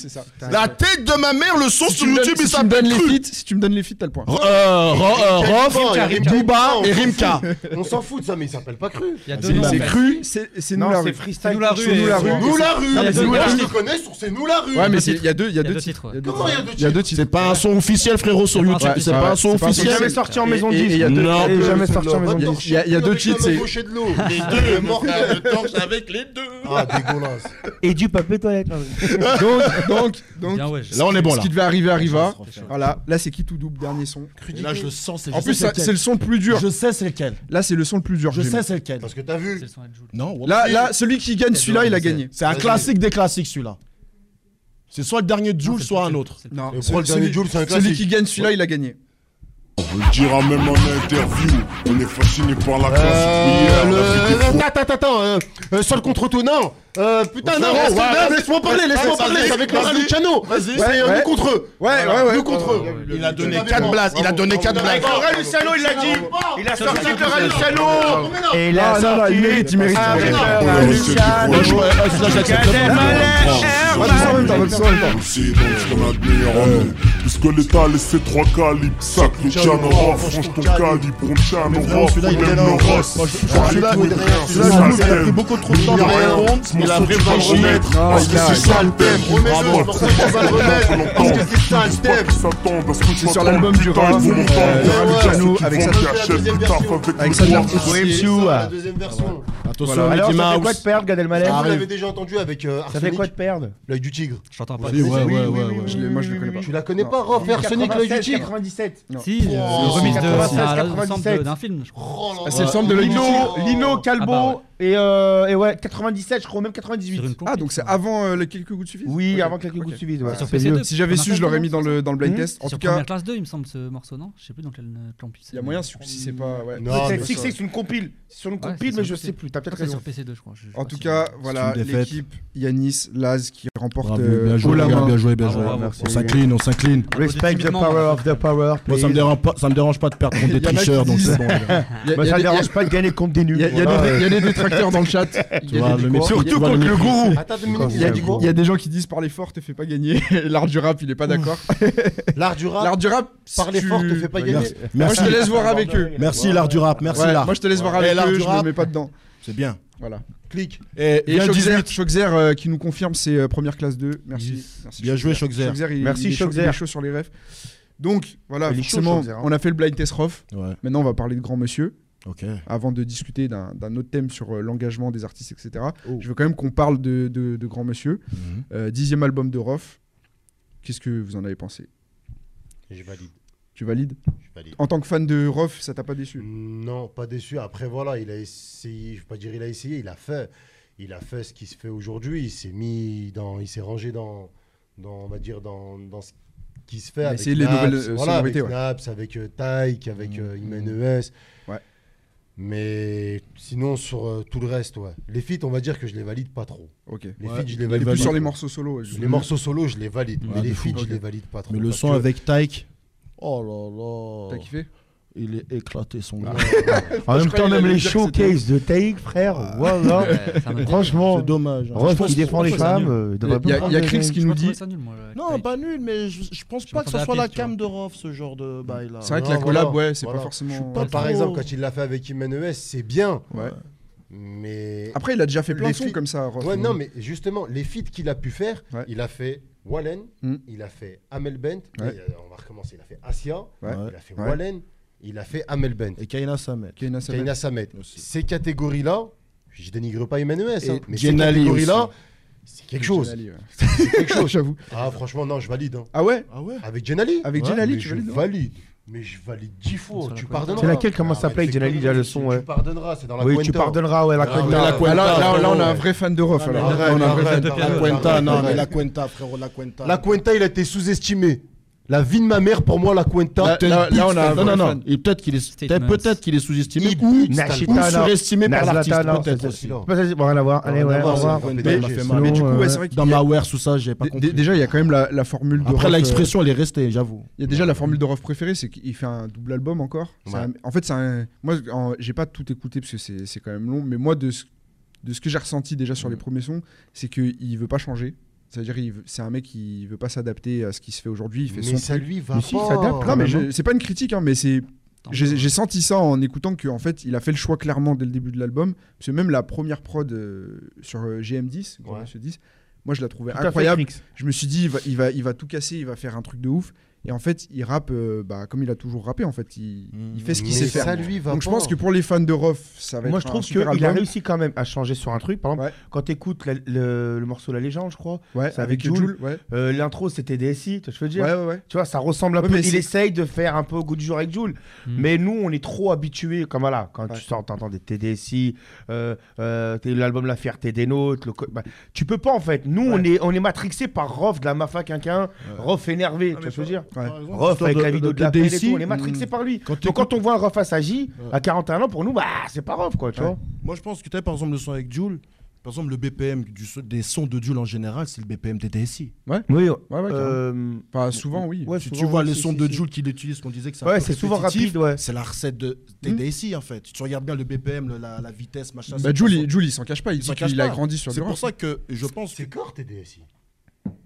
Speaker 8: La tête de ma mère, le son
Speaker 2: Si
Speaker 8: sur
Speaker 2: tu me donnes-
Speaker 8: YouTube, il
Speaker 2: si tu me donnes
Speaker 8: s'appelle
Speaker 2: les
Speaker 8: cru.
Speaker 2: feats, si tu me donnes les feats, t'as le point.
Speaker 8: Ro- euh, Ro- euh, Rof,
Speaker 10: Rimka, Rimka.
Speaker 8: Booba
Speaker 10: on
Speaker 8: et
Speaker 10: s'en
Speaker 8: Rimka.
Speaker 10: fout. On s'en fout de ça, mais il s'appelle pas cru.
Speaker 1: Il y a deux
Speaker 2: C'est
Speaker 1: noms. en
Speaker 2: c'est
Speaker 1: fait.
Speaker 2: cru, c'est c'est nous
Speaker 3: Non,
Speaker 2: la
Speaker 3: c'est
Speaker 2: rue.
Speaker 3: freestyle.
Speaker 1: Nous la
Speaker 3: quelque
Speaker 1: rue
Speaker 3: chose.
Speaker 1: et-
Speaker 2: Nous la rue.
Speaker 10: Nous la rue.
Speaker 2: Non, mais
Speaker 10: Les
Speaker 2: c'est nous
Speaker 10: gars,
Speaker 2: la
Speaker 10: je
Speaker 2: rue.
Speaker 10: te connais sur c'est nous la rue.
Speaker 2: Ouais, mais
Speaker 1: deux
Speaker 2: c'est- il y a deux, il y a
Speaker 1: Il
Speaker 2: deux titres.
Speaker 1: ouais.
Speaker 2: Il y a deux
Speaker 10: Comment il y a
Speaker 2: titres.
Speaker 10: deux
Speaker 2: Il y a deux titres.
Speaker 4: C'est pas un son officiel, frérot, sur
Speaker 1: C'est pas un
Speaker 4: YouTube.
Speaker 1: son
Speaker 4: C'est pas un son
Speaker 2: officiel.
Speaker 3: C'est
Speaker 4: officiel.
Speaker 3: jamais sorti en maison de
Speaker 2: Et- et- et il y a
Speaker 3: disque.
Speaker 2: deux-
Speaker 4: Non.
Speaker 3: Et jamais
Speaker 2: Il y a-
Speaker 3: sorti en maison de
Speaker 2: il y a-
Speaker 3: disque.
Speaker 2: il y a- il y a deux titres, c'est
Speaker 10: de l'eau. Les deux, mort de torche.
Speaker 4: Avec les deux.
Speaker 10: Ah, dégueulasse.
Speaker 3: Et du papier toilette.
Speaker 2: donc donc donc
Speaker 1: Bien, ouais. je-
Speaker 4: Là, on est bon,
Speaker 2: ce
Speaker 4: là.
Speaker 2: qui devait arriver arriva.
Speaker 4: se refait.
Speaker 2: Voilà, là c'est qui tout double dernier son.
Speaker 4: Et Là, je le sens. c'est-
Speaker 2: En
Speaker 4: je
Speaker 2: plus
Speaker 4: sais
Speaker 2: ça-
Speaker 4: lequel.
Speaker 2: c'est le son le plus dur.
Speaker 4: Je sais c'est lequel.
Speaker 2: Là c'est le son le plus dur.
Speaker 4: Je
Speaker 2: j'ai
Speaker 4: sais
Speaker 2: mis.
Speaker 4: c'est lequel.
Speaker 10: Parce que t'as vu.
Speaker 1: C'est le son à Jules.
Speaker 4: Non, what-
Speaker 2: Là là celui qui gagne celui-là, il a gagné.
Speaker 4: c'est un
Speaker 10: Vas-y.
Speaker 4: classique des classiques, celui-là. C'est soit le dernier de Jules, soit un autre.
Speaker 2: Non,
Speaker 10: Et
Speaker 2: celui,
Speaker 10: prends le dernier
Speaker 2: celui-
Speaker 10: Jules, c'est un
Speaker 2: celui
Speaker 10: classique.
Speaker 2: qui gagne celui-là, il a gagné.
Speaker 8: On le dira même en interview. On est fasciné par la classe
Speaker 10: Euh,
Speaker 8: ouvrière, la vie des
Speaker 10: le- Attends, attends, attends. euh, euh, Sol contre tout, non. Euh, Putain, non.
Speaker 4: Frérot,
Speaker 10: reste-
Speaker 4: ouais,
Speaker 10: reste-
Speaker 4: vas-y.
Speaker 10: Laisse-moi parler, laisse-moi
Speaker 4: Ouais,
Speaker 10: parler.
Speaker 4: vas-y,
Speaker 10: C'est avec Laura
Speaker 4: vas-y.
Speaker 10: Luciano.
Speaker 4: Vas-y.
Speaker 10: C'est euh,
Speaker 2: Ouais,
Speaker 10: nous contre eux.
Speaker 2: Ouais, ouais, ouais.
Speaker 10: Nous contre eux.
Speaker 4: Il a donné
Speaker 10: Bravo,
Speaker 4: 4 blagues. Il a
Speaker 10: bravo,
Speaker 4: donné
Speaker 10: bravo,
Speaker 4: 4
Speaker 10: bravo.
Speaker 4: blagues.
Speaker 10: Bravo.
Speaker 3: Luciano, il l'a dit. Il a sorti avec Laura
Speaker 10: Luciano.
Speaker 3: Et
Speaker 2: Non,
Speaker 3: là,
Speaker 2: non, non, il mérite, il mérite.
Speaker 3: Avec
Speaker 2: Ouais,
Speaker 3: Laura
Speaker 8: Ouais,
Speaker 3: Luciano.
Speaker 8: ouais, ouais,
Speaker 4: ouais, ça, j'accepte.
Speaker 2: tous en même temps, tous en même temps.
Speaker 8: Aussi donc ce qu'on admire en nous Puisque l'État a laissé trois calibres Sac le canard, franche ton calibre On tient
Speaker 4: Mais frérot,
Speaker 8: nos rocs, on
Speaker 4: celui-là, il est là,
Speaker 8: aime nos
Speaker 4: on voit.
Speaker 8: rosses
Speaker 4: Moi, je-
Speaker 8: Par les
Speaker 4: celui-là,
Speaker 8: couilles,
Speaker 4: il est
Speaker 8: frère,
Speaker 4: derrière.
Speaker 8: ça
Speaker 4: Celui-là,
Speaker 8: se
Speaker 4: il a pris
Speaker 8: t'aime.
Speaker 4: beaucoup trop de temps
Speaker 8: Il y a
Speaker 4: dans
Speaker 8: rien,
Speaker 4: la honte,
Speaker 8: ce
Speaker 4: mais il a
Speaker 8: morceau, tu
Speaker 4: vraiment
Speaker 8: vas le
Speaker 4: chié.
Speaker 8: remettre,
Speaker 2: Non,
Speaker 8: Parce
Speaker 2: il
Speaker 8: que
Speaker 2: a-
Speaker 8: c'est ça le thème
Speaker 10: Remets-le,
Speaker 8: Bravo.
Speaker 10: pour ça qu'on va le remettre. Parce que c'est ça le
Speaker 8: Faut pas
Speaker 10: thème.
Speaker 8: que ça tombe, parce que je
Speaker 2: C'est sur
Speaker 8: m'attends,
Speaker 2: l'album du
Speaker 8: putain,
Speaker 2: Roi,
Speaker 8: ils vont
Speaker 2: euh,
Speaker 8: m'entendre.
Speaker 10: Laura
Speaker 8: Ouais,
Speaker 2: Luciano,
Speaker 8: ceux qui
Speaker 2: avec
Speaker 8: font
Speaker 2: ça,
Speaker 8: qui
Speaker 10: la
Speaker 8: achètent
Speaker 10: deuxième
Speaker 8: du
Speaker 10: version.
Speaker 8: taf avec
Speaker 2: Avec
Speaker 8: le
Speaker 2: ça, de
Speaker 8: bois.
Speaker 2: l'artiste.
Speaker 3: Oui,
Speaker 10: C'est
Speaker 3: Psiou,
Speaker 10: ça,
Speaker 3: ah.
Speaker 10: La deuxième version.
Speaker 4: Attention,
Speaker 3: Alors,
Speaker 4: Mickey
Speaker 3: ça fait quoi de
Speaker 4: Mouse.
Speaker 3: perdre, Gad Elmaleh
Speaker 10: Vous
Speaker 4: Arrive.
Speaker 10: l'avez déjà entendu avec euh,
Speaker 3: Ça fait quoi de
Speaker 10: Arsenic,
Speaker 3: perdre
Speaker 10: l'œil du tigre.
Speaker 1: Je t'entends pas.
Speaker 4: Ouais, ouais, ouais, ouais.
Speaker 2: Je l'ai- moi, je le connais pas.
Speaker 10: Tu la connais pas, Rof, Arsenic, l'œil du
Speaker 3: 96,
Speaker 10: tigre
Speaker 3: 97.
Speaker 1: Si, le- le
Speaker 10: Oh,
Speaker 1: remix de c'est
Speaker 3: 96,
Speaker 1: à l'ensemble
Speaker 3: 97.
Speaker 1: de- d'un film. je crois.
Speaker 10: Oh
Speaker 2: Ah,
Speaker 10: là
Speaker 2: c'est
Speaker 10: là.
Speaker 2: le centre de l'œil du tigre.
Speaker 3: Lino, Lino Calbo
Speaker 1: Ah bah
Speaker 3: et, euh, et ouais 97 je crois même 98.
Speaker 1: Sur une compil,
Speaker 2: Ah, donc c'est
Speaker 1: ça.
Speaker 2: avant euh, les quelques gouttes suffisent
Speaker 3: Oui,
Speaker 2: Ok.
Speaker 3: avant quelques
Speaker 2: Ok.
Speaker 3: coups de suivi. Ouais.
Speaker 1: Sur
Speaker 3: C'est
Speaker 1: PC2.
Speaker 3: mieux.
Speaker 2: Si j'avais
Speaker 1: On a
Speaker 2: su, je l'aurais mis dans le dans le blind
Speaker 3: Hmm.
Speaker 2: test. En tout
Speaker 1: Sur
Speaker 2: cas,
Speaker 1: première classe 2, il me semble, ce morceau, non Je sais plus dans quel euh, campus. c'est.
Speaker 2: il y a moyen si si c'est pas ouais.
Speaker 10: Non, mais
Speaker 3: Peut-être si, c'est sur une compile. C'est sur une
Speaker 1: Ouais,
Speaker 3: compile
Speaker 1: c'est
Speaker 3: mais
Speaker 1: sur
Speaker 3: je
Speaker 1: PC.
Speaker 3: sais plus. T'as peut-être
Speaker 1: C'est
Speaker 3: raison.
Speaker 1: sur PC2, je crois. je- je sais
Speaker 2: En
Speaker 1: pas
Speaker 2: tout
Speaker 1: si-
Speaker 2: cas, voilà
Speaker 4: une défaite.
Speaker 2: l'équipe Yanis, Laz qui remporte
Speaker 4: Bravo,
Speaker 2: euh,
Speaker 4: bien
Speaker 2: haut
Speaker 4: joué,
Speaker 2: la
Speaker 4: les gars,
Speaker 2: main.
Speaker 4: bien joué, bien
Speaker 1: Bravo,
Speaker 4: joué.
Speaker 1: bravo.
Speaker 4: On s'incline, on s'incline.
Speaker 3: Respect the
Speaker 1: Positivement,
Speaker 3: power of the power.
Speaker 4: Moi, ça me
Speaker 3: please.
Speaker 4: dérange pas, ça me dérange pas de perdre contre des
Speaker 2: Y en a qui
Speaker 4: tricheurs, donc c'est bon. les gars.
Speaker 2: Il y a-
Speaker 3: Moi,
Speaker 2: il y a
Speaker 3: ça me
Speaker 2: des-
Speaker 3: dérange pas de gagner contre des nuls.
Speaker 2: il Bah, y a- il y a
Speaker 3: Bah, Voilà.
Speaker 2: des- il y a des détracteurs dans le chat. Il y
Speaker 4: Tu
Speaker 2: a
Speaker 4: vois,
Speaker 2: des-
Speaker 4: le mépris-
Speaker 3: Surtout
Speaker 4: tu vois
Speaker 3: contre le
Speaker 4: mépris.
Speaker 3: gourou.
Speaker 10: Attends deux minutes,
Speaker 2: il
Speaker 10: il y a du gros.
Speaker 2: il y a des gens qui disent parler fort te fait pas gagner. L'art du rap, il est pas d'accord.
Speaker 10: L'art
Speaker 6: Ah.
Speaker 10: du rap,
Speaker 2: L'art du rap, si
Speaker 10: parler
Speaker 2: tu-
Speaker 10: fort te fait pas gagner.
Speaker 4: Merci,
Speaker 2: Moi
Speaker 4: merci,
Speaker 2: je te laisse voir avec eux.
Speaker 4: merci l'art du rap, merci
Speaker 2: Ouais,
Speaker 4: l'art.
Speaker 2: Moi je te laisse voir
Speaker 4: Ouais.
Speaker 2: avec
Speaker 4: Et l'art
Speaker 2: eux,
Speaker 4: du
Speaker 2: je me
Speaker 4: rap.
Speaker 2: mets pas dedans.
Speaker 4: C'est bien.
Speaker 2: Voilà.
Speaker 10: Clique.
Speaker 4: Et,
Speaker 2: Et
Speaker 4: bien le
Speaker 2: Shoxer,
Speaker 4: 18.
Speaker 2: Shoxer, euh, qui nous confirme ses euh, premières classes 2. Merci.
Speaker 1: Yes.
Speaker 2: Merci
Speaker 4: Bien joué, Shoxer.
Speaker 2: Shoxer, il,
Speaker 3: Merci,
Speaker 2: il est chaud-
Speaker 3: Shoxer.
Speaker 2: il est chaud sur les refs. Donc voilà,
Speaker 3: Il est chaud,
Speaker 2: forcément,
Speaker 3: Shoxer, hein.
Speaker 2: on a fait le blind test Rof.
Speaker 4: Ouais,
Speaker 2: Maintenant, on va parler de grand monsieur
Speaker 4: ok.
Speaker 2: avant de discuter d'un d'un autre thème sur euh, l'engagement des artistes, etc.
Speaker 4: Oh.
Speaker 2: Je veux quand même qu'on parle de, de- de grand monsieur. Euh, dixième album de Rof. Qu'est-ce que vous en avez pensé
Speaker 6: Je valide.
Speaker 2: Tu valides
Speaker 6: Je valide.
Speaker 2: En tant que fan de Rof, ça t'a pas
Speaker 6: Mm.
Speaker 2: déçu
Speaker 6: Non, pas déçu. Après, voilà, il a essayé, je ne vais pas dire il a essayé, il a fait. Il a fait ce qui se fait aujourd'hui. Il s'est mis dans, il s'est rangé dans, dans, on va dire, dans, dans ce qui se fait.
Speaker 2: Il a
Speaker 6: avec
Speaker 2: essayé les
Speaker 6: Naps,
Speaker 2: nouvelles, euh,
Speaker 6: voilà, avec
Speaker 2: sonorités, ouais. Mmh,
Speaker 6: Naps, avec euh, Taïk, avec euh, Imen ES.
Speaker 2: Ouais.
Speaker 6: Mais sinon, sur euh, tout le reste, ouais. Les feats, on va dire que je les valide pas trop.
Speaker 2: Ok.
Speaker 6: Les
Speaker 4: Ouais,
Speaker 6: feats,
Speaker 4: il
Speaker 6: je les
Speaker 2: Et
Speaker 6: valide
Speaker 4: valide.
Speaker 2: plus
Speaker 6: pas
Speaker 2: sur les
Speaker 6: trop.
Speaker 2: morceaux solo. je-
Speaker 6: Les morceaux solo, je les valide.
Speaker 4: Ouais,
Speaker 6: mais les
Speaker 4: de fou.
Speaker 6: feats, je
Speaker 4: Ok.
Speaker 6: les valide pas trop.
Speaker 4: Mais le
Speaker 6: parce
Speaker 4: son
Speaker 6: que-
Speaker 4: avec Tyke. Oh là
Speaker 2: T'as
Speaker 4: là.
Speaker 2: kiffé
Speaker 4: Il est éclaté son gars.
Speaker 3: En même
Speaker 2: croyais
Speaker 3: temps
Speaker 2: qu'il
Speaker 3: même
Speaker 2: allait dire
Speaker 3: les
Speaker 2: que c'était-
Speaker 3: showcases de Taïk
Speaker 2: Ah.
Speaker 3: frère. Voilà.
Speaker 1: Ouais, ça m'a fait-
Speaker 3: Franchement,
Speaker 4: C'est dommage. hein. Je
Speaker 3: Rof
Speaker 4: pense-
Speaker 3: qui défend
Speaker 4: je
Speaker 3: les
Speaker 4: pense que c'est
Speaker 3: femmes.
Speaker 4: nul.
Speaker 3: euh,
Speaker 2: Il y a-
Speaker 3: devrait
Speaker 2: il y, a-
Speaker 3: pas
Speaker 2: il y a
Speaker 3: prendre
Speaker 2: Chris
Speaker 3: des-
Speaker 2: qui
Speaker 1: Je
Speaker 2: nous
Speaker 1: me trouvais
Speaker 2: dit
Speaker 1: ça nul, moi, le-
Speaker 4: Non,
Speaker 1: avec-
Speaker 4: pas nul, mais je, je pense
Speaker 1: Je
Speaker 4: pas que
Speaker 1: m'attendais
Speaker 4: ce
Speaker 1: à
Speaker 4: soit la
Speaker 1: pire, tu
Speaker 4: cam de Rof, ce genre de bail là.
Speaker 2: C'est vrai que la
Speaker 6: Non,
Speaker 2: collab,
Speaker 6: voilà,
Speaker 2: ouais, c'est
Speaker 6: voilà.
Speaker 2: pas forcément.
Speaker 4: pas
Speaker 2: ouais.
Speaker 6: Par
Speaker 4: trop-
Speaker 6: exemple, quand il l'a fait avec Imen ES, c'est bien.
Speaker 2: Ouais. Ah,
Speaker 6: Mais
Speaker 2: Après, il a déjà fait plein
Speaker 6: Les
Speaker 2: de sons
Speaker 6: filles-
Speaker 2: comme ça. Rof.
Speaker 6: Ouais, non, mais justement, les feats qu'il a pu faire,
Speaker 2: Ouais.
Speaker 6: il a fait Wallen,
Speaker 2: Mm.
Speaker 6: il a fait Amel Bent,
Speaker 2: Ouais.
Speaker 6: et, euh, on va recommencer, il a fait Asia,
Speaker 2: Ouais.
Speaker 6: il a fait
Speaker 2: Ouais.
Speaker 6: Wallen, il a fait Amel Bent,
Speaker 4: Et Kaina Samet.
Speaker 2: Kaina Samet.
Speaker 6: Kaina Samet.
Speaker 4: Aussi.
Speaker 6: Ces catégories-là, je dénigre pas MNES, hein,
Speaker 4: Et
Speaker 6: mais ces
Speaker 4: Djenali
Speaker 6: catégories-là,
Speaker 4: aussi.
Speaker 6: c'est quelque chose.
Speaker 2: Jenali, ouais. C'est quelque chose, j'avoue.
Speaker 6: Ah, franchement, non, je valide. hein.
Speaker 2: Ah ouais
Speaker 4: Ah ouais
Speaker 6: Avec Jenali
Speaker 2: Avec
Speaker 4: Ouais,
Speaker 2: Jenali,
Speaker 6: mais
Speaker 2: tu
Speaker 6: je
Speaker 2: valides non
Speaker 6: valide. Mais je valide 10 fois.
Speaker 3: Sur la
Speaker 6: Tu
Speaker 3: Cuenta.
Speaker 6: pardonneras.
Speaker 3: hein. C'est laquelle comment
Speaker 6: Ah,
Speaker 3: ça s'appelait
Speaker 6: mais
Speaker 3: avec
Speaker 6: fais
Speaker 3: Jenali,
Speaker 6: connerie,
Speaker 3: déjà, le
Speaker 6: tu-
Speaker 3: son,
Speaker 6: Tu
Speaker 3: ouais.
Speaker 6: pardonneras, c'est dans la
Speaker 3: Oui, tu
Speaker 6: Cuenta.
Speaker 3: pardonneras, ouais, la
Speaker 6: Ah,
Speaker 3: Cuenta.
Speaker 6: mais
Speaker 3: Là,
Speaker 2: Bah
Speaker 3: là, là,
Speaker 6: vraiment,
Speaker 3: on a un
Speaker 6: ouais.
Speaker 2: vrai fan de ref,
Speaker 6: Ah,
Speaker 2: alors.
Speaker 6: mais arrête,
Speaker 2: On a un vrai
Speaker 6: arrête,
Speaker 2: fan.
Speaker 6: arrête,
Speaker 2: La Cuenta,
Speaker 6: arrête,
Speaker 2: non,
Speaker 6: arrête.
Speaker 2: mais la
Speaker 10: Cuenta, frérot, la Cuenta.
Speaker 6: La Cuenta, il a été sous-estimé. La vie de ma mère, pour moi, la Cuenta.
Speaker 4: Là,
Speaker 6: t'es
Speaker 4: là-
Speaker 6: une
Speaker 4: là,
Speaker 6: pute,
Speaker 4: on a un
Speaker 6: frère.
Speaker 4: vrai fan. Et peut-être qu'il est,
Speaker 6: Statements.
Speaker 4: peut-être qu'il est sous-estimé
Speaker 6: Il
Speaker 4: ou,
Speaker 6: pute, Nachitana.
Speaker 4: ou surestimé par
Speaker 3: Nazlata,
Speaker 4: l'artiste.
Speaker 3: non,
Speaker 4: Peut-être
Speaker 3: c'est-
Speaker 4: aussi.
Speaker 3: c'est pas ça, c'est- Bon, rien à voir. Allez,
Speaker 4: Rien à
Speaker 3: ouais, au
Speaker 4: voir,
Speaker 3: revoir.
Speaker 4: c'est-
Speaker 3: Mais-
Speaker 4: ça fait
Speaker 3: sinon,
Speaker 4: mal. Mais du coup, ouais, c'est vrai
Speaker 3: euh,
Speaker 4: qu'il y a- Dans Maware, sous ça, j'ai pas
Speaker 2: Dé- dé-
Speaker 4: compris.
Speaker 2: Déjà, il y a quand même la, la formule de
Speaker 4: Après,
Speaker 2: Rof,
Speaker 4: la
Speaker 2: euh,
Speaker 4: expression, elle est restée, j'avoue.
Speaker 2: Il y a déjà la formule de Rof préférée, c'est qu'il fait un double album encore. C'est
Speaker 4: Ouais.
Speaker 2: un- en fait, c'est un- moi, en- j'ai pas tout écouté parce que c'est c'est quand même long, mais moi, de ce, de ce que j'ai ressenti déjà
Speaker 4: Mm.
Speaker 2: sur les premiers sons, c'est qu'il veut pas changer. C'est-à-dire, il veut- c'est un mec qui veut pas s'adapter à ce qui se fait aujourd'hui. Il fait
Speaker 6: Mais
Speaker 2: son
Speaker 6: ça
Speaker 2: truc.
Speaker 6: lui va
Speaker 2: Mais si, il
Speaker 6: pas. Ah,
Speaker 2: s'adapte. Non, mais
Speaker 6: Vraiment.
Speaker 2: je- c'est pas une critique, hein, mais c'est. J'ai j'ai senti ça en écoutant qu'en fait, il a fait le choix clairement dès le début de l'album. Parce que même la première prod euh, sur euh, GM10, Grand Monsieur 10, moi je la trouvais
Speaker 3: Tout à fait
Speaker 2: incroyable.
Speaker 3: Crix.
Speaker 2: Je me suis dit, il va, il, va, il va tout casser, il va faire un truc de ouf. Et en fait, il rappe euh, bah, comme il a toujours rappé. En fait, il,
Speaker 4: Mm.
Speaker 2: il fait ce qu'il
Speaker 3: Mais
Speaker 2: sait faire.
Speaker 3: ça lui va
Speaker 2: Donc je
Speaker 3: pas.
Speaker 2: pense que pour les fans de Rof, ça va
Speaker 3: Moi,
Speaker 2: être
Speaker 3: je
Speaker 2: un
Speaker 3: trouve
Speaker 2: super
Speaker 3: qu'il a
Speaker 2: album.
Speaker 3: réussi quand même à changer sur un truc. Par exemple, quand tu écoutes le, le morceau La Légende, je crois,
Speaker 2: Ouais,
Speaker 3: c'est
Speaker 2: avec Jul,
Speaker 3: avec, Jules,
Speaker 2: ouais.
Speaker 3: euh, l'intro c'était DSI, tu vois ce que je veux dire.
Speaker 2: Ouais, ouais, ouais.
Speaker 3: Tu vois, ça ressemble un
Speaker 2: Ouais,
Speaker 3: peu.
Speaker 2: mais
Speaker 3: Il
Speaker 2: c'est- Hmm.
Speaker 3: essaye de faire un peu au goût du jour avec Jules. Mais nous, on est trop habitués, comme voilà, quand
Speaker 2: Ouais.
Speaker 3: tu sors, t'entends des TDSI, euh, euh, t'es- l'album La Fierté des Nôtres. Le... co- bah, tu peux pas en fait. Nous, on est, on est matrixés par Rof de la Mafa Quinquin, Rof
Speaker 2: Ah,
Speaker 3: énervé, tu vois ce que je veux dire.
Speaker 2: Par exemple,
Speaker 3: Rof
Speaker 2: l'histoire
Speaker 3: avec
Speaker 2: de-
Speaker 3: la vidéo
Speaker 2: de-
Speaker 3: de, la
Speaker 2: de
Speaker 3: peine et
Speaker 2: DSI,
Speaker 3: tout, on est matrixés
Speaker 4: hmm.
Speaker 3: par lui.
Speaker 4: Quand
Speaker 3: Donc quand on voit un Rof à Sagi, à 41 ans, pour nous, bah c'est pas Rof quoi, tu
Speaker 4: Ouais.
Speaker 3: vois.
Speaker 4: Moi, je pense que tu as par exemple le son avec Jules. Par exemple, le BPM du, son- des sons de Jules en général, c'est le BPM TTSI.
Speaker 2: Ouais.
Speaker 3: Oui,
Speaker 2: carrément. Euh, Enfin, souvent, oui.
Speaker 4: euh, tu,
Speaker 2: souvent,
Speaker 4: tu vois
Speaker 2: oui,
Speaker 4: les
Speaker 2: si,
Speaker 4: sons
Speaker 2: si,
Speaker 4: de
Speaker 2: si.
Speaker 4: Jules qu'il utilise, qu'on disait que c'est un
Speaker 3: Ouais,
Speaker 4: peu
Speaker 3: c'est souvent
Speaker 4: répétitif,
Speaker 3: rapide, ouais.
Speaker 4: C'est la recette de TDSI en fait. Tu regardes bien le BPM, le- la, la vitesse, machin.
Speaker 2: Bah,
Speaker 4: c'est
Speaker 2: Jules,
Speaker 4: pas
Speaker 2: il-
Speaker 4: ça.
Speaker 2: Jules, il s'en cache pas, il dit
Speaker 4: s'en
Speaker 2: qu'il
Speaker 4: cache
Speaker 2: a
Speaker 4: pas.
Speaker 2: grandi sur
Speaker 4: C'est
Speaker 2: du
Speaker 4: pour
Speaker 2: rock.
Speaker 4: ça que je pense.
Speaker 6: C'est Core TDSI.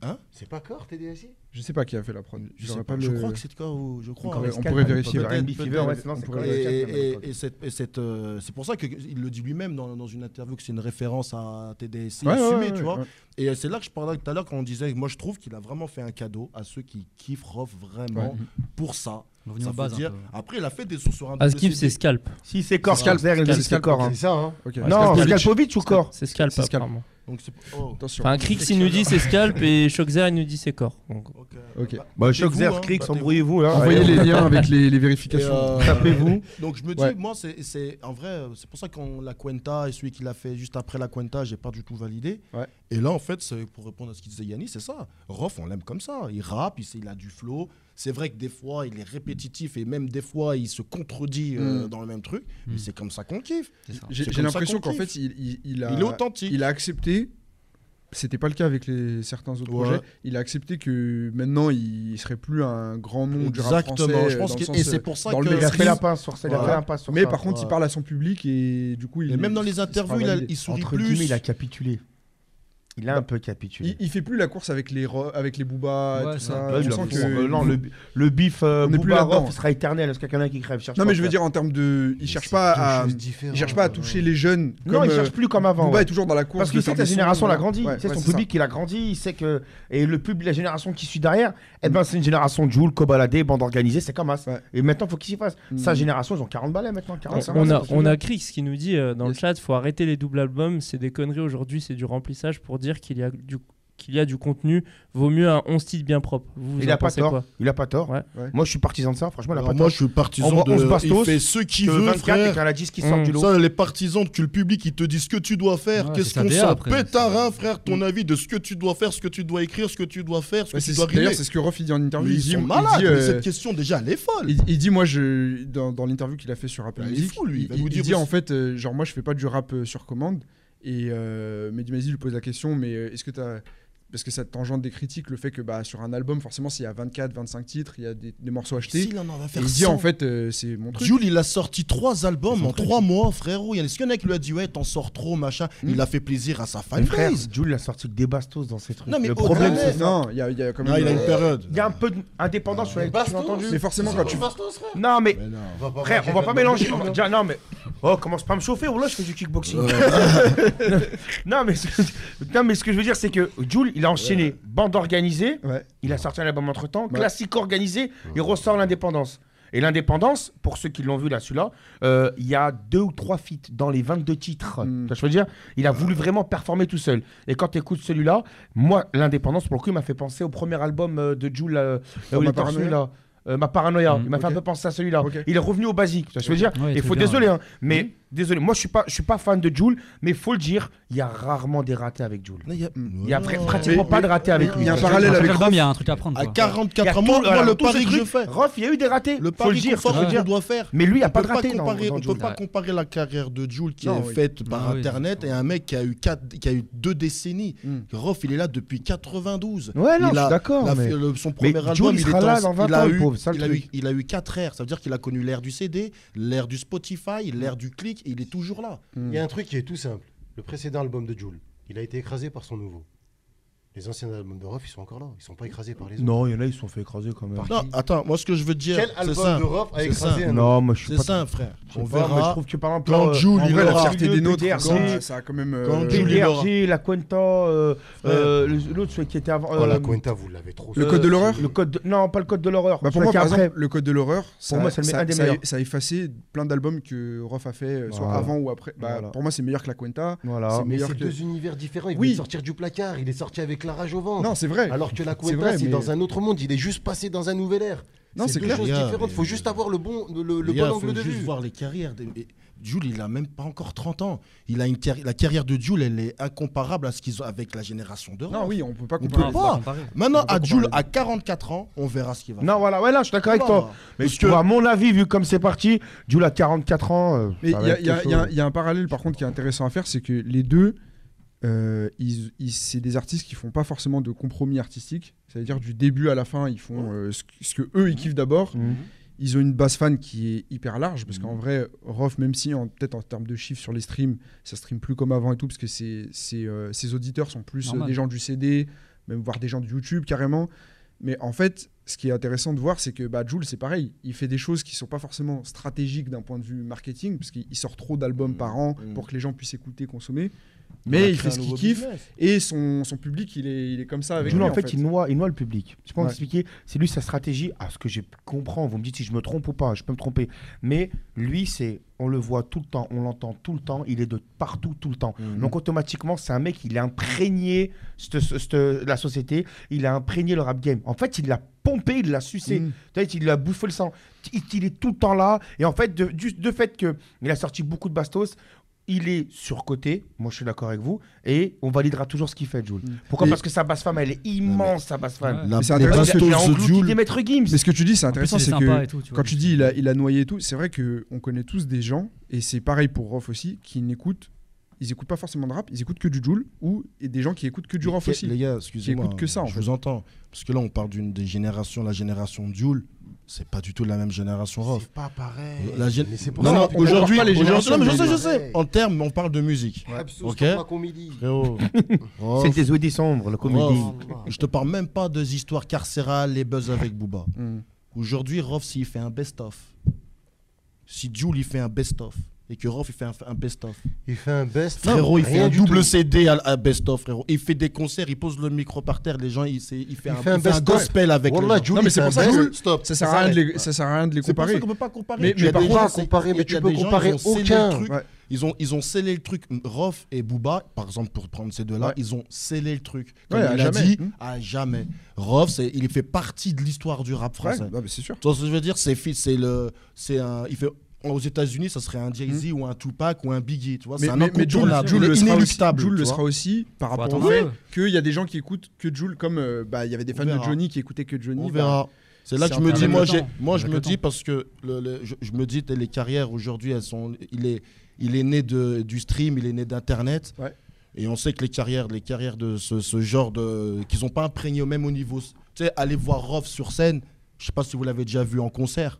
Speaker 4: Hein
Speaker 6: C'est pas Core TDSI
Speaker 2: Je sais pas qui a fait la prod.
Speaker 4: Je,
Speaker 2: J'aurais
Speaker 4: sais
Speaker 2: pas
Speaker 4: pas, je
Speaker 2: le-
Speaker 4: crois que c'est quoi ou je crois.
Speaker 2: On pourrait-
Speaker 4: hein.
Speaker 2: on pourrait vérifier.
Speaker 4: Peut-être,
Speaker 2: R&B Fever,
Speaker 4: peut-être.
Speaker 2: ouais, sinon, c'est
Speaker 4: On
Speaker 2: Coral
Speaker 4: pourrait-
Speaker 2: Jack,
Speaker 4: et-
Speaker 2: même,
Speaker 4: et-
Speaker 2: je crois.
Speaker 4: et cette- et cette, euh, c'est pour ça qu'il le dit lui-même dans, dans une interview que c'est une référence à TDSI
Speaker 2: Ouais, ouais,
Speaker 4: assumé,
Speaker 2: ouais,
Speaker 4: tu
Speaker 2: ouais,
Speaker 4: vois.
Speaker 2: ouais.
Speaker 4: Et euh, c'est là que je parlais tout à l'heure quand on disait, moi je trouve qu'il a vraiment fait un cadeau à ceux qui kiffent Rof vraiment
Speaker 5: Ouais.
Speaker 4: pour ça.
Speaker 5: Revenir
Speaker 4: Ça
Speaker 5: aux
Speaker 4: faut
Speaker 5: bases un
Speaker 4: dire.
Speaker 5: peu.
Speaker 4: Après, il a fait des sons sur un.
Speaker 5: Ah,
Speaker 4: double
Speaker 5: Skip,
Speaker 4: CD.
Speaker 5: c'est Scalp.
Speaker 3: Si, c'est Core, Scalp, Scalp, c'est Scalp, Core, hein.
Speaker 6: C'est ça, hein
Speaker 2: Ok.
Speaker 3: Non, c'est Scalpovic ou Core
Speaker 5: C'est Scalp,
Speaker 3: C'est Scalp.
Speaker 5: apparemment.
Speaker 4: Donc, c'est- oh.
Speaker 2: Attention.
Speaker 5: Enfin, Crix, il nous dit c'est Scalp et Shockzer, il nous dit c'est Core.
Speaker 4: oh,
Speaker 2: Ok.
Speaker 3: Bah, Shockzer, Crix, embrouillez-vous là.
Speaker 2: hein, Envoyez
Speaker 3: Allez,
Speaker 2: les
Speaker 3: on-
Speaker 2: liens avec les, les vérifications.
Speaker 4: Et, euh,
Speaker 3: Tapez-vous.
Speaker 4: Donc je me dis,
Speaker 2: Ouais.
Speaker 4: moi, c'est- c'est en vrai, euh, c'est pour ça qu'on la Cuenta et celui qui l'a fait juste après la Cuenta, j'ai pas du tout validé. Et là, en fait, c'est- pour répondre à ce qu'il disait Yannis, c'est ça. Rof, on l'aime comme ça. Il rappe, il, sait- il a du flow. C'est vrai que des fois, il est répétitif et même des fois, il se contredit euh,
Speaker 2: Mm.
Speaker 4: dans le même truc. Mais c'est comme ça qu'on kiffe.
Speaker 2: J'ai
Speaker 4: C'est
Speaker 2: j'ai
Speaker 4: comme ça
Speaker 2: l'impression
Speaker 4: qu'on
Speaker 2: qu'en fait,
Speaker 4: kiffe.
Speaker 2: il, il- il a,
Speaker 4: Il est authentique.
Speaker 2: il a accepté. C'était pas le cas avec les, certains autres
Speaker 4: Ouais.
Speaker 2: projets. Il a accepté que maintenant, il serait plus un grand nom du rap français.
Speaker 4: Exactement, je pense
Speaker 2: euh, dans
Speaker 4: que-
Speaker 2: le sens,
Speaker 4: et c'est
Speaker 2: euh,
Speaker 4: pour ça
Speaker 2: dans le
Speaker 4: que- Il a fait
Speaker 2: mainstream.
Speaker 4: la pince sur ça, il a fait la pince sur
Speaker 2: Mais
Speaker 4: ça.
Speaker 2: par contre, il
Speaker 4: Ouais.
Speaker 2: parle à son public et du coup, il
Speaker 4: Et même dans les
Speaker 2: sera
Speaker 4: interviews, il a-
Speaker 2: validé.
Speaker 4: il sourit
Speaker 3: Entre guillemets, il a capitulé. Il a un peu capitulé.
Speaker 2: Il, il fait plus la course avec les ro- avec les Booba,
Speaker 3: Ouais,
Speaker 2: tout
Speaker 3: c'est
Speaker 2: ça.
Speaker 3: un peu
Speaker 2: On
Speaker 3: de la
Speaker 2: sent
Speaker 3: course.
Speaker 2: que-
Speaker 3: Euh, non, le, le bif euh,
Speaker 2: On est plus
Speaker 3: Booba
Speaker 2: là-dedans.
Speaker 3: Roth, il sera éternel. Est-ce qu'il y en a qui crève cherche
Speaker 2: Non
Speaker 3: pas
Speaker 2: mais je veux
Speaker 3: à
Speaker 2: dire en termes de, il cherche pas à,
Speaker 3: choses
Speaker 2: il
Speaker 3: différentes, euh,
Speaker 2: cherche
Speaker 4: euh,
Speaker 2: pas à toucher les jeunes. euh,
Speaker 3: Non, il cherche plus comme euh, avant.
Speaker 2: Booba
Speaker 3: ouais.
Speaker 2: est toujours dans la course.
Speaker 3: Parce
Speaker 2: de
Speaker 3: qu'il sait
Speaker 2: faire
Speaker 3: que la
Speaker 2: des sons,
Speaker 3: génération l'a
Speaker 2: voilà.
Speaker 3: grandi.
Speaker 2: Ouais,
Speaker 3: il sait
Speaker 2: ouais,
Speaker 3: son
Speaker 2: c'est ça.
Speaker 3: public, il a grandi. Il sait que. Et le public, la génération qui suit derrière, eh ben, c'est une génération Joule, Cobaladé, bande organisée, c'est comme ça. Et maintenant, il faut qu'ils s'y fassent. Sa génération, ils ont 40 balais maintenant. 45,
Speaker 5: On a,
Speaker 3: c'est ce que je
Speaker 5: on
Speaker 3: veux
Speaker 5: a
Speaker 3: dire.
Speaker 5: Crix qui nous dit euh, dans le chat, faut arrêter les doubles albums, c'est des conneries aujourd'hui, c'est du remplissage pour dire qu'il y a du qu'il y a du contenu, vaut mieux un 11 titres bien propre. Vous, vous
Speaker 3: Il
Speaker 5: en
Speaker 3: a pas
Speaker 5: pensez
Speaker 3: tort.
Speaker 5: quoi
Speaker 3: Il a pas tort. Moi, je suis partisan de ça. Franchement, il a
Speaker 4: Alors
Speaker 3: pas
Speaker 4: moi,
Speaker 3: tort.
Speaker 4: je suis partisan
Speaker 3: On voit
Speaker 4: de.
Speaker 3: 11 bastos,
Speaker 4: il fait ce qu'il
Speaker 3: que
Speaker 4: veut,
Speaker 3: 24
Speaker 4: frère.
Speaker 3: et qu'un ladis qui sort du lot.
Speaker 4: Ça, les partisans que le public, il te dit ce que tu dois faire.
Speaker 3: Ouais,
Speaker 4: Qu'est-ce
Speaker 3: c'est
Speaker 4: qu'on
Speaker 3: sa DA,
Speaker 4: s'en
Speaker 3: après,
Speaker 4: pète à rien, frère, ton avis de ce que tu dois faire, ce que tu dois écrire, ce que tu dois faire, ce
Speaker 2: Ouais,
Speaker 4: que tu
Speaker 2: c'est-
Speaker 4: dois
Speaker 2: D'ailleurs,
Speaker 4: rimer.
Speaker 2: c'est ce que Rof il dit en interview.
Speaker 4: Mais
Speaker 2: il
Speaker 4: ils
Speaker 2: dit,
Speaker 4: sont
Speaker 2: il
Speaker 4: malades,
Speaker 2: dit,
Speaker 4: mais
Speaker 2: euh,
Speaker 4: cette question, déjà, elle est folle.
Speaker 2: Il, il dit moi je dans, dans l'interview qu'il a fait sur Apple
Speaker 4: Bah, il est
Speaker 2: Music,
Speaker 4: fou, lui, il va
Speaker 2: il,
Speaker 4: nous
Speaker 2: il
Speaker 4: dire
Speaker 2: dit en
Speaker 4: aussi.
Speaker 2: fait euh, genre moi je fais pas du rap euh, sur commande et euh, Mehdi Maizi lui pose la question mais euh, est-ce que t'as parce que ça t'engendre des critiques le fait que bah sur un album forcément s'il y a 24 25 titres, il y a des, des morceaux achetés.
Speaker 4: s'il en en va faire
Speaker 2: et il dit
Speaker 4: 100.
Speaker 2: en fait euh, c'est mon truc.
Speaker 4: Jules, il a sorti trois albums
Speaker 2: C'est son
Speaker 4: en
Speaker 2: truc.
Speaker 4: trois mois, frérot. Il y en a- Est-ce qu'il y en a qui lui a dit, ouais, t'en sors trop, machin Il a fait plaisir à sa
Speaker 3: Mais frère,
Speaker 4: fanbase.
Speaker 3: Jules a sorti que des bastos dans ces trucs.
Speaker 4: Non, mais
Speaker 3: le
Speaker 4: au
Speaker 3: problème,
Speaker 4: delà,
Speaker 3: c'est ça.
Speaker 2: Ah, Non, il y a, il y a quand même euh,
Speaker 4: Ah, il a une période.
Speaker 3: Il y a un peu d'indépendance sur les bastos.
Speaker 2: Mais forcément, quand tu-
Speaker 3: Non, mais.
Speaker 6: va pas
Speaker 3: Frère,
Speaker 6: manger
Speaker 3: on va
Speaker 6: de
Speaker 3: pas
Speaker 6: la
Speaker 3: mélanger.
Speaker 6: bouffe,
Speaker 3: on va
Speaker 6: là.
Speaker 3: dire, Non, mais. Oh, commence pas à me chauffer, ou là je fais du kickboxing. non, mais ce... non, mais ce que je veux dire, c'est que Jules, il a enchaîné bande organisée, il a sorti un album entre temps, classique organisé, il ressort l'indépendance. Et l'indépendance, pour ceux qui l'ont vu là, celui-là, euh, il y a deux ou trois feats dans les 22 titres.
Speaker 2: Mm.
Speaker 3: Tu vois, Je veux dire, il a voulu vraiment performer tout seul. Et quand tu écoutes celui-là, moi, l'indépendance, pour le coup, il m'a fait penser au premier album euh, de Jules, euh,
Speaker 2: Dans
Speaker 3: où il
Speaker 2: ma
Speaker 3: était
Speaker 2: paranoïa Mm,
Speaker 3: celui-là. euh, ma paranoïa. il m'a fait un peu penser à celui-là. Il est revenu au basique. Tu vois ce que je veux
Speaker 1: Ok.
Speaker 3: dire
Speaker 1: Ouais,
Speaker 3: Il
Speaker 1: très
Speaker 3: faut
Speaker 1: bien,
Speaker 3: désolé,
Speaker 1: ouais.
Speaker 3: hein, mais
Speaker 2: Mm.
Speaker 3: désolé. Moi, je suis pas, je suis pas fan de Jules, mais faut le dire, il y a rarement des ratés avec Jules. Il y a,
Speaker 4: Hmm.
Speaker 3: pr- pratiquement
Speaker 2: Mm. Mais-
Speaker 3: pas de ratés
Speaker 2: mais-
Speaker 3: avec
Speaker 2: mais
Speaker 3: lui.
Speaker 2: il y a un parallèle avec Rof. Il y a un truc à prendre,
Speaker 3: prendre
Speaker 1: quoi.
Speaker 3: Il y a
Speaker 4: 44 ans,
Speaker 3: tout-
Speaker 4: moi,
Speaker 3: voilà,
Speaker 4: moi, le
Speaker 3: tous ces
Speaker 4: pari que
Speaker 3: trucs,
Speaker 4: je fais.
Speaker 3: Rof, il y a eu des ratés.
Speaker 4: Le
Speaker 3: faut le
Speaker 4: pari
Speaker 3: dire.
Speaker 4: confort
Speaker 3: faut le
Speaker 4: qu'on
Speaker 3: dire.
Speaker 4: doit faire.
Speaker 3: Mais lui, il n'y a
Speaker 4: On
Speaker 3: pas
Speaker 4: peut
Speaker 3: de raté. dans-
Speaker 4: comparer-
Speaker 3: dans
Speaker 4: on ne peut
Speaker 3: Jules.
Speaker 4: pas comparer la carrière de Jules qui
Speaker 3: Non,
Speaker 4: est
Speaker 3: oui.
Speaker 4: faite par
Speaker 3: Ah oui,
Speaker 4: Internet et un mec qui a eu, quatre, qui a eu deux décennies. Rof, il est là depuis 92.
Speaker 3: Hmm. Ouais, non,
Speaker 4: Il
Speaker 3: je
Speaker 4: a-
Speaker 3: suis d'accord,
Speaker 4: la-
Speaker 3: mais-
Speaker 4: le- Son
Speaker 3: mais
Speaker 4: premier album,
Speaker 3: Jules, il
Speaker 4: il,
Speaker 3: sera
Speaker 4: est en-
Speaker 3: là dans 20
Speaker 4: il a
Speaker 3: ans, le
Speaker 4: eu-
Speaker 3: pauvre, ça, le
Speaker 4: il a
Speaker 3: truc.
Speaker 4: eu- il a eu 4 R. Ça veut dire qu'il a connu l'ère du CD, l'ère du Spotify, l'ère du clic. Il est toujours là.
Speaker 6: Il y a un truc qui est tout simple. Le précédent album de Jules, il a été écrasé par son nouveau. Les anciens albums de Rof, ils sont encore là. Ils sont pas écrasés par les autres.
Speaker 3: Non, il y en a, ils se sont fait écraser quand même.
Speaker 4: Non, attends, moi ce que je veux dire,
Speaker 6: Quel
Speaker 4: c'est
Speaker 6: album
Speaker 4: simple,
Speaker 6: de Rof a
Speaker 4: c'est
Speaker 6: écrasé
Speaker 4: simple.
Speaker 6: un autre
Speaker 3: Non, moi, je suis
Speaker 4: C'est
Speaker 3: pas-
Speaker 4: simple, frère.
Speaker 3: je sais
Speaker 4: On
Speaker 3: pas,
Speaker 4: verra.
Speaker 3: mais je trouve que, par exemple,
Speaker 4: quand
Speaker 3: euh,
Speaker 4: Jules,
Speaker 3: en
Speaker 4: il
Speaker 3: vrai, la
Speaker 4: aura-
Speaker 3: fierté des nôtres,
Speaker 4: Quand-
Speaker 3: ça- ça a
Speaker 2: quand même, euh,
Speaker 4: Quand Jules, il aura-
Speaker 3: PDRG, la Cuenta, euh,
Speaker 4: Ouais.
Speaker 3: euh, le- l'autre celui qui était avant.
Speaker 6: Oh, la
Speaker 3: euh,
Speaker 6: Cuenta, vous l'avez trop.
Speaker 2: Le code de l'horreur
Speaker 3: Le code de- Non, pas le code de l'horreur.
Speaker 2: Bah, pour
Speaker 3: Celui
Speaker 2: moi,
Speaker 3: qui est
Speaker 2: par
Speaker 3: après.
Speaker 2: exemple, le code de l'horreur, ça,
Speaker 3: Pour moi, c'est le-
Speaker 2: ça-
Speaker 3: un des
Speaker 2: ça-
Speaker 3: meilleurs.
Speaker 2: ça a effacé plein d'albums que Rof a fait, euh, soit
Speaker 3: Voilà.
Speaker 2: avant ou après. Bah,
Speaker 3: Voilà.
Speaker 2: Pour moi, c'est meilleur que la Cuenta.
Speaker 3: Voilà.
Speaker 2: C'est
Speaker 6: Mais
Speaker 2: meilleur
Speaker 6: c'est
Speaker 2: que.
Speaker 6: deux univers différents. Il
Speaker 2: Oui.
Speaker 6: vient de sortir du placard. Il est sorti avec la rage au ventre.
Speaker 2: Non, c'est vrai.
Speaker 6: Alors que la
Speaker 2: C'est vrai,
Speaker 6: Cuenta, c'est
Speaker 2: mais-
Speaker 6: dans un autre monde. Il est juste passé dans un nouvel air.
Speaker 2: Non, c'est
Speaker 6: deux
Speaker 2: clair.
Speaker 6: choses
Speaker 4: Yeah,
Speaker 6: différentes.
Speaker 4: mais-
Speaker 6: Faut juste avoir le bon, le, le
Speaker 4: Les gars,
Speaker 6: bon angle
Speaker 4: faut
Speaker 6: de
Speaker 4: juste
Speaker 6: vue.
Speaker 4: voir les carrières. des- et Jules, il a même pas encore 30 ans. Il a une carri- la carrière de Jules, elle est incomparable à ce qu'ils ont avec la génération de.
Speaker 2: Non, oui, on peut pas
Speaker 4: On
Speaker 2: comparer.
Speaker 4: peut
Speaker 2: On peut pas
Speaker 4: pas.
Speaker 2: comparer.
Speaker 4: Maintenant,
Speaker 2: On peut pas
Speaker 4: à Jules,
Speaker 2: comparer.
Speaker 4: à 44 ans, on verra ce qu'il va. faire.
Speaker 3: Non, voilà, ouais, là, je suis d'accord avec
Speaker 4: Voilà.
Speaker 3: toi. Mais
Speaker 4: Parce
Speaker 3: je trouve, à mon avis, vu comme c'est parti, Jules a 44 ans. euh,
Speaker 2: Mais il y,
Speaker 3: ça va
Speaker 2: a-
Speaker 3: être
Speaker 2: il y a-
Speaker 3: quelque
Speaker 2: il y a-
Speaker 3: chose.
Speaker 2: il y a un parallèle par contre qui est intéressant à faire, c'est que les deux, euh, ils- ils- c'est des artistes qui font pas forcément de compromis artistique. C'est-à-dire du début à la fin, ils font euh, ce, que- ce que eux ils kiffent d'abord.
Speaker 3: Mhm.
Speaker 2: Ils ont une base fan qui est hyper large parce qu'en vrai, Rof, même si en- peut-être en termes de chiffres sur les streams, ça stream plus comme avant et tout parce que c'est- c'est, euh, ses auditeurs sont plus euh,
Speaker 1: Normal.
Speaker 2: des gens du CD, même voire des gens de YouTube carrément. Mais en fait, ce qui est intéressant de voir, c'est que bah, Jules, c'est pareil. Il fait des choses qui sont pas forcément stratégiques d'un point de vue marketing, parce qu'il il sort trop d'albums
Speaker 4: Mmh,
Speaker 2: par an pour que les gens puissent écouter, consommer.
Speaker 3: Il a
Speaker 2: Mais il
Speaker 3: créé
Speaker 2: fait
Speaker 3: un
Speaker 2: ce qu'il
Speaker 3: nouveau
Speaker 2: kiffe,
Speaker 3: business.
Speaker 2: et son, son public, il est, il est comme ça avec
Speaker 3: Jules,
Speaker 2: lui.
Speaker 3: en fait, il noie, il noie le public. Je peux
Speaker 2: Ouais.
Speaker 3: expliquer. C'est lui sa stratégie. À ce que je comprends, vous me dites si je me trompe ou pas. Je peux me tromper. Mais lui, c'est, on le voit tout le temps, on l'entend tout le temps. Il est de partout tout le temps.
Speaker 2: Mhm.
Speaker 3: Donc automatiquement, c'est un mec. Il a imprégné cette- cette- la société. Il a imprégné le rap game. En fait, il l'a pompé, il l'a sucé.
Speaker 4: Mm.
Speaker 2: Mhm.
Speaker 3: Peut-être il lui a bouffé le sang. Il, il est tout le temps là. Et en fait, de, du, de fait que il a sorti beaucoup de bastos. Il est surcoté, moi je suis d'accord avec vous, et on validera toujours ce qu'il fait, Jules. Pourquoi
Speaker 2: Et-
Speaker 3: Parce que sa basse femme, elle est immense, sa basse femme.
Speaker 4: La-
Speaker 2: Mais c'est
Speaker 4: Mm. les
Speaker 2: intéressant
Speaker 4: bastos
Speaker 2: que-
Speaker 4: de
Speaker 2: englouti
Speaker 4: Jules.
Speaker 3: des maîtres Gims.
Speaker 2: Mais ce que tu dis, c'est
Speaker 1: En plus,
Speaker 2: intéressant,
Speaker 1: il est
Speaker 2: c'est
Speaker 1: sympa
Speaker 2: que
Speaker 1: et tout, tu vois.
Speaker 2: quand tu dis il a, il a noyé et tout, c'est vrai que on connaît tous des gens, et c'est pareil pour Rof aussi, qui n'écoutent, ils écoutent pas forcément de rap, ils écoutent que du Jules, ou et des gens qui écoutent que du Rof
Speaker 4: Les-
Speaker 2: aussi.
Speaker 4: Les gars,
Speaker 2: qui
Speaker 4: excusez-moi.
Speaker 2: écoutent que ça en
Speaker 4: je
Speaker 2: fait.
Speaker 4: vous entends. Parce que là, on parle d'une des générations, la génération Jules. C'est pas du tout la même génération Rof.
Speaker 6: C'est pas pareil.
Speaker 4: La gén-
Speaker 6: Mais c'est pour
Speaker 4: Non,
Speaker 6: ça
Speaker 4: non,
Speaker 6: qu'on compare
Speaker 4: aujourd'hui,
Speaker 6: pas les
Speaker 4: aujourd'hui-
Speaker 6: générations,
Speaker 4: non, mais je sais,
Speaker 6: mais-
Speaker 4: je sais. En termes, on parle de musique.
Speaker 6: Absolument,
Speaker 4: Ok.
Speaker 6: ma comédie.
Speaker 4: Frérot. Rof.
Speaker 3: C'est des oedis sombres, la comédie.
Speaker 4: Rof, Je te parle même pas des histoires carcérales, les buzz avec Booba.
Speaker 2: Mm.
Speaker 4: Aujourd'hui, Rof, s'il fait un best-of, si Jules il fait un best-of, et que Rof il fait un, un best-of.
Speaker 6: Il fait un best.
Speaker 4: Frérot, il
Speaker 6: Rien
Speaker 4: fait un
Speaker 6: du
Speaker 4: double
Speaker 6: tout.
Speaker 4: CD à, à best-of, frérot. Il fait des concerts, il pose le micro par terre, les gens, il, c'est- il fait,
Speaker 6: Il
Speaker 4: un,
Speaker 6: fait un
Speaker 4: il fait un
Speaker 6: best-of.
Speaker 4: gospel avec les
Speaker 6: Wallah,
Speaker 4: gens.
Speaker 6: Jules,
Speaker 2: Non, mais c'est
Speaker 6: il
Speaker 2: pour
Speaker 6: fait un
Speaker 2: ça que
Speaker 6: best- stop.
Speaker 2: ça sert à rien de les, ça sert à rien de les
Speaker 4: C'est pour
Speaker 2: comparer.
Speaker 4: ça qu'on peut pas
Speaker 6: Ah,
Speaker 4: comparer.
Speaker 2: Mais-
Speaker 4: Il y a
Speaker 2: mais par
Speaker 4: des
Speaker 2: contre-
Speaker 4: gens,
Speaker 6: à comparer,
Speaker 4: il y a
Speaker 6: mais tu
Speaker 4: des
Speaker 6: peux
Speaker 4: gens, ils ont
Speaker 6: comparer
Speaker 4: scellé le
Speaker 6: aucun.
Speaker 4: truc.
Speaker 2: Ouais.
Speaker 4: Ils ont, ils ont scellé le truc. Rof et Booba, par exemple, pour prendre ces deux-là,
Speaker 2: Ouais.
Speaker 4: ils ont scellé le truc. Comme
Speaker 2: Ouais, à
Speaker 4: il a
Speaker 2: jamais.
Speaker 4: dit,
Speaker 2: Hmm.
Speaker 4: à jamais. Rof, c'est- il fait partie de l'histoire du rap
Speaker 2: Ouais,
Speaker 4: français.
Speaker 2: bah, bah, c'est sûr.
Speaker 4: Tu vois ce que je veux dire C'est fi- c'est le, c'est un, il fait. Aux États-Unis, ça serait un Jay-Z ou un Tupac ou un Biggie, tu vois.
Speaker 2: Hmm. Mais,
Speaker 4: C'est un
Speaker 2: mais, mais Jules,
Speaker 4: incontournable.
Speaker 2: Jules
Speaker 4: Il est
Speaker 2: le sera aussi,
Speaker 4: inéluctable,
Speaker 2: Jules le
Speaker 4: tu
Speaker 2: sera
Speaker 4: vois.
Speaker 2: aussi par
Speaker 1: Faut
Speaker 2: rapport au
Speaker 1: attendre
Speaker 2: fait
Speaker 1: un peu.
Speaker 2: qu'il y a des gens qui écoutent que Jules, comme euh, bah, il y avait des
Speaker 4: On
Speaker 2: fans de
Speaker 4: verra.
Speaker 2: Johnny qui écoutaient que Johnny.
Speaker 4: On
Speaker 2: bah,
Speaker 4: verra. C'est là que
Speaker 2: c'est
Speaker 4: je me
Speaker 2: un
Speaker 4: dis,
Speaker 2: peu
Speaker 4: moi,
Speaker 2: le temps.
Speaker 4: j'ai- moi je
Speaker 1: Avec
Speaker 4: me
Speaker 1: le
Speaker 4: dis parce que le- le- je, je me dis t'as les carrières aujourd'hui, elles sont, il est, il est né de, du stream, il est né d'internet.
Speaker 2: Ouais.
Speaker 4: Et on sait que les carrières, les carrières de ce, ce genre de, qu'ils ont pas imprégné au même au niveau. Tu sais, aller voir Rof sur scène, je sais pas si vous l'avez déjà vu en concert,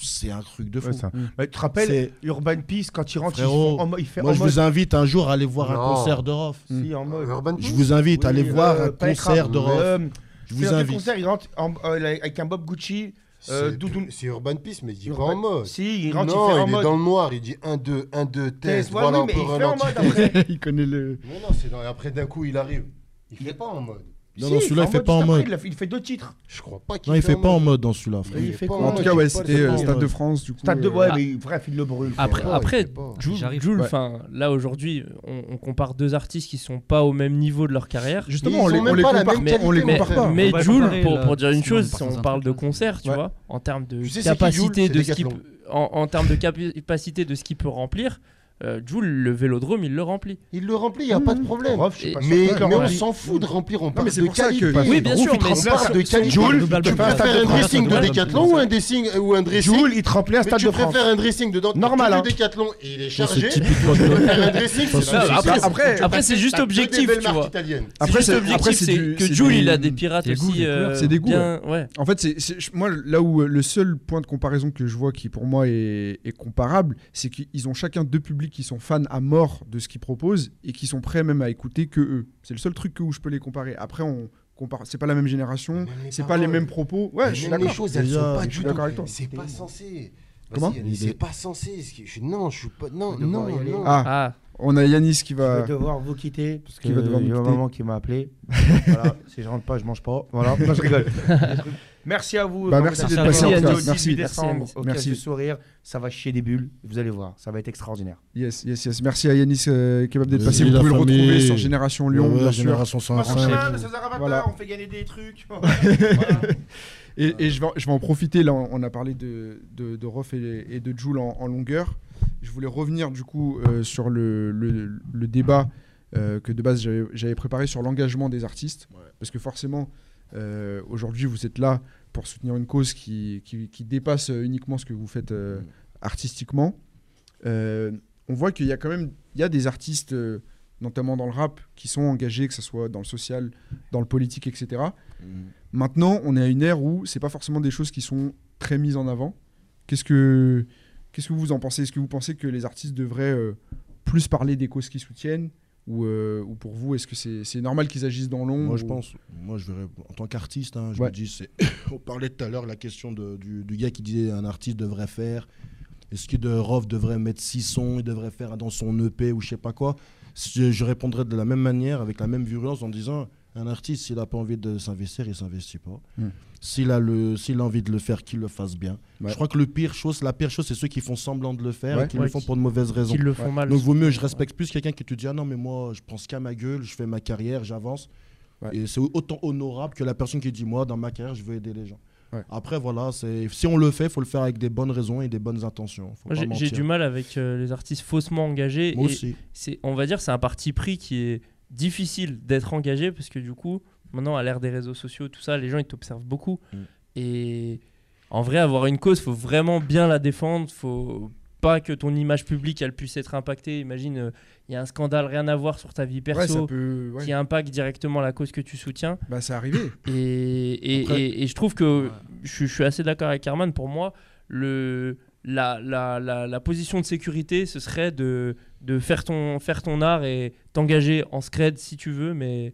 Speaker 4: c'est un truc de fou.
Speaker 3: Ouais, ça. Mais tu te rappelles,
Speaker 4: C'est-
Speaker 3: Urban Peace, quand il rentre,
Speaker 4: Frérot,
Speaker 3: il, fait en mo- il fait
Speaker 4: moi
Speaker 3: en
Speaker 4: je
Speaker 3: mode.
Speaker 4: vous invite un jour à aller voir
Speaker 6: Non.
Speaker 4: un concert de Rof.
Speaker 3: Si, en mode.
Speaker 6: Urban
Speaker 4: Je vous invite à aller
Speaker 3: Oui,
Speaker 4: voir
Speaker 3: euh,
Speaker 4: un
Speaker 3: pas être
Speaker 4: concert
Speaker 3: rap,
Speaker 4: de Rof.
Speaker 3: euh,
Speaker 4: je
Speaker 3: c'est
Speaker 4: vous
Speaker 3: dans quel
Speaker 4: invite.
Speaker 3: concert, il rentre en- euh, avec un Bob Gucci, euh,
Speaker 6: C'est
Speaker 3: Doudoune.
Speaker 6: plus- C'est Urban Peace, mais il dit pas
Speaker 3: Urban-
Speaker 6: en
Speaker 4: Euh,
Speaker 6: mode.
Speaker 3: Si, il
Speaker 6: Non,
Speaker 3: rentre,
Speaker 6: il,
Speaker 3: il fait en
Speaker 6: est
Speaker 3: mode.
Speaker 6: dans le noir, il dit 1, 2, 1, 2, test,
Speaker 3: Ouais,
Speaker 6: voilà
Speaker 3: oui,
Speaker 6: un
Speaker 3: mais
Speaker 6: peu
Speaker 3: il fait en
Speaker 6: ralenti.
Speaker 3: mode après.
Speaker 2: il connaît le.
Speaker 6: Non, non, c'est dans- après d'un coup, il arrive. Il fait pas en mode.
Speaker 4: Non,
Speaker 3: Si,
Speaker 4: non, celui-là, il fait pas en
Speaker 3: juste
Speaker 4: mode.
Speaker 3: après, il a fait- Il fait deux titres.
Speaker 6: Je crois pas
Speaker 4: Non, il fait pas en mode dans celui-là.
Speaker 3: Mais il
Speaker 4: frère.
Speaker 3: fait
Speaker 4: pas
Speaker 3: quoi,
Speaker 4: en
Speaker 3: en
Speaker 4: mode.
Speaker 3: tout cas, ouais,
Speaker 4: Il fait pas
Speaker 3: c'était,
Speaker 4: en
Speaker 3: euh,
Speaker 4: mode.
Speaker 3: Stade de France, du coup, Stade de- ouais, euh, mais bref, il le brûle, frère.
Speaker 5: Après,
Speaker 3: Ouais,
Speaker 5: après
Speaker 3: il fait pas.
Speaker 5: Jul-
Speaker 3: J'arrive.
Speaker 5: Jul,
Speaker 3: Ouais.
Speaker 5: enfin, là aujourd'hui, on, on compare deux artistes qui sont pas au même niveau de leur carrière.
Speaker 2: Justement, on Ils les- ont on même les pas la compare même pas, on les qualité, compare pas.
Speaker 5: Mais
Speaker 2: On va
Speaker 5: Jules,
Speaker 2: comparer,
Speaker 5: pour,
Speaker 2: là,
Speaker 5: pour dire une
Speaker 2: Simon,
Speaker 5: chose,
Speaker 2: on
Speaker 5: si
Speaker 2: part dans
Speaker 5: on
Speaker 2: un
Speaker 5: parle de concert, tu
Speaker 2: Ouais.
Speaker 5: vois, en termes de
Speaker 2: Tu sais, c'est qui,
Speaker 5: capacité
Speaker 2: Jul
Speaker 5: de
Speaker 2: C'est
Speaker 5: ce qu'il
Speaker 2: Decathlon.
Speaker 5: peut- en, en termes de capacité de ce qu'il peut remplir. euh, Jul, le vélodrome, il le remplit.
Speaker 10: Il le remplit, il n'y a pas de problème.
Speaker 5: Et-
Speaker 10: mais mais on s'en fout de remplir, on parle de qualité.
Speaker 5: Oui, bien sûr, mais
Speaker 10: on parle de qualité.
Speaker 3: Jules,
Speaker 10: tu
Speaker 3: tu
Speaker 10: préfères
Speaker 3: préfères
Speaker 10: un
Speaker 3: un
Speaker 10: dressing de
Speaker 3: Stade de
Speaker 10: Décathlon
Speaker 3: France.
Speaker 10: ou un dressing ou un dressing
Speaker 3: Jules, il te remplit un
Speaker 10: Mais
Speaker 3: Stade de France.
Speaker 10: Tu préfères un dressing dedans
Speaker 3: Normal, hein.
Speaker 10: Le Décathlon, il est
Speaker 3: Ça, c'est
Speaker 10: chargé. Tu
Speaker 3: typiquement
Speaker 10: préfères un
Speaker 3: Jules.
Speaker 10: dressing
Speaker 3: Ça, c'est-
Speaker 5: Après,
Speaker 10: c'est-
Speaker 5: après,
Speaker 10: tu
Speaker 5: après, c'est
Speaker 10: passes
Speaker 5: juste
Speaker 10: par deux des
Speaker 5: objectif,
Speaker 10: belles
Speaker 5: tu
Speaker 10: marques
Speaker 5: vois.
Speaker 10: italiennes.
Speaker 5: C'est juste objectif, c'est que Jules, il a des pirates
Speaker 2: c'est des goûts,
Speaker 5: aussi.
Speaker 2: des couleurs,
Speaker 5: euh,
Speaker 2: c'est des goûts.
Speaker 5: bien-
Speaker 2: ouais.
Speaker 5: ouais.
Speaker 2: En fait, c'est- c'est- je- moi, là où euh, le seul point de comparaison que je vois qui pour moi est, est comparable, c'est qu'ils ont chacun deux publics qui sont fans à mort de ce qu'ils proposent et qui sont prêts même à écouter que eux. C'est le seul truc que- où je peux les comparer. Après, on compare. C'est pas la même génération, c'est pas les mêmes propos. Ouais,
Speaker 10: Mais
Speaker 2: je suis
Speaker 10: même
Speaker 2: d'accord.
Speaker 10: Les choses, elles
Speaker 2: Déjà,
Speaker 10: sont pas
Speaker 2: je
Speaker 10: du
Speaker 2: suis
Speaker 10: tout.
Speaker 2: d'accord avec toi.
Speaker 10: C'est pas censé.
Speaker 2: Comment
Speaker 10: Vas-y, Yannis,
Speaker 2: Il est-
Speaker 10: C'est pas censé. ce qui- je- Non, je suis pas. Non, non, non.
Speaker 2: Ah. on a Yanis qui
Speaker 3: Je
Speaker 2: va.
Speaker 3: vais devoir vous quitter parce que
Speaker 2: Qui va devoir nous
Speaker 3: il y a ma
Speaker 2: quitter.
Speaker 3: maman qui m'a appelé. voilà, si je rentre pas, je mange pas. Voilà, non, je rigole. merci à vous.
Speaker 2: Bah, merci d'être passé, en tout cas. Merci.
Speaker 3: Merci.
Speaker 2: Merci.
Speaker 3: Merci. sourire, ça va chier des bulles. Vous allez voir, ça va être extraordinaire.
Speaker 2: Yes, yes, yes. Merci à Yanis euh, Kebab d'être
Speaker 3: Vas-y,
Speaker 2: passé. Vous
Speaker 3: la
Speaker 2: pouvez le
Speaker 3: famille.
Speaker 2: retrouver sur Génération Lyon,
Speaker 3: Ouais, ouais,
Speaker 2: bien sûr.
Speaker 3: Génération 105. Pas sur Chemin, mais sur Zaravatar,
Speaker 2: Voilà.
Speaker 3: on fait gagner des trucs.
Speaker 2: Et, et je, vais, je vais en profiter, là on a parlé de, de, de Rof et, et de Joule en, en longueur. Je voulais revenir du coup euh, sur le, le- le débat euh, que de base j'avais- j'avais préparé sur l'engagement des artistes. Parce que forcément, euh, aujourd'hui vous êtes là pour soutenir une cause qui, qui- qui dépasse euh, uniquement ce que vous faites euh, artistiquement. Euh, on voit qu'il y a quand même il y a des artistes, euh, notamment dans le rap, qui sont engagés, que ce soit dans le social, dans le politique, etc. Mmh. Maintenant, on est à une ère où c'est pas forcément des choses qui sont très mises en avant. Qu'est-ce que qu'est-ce que vous en pensez Est-ce que vous pensez que les artistes devraient euh, plus parler des causes qu'ils soutiennent ou, euh, ou pour vous, est-ce que c'est c'est normal qu'ils agissent dans l'ombre
Speaker 4: Moi, je
Speaker 2: ou-
Speaker 4: pense, moi, je verrais, en tant qu'artiste, hein, je
Speaker 2: Ouais.
Speaker 4: me dis, c'est. On parlait tout à l'heure la question de- du, du gars qui disait un artiste devrait faire. Est-ce que de Rof devrait mettre six sons, il devrait faire dans son EP ou je sais pas quoi je, je répondrais de la même manière, avec la même virulence, en disant un artiste, s'il n'a pas envie de s'investir, il s'investit pas.
Speaker 2: Mm.
Speaker 4: S'il a, le- s'il a envie de le faire, qu'il le fasse bien.
Speaker 2: Ouais.
Speaker 4: Je crois que le pire chose, la pire chose, c'est ceux qui font semblant de le faire
Speaker 2: Ouais.
Speaker 4: et qui
Speaker 2: Ouais,
Speaker 4: le font
Speaker 2: qui-
Speaker 4: pour de mauvaises raisons.
Speaker 5: qui le font
Speaker 2: Ah,
Speaker 5: mal.
Speaker 4: Donc, vaut mieux, je respecte plus quelqu'un qui te dit Ah non, mais moi, je pense qu'à ma gueule, je fais ma carrière, j'avance. Et c'est autant honorable que la personne qui dit Moi, dans ma carrière, je veux aider les gens.
Speaker 2: Ouais.
Speaker 4: Après, voilà, c'est- si on le fait, il faut le faire avec des bonnes raisons et des bonnes intentions. Faut pas
Speaker 5: Moi, j'ai- J'ai
Speaker 4: mentir.
Speaker 5: du mal avec euh, les artistes faussement engagés.
Speaker 4: Moi
Speaker 5: et
Speaker 4: aussi.
Speaker 5: C'est, on va dire, c'est un parti pris qui est difficile d'être engagé parce que du coup, maintenant, à l'ère des réseaux sociaux, tout ça, les gens ils t'observent beaucoup.
Speaker 2: Mm.
Speaker 5: Et en vrai, avoir une cause, faut vraiment bien la défendre. Faut pas que ton image publique elle puisse être impactée. Imagine, euh, il y a un scandale, rien à voir sur ta vie perso,
Speaker 2: ça peut- ouais.
Speaker 5: qui impacte directement la cause que tu soutiens.
Speaker 2: Bah, c'est arrivé.
Speaker 5: Et, et-
Speaker 2: Après-
Speaker 5: et- et je trouve que je, je suis assez d'accord avec Herman. Pour moi, le, la, la, la, la position de sécurité, ce serait de, de faire, ton, faire ton art et t'engager en scred si tu veux, mais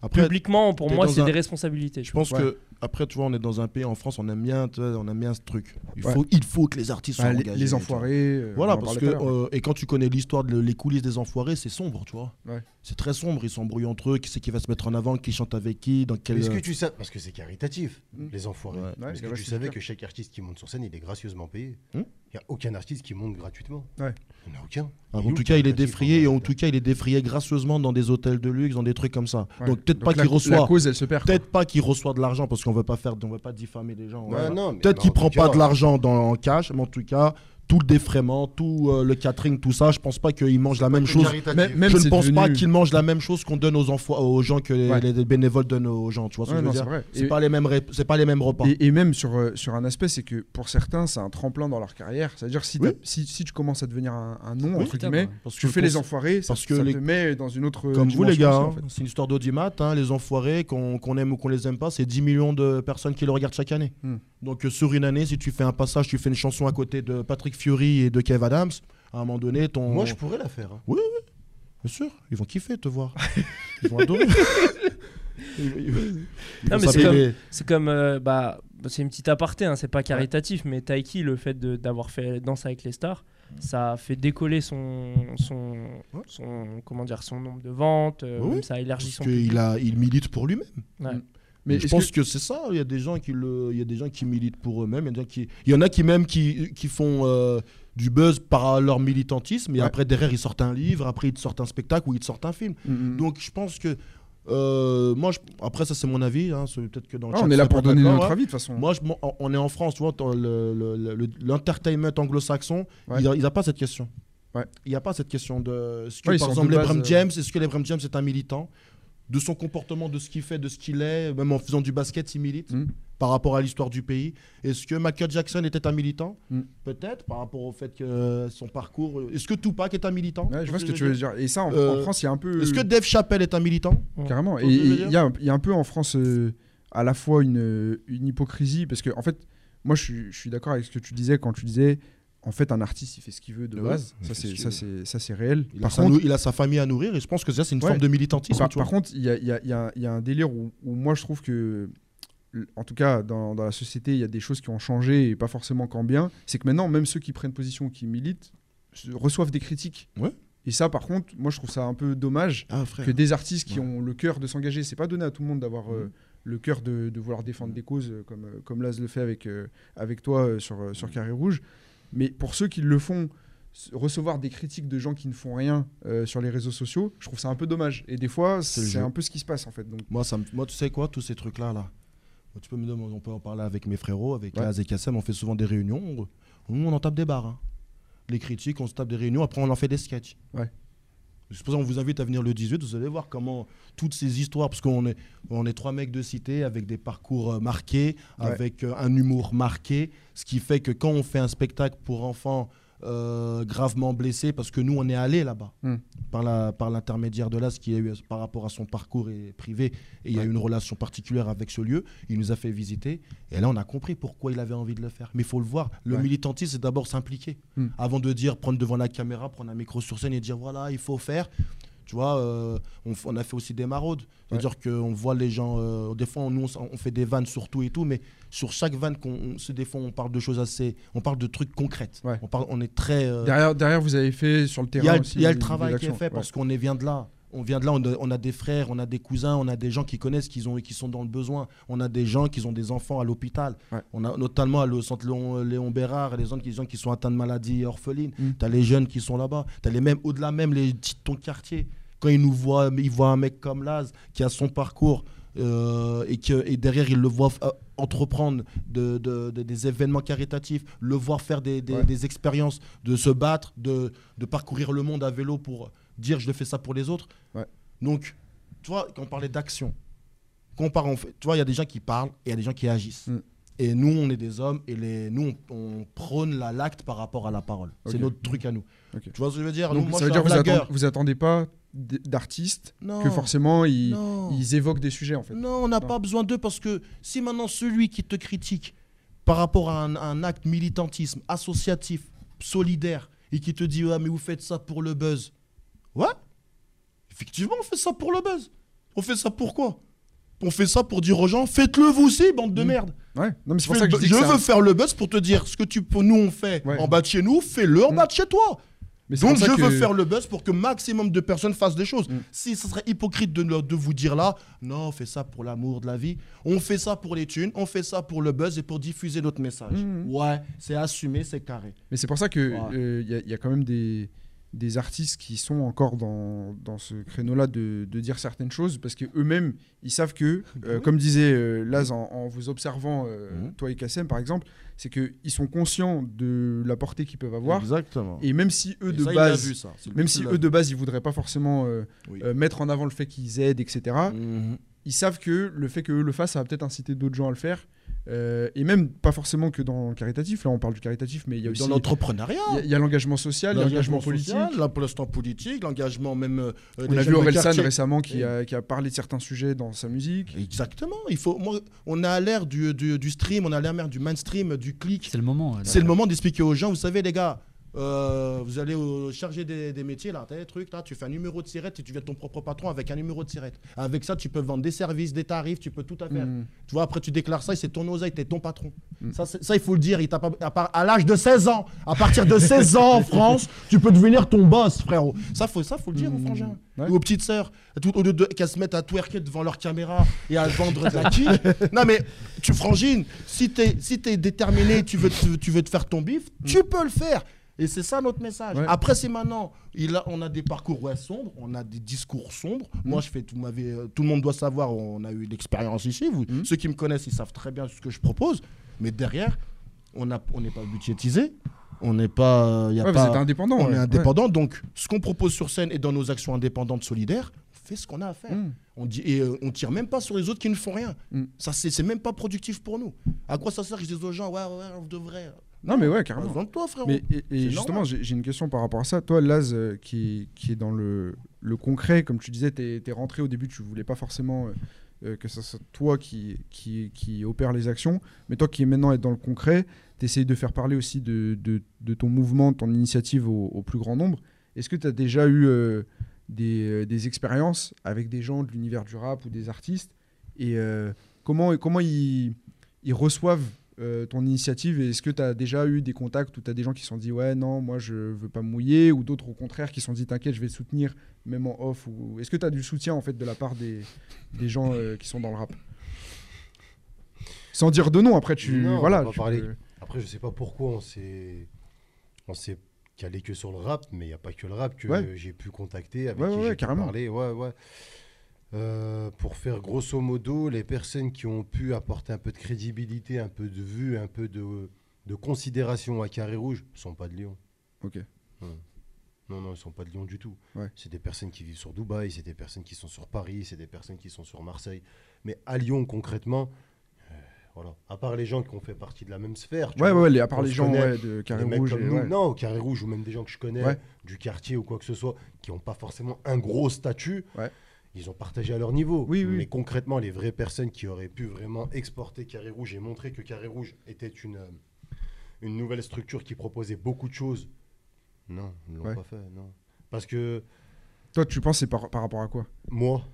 Speaker 4: Après,
Speaker 5: publiquement, pour
Speaker 4: t'es
Speaker 5: moi,
Speaker 4: dans
Speaker 5: c'est
Speaker 4: un-
Speaker 5: des responsabilités.
Speaker 4: Je pense
Speaker 5: trouve.
Speaker 4: que, après, tu vois, on est dans un pays, en France, on aime bien, tu vois, on aime bien ce truc. Il,
Speaker 2: Ouais.
Speaker 4: faut, il faut que les artistes soient
Speaker 2: Bah, les-
Speaker 4: engagés.
Speaker 2: les
Speaker 4: tu vois.
Speaker 2: enfoirés, euh, on
Speaker 4: Voilà,
Speaker 2: en
Speaker 4: parce
Speaker 2: parlait
Speaker 4: que.
Speaker 2: tout à l'heure.
Speaker 4: euh, et quand tu connais l'histoire, de- les coulisses des enfoirés, c'est sombre, tu vois.
Speaker 2: Ouais.
Speaker 4: C'est très sombre, ils s'embrouillent entre eux, qui c'est qui va se mettre en avant, qui chante avec qui, dans quel. Hmm.
Speaker 6: Mais Est-ce que tu sais Parce que c'est caritatif, les enfoirés. Mais
Speaker 2: Ouais,
Speaker 6: Est-ce
Speaker 2: c'est
Speaker 6: que
Speaker 2: vrai,
Speaker 6: tu
Speaker 2: c'est
Speaker 6: savais
Speaker 2: clair.
Speaker 6: que chaque artiste qui monte sur scène, il est gracieusement payé
Speaker 4: Il
Speaker 6: n'y a aucun artiste qui monte gratuitement.
Speaker 2: Ouais.
Speaker 6: Il n'y en a aucun.
Speaker 4: Ah,
Speaker 6: Et
Speaker 4: en
Speaker 6: où
Speaker 4: tout
Speaker 6: le
Speaker 4: cas, il est
Speaker 6: caritatif
Speaker 4: défrayé et en tout cas, il est défrayé gracieusement dans des hôtels de luxe, dans des trucs comme ça. euh,
Speaker 6: Ouais.
Speaker 4: Donc peut-être
Speaker 6: Donc
Speaker 4: pas
Speaker 6: la-
Speaker 4: qu'il
Speaker 6: la
Speaker 4: reçoit.
Speaker 2: cause, elle se perd.
Speaker 4: Peut-être pas qu'il reçoit de l'argent parce qu'on veut pas faire, on veut pas diffamer les gens. on
Speaker 6: Ouais,
Speaker 4: veut pas-
Speaker 6: Bah non, mais-
Speaker 4: peut-être
Speaker 6: mais
Speaker 4: qu'il
Speaker 6: en
Speaker 4: prend
Speaker 6: tout
Speaker 4: pas
Speaker 6: cas- euh,
Speaker 4: de l'argent dans en cash, mais en tout cas. Tout le défraiement, tout euh, le catering, tout ça, je pense pas qu'il mange la même
Speaker 2: que
Speaker 4: chose.
Speaker 2: caritatif. Même- même
Speaker 4: je ne
Speaker 2: c'est
Speaker 4: pense pas
Speaker 2: devenu-
Speaker 4: qu'il mange la même chose qu'on donne aux enfants, aux gens que les,
Speaker 2: Ouais.
Speaker 4: les bénévoles donnent aux gens. Tu vois ce que
Speaker 2: Ouais,
Speaker 4: je veux
Speaker 2: non,
Speaker 4: dire
Speaker 2: c'est vrai.
Speaker 4: C'est
Speaker 2: Et-
Speaker 4: pas les mêmes, ré- c'est pas les mêmes repas.
Speaker 2: Et, et même sur, euh, sur un aspect, c'est que pour certains, c'est un tremplin dans leur carrière. C'est-à-dire, si, t'as- si, si tu commences à devenir un, un nom,
Speaker 4: Oui,
Speaker 2: entre
Speaker 4: putain,
Speaker 2: guillemets,
Speaker 4: bah, parce
Speaker 2: tu
Speaker 4: que
Speaker 2: fais
Speaker 4: le
Speaker 2: les
Speaker 4: cons-
Speaker 2: enfoirés, ça,
Speaker 4: parce que
Speaker 2: ça
Speaker 4: les-
Speaker 2: te met dans une autre. euh,
Speaker 4: Comme vous les
Speaker 2: dimension
Speaker 4: gars,
Speaker 2: aussi, en
Speaker 4: hein.
Speaker 2: fait.
Speaker 4: c'est une histoire d'audimat, hein, les enfoirés, qu'on qu'on aime ou qu'on les aime pas, c'est 10 millions de personnes qui le regardent chaque année.
Speaker 2: Hmm.
Speaker 4: Donc euh, sur une année, si tu fais un passage, tu fais une chanson à côté de Patrick Fiori et de Kev Adams, à un moment donné, ton...
Speaker 6: Moi, je pourrais la faire, hein.
Speaker 4: Oui, oui, bien sûr, ils vont kiffer te voir. ils vont adorer. Ils- ils- ils
Speaker 5: Non,
Speaker 4: vont
Speaker 5: mais c'est
Speaker 4: s'appeler
Speaker 5: comme,
Speaker 4: les-
Speaker 5: c'est comme, euh, bah, c'est une petite aparté, hein, c'est pas caritatif, mais Taiki, le fait de- d'avoir fait Danse avec les stars, ça a fait décoller son, son, son- comment dire, son nombre de ventes, euh,
Speaker 4: Oui,
Speaker 5: même
Speaker 4: oui.
Speaker 5: ça a élargi son
Speaker 4: Parce que il
Speaker 5: public.
Speaker 4: a- il milite pour lui-même.
Speaker 5: Ouais.
Speaker 2: Mm.
Speaker 4: Mais je pense que, c'est ça. Il y a des gens qui le, il y a des gens qui militent pour eux-mêmes. Il y a des gens qui, il y en a qui même qui, qui font euh, du buzz par leur militantisme. Et après derrière ils sortent un livre, après ils te sortent un spectacle ou ils te sortent un film. Mm,
Speaker 2: Mm,
Speaker 4: Donc je pense que euh, moi, je- après ça c'est mon avis. hein, c'est peut-être que dans le
Speaker 2: Ah,
Speaker 4: chat,
Speaker 2: on est là
Speaker 4: c'est
Speaker 2: pour
Speaker 4: pas
Speaker 2: donner
Speaker 4: d'accord, hein.
Speaker 2: notre
Speaker 4: ouais.
Speaker 2: avis, de toute façon.
Speaker 4: Moi, je- moi, on- on est en France, tu vois, t'as le- le- le- l'entertainment anglo-saxon, il n'a pas cette question. Il n'y a pas cette question de. Est-ce que,
Speaker 2: Ouais, ils
Speaker 4: par
Speaker 2: sont
Speaker 4: exemple,
Speaker 2: de
Speaker 4: les
Speaker 2: base, euh,
Speaker 4: Bram James, est-ce que les Bram James est un militant De son comportement, de ce qu'il fait, de ce qu'il est, même en faisant du basket, il
Speaker 2: Mm.
Speaker 4: milite par rapport à l'histoire du pays. Est-ce que Michael Jackson était un militant
Speaker 2: Mm.
Speaker 4: Peut-être, par rapport au fait que euh, son parcours. euh, Est-ce que Tupac est un militant
Speaker 2: Ouais, je vois ce que tu veux euh, dire. Et ça, en- en France, il y a un peu-
Speaker 4: Euh, Est-ce que Dave Chappelle est un militant
Speaker 2: Carrément.
Speaker 4: Tu
Speaker 2: Et
Speaker 4: vois ce que je veux
Speaker 2: il
Speaker 4: dire
Speaker 2: y, a un- il y a un peu en France euh, à la fois une, euh, une hypocrisie, parce que en fait, moi je suis, je suis d'accord avec ce que tu disais quand tu disais, en fait, un artiste il fait ce qu'il veut de
Speaker 4: Bah Ouais,
Speaker 2: base.
Speaker 4: il fait
Speaker 2: Ça,
Speaker 4: ce
Speaker 2: c'est-
Speaker 4: qu'il
Speaker 2: ça,
Speaker 4: veut.
Speaker 2: c'est ça, c'est réel.
Speaker 4: Il a sa nou- il a sa famille à nourrir et je pense que ça, c'est une
Speaker 2: Ouais.
Speaker 4: forme de militantisme.
Speaker 2: Par,
Speaker 4: tu vois.
Speaker 2: par contre, il y a, il y a- il y a un- il y a un délire où, où moi je trouve que, l- en tout cas dans, dans la société, il y a des choses qui ont changé et pas forcément qu'en bien. C'est que maintenant, même ceux qui prennent position, qui militent, se- reçoivent des critiques. Et ça, par contre, moi je trouve ça un peu dommage
Speaker 4: Ah, frère.
Speaker 2: que des artistes qui ont le cœur de s'engager, c'est pas donné à tout le monde d'avoir euh, le cœur de, de vouloir défendre des causes euh, comme, euh, comme Laz le fait avec, euh, avec toi euh, sur, euh, sur Carré Rouge. Mais pour ceux qui le font, s- recevoir des critiques de gens qui ne font rien euh, sur les réseaux sociaux, je trouve ça un peu dommage. Et des fois,
Speaker 4: C'est le
Speaker 2: c'est
Speaker 4: jeu.
Speaker 2: un peu ce qui se passe en fait. Donc,
Speaker 4: Moi, ça me- moi, tu sais quoi, tous ces trucs-là, là. Tu peux me demander, on peut en parler avec mes frérots, avec
Speaker 2: Ouais.
Speaker 4: Az et Kassem, on fait souvent des réunions. on- Nous, on en tape des barres. hein. Les critiques, on se tape des réunions, après, on en fait des sketchs.
Speaker 2: Ouais.
Speaker 4: C'est pour ça qu'on vous invite à venir le 18, vous allez voir comment toutes ces histoires, parce qu'on est, on est trois mecs de cité avec des parcours euh, marqués,
Speaker 2: Ouais.
Speaker 4: avec euh, un humour marqué, ce qui fait que quand on fait un spectacle pour enfants euh, gravement blessés, parce que nous on est allés là-bas,
Speaker 2: Hmm.
Speaker 4: par la par l'intermédiaire de l'AS qui a eu par rapport à son parcours et privé, et il y a eu une relation particulière avec ce lieu, il nous a fait visiter, et là on a compris pourquoi il avait envie de le faire. Mais il faut le voir, le
Speaker 2: Ouais.
Speaker 4: militantisme c'est d'abord s'impliquer,
Speaker 2: Hmm.
Speaker 4: avant de dire, prendre devant la caméra, prendre un micro sur scène et dire voilà, il faut faire. Tu vois, euh, on, f- on a fait aussi des maraudes. C'est-à-dire qu'on voit les gens. euh, des fois, on- nous, on, s- on fait des vannes sur tout et tout, mais sur chaque vanne, qu'on, on- c'est des fois, on parle de choses assez. On parle de trucs concrètes. On, parle, on est très. euh,
Speaker 2: derrière, derrière, vous avez fait sur le
Speaker 4: il y a,
Speaker 2: terrain aussi.
Speaker 4: il y a le
Speaker 2: des-
Speaker 4: travail
Speaker 2: des
Speaker 4: qui est
Speaker 2: actions.
Speaker 4: fait
Speaker 2: Ouais.
Speaker 4: parce qu'on est vient de là. On vient de là, on a, on a des frères, on a des cousins, on a des gens qui connaissent, qui, ont, qui sont dans le besoin. On a des gens qui ont des enfants à l'hôpital. On a notamment le centre Léon, Léon Bérard, les gens, qui- les gens qui sont atteints de maladies orphelines.
Speaker 2: Mm.
Speaker 4: Tu as les jeunes qui sont là-bas. Tu as les mêmes, au-delà même, les petits de ton quartier. Quand ils nous voient, ils voient un mec comme Laz qui a son parcours euh, et, que, et derrière, ils le voient euh, entreprendre de, de- de- des événements caritatifs, le voir faire des, des- des expériences, de se battre, de, de parcourir le monde à vélo pour dire je le fais ça pour les autres. Donc, tu vois, quand on parlait d'action, quand on parle, on fait- tu vois, il y a des gens qui parlent et il y a des gens qui agissent. Et nous, on est des hommes et les, nous, on, on prône la l'acte par rapport à la parole. C'est
Speaker 2: Ok.
Speaker 4: notre truc à nous. Tu vois ce que je veux dire
Speaker 2: Donc,
Speaker 4: Nous, moi,
Speaker 2: ça
Speaker 4: je
Speaker 2: veut
Speaker 4: suis
Speaker 2: dire
Speaker 4: un
Speaker 2: que vous, attendez-
Speaker 4: blagueur.
Speaker 2: vous attendez pas d- d'artistes
Speaker 4: Non.
Speaker 2: que forcément ils,
Speaker 4: Non.
Speaker 2: ils évoquent des sujets en fait.
Speaker 4: Non, on n'a pas besoin d'eux parce que si maintenant celui qui te critique par rapport à un, un acte militantisme, associatif, solidaire, et qui te dit Ah, mais vous faites ça pour le buzz. Ouais, effectivement, on fait ça pour le buzz. On fait ça pour quoi On fait ça pour dire aux gens Faites-le vous aussi, bande de merde.
Speaker 2: Ouais, non, mais Mm. c'est pour
Speaker 4: Fais
Speaker 2: ça que
Speaker 4: le
Speaker 2: je dis
Speaker 4: bu-
Speaker 2: que c'est
Speaker 4: veux
Speaker 2: un-
Speaker 4: faire le buzz pour te dire ce que tu peux, nous on fait en bas de chez nous, fais-le
Speaker 2: Mm.
Speaker 4: en bas de chez toi.
Speaker 2: Mais c'est
Speaker 4: Donc
Speaker 2: pour
Speaker 4: je
Speaker 2: ça que- Mm.
Speaker 4: veux faire le buzz pour que maximum de personnes fassent des choses. Si ce serait hypocrite de, de vous dire là, non, on fait ça pour l'amour de la vie, on fait ça pour les thunes, on fait ça pour le buzz et pour diffuser notre message.
Speaker 2: Mm.
Speaker 4: Ouais, c'est assumé, c'est carré.
Speaker 2: Mais c'est pour ça que euh, y, a- y a quand même des, des artistes qui sont encore dans, dans ce créneau-là de, de dire certaines choses parce que eux-mêmes ils savent que,
Speaker 4: Bah
Speaker 2: euh, comme disait euh, Laz en, en vous observant, euh,
Speaker 4: Mhm.
Speaker 2: toi et Kassem par exemple, c'est que ils sont conscients de la portée qu'ils peuvent avoir.
Speaker 4: Exactement.
Speaker 2: Et même si eux
Speaker 4: Et
Speaker 2: de
Speaker 4: ça, il l'a
Speaker 2: base,
Speaker 4: vu, ça. C'est le
Speaker 2: même
Speaker 4: petit
Speaker 2: si
Speaker 4: l'a
Speaker 2: eux
Speaker 4: vu.
Speaker 2: de base ils voudraient pas forcément euh, euh, mettre en avant le fait qu'ils aident, etc.
Speaker 4: Mhm. Mm.
Speaker 2: Ils savent que le fait qu'eux le fassent, ça va peut-être inciter d'autres gens à le faire. Euh, et même pas forcément que dans le caritatif, là on parle du caritatif, mais il y
Speaker 4: Dans
Speaker 2: a aussi.
Speaker 4: l'entrepreneuriat.
Speaker 2: Il y a- Il y a, l'engagement social, il y a l'engagement politique.
Speaker 4: social, L'engagement politique, l'engagement même. euh, euh,
Speaker 2: on
Speaker 4: des
Speaker 2: a
Speaker 4: jeunes
Speaker 2: vu
Speaker 4: de
Speaker 2: Orelsan
Speaker 4: quartier.
Speaker 2: récemment qui a, qui a parlé de certains sujets dans sa musique.
Speaker 4: Exactement. Il faut, moi, on a l'ère du, du, du stream, on a l'ère même du mainstream, du click.
Speaker 1: C'est le moment. ouais, là.
Speaker 4: C'est le moment d'expliquer aux gens, vous savez les gars, Euh, vous allez au chargé des, des métiers, là, t'as des trucs, là, tu fais un numéro de sirette et tu viens de ton propre patron avec un numéro de sirette. Avec ça, tu peux vendre des services, des tarifs, tu peux tout à faire.
Speaker 2: Mm.
Speaker 4: Tu vois, après, tu déclares ça et c'est ton oseille, t'es ton patron. Ça, c'est- ça, il faut le dire, il t'a pas- à, part- à l'âge de 16 ans, à partir de 16 ans en France, tu peux devenir ton boss, frérot. Ça, faut, ça, faut le dire aux frangins. Ou aux petites sœurs, tout- au lieu de- qu'elles se mettent à twerker devant leur caméra et à vendre de la kick. Non, mais tu frangines, si t'es si t'es déterminé, tu veux, te- tu veux te faire ton bif, tu peux le faire. Et c'est ça notre message.
Speaker 2: Mm. Ouais.
Speaker 4: Après, c'est maintenant. Il a, on a des parcours ouais, sombres, on a des discours sombres.
Speaker 2: Mm.
Speaker 4: Moi, je fais tout, vous m'avez, euh, tout le monde doit savoir, on a eu l'expérience ici. Vous,
Speaker 2: Mm.
Speaker 4: Ceux qui me connaissent, ils savent très bien ce que je propose. Mais derrière, on a- on n'est pas budgétisé. On n'est pas. euh, y a
Speaker 2: Ouais, vous
Speaker 4: pas-
Speaker 2: êtes indépendant,
Speaker 4: On
Speaker 2: ouais.
Speaker 4: est indépendant. Donc, ce qu'on propose sur scène et dans nos actions indépendantes solidaires, on fait ce qu'on a à
Speaker 2: Mm.
Speaker 4: faire.
Speaker 2: Mmh.
Speaker 4: On dit, et euh, on tire même pas sur les autres qui ne font rien. Ça, c'est c'est même pas productif pour nous. À quoi ça sert que je dise aux gens, ouais, ouais, ouais, on devrait.
Speaker 2: Non, mais ouais, carrément.
Speaker 4: Besoin de toi, frérot.
Speaker 2: Mais, et- et,
Speaker 4: C'est
Speaker 2: justement,
Speaker 4: normal.
Speaker 2: j'ai j'ai une question par rapport à ça. Toi, Laz, euh, qui, qui est dans le, le concret, comme tu disais, t'es es rentré au début, tu voulais pas forcément euh, euh, que ça soit toi qui, qui, qui opère les actions, mais toi qui est maintenant être dans le concret, t'essayes de faire parler aussi de, de, de ton mouvement, de ton initiative au, au plus grand nombre. Est-ce que tu as déjà eu euh, des, euh, des expériences avec des gens de l'univers du rap ou des artistes et euh, comment, comment ils, ils reçoivent euh, ton initiative et Est-ce que tu as déjà eu des contacts où tu as des gens qui se sont dit ouais non moi je veux pas me mouiller ou d'autres au contraire qui se sont dit t'inquiète je vais te soutenir même en off ou est-ce que tu as du soutien en fait de la part des, des gens euh, qui sont dans le rap Sans dire de nom après tu
Speaker 6: Non, on
Speaker 2: voilà
Speaker 6: va pas
Speaker 2: tu
Speaker 6: parler.
Speaker 2: peux-
Speaker 6: Après, je sais pas pourquoi on s'est on s'est calé que sur le rap, mais il n'y a pas que le rap que
Speaker 2: Ouais.
Speaker 6: j'ai pu contacter, avec
Speaker 2: Ouais,
Speaker 6: qui
Speaker 2: ouais,
Speaker 6: j'ai
Speaker 2: ouais,
Speaker 6: pu
Speaker 2: carrément.
Speaker 6: parler. Ouais, ouais. Euh, pour faire grosso modo, les personnes qui ont pu apporter un peu de crédibilité, un peu de vue, un peu de, de considération à Carré Rouge, sont pas de Lyon.
Speaker 2: Ok.
Speaker 6: Ouais. Non, non, ils sont pas de Lyon du tout.
Speaker 2: Ouais.
Speaker 6: C'est des personnes qui vivent sur Dubaï, c'est des personnes qui sont sur Paris, c'est des personnes qui sont sur Marseille. Mais à Lyon, concrètement, euh, voilà. À part les gens qui ont fait partie de la même sphère. tu
Speaker 2: Ouais,
Speaker 6: vois,
Speaker 2: ouais, les- à part
Speaker 6: on
Speaker 2: les
Speaker 6: se
Speaker 2: gens,
Speaker 6: connaît,
Speaker 2: ouais, de Carré
Speaker 6: des mecs
Speaker 2: Rouge
Speaker 6: comme
Speaker 2: et-
Speaker 6: nous,
Speaker 2: ouais.
Speaker 6: Non, au Carré Rouge, ou même des gens que je connais,
Speaker 2: Ouais.
Speaker 6: du quartier ou quoi que ce soit, qui n'ont pas forcément un gros statut. Ils ont partagé à leur niveau.
Speaker 2: Oui, oui.
Speaker 6: Mais concrètement, les vraies personnes qui auraient pu vraiment exporter Carré Rouge et montrer que Carré Rouge était une, euh, une nouvelle structure qui proposait beaucoup de choses, non, ils ne l'ont
Speaker 2: Ouais.
Speaker 6: pas fait. Non. Parce que
Speaker 2: toi tu penses c'est par, par rapport à quoi
Speaker 6: moi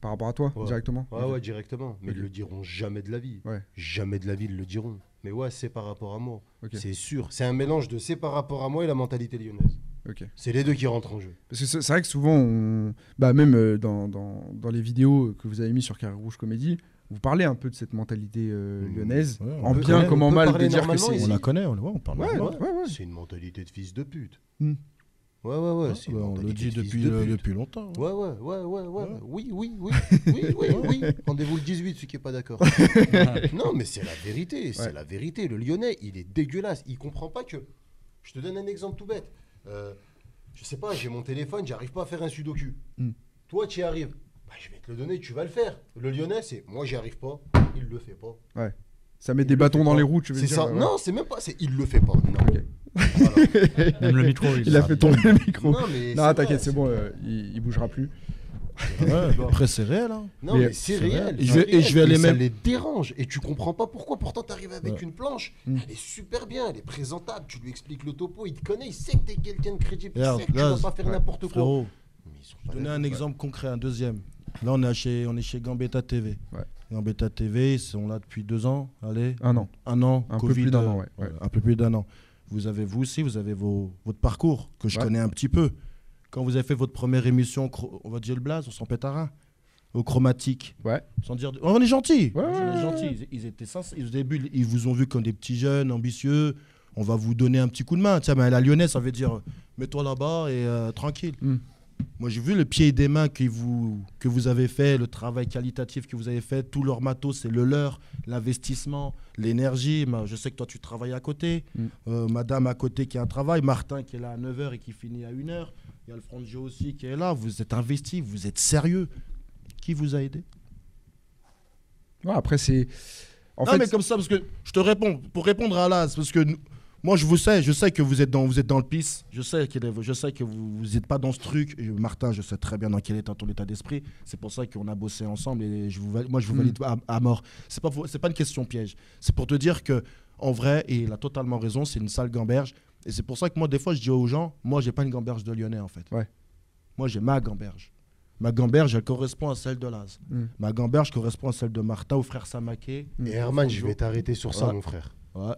Speaker 2: par rapport à toi
Speaker 6: Ouais.
Speaker 2: directement
Speaker 6: Ouais,
Speaker 2: Ok.
Speaker 6: ouais, directement. Mais
Speaker 2: Ok.
Speaker 6: ils le diront jamais de la vie.
Speaker 2: Ouais.
Speaker 6: Jamais de la vie, ils le diront. Mais ouais, c'est par rapport à moi.
Speaker 2: Ok.
Speaker 6: C'est sûr. C'est un mélange de c'est par rapport à moi et la mentalité lyonnaise.
Speaker 2: Ok.
Speaker 6: C'est les deux qui rentrent en jeu.
Speaker 2: Parce que c'est c'est vrai que souvent, on- bah, même euh, dans, dans- dans les vidéos que vous avez mis sur Carré Rouge Comédie, vous parlez un peu de cette mentalité euh, lyonnaise,
Speaker 6: Mmh, Ouais, on
Speaker 2: en
Speaker 6: peut
Speaker 2: bien
Speaker 6: parler-
Speaker 2: comme
Speaker 6: on
Speaker 2: en
Speaker 6: peut
Speaker 2: mal, de
Speaker 6: parler
Speaker 2: dire que
Speaker 6: normalement
Speaker 2: c'est.
Speaker 6: ici.
Speaker 4: On la connaît, on, le voit, on parle.
Speaker 2: Ouais,
Speaker 4: normal.
Speaker 2: ouais, ouais.
Speaker 6: C'est une mentalité de fils de pute.
Speaker 2: Hmm. Ah,
Speaker 6: Ouais, ouais, ouais. c'est une
Speaker 4: bah, on le
Speaker 6: mentalité
Speaker 4: dit
Speaker 6: de fils
Speaker 4: depuis,
Speaker 6: de
Speaker 4: euh,
Speaker 6: pute.
Speaker 4: depuis longtemps,
Speaker 6: Ouais,
Speaker 4: ouais.
Speaker 6: ouais, ouais, ouais, ouais.
Speaker 2: Hein
Speaker 6: Oui, oui, oui. Oui, oui, oui. Rendez-vous le 18, celui qui n'est pas d'accord. non, mais c'est la vérité. C'est
Speaker 2: Ouais.
Speaker 6: la vérité. Le Lyonnais, il est dégueulasse. Il comprend pas que. Je te donne un exemple tout bête. Euh, je sais pas, j'ai mon téléphone, j'arrive pas à faire un sudoku.
Speaker 2: Hmm.
Speaker 6: Toi, tu y arrives. Bah, je vais te le donner, tu vas le faire. Le Lyonnais, c'est moi, j'y arrive pas, il le fait pas.
Speaker 2: Ouais. Ça met des bâtons dans les roues, tu veux
Speaker 6: C'est
Speaker 2: dire
Speaker 6: ça.
Speaker 2: ouais.
Speaker 6: Non, c'est même pas. C'est il le fait pas. Non.
Speaker 1: Même le micro,
Speaker 2: Il,
Speaker 1: il
Speaker 2: a
Speaker 1: sera-
Speaker 2: fait tomber le micro.
Speaker 6: Non, mais c'est
Speaker 2: Non,
Speaker 6: vrai,
Speaker 2: t'inquiète, c'est
Speaker 6: c'est
Speaker 2: bon, euh, il, il bougera plus.
Speaker 4: Ouais, après, c'est réel. hein.
Speaker 6: Non,
Speaker 2: Mais
Speaker 6: mais, c'est
Speaker 4: c'est
Speaker 6: réel.
Speaker 4: réel. Et
Speaker 6: c'est
Speaker 4: je vais- et je vais
Speaker 6: réel,
Speaker 4: aller
Speaker 6: mais ça
Speaker 4: même-
Speaker 6: les dérange. Et tu comprends pas pourquoi. Pourtant, t'arrives avec
Speaker 4: Ouais.
Speaker 6: une planche.
Speaker 2: Mm.
Speaker 6: Elle est super bien. Elle est présentable. Tu lui expliques le topo. Il te connaît. Il sait que t'es quelqu'un de crédible. Il
Speaker 4: Regarde,
Speaker 6: sait que tu
Speaker 4: là,
Speaker 6: vas pas faire
Speaker 2: ouais,
Speaker 6: n'importe quoi.
Speaker 4: Frérot,
Speaker 6: Mais ils sont
Speaker 4: je
Speaker 6: pas
Speaker 4: vais donner
Speaker 6: là.
Speaker 4: un exemple concret, un deuxième. Là, on est chez, on est chez Gambetta TV.
Speaker 2: Ouais.
Speaker 4: Gambetta TV, ils sont là depuis deux ans. Allez,
Speaker 2: Un an.
Speaker 4: un an,
Speaker 2: Un peu
Speaker 4: Covid,
Speaker 2: plus d'un
Speaker 4: euh,
Speaker 2: an, ouais, ouais.
Speaker 4: un peu plus d'un an. Vous avez vous aussi, vous avez vos, votre parcours que je
Speaker 2: Ouais.
Speaker 4: connais un petit peu. Quand vous avez fait votre première émission, Cro- on va dire le blaze, on s'en pète un rein, au chromatique.
Speaker 2: Ouais.
Speaker 4: Sans dire, de- oh, on est gentil.
Speaker 2: Ouais,
Speaker 4: On
Speaker 2: ouais,
Speaker 4: est gentil. Ils, ils étaient sincères. Au début, ils vous ont vu comme des petits jeunes ambitieux. On va vous donner un petit coup de main. Tiens, mais la lyonnaise, ça veut dire, euh, mets-toi là-bas et euh, tranquille.
Speaker 2: Mm.
Speaker 4: Moi, j'ai vu le pied et des mains que vous, que vous avez fait, le travail qualitatif que vous avez fait. Tout leur matos, c'est le leur, l'investissement, l'énergie. Ma- Je sais que toi, tu travailles à côté.
Speaker 2: Mm.
Speaker 4: Euh, madame à côté qui a un travail. Martin qui est là à 9h et qui finit à 1h. Il y a le Frangio aussi qui est là. Vous êtes investi, vous êtes sérieux. Qui vous a aidé
Speaker 2: Ouais, après, c'est. En
Speaker 4: non,
Speaker 2: fait,
Speaker 4: mais comme ça, parce que je te réponds, pour répondre à Laz, parce que nous- moi, je vous sais, je sais que vous êtes dans, vous êtes dans le pisse, je sais, qu'il est- je sais que vous n'êtes pas dans ce truc. Et Martin, je sais très bien dans quel état ton état d'esprit. C'est pour ça qu'on a bossé ensemble et je vous, val- moi, je vous
Speaker 2: Mm.
Speaker 4: valide à, à mort. C'est pas, pour- c'est pas une question piège. C'est pour te dire que, en vrai, et il a totalement raison, c'est une sale gamberge. Et c'est pour ça que moi, des fois, je dis aux gens, moi, j'ai pas une gamberge de Lyonnais, en fait. Moi, j'ai ma gamberge. Ma gamberge, elle correspond à celle de Laz.
Speaker 6: Mm.
Speaker 4: Ma gamberge correspond à celle de Martha, au frère Samaké.
Speaker 6: Et Herman, je vais t'arrêter sur ça,
Speaker 4: Ouais.
Speaker 6: mon frère.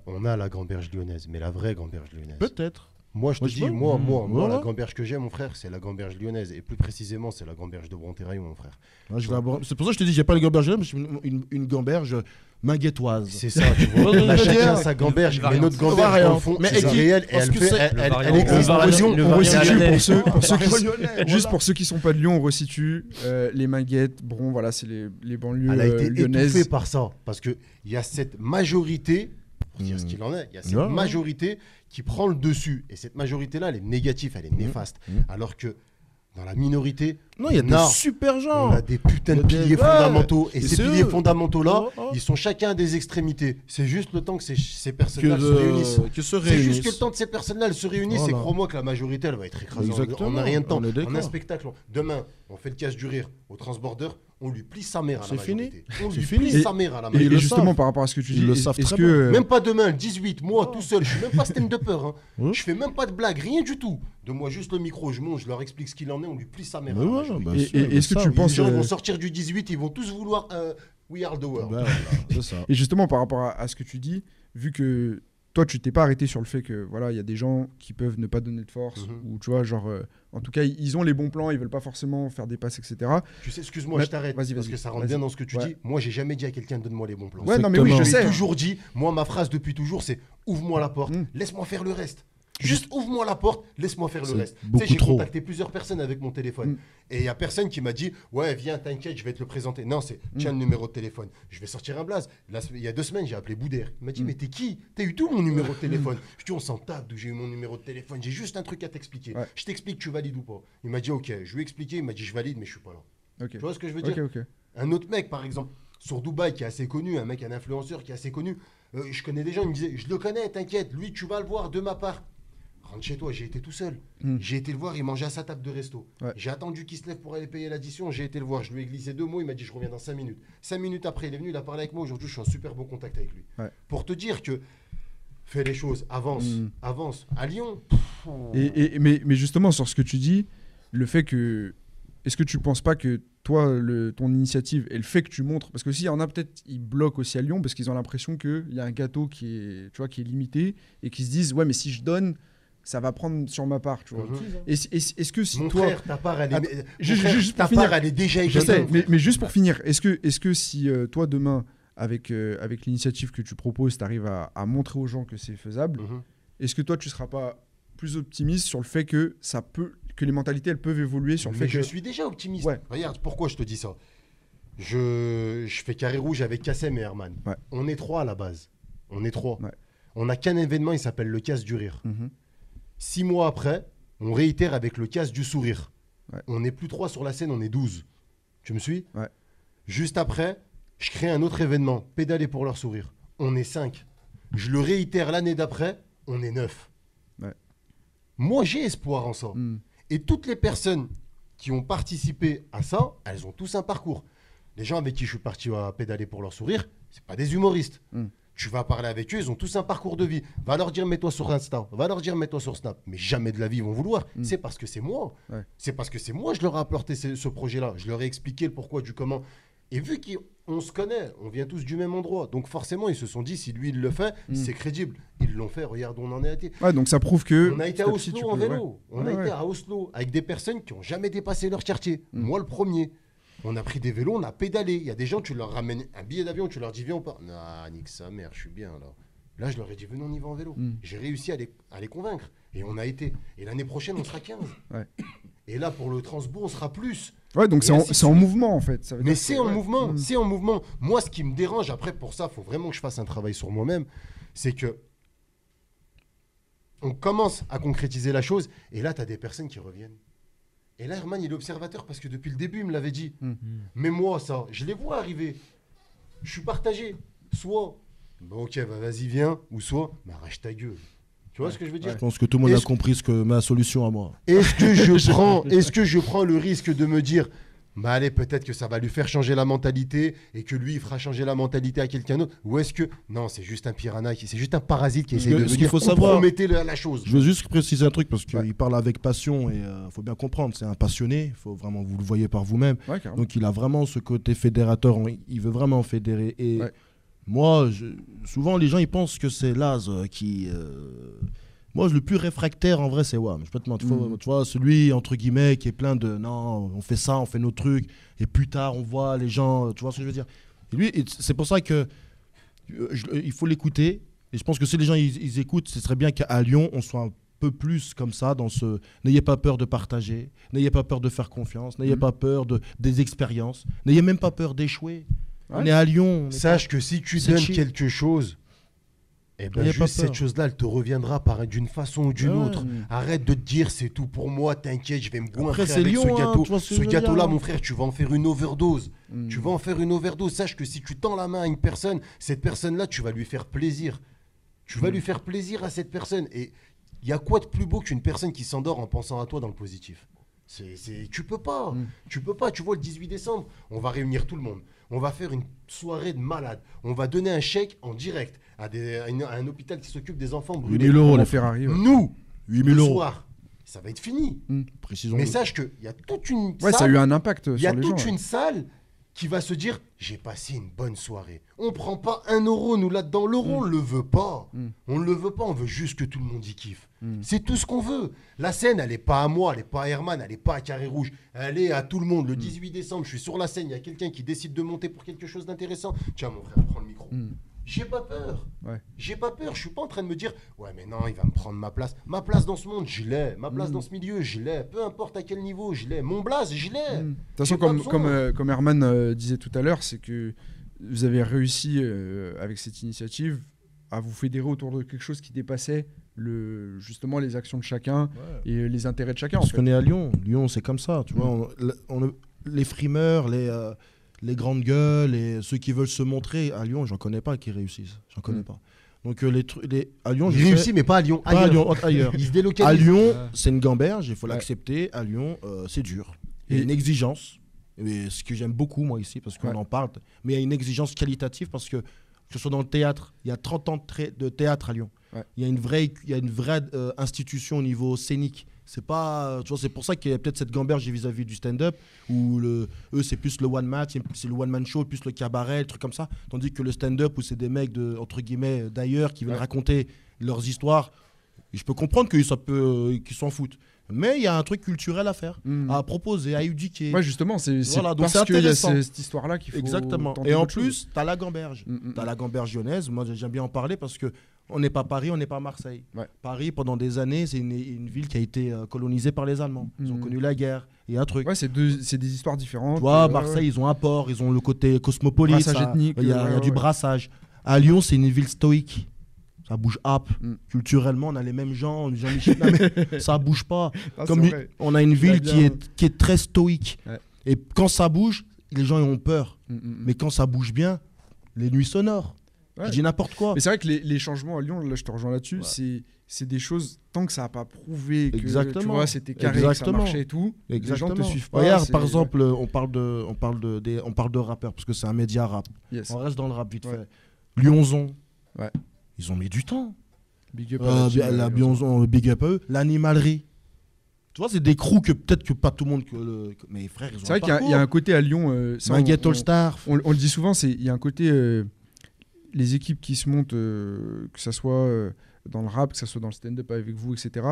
Speaker 6: On a la gamberge lyonnaise, mais la vraie gamberge lyonnaise.
Speaker 4: Peut-être.
Speaker 6: Moi, je te
Speaker 4: Moi, je
Speaker 6: dis,
Speaker 4: veux.
Speaker 6: moi,
Speaker 4: Mm.
Speaker 6: moi, moi,
Speaker 4: Ouais,
Speaker 6: la
Speaker 4: ouais.
Speaker 6: gamberge que j'ai, mon frère, c'est la gamberge lyonnaise. Et plus précisément, c'est la gamberge de Bonterraillon, mon frère.
Speaker 4: Moi, je vais abord- C'est pour ça que je te dis, j'ai pas une gamberge lyonnaise, mais j'ai une, une, une gamberge minguettoise.
Speaker 6: C'est ça, tu vois. On a chacun sa gamberge, mais notre gamberge, dans le fond,
Speaker 4: mais
Speaker 6: c'est
Speaker 4: elle-
Speaker 6: réel et
Speaker 4: parce
Speaker 6: elle
Speaker 4: que
Speaker 6: fait-
Speaker 4: c'est-
Speaker 6: elle- elle-
Speaker 2: On
Speaker 6: elle existe.
Speaker 2: on resitue-
Speaker 6: Le
Speaker 2: on
Speaker 6: variant
Speaker 2: resitue
Speaker 6: lyonnais.
Speaker 2: pour ceux, pour ceux qui,
Speaker 6: Le variant lyonnais,
Speaker 2: juste pour ceux qui sont pas de Lyon, on resitue euh, les Minguettes, Bron, voilà, c'est les, les banlieues
Speaker 6: Elle a
Speaker 2: euh,
Speaker 6: été
Speaker 2: lyonnaises.
Speaker 6: étouffée par ça. Parce qu'il y a cette majorité, pour dire ce
Speaker 4: Mmh.
Speaker 6: qu'il en est, il y a cette
Speaker 2: Ouais, ouais.
Speaker 6: majorité qui prend le dessus. Et cette majorité-là, elle est négative, elle est néfaste. Alors que dans la minorité,
Speaker 4: Mmh. Non, il y a
Speaker 6: on
Speaker 4: des super gens.
Speaker 6: On a des putains
Speaker 4: Il y a
Speaker 6: de
Speaker 4: des-
Speaker 6: piliers
Speaker 4: Ouais.
Speaker 6: fondamentaux. Et
Speaker 4: Et
Speaker 6: ces
Speaker 4: c'est
Speaker 6: piliers
Speaker 4: eux.
Speaker 6: fondamentaux-là,
Speaker 4: Oh, oh.
Speaker 6: ils sont chacun à des extrémités. C'est juste le temps que ces, ces personnes-là
Speaker 4: Que
Speaker 6: se
Speaker 4: de-
Speaker 6: réunissent.
Speaker 4: que se
Speaker 6: C'est juste
Speaker 4: réunissent.
Speaker 6: que le temps que ces personnes-là elles se réunissent.
Speaker 4: Voilà.
Speaker 6: Et crois-moi que la majorité, elle va être écrasée. en-
Speaker 4: Exactement.
Speaker 6: En un rien de temps.
Speaker 4: On est
Speaker 6: On a un
Speaker 4: d'accord.
Speaker 6: spectacle. Demain, on fait le casse du rire au transborder. On lui plie sa mère à la
Speaker 4: C'est fini.
Speaker 6: majorité. On
Speaker 4: C'est
Speaker 6: lui
Speaker 4: fini.
Speaker 6: plie sa mère à la
Speaker 2: Et-
Speaker 6: majorité.
Speaker 2: et Ils justement, le savent. par rapport à ce que tu
Speaker 6: Ils
Speaker 2: dis,
Speaker 6: le
Speaker 2: est-
Speaker 6: savent
Speaker 2: est-ce
Speaker 6: très
Speaker 2: que,
Speaker 6: bien.
Speaker 2: euh,
Speaker 6: Même pas demain, le 18, moi tout seul, je suis même pas stand de peur.
Speaker 4: Hein
Speaker 6: Je fais même pas de blague, rien du tout. De moi juste le micro, je monte, je leur explique ce qu'il en est, on lui plie sa mère. à
Speaker 4: Mais
Speaker 6: la
Speaker 4: ouais,
Speaker 6: majorité.
Speaker 4: bah, Et- sûr, et- bah, est-ce que ça, tu oui. penses,
Speaker 6: Les gens
Speaker 4: euh,
Speaker 6: vont sortir du 18, ils vont tous vouloir euh, We Are the World.
Speaker 4: Bah, C'est ça.
Speaker 2: Et justement, par rapport à, à ce que tu dis, vu que toi, tu t'es pas arrêté sur le fait que voilà, il y a des gens qui peuvent ne pas donner de force,
Speaker 6: Mhm.
Speaker 2: ou tu vois, genre, euh, en tout cas, ils- ils ont les bons plans, ils veulent pas forcément faire des passes, etc.
Speaker 6: Tu sais, excuse-moi,
Speaker 2: Mais-
Speaker 6: je t'arrête
Speaker 2: Vas-y,
Speaker 6: parce
Speaker 2: vas-y,
Speaker 6: que ça rentre
Speaker 2: vas-y.
Speaker 6: bien dans ce que tu
Speaker 2: Ouais.
Speaker 6: dis. Moi, j'ai jamais dit à quelqu'un donne-moi les bons plans.
Speaker 2: Ouais, non, mais oui, je
Speaker 6: J'ai
Speaker 2: sais.
Speaker 6: toujours dit, moi, ma phrase depuis toujours, c'est ouvre-moi la porte,
Speaker 2: Mm.
Speaker 6: laisse-moi faire le reste. Juste ouvre-moi la porte, laisse-moi faire le
Speaker 4: C'est
Speaker 6: reste. Tu sais,
Speaker 4: beaucoup
Speaker 6: j'ai
Speaker 4: trop.
Speaker 6: contacté plusieurs personnes avec mon téléphone.
Speaker 2: Mm.
Speaker 6: Et il y a personne qui m'a dit Ouais, viens, t'inquiète, je vais te le présenter. Non, c'est tiens
Speaker 2: Mm.
Speaker 6: le numéro de téléphone. Je vais sortir un blaze. La se- Il y a deux semaines, j'ai appelé Boudère. Il m'a
Speaker 2: Mm.
Speaker 6: dit Mais t'es qui T'as eu d'où mon numéro de téléphone Je dis On s'en tape d'où j'ai eu mon numéro de téléphone. J'ai juste un truc à t'expliquer. Je t'explique, tu valides ou pas. Il m'a dit Ok, je lui ai expliqué. Il m'a dit Je valide, mais je suis pas là.
Speaker 2: Ok.
Speaker 6: Tu vois ce que je veux
Speaker 2: Ok,
Speaker 6: dire
Speaker 2: ok.
Speaker 6: un autre mec, par exemple, sur Dubaï, qui est assez connu, un mec, un influenceur qui est assez connu, euh, je connais des gens, ils me disaient, je le connais, t'inquiète, lui, tu vas le voir de ma part. Rentre chez toi, j'ai été tout seul.
Speaker 2: Mm.
Speaker 6: J'ai été le voir, il mangeait à sa table de resto. J'ai attendu qu'il se lève pour aller payer l'addition, j'ai été le voir, je lui ai glissé deux mots, il m'a dit, je reviens dans cinq minutes. Cinq minutes après, il est venu, il a parlé avec moi, aujourd'hui, je suis en super bon contact avec lui.
Speaker 2: Ouais.
Speaker 6: Pour te dire que fais les choses, avance,
Speaker 2: Mm.
Speaker 6: avance. À Lyon,
Speaker 2: Et, et- mais, mais justement, sur ce que tu dis, le fait que. Est-ce que tu penses pas que toi, le, ton initiative et le fait que tu montres. Parce que aussi, il y en a peut-être, ils bloquent aussi à Lyon parce qu'ils ont l'impression qu'il y a un gâteau qui est, tu vois, qui est limité et qu'ils se disent Ouais, mais si je donne, ça va prendre sur ma part. Tu vois.
Speaker 6: Mhm.
Speaker 2: Et si- est-ce est-ce que si
Speaker 6: Mon
Speaker 2: toi.
Speaker 6: frère, ta part, elle est-
Speaker 2: Attends,
Speaker 6: mon
Speaker 2: juste,
Speaker 6: frère,
Speaker 2: juste
Speaker 6: ta
Speaker 2: pour finir.
Speaker 6: part, elle est déjà
Speaker 2: Je
Speaker 6: écrite,
Speaker 2: sais,
Speaker 6: mon
Speaker 2: mais,
Speaker 6: frère.
Speaker 2: mais juste pour finir, est-ce que, est que si euh, toi, demain, avec, euh, avec l'initiative que tu proposes, tu arrives à, à montrer aux gens que c'est faisable,
Speaker 6: Mm. Mhm.
Speaker 2: est-ce que toi, tu seras pas plus optimiste sur le fait que ça peut que les mentalités elles peuvent évoluer sur le
Speaker 6: Mais
Speaker 2: fait
Speaker 6: je
Speaker 2: que
Speaker 6: suis déjà optimiste. Regarde, pourquoi je te dis ça je, je fais carré rouge avec Kassem et Herman. On est trois à la base. On est trois. On n'a qu'un événement, il s'appelle le casse du rire.
Speaker 2: Mhm.
Speaker 6: Six mois après, on réitère avec le casse du sourire. On n'est plus trois sur la scène, on est douze. Tu me suis Juste après, je crée un autre événement, pédaler pour leur sourire. On est cinq. Je le réitère l'année d'après, on est neuf. Moi, j'ai espoir en ça. Et toutes les personnes qui ont participé à ça, elles ont tous un parcours. Les gens avec qui je suis parti à pédaler pour leur sourire, c'est pas des humoristes. Tu vas parler avec eux, ils ont tous un parcours de vie. Va leur dire mets-toi sur Insta, va leur dire mets-toi sur Snap, mais jamais de la vie ils vont vouloir. C'est parce que c'est moi.
Speaker 2: Ouais.
Speaker 6: C'est parce que c'est moi je leur ai apporté ce, ce projet-là. Je leur ai expliqué le pourquoi du comment. Et vu qu'on se connaît, on vient tous du même endroit, donc forcément ils se sont dit si lui il le fait, c'est crédible. Ils l'ont fait. Regarde où on en est. été.
Speaker 2: Ouais, donc ça prouve que
Speaker 6: on a été
Speaker 2: petit à
Speaker 6: à
Speaker 2: petit, tu
Speaker 6: Oslo en
Speaker 2: peux-
Speaker 6: vélo.
Speaker 2: ouais.
Speaker 6: On
Speaker 2: Ouais, Mm.
Speaker 6: a
Speaker 2: ouais.
Speaker 6: été à Oslo avec des personnes qui n'ont jamais dépassé leur quartier. Moi, le premier. On a pris des vélos, on a pédalé. Il y a des gens, tu leur ramènes un billet d'avion, tu leur dis viens on part. Non, nique sa mère, je suis bien là. Là, je leur ai dit venez, on y va en vélo.
Speaker 2: Mm.
Speaker 6: J'ai réussi à les, à les convaincre. Et on a été. Et l'année prochaine, on sera 15.
Speaker 2: Ouais.
Speaker 6: Et là, pour le transbourg, on sera plus.
Speaker 2: Ouais, donc
Speaker 6: Et
Speaker 2: c'est en,
Speaker 6: ainsi de
Speaker 2: c'est en
Speaker 6: suite.
Speaker 2: mouvement en fait. Ça veut
Speaker 6: Mais
Speaker 2: dire
Speaker 6: c'est
Speaker 2: que-
Speaker 6: en
Speaker 2: ouais.
Speaker 6: mouvement,
Speaker 2: Mm.
Speaker 6: c'est en mouvement. Moi, ce qui me dérange, après, pour ça, faut vraiment que je fasse un travail sur moi-même, c'est que on commence à concrétiser la chose, et là, tu as des personnes qui reviennent. Et là, Herman, il est observateur, parce que depuis le début, il me l'avait dit.
Speaker 2: Mm.
Speaker 6: Mais moi, ça, je les vois arriver. Je suis partagé. Soit, bah, ok, bah, vas-y, viens, ou soit, bah, arrache ta gueule. Tu vois ce que je veux dire
Speaker 4: Je pense que tout le monde a
Speaker 6: Est-ce-
Speaker 4: compris ce que ma solution à moi.
Speaker 6: Est-ce que je prends, est-ce que je prends le risque de me dire, bah allez, peut-être que ça va lui faire changer la mentalité et que lui, il fera changer la mentalité à quelqu'un d'autre. Ou est-ce que. Non, c'est juste un piranha, qui- c'est juste un parasite qui
Speaker 4: Parce
Speaker 6: essaie de
Speaker 4: que ce qu'il
Speaker 6: devenir
Speaker 4: faut savoir,
Speaker 6: compromettez-le à la chose.
Speaker 4: Je veux juste préciser un truc parce qu'il parle avec passion et il faut bien comprendre, c'est un passionné, il faut vraiment vous le voyez par vous-même.
Speaker 2: Ouais, carrément.
Speaker 4: Donc il a vraiment ce côté fédérateur, on- il veut vraiment fédérer. Et moi, je- souvent les gens ils pensent que c'est Laz euh, qui. euh, moi, le plus réfractaire en vrai, c'est Wam. Je peux te mentir, faut-
Speaker 7: Mm.
Speaker 4: tu vois, celui entre guillemets qui est plein de non, on fait ça, on fait nos trucs et plus tard on voit les gens, tu vois ce que je veux dire. Et lui, il- c'est pour ça que euh, je- euh, il faut l'écouter. Et je pense que si les gens ils, ils écoutent, ce serait bien qu'à Lyon, on soit un peu plus comme ça dans ce. N'ayez pas peur de partager, n'ayez pas peur de faire confiance, n'ayez
Speaker 6: Mhm.
Speaker 4: pas peur de, des expériences, n'ayez même pas peur d'échouer. On
Speaker 6: Ouais.
Speaker 4: est à Lyon. on est
Speaker 6: Sache
Speaker 4: pas-
Speaker 6: que si tu
Speaker 4: c'est
Speaker 6: donnes
Speaker 4: chill.
Speaker 6: quelque chose, et ben
Speaker 4: N'ayez pas
Speaker 6: juste cette
Speaker 4: peur.
Speaker 6: chose-là, elle te reviendra par d'une façon ou d'une
Speaker 4: Ouais.
Speaker 6: autre. Arrête de te dire c'est tout pour moi, t'inquiète, je vais me goinfrer
Speaker 4: Après, c'est
Speaker 6: avec
Speaker 4: Lyon,
Speaker 6: ce
Speaker 4: hein,
Speaker 6: gâteau.
Speaker 4: tu vois ce que
Speaker 6: ce
Speaker 4: je veux dire,
Speaker 6: gâteau-là,
Speaker 4: hein.
Speaker 6: mon frère, tu vas en faire une overdose.
Speaker 4: Mm.
Speaker 6: Tu vas en faire une overdose. Sache que si tu tends la main à une personne, cette personne-là, tu vas lui faire plaisir. Tu vas
Speaker 4: Mm.
Speaker 6: lui faire plaisir à cette personne. Et il y a quoi de plus beau qu'une personne qui s'endort en pensant à toi dans le positif c'est, c'est- Tu peux pas. Tu peux pas. Tu vois, le 18 décembre, on va réunir tout le monde. On va faire une soirée de malade. On va donner un chèque en direct à, des- à une- à un hôpital qui s'occupe des enfants brûlés.
Speaker 2: 8000 euros,
Speaker 6: On-
Speaker 2: la Ferrari, ouais.
Speaker 6: Nous,
Speaker 2: 8000
Speaker 6: le
Speaker 2: euros.
Speaker 6: soir, ça va être fini.
Speaker 4: Précisons.
Speaker 6: Mais sache qu'il y a toute une
Speaker 2: Ouais, ça a
Speaker 6: salle-
Speaker 2: eu un impact euh,
Speaker 6: Il y a
Speaker 2: sur les
Speaker 6: toute
Speaker 2: gens, hein.
Speaker 6: une
Speaker 2: ouais.
Speaker 6: salle qui va se dire j'ai passé une bonne soirée. On prend pas un euro, nous là-dedans. L'euro,
Speaker 2: Hmm.
Speaker 6: on le veut pas. On le veut pas, on veut juste que tout le monde y kiffe.
Speaker 2: Hmm.
Speaker 6: C'est tout ce qu'on veut. La scène, elle est pas à moi, elle est pas à Herman, elle est pas à Carré Rouge. Elle est à tout le monde. Le
Speaker 2: Hmm.
Speaker 6: 18 décembre, je suis sur la scène, il y a quelqu'un qui décide de monter pour quelque chose d'intéressant. Tiens, mon frère, prends le micro.
Speaker 2: Mm.
Speaker 6: J'ai pas peur.
Speaker 2: Hmm. Ouais.
Speaker 6: J'ai pas peur. Je suis pas en train de me dire ouais mais non il va me prendre ma place. Ma place dans ce monde je l'ai. Ma place
Speaker 2: Mm.
Speaker 6: dans ce milieu je l'ai. Peu importe à quel niveau je l'ai. Mon blaze je
Speaker 4: Mm.
Speaker 6: l'ai.
Speaker 2: De toute façon, comme, comme,
Speaker 4: hein.
Speaker 2: euh, comme Herman euh, disait tout à l'heure, c'est que vous avez réussi euh, avec cette initiative à vous fédérer autour de quelque chose qui dépassait le, justement les actions de chacun et euh, les intérêts de chacun. en
Speaker 4: Parce
Speaker 2: fait.
Speaker 4: qu'on est à Lyon. Lyon, c'est comme ça. Tu
Speaker 6: Mhm.
Speaker 4: vois, on- le- on- les frimeurs, les, euh, les grandes gueules, et ceux qui veulent se montrer à Lyon, j'en connais pas qui réussissent. J'en connais
Speaker 6: Mm.
Speaker 4: pas. Donc euh, les trucs, les à Lyon,
Speaker 6: Ils
Speaker 4: je
Speaker 6: réussissent,
Speaker 4: sais-
Speaker 6: mais pas à Lyon,
Speaker 4: Pas
Speaker 6: ailleurs.
Speaker 4: à Lyon, autre- ailleurs.
Speaker 6: Ils se délocalisent.
Speaker 4: À Lyon,
Speaker 6: Ouais.
Speaker 4: c'est une gamberge. Il faut
Speaker 6: Ouais.
Speaker 4: l'accepter. À Lyon, euh, c'est dur. Il y a une exigence. Et ce que j'aime beaucoup moi ici, parce qu'on en parle, mais il y a une exigence qualitative parce que que ce soit dans le théâtre, il y a 30 ans de, tra- de théâtre à Lyon. Il y a une vraie, il y a une vraie euh, institution au niveau scénique. C'est pas, euh, tu vois, c'est pour ça qu'il y a peut-être cette gamberge vis-à-vis du stand-up où le, eux c'est plus le one match, c'est- c'est le one man show, plus le cabaret, le truc comme ça, tandis que le stand-up où c'est des mecs de entre guillemets euh, d'ailleurs qui veulent raconter leurs histoires. Et je peux comprendre qu'ils soient peu- euh, qu'ils s'en foutent. Mais il y a un truc culturel à faire,
Speaker 2: Mm.
Speaker 4: à proposer, à éduquer.
Speaker 2: Ouais, justement, c'est- c'est
Speaker 4: Ah, Voilà, donc
Speaker 2: parce
Speaker 4: c'est
Speaker 2: qu'il y a
Speaker 4: intéressant.
Speaker 2: ce- cette histoire-là qu'il faut
Speaker 4: Exactement.
Speaker 2: tenter Mm,
Speaker 4: Et en
Speaker 2: autre chose.
Speaker 4: plus, t'as la gamberge. T'as la gamberge lyonnaise. Moi, j'aime bien en parler parce que on n'est pas Paris, on n'est pas Marseille. Paris, pendant des années, c'est une, une ville qui a été euh, colonisée par les Allemands. Ils ont
Speaker 2: Mhm.
Speaker 4: connu la guerre. Il y a un truc.
Speaker 2: Ouais, c'est deux- c'est des histoires différentes.
Speaker 4: Tu vois,
Speaker 2: Ouais,
Speaker 4: Marseille,
Speaker 2: ouais.
Speaker 4: ils ont un port, ils ont le côté cosmopolite.
Speaker 2: Brassage
Speaker 4: ça-
Speaker 2: ethnique,
Speaker 4: Il y a,
Speaker 2: ouais,
Speaker 4: il y a
Speaker 2: ouais,
Speaker 4: du
Speaker 2: ouais.
Speaker 4: brassage. À Lyon, c'est une ville stoïque. Ça bouge hop.
Speaker 2: Mm.
Speaker 4: Culturellement, on a les mêmes gens. Jean-Michel, non, mais ça bouge pas.
Speaker 2: Ah,
Speaker 4: Comme
Speaker 2: c'est
Speaker 4: il-
Speaker 2: vrai.
Speaker 4: on a une
Speaker 2: Il a
Speaker 4: ville
Speaker 2: bien-
Speaker 4: qui est, qui est très stoïque.
Speaker 2: Ouais.
Speaker 4: Et quand ça bouge, les gens ils ont peur.
Speaker 2: Mm, mm, mm.
Speaker 4: Mais quand ça bouge bien, les nuits sonores.
Speaker 2: Ouais.
Speaker 4: Je dis n'importe quoi.
Speaker 2: Mais c'est vrai que les, les changements à Lyon, là je te rejoins là-dessus, c'est, c'est des choses, tant que ça n'a pas prouvé que
Speaker 4: Exactement.
Speaker 2: tu vois, c'était carré, que ça
Speaker 4: Exactement.
Speaker 2: marchait et tout,
Speaker 4: Exactement.
Speaker 2: les gens te suivent pas.
Speaker 4: Regarde,
Speaker 2: c'est-
Speaker 4: par exemple, euh, on parle de, on parle de, des- on parle de rappeurs parce que c'est un média rap.
Speaker 2: Yes.
Speaker 4: On reste dans le rap vite
Speaker 2: Ouais.
Speaker 4: fait. Lyonzon. Ils ont mis du temps.
Speaker 2: Big up à la
Speaker 4: Euh,
Speaker 2: team,
Speaker 4: la,
Speaker 2: euh,
Speaker 4: Lyonzon, big up à eux. L'animalerie. Tu vois, c'est des crews que peut-être que pas tout le monde. Que le- que- mais frère, ils ont
Speaker 2: C'est vrai qu'il y a- il y, a un côté à Lyon. euh, ça,
Speaker 4: Minguette
Speaker 2: on- on-
Speaker 4: All-Star.
Speaker 2: On, on le dit souvent, c'est il y a un côté. euh, les équipes qui se montent, euh, que ça soit euh, dans le rap, que ça soit dans le stand-up avec vous, etc.,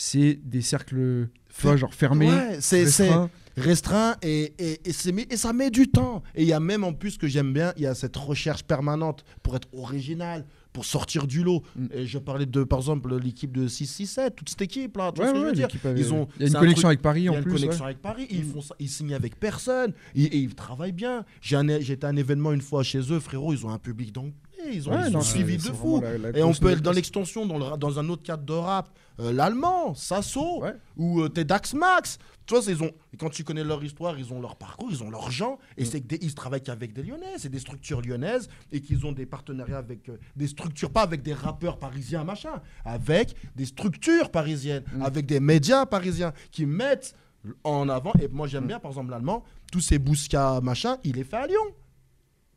Speaker 2: c'est des cercles tu vois, genre fermés.
Speaker 4: Ouais, c'est c'est
Speaker 2: restreints.
Speaker 4: restreint et, et, et, c'est mis- et ça met du temps. Et il y a même en plus que j'aime bien, il y a cette recherche permanente pour être original, pour sortir du lot.
Speaker 2: Mm.
Speaker 4: Et je parlais de, par exemple, l'équipe de 6-6-7, toute cette équipe-là. Tu
Speaker 2: Ouais,
Speaker 4: vois ce que
Speaker 2: ouais,
Speaker 4: je veux
Speaker 2: l'équipe
Speaker 4: dire
Speaker 2: avait-
Speaker 4: Ils ont-
Speaker 2: Il y a une
Speaker 4: c'est un
Speaker 2: connexion
Speaker 4: truc-
Speaker 2: avec Paris, en
Speaker 4: Il y a
Speaker 2: plus,
Speaker 4: une connexion
Speaker 2: ouais. Mm.
Speaker 4: avec Paris. Ils, font ça- ils signent avec personne. Ils, et ils travaillent bien. J'ai un- J'étais à un événement une fois chez eux, frérot, ils ont un public d'anglais. Ils ont,
Speaker 2: Ouais,
Speaker 4: ils
Speaker 2: non,
Speaker 4: ont
Speaker 2: c'est-
Speaker 4: suivi
Speaker 2: c'est
Speaker 4: de
Speaker 2: vraiment
Speaker 4: fou.
Speaker 2: la- la
Speaker 4: et on
Speaker 2: grosse
Speaker 4: peut être
Speaker 2: nouvelle.
Speaker 4: dans l'extension, dans, le ra- dans un autre cadre de rap. Euh, L'allemand, Sasso, ou euh, t'es Dax Max. Tu vois, c'est- ils ont, quand tu connais leur histoire, ils ont leur parcours, ils ont leurs gens. Et c'est que des- ils travaillent qu'avec des Lyonnais, c'est des structures lyonnaises. Et qu'ils ont des partenariats avec euh, des structures, pas avec des rappeurs parisiens, machin. Avec des structures parisiennes, avec des médias parisiens qui mettent en avant. Et moi, j'aime bien, par exemple, l'allemand, tous ces bousca machin, il est fait à Lyon.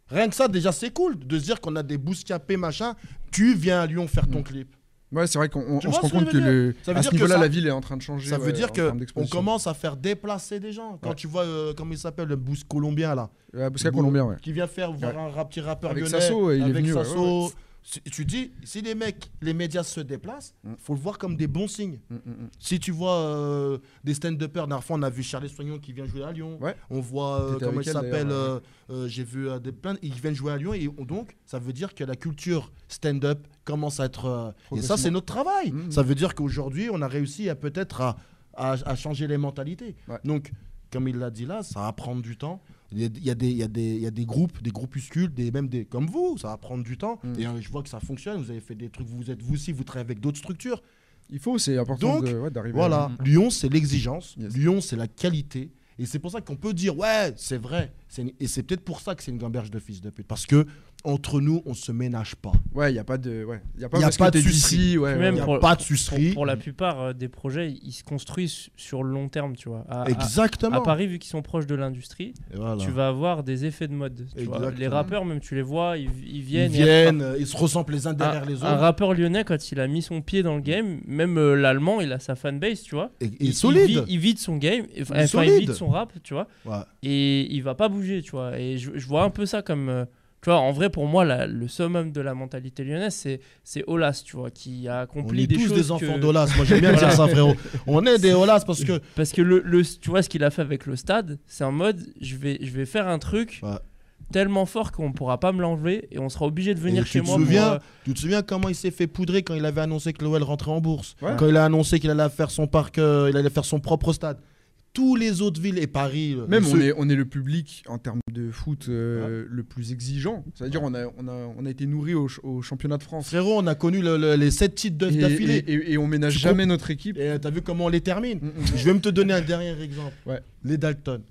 Speaker 4: Rien que ça, déjà, c'est cool de se dire qu'on a des bouscapés machin. Tu viens à Lyon faire
Speaker 2: Mm.
Speaker 4: ton clip.
Speaker 2: Ouais, c'est vrai qu'on on-
Speaker 4: Tu
Speaker 2: on se
Speaker 4: vois
Speaker 2: rend
Speaker 4: ce que
Speaker 2: compte
Speaker 4: je
Speaker 2: que
Speaker 4: veux dire
Speaker 2: le,
Speaker 4: Ça veut
Speaker 2: à ce
Speaker 4: dire que
Speaker 2: niveau-là,
Speaker 4: ça-
Speaker 2: la ville est en train de changer.
Speaker 4: Ça veut
Speaker 2: ouais,
Speaker 4: dire
Speaker 2: en
Speaker 4: que
Speaker 2: termes
Speaker 4: on
Speaker 2: d'exposition.
Speaker 4: commence à faire déplacer des gens. Quand
Speaker 2: Ouais.
Speaker 4: tu vois, euh, comment il s'appelle, le bous colombien là.
Speaker 2: Ouais, Bousca
Speaker 4: Bou-
Speaker 2: colombien, ouais.
Speaker 4: Qui vient faire voir
Speaker 2: Ouais.
Speaker 4: un rap- petit rappeur
Speaker 2: Avec
Speaker 4: lyonnais,
Speaker 2: Sasso, ouais, il est
Speaker 4: avec
Speaker 2: venu, ouais,
Speaker 4: Sasso.
Speaker 2: ouais, ouais.
Speaker 4: Si- Tu dis, si les mecs, les médias se déplacent,
Speaker 2: Mm.
Speaker 4: faut le voir comme des bons signes. Si tu vois euh, des stand-uppers, dernière fois on a vu Charlie Soignon qui vient jouer à Lyon. On voit, euh,
Speaker 2: T'étais
Speaker 4: comment
Speaker 2: avec
Speaker 4: il
Speaker 2: elle,
Speaker 4: s'appelle,
Speaker 2: d'ailleurs,
Speaker 4: euh, euh, j'ai vu euh, des plein, ils viennent jouer à Lyon et on- donc ça veut dire que la culture stand-up commence à être. euh, et ça,
Speaker 2: Progressivement.
Speaker 4: c'est notre travail.
Speaker 2: Mhm.
Speaker 4: Ça veut dire qu'aujourd'hui, on a réussi à peut-être à, à- à changer les mentalités. Donc, comme il l'a dit là, ça va prendre du temps. Il y a, il y a des, il y a des- il y a des groupes, des groupuscules, des, même des comme vous, ça va prendre du temps.
Speaker 5: Mm.
Speaker 4: Et euh, je vois que ça fonctionne. Vous avez fait des trucs, vous êtes vous aussi, vous travaillez avec d'autres structures.
Speaker 2: Il faut, c'est important
Speaker 4: Donc,
Speaker 2: de- ouais, d'arriver
Speaker 4: Voilà,
Speaker 2: à-
Speaker 4: Lyon, c'est l'exigence. Lyon, c'est la qualité. Et c'est pour ça qu'on peut dire, ouais, c'est vrai. C'est une- Et c'est peut-être pour ça que c'est une gamberge de fils de pute. Parce que entre nous, on se ménage pas.
Speaker 2: Ouais, il n'y a pas de. Ouais, il n'y a pas,
Speaker 4: Y a
Speaker 2: parce que
Speaker 4: pas de
Speaker 2: t'es
Speaker 4: sucerie.
Speaker 2: d'ici, ouais,
Speaker 4: Puis
Speaker 2: ouais,
Speaker 5: Même
Speaker 2: ouais.
Speaker 5: pour- pour- Pour,
Speaker 4: sucerie.
Speaker 5: la plupart euh, des projets, ils se construisent sur le long terme, tu vois.
Speaker 4: Ah,
Speaker 5: À- à-
Speaker 4: Exactement.
Speaker 5: À, Paris, vu qu'ils sont proches de l'industrie,
Speaker 4: Et voilà.
Speaker 5: tu vas avoir des effets de mode. tu vois.
Speaker 4: Exactement.
Speaker 5: Les rappeurs, même tu les vois, ils, ils
Speaker 4: Ils
Speaker 5: viennent. et-
Speaker 4: viennent, euh, ils se ressemblent les uns derrière
Speaker 5: un,
Speaker 4: les autres.
Speaker 5: Un rappeur lyonnais, quand il a mis son pied dans le game, même euh, l'allemand, il a sa fanbase, tu vois.
Speaker 4: Et- et
Speaker 5: Il- il
Speaker 4: solide.
Speaker 5: vit- Il, vide son game, et-
Speaker 4: Il est
Speaker 5: enfin, il
Speaker 4: solide.
Speaker 5: vide son rap, tu vois.
Speaker 4: Ouais.
Speaker 5: Et il va pas bouger, tu vois. Et je, je vois un peu ça comme. euh, tu vois, en vrai, pour moi, la- le summum de la mentalité lyonnaise, c'est c'est Olas, tu vois, qui a
Speaker 4: On
Speaker 5: accompli
Speaker 4: est
Speaker 5: des
Speaker 4: tous
Speaker 5: choses.
Speaker 4: des enfants
Speaker 5: que-
Speaker 4: d'Olas. Moi, j'aime bien dire
Speaker 5: Voilà.
Speaker 4: ça, frérot. On est des Olas parce que.
Speaker 5: Parce que le, le- tu vois ce qu'il a fait avec le stade, c'est en mode je vais, je vais faire un truc tellement fort qu'on pourra pas me l'enlever et on sera obligé de venir
Speaker 4: Et
Speaker 5: chez
Speaker 4: tu te
Speaker 5: moi. pour,
Speaker 4: Souviens,
Speaker 5: euh,
Speaker 4: Tu te souviens comment il s'est fait poudrer quand il avait annoncé que l'OL rentrait en bourse
Speaker 5: Ouais.
Speaker 4: Quand il a annoncé qu'il allait faire son parc, euh, il allait faire son propre stade. Tous les autres villes et Paris. euh,
Speaker 2: Même
Speaker 4: ce-
Speaker 2: on, est, on est le public en termes de foot euh, le plus exigeant. C'est-à-dire on, a, on, a, on a été nourri au, ch- au championnat de France.
Speaker 4: Frérot, on a connu le- le- les 7 titres de-
Speaker 2: Et-
Speaker 4: d'affilée.
Speaker 2: et- et- et on ménage
Speaker 4: Tu
Speaker 2: jamais
Speaker 4: comp-
Speaker 2: notre équipe. Mm,
Speaker 4: Et euh, t'as vu comment on les termine Je vais me te donner un dernier exemple. Les Dalton.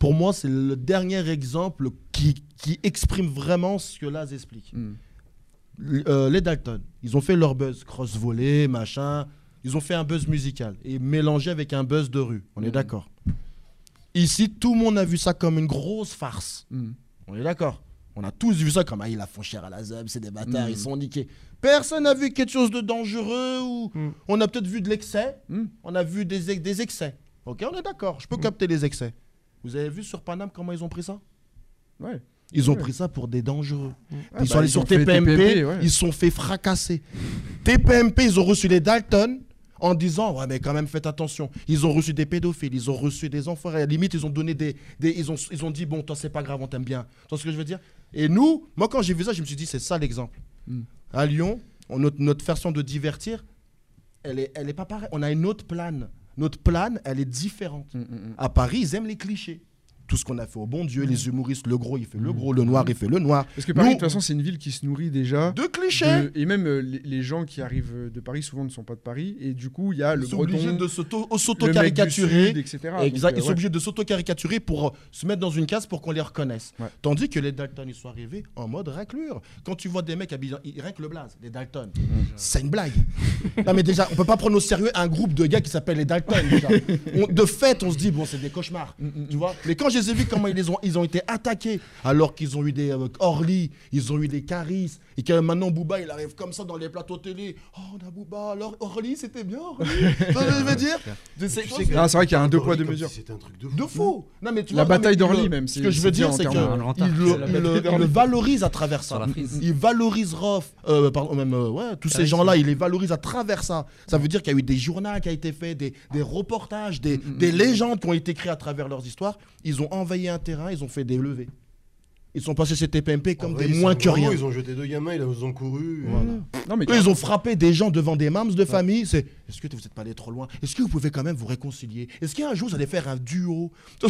Speaker 4: Pour moi, c'est le dernier exemple qui, qui exprime vraiment ce que Laz explique.
Speaker 2: mm.
Speaker 4: L- euh, les Dalton, ils ont fait leur buzz cross-volé, machin. Ils ont fait un buzz musical et mélangé avec un buzz de rue. On est d'accord. Ici, tout le monde a vu ça comme une grosse farce. On est d'accord. On a tous vu ça comme ah, ils la font cher à la ZEB, c'est des bâtards,
Speaker 2: Mm.
Speaker 4: ils sont niqués. Personne n'a vu quelque chose de dangereux ou on a peut-être vu de l'excès. On a vu des, ex- des excès. Ok, on est d'accord. Je
Speaker 2: Mm.
Speaker 4: peux capter les excès. Vous avez vu sur Paname comment ils ont pris ça
Speaker 2: Ouais.
Speaker 4: Ils ont
Speaker 2: Ouais.
Speaker 4: pris ça pour des dangereux.
Speaker 2: Ah
Speaker 4: ils
Speaker 2: bah,
Speaker 4: sont allés
Speaker 2: ils ont
Speaker 4: sur
Speaker 2: fait
Speaker 4: TPMP,
Speaker 2: TPMP, ouais.
Speaker 4: ils se sont fait fracasser. TPMP, ils ont reçu les Dalton en disant ouais mais quand même faites attention. Ils ont reçu des pédophiles, ils ont reçu des enfants. À la limite ils ont donné des, des- ils ont ils ont dit bon toi c'est pas grave on t'aime bien. Tu vois ce que je veux dire Et nous, moi quand j'ai vu ça je me suis dit c'est ça l'exemple.
Speaker 2: Mm.
Speaker 4: À Lyon, on- notre, notre façon de divertir, elle est, elle est pas pareille. On a une autre plane. Notre plane, elle est différente.
Speaker 2: mm,
Speaker 4: À Paris, ils aiment les clichés. Tout ce qu'on a fait au bon Dieu, les humoristes, le gros, il fait le gros, le noir, il fait le noir.
Speaker 2: Parce que Paris,
Speaker 4: Nous,
Speaker 2: de toute façon, c'est une ville qui se nourrit déjà.
Speaker 4: De clichés.
Speaker 2: de- Et même euh, les, les gens qui arrivent euh, de Paris souvent ne sont pas de Paris. Et du coup, il y a le
Speaker 4: Ils sont obligés
Speaker 2: breton.
Speaker 4: de s'auto- au-
Speaker 2: le
Speaker 4: s'auto-caricaturer.
Speaker 2: mec du Sud, etc.
Speaker 4: Exact.
Speaker 2: Donc,
Speaker 4: Ils
Speaker 2: euh,
Speaker 4: sont
Speaker 2: ouais.
Speaker 4: obligés de s'auto-caricaturer pour euh, se mettre dans une case pour qu'on les reconnaisse. Tandis que les Dalton, ils sont arrivés en mode raclure. Quand tu vois des mecs habillés, en- ils- rien que le blaze, les Dalton,
Speaker 2: Mm.
Speaker 4: c'est une blague. non, mais déjà, on peut pas prendre au sérieux un groupe de gars qui s'appelle les Dalton. déjà. On- de fait, on se dit, bon, c'est des cauchemars.
Speaker 2: Mm,
Speaker 4: Tu vois Mais quand je les ai vus, comment ils, les ont, ils ont été attaqués, alors qu'ils ont eu des euh, Orly, ils ont eu des Caris, et que maintenant Booba, il arrive comme ça dans les plateaux télé. Oh, on a Booba, alors Orly, c'était bien, Orly. Tu vois ce que je veux dire De ces choses-
Speaker 2: Ah, c'est vrai qu'il y a un deux poids, deux
Speaker 4: comme
Speaker 2: mesures.
Speaker 4: si c'était de fou. Non, mais tu
Speaker 2: La
Speaker 4: vois,
Speaker 2: bataille
Speaker 4: non, mais
Speaker 2: d'Orly,
Speaker 4: le-
Speaker 2: même,
Speaker 4: Ce
Speaker 2: c'est-
Speaker 4: que je veux
Speaker 2: c'est
Speaker 4: dire,
Speaker 2: bien en
Speaker 4: c'est
Speaker 2: termes
Speaker 4: qu'il
Speaker 2: de rentable.
Speaker 4: le,
Speaker 2: C'est la
Speaker 4: il
Speaker 2: bataille
Speaker 4: le-
Speaker 2: d'Orly.
Speaker 4: il le valorise à travers ça. Il valorise Rof, euh, pardon, même euh, ouais, tous ces gens-là, il les valorise à travers ça. Ça veut dire qu'il y a eu des journaux qui a été fait, des, des reportages,
Speaker 2: Mm,
Speaker 4: des, des légendes qui ont été créées à travers leurs histoires. Ils ont envahi un terrain, ils ont fait des levées. Ils sont passés chez TPMP comme
Speaker 2: Ah
Speaker 6: Ouais,
Speaker 4: des
Speaker 6: ils
Speaker 4: moins
Speaker 6: sont
Speaker 4: que
Speaker 6: gros,
Speaker 4: rien.
Speaker 6: Ils ont jeté deux gamins, ils ont couru.
Speaker 2: Non, mais
Speaker 4: Eux, ils ont frappé des gens devant des mams de famille. C'est est-ce que vous n'êtes pas allé trop loin Est-ce que vous pouvez quand même vous réconcilier Est-ce qu'un jour vous allez faire un duo
Speaker 2: Non,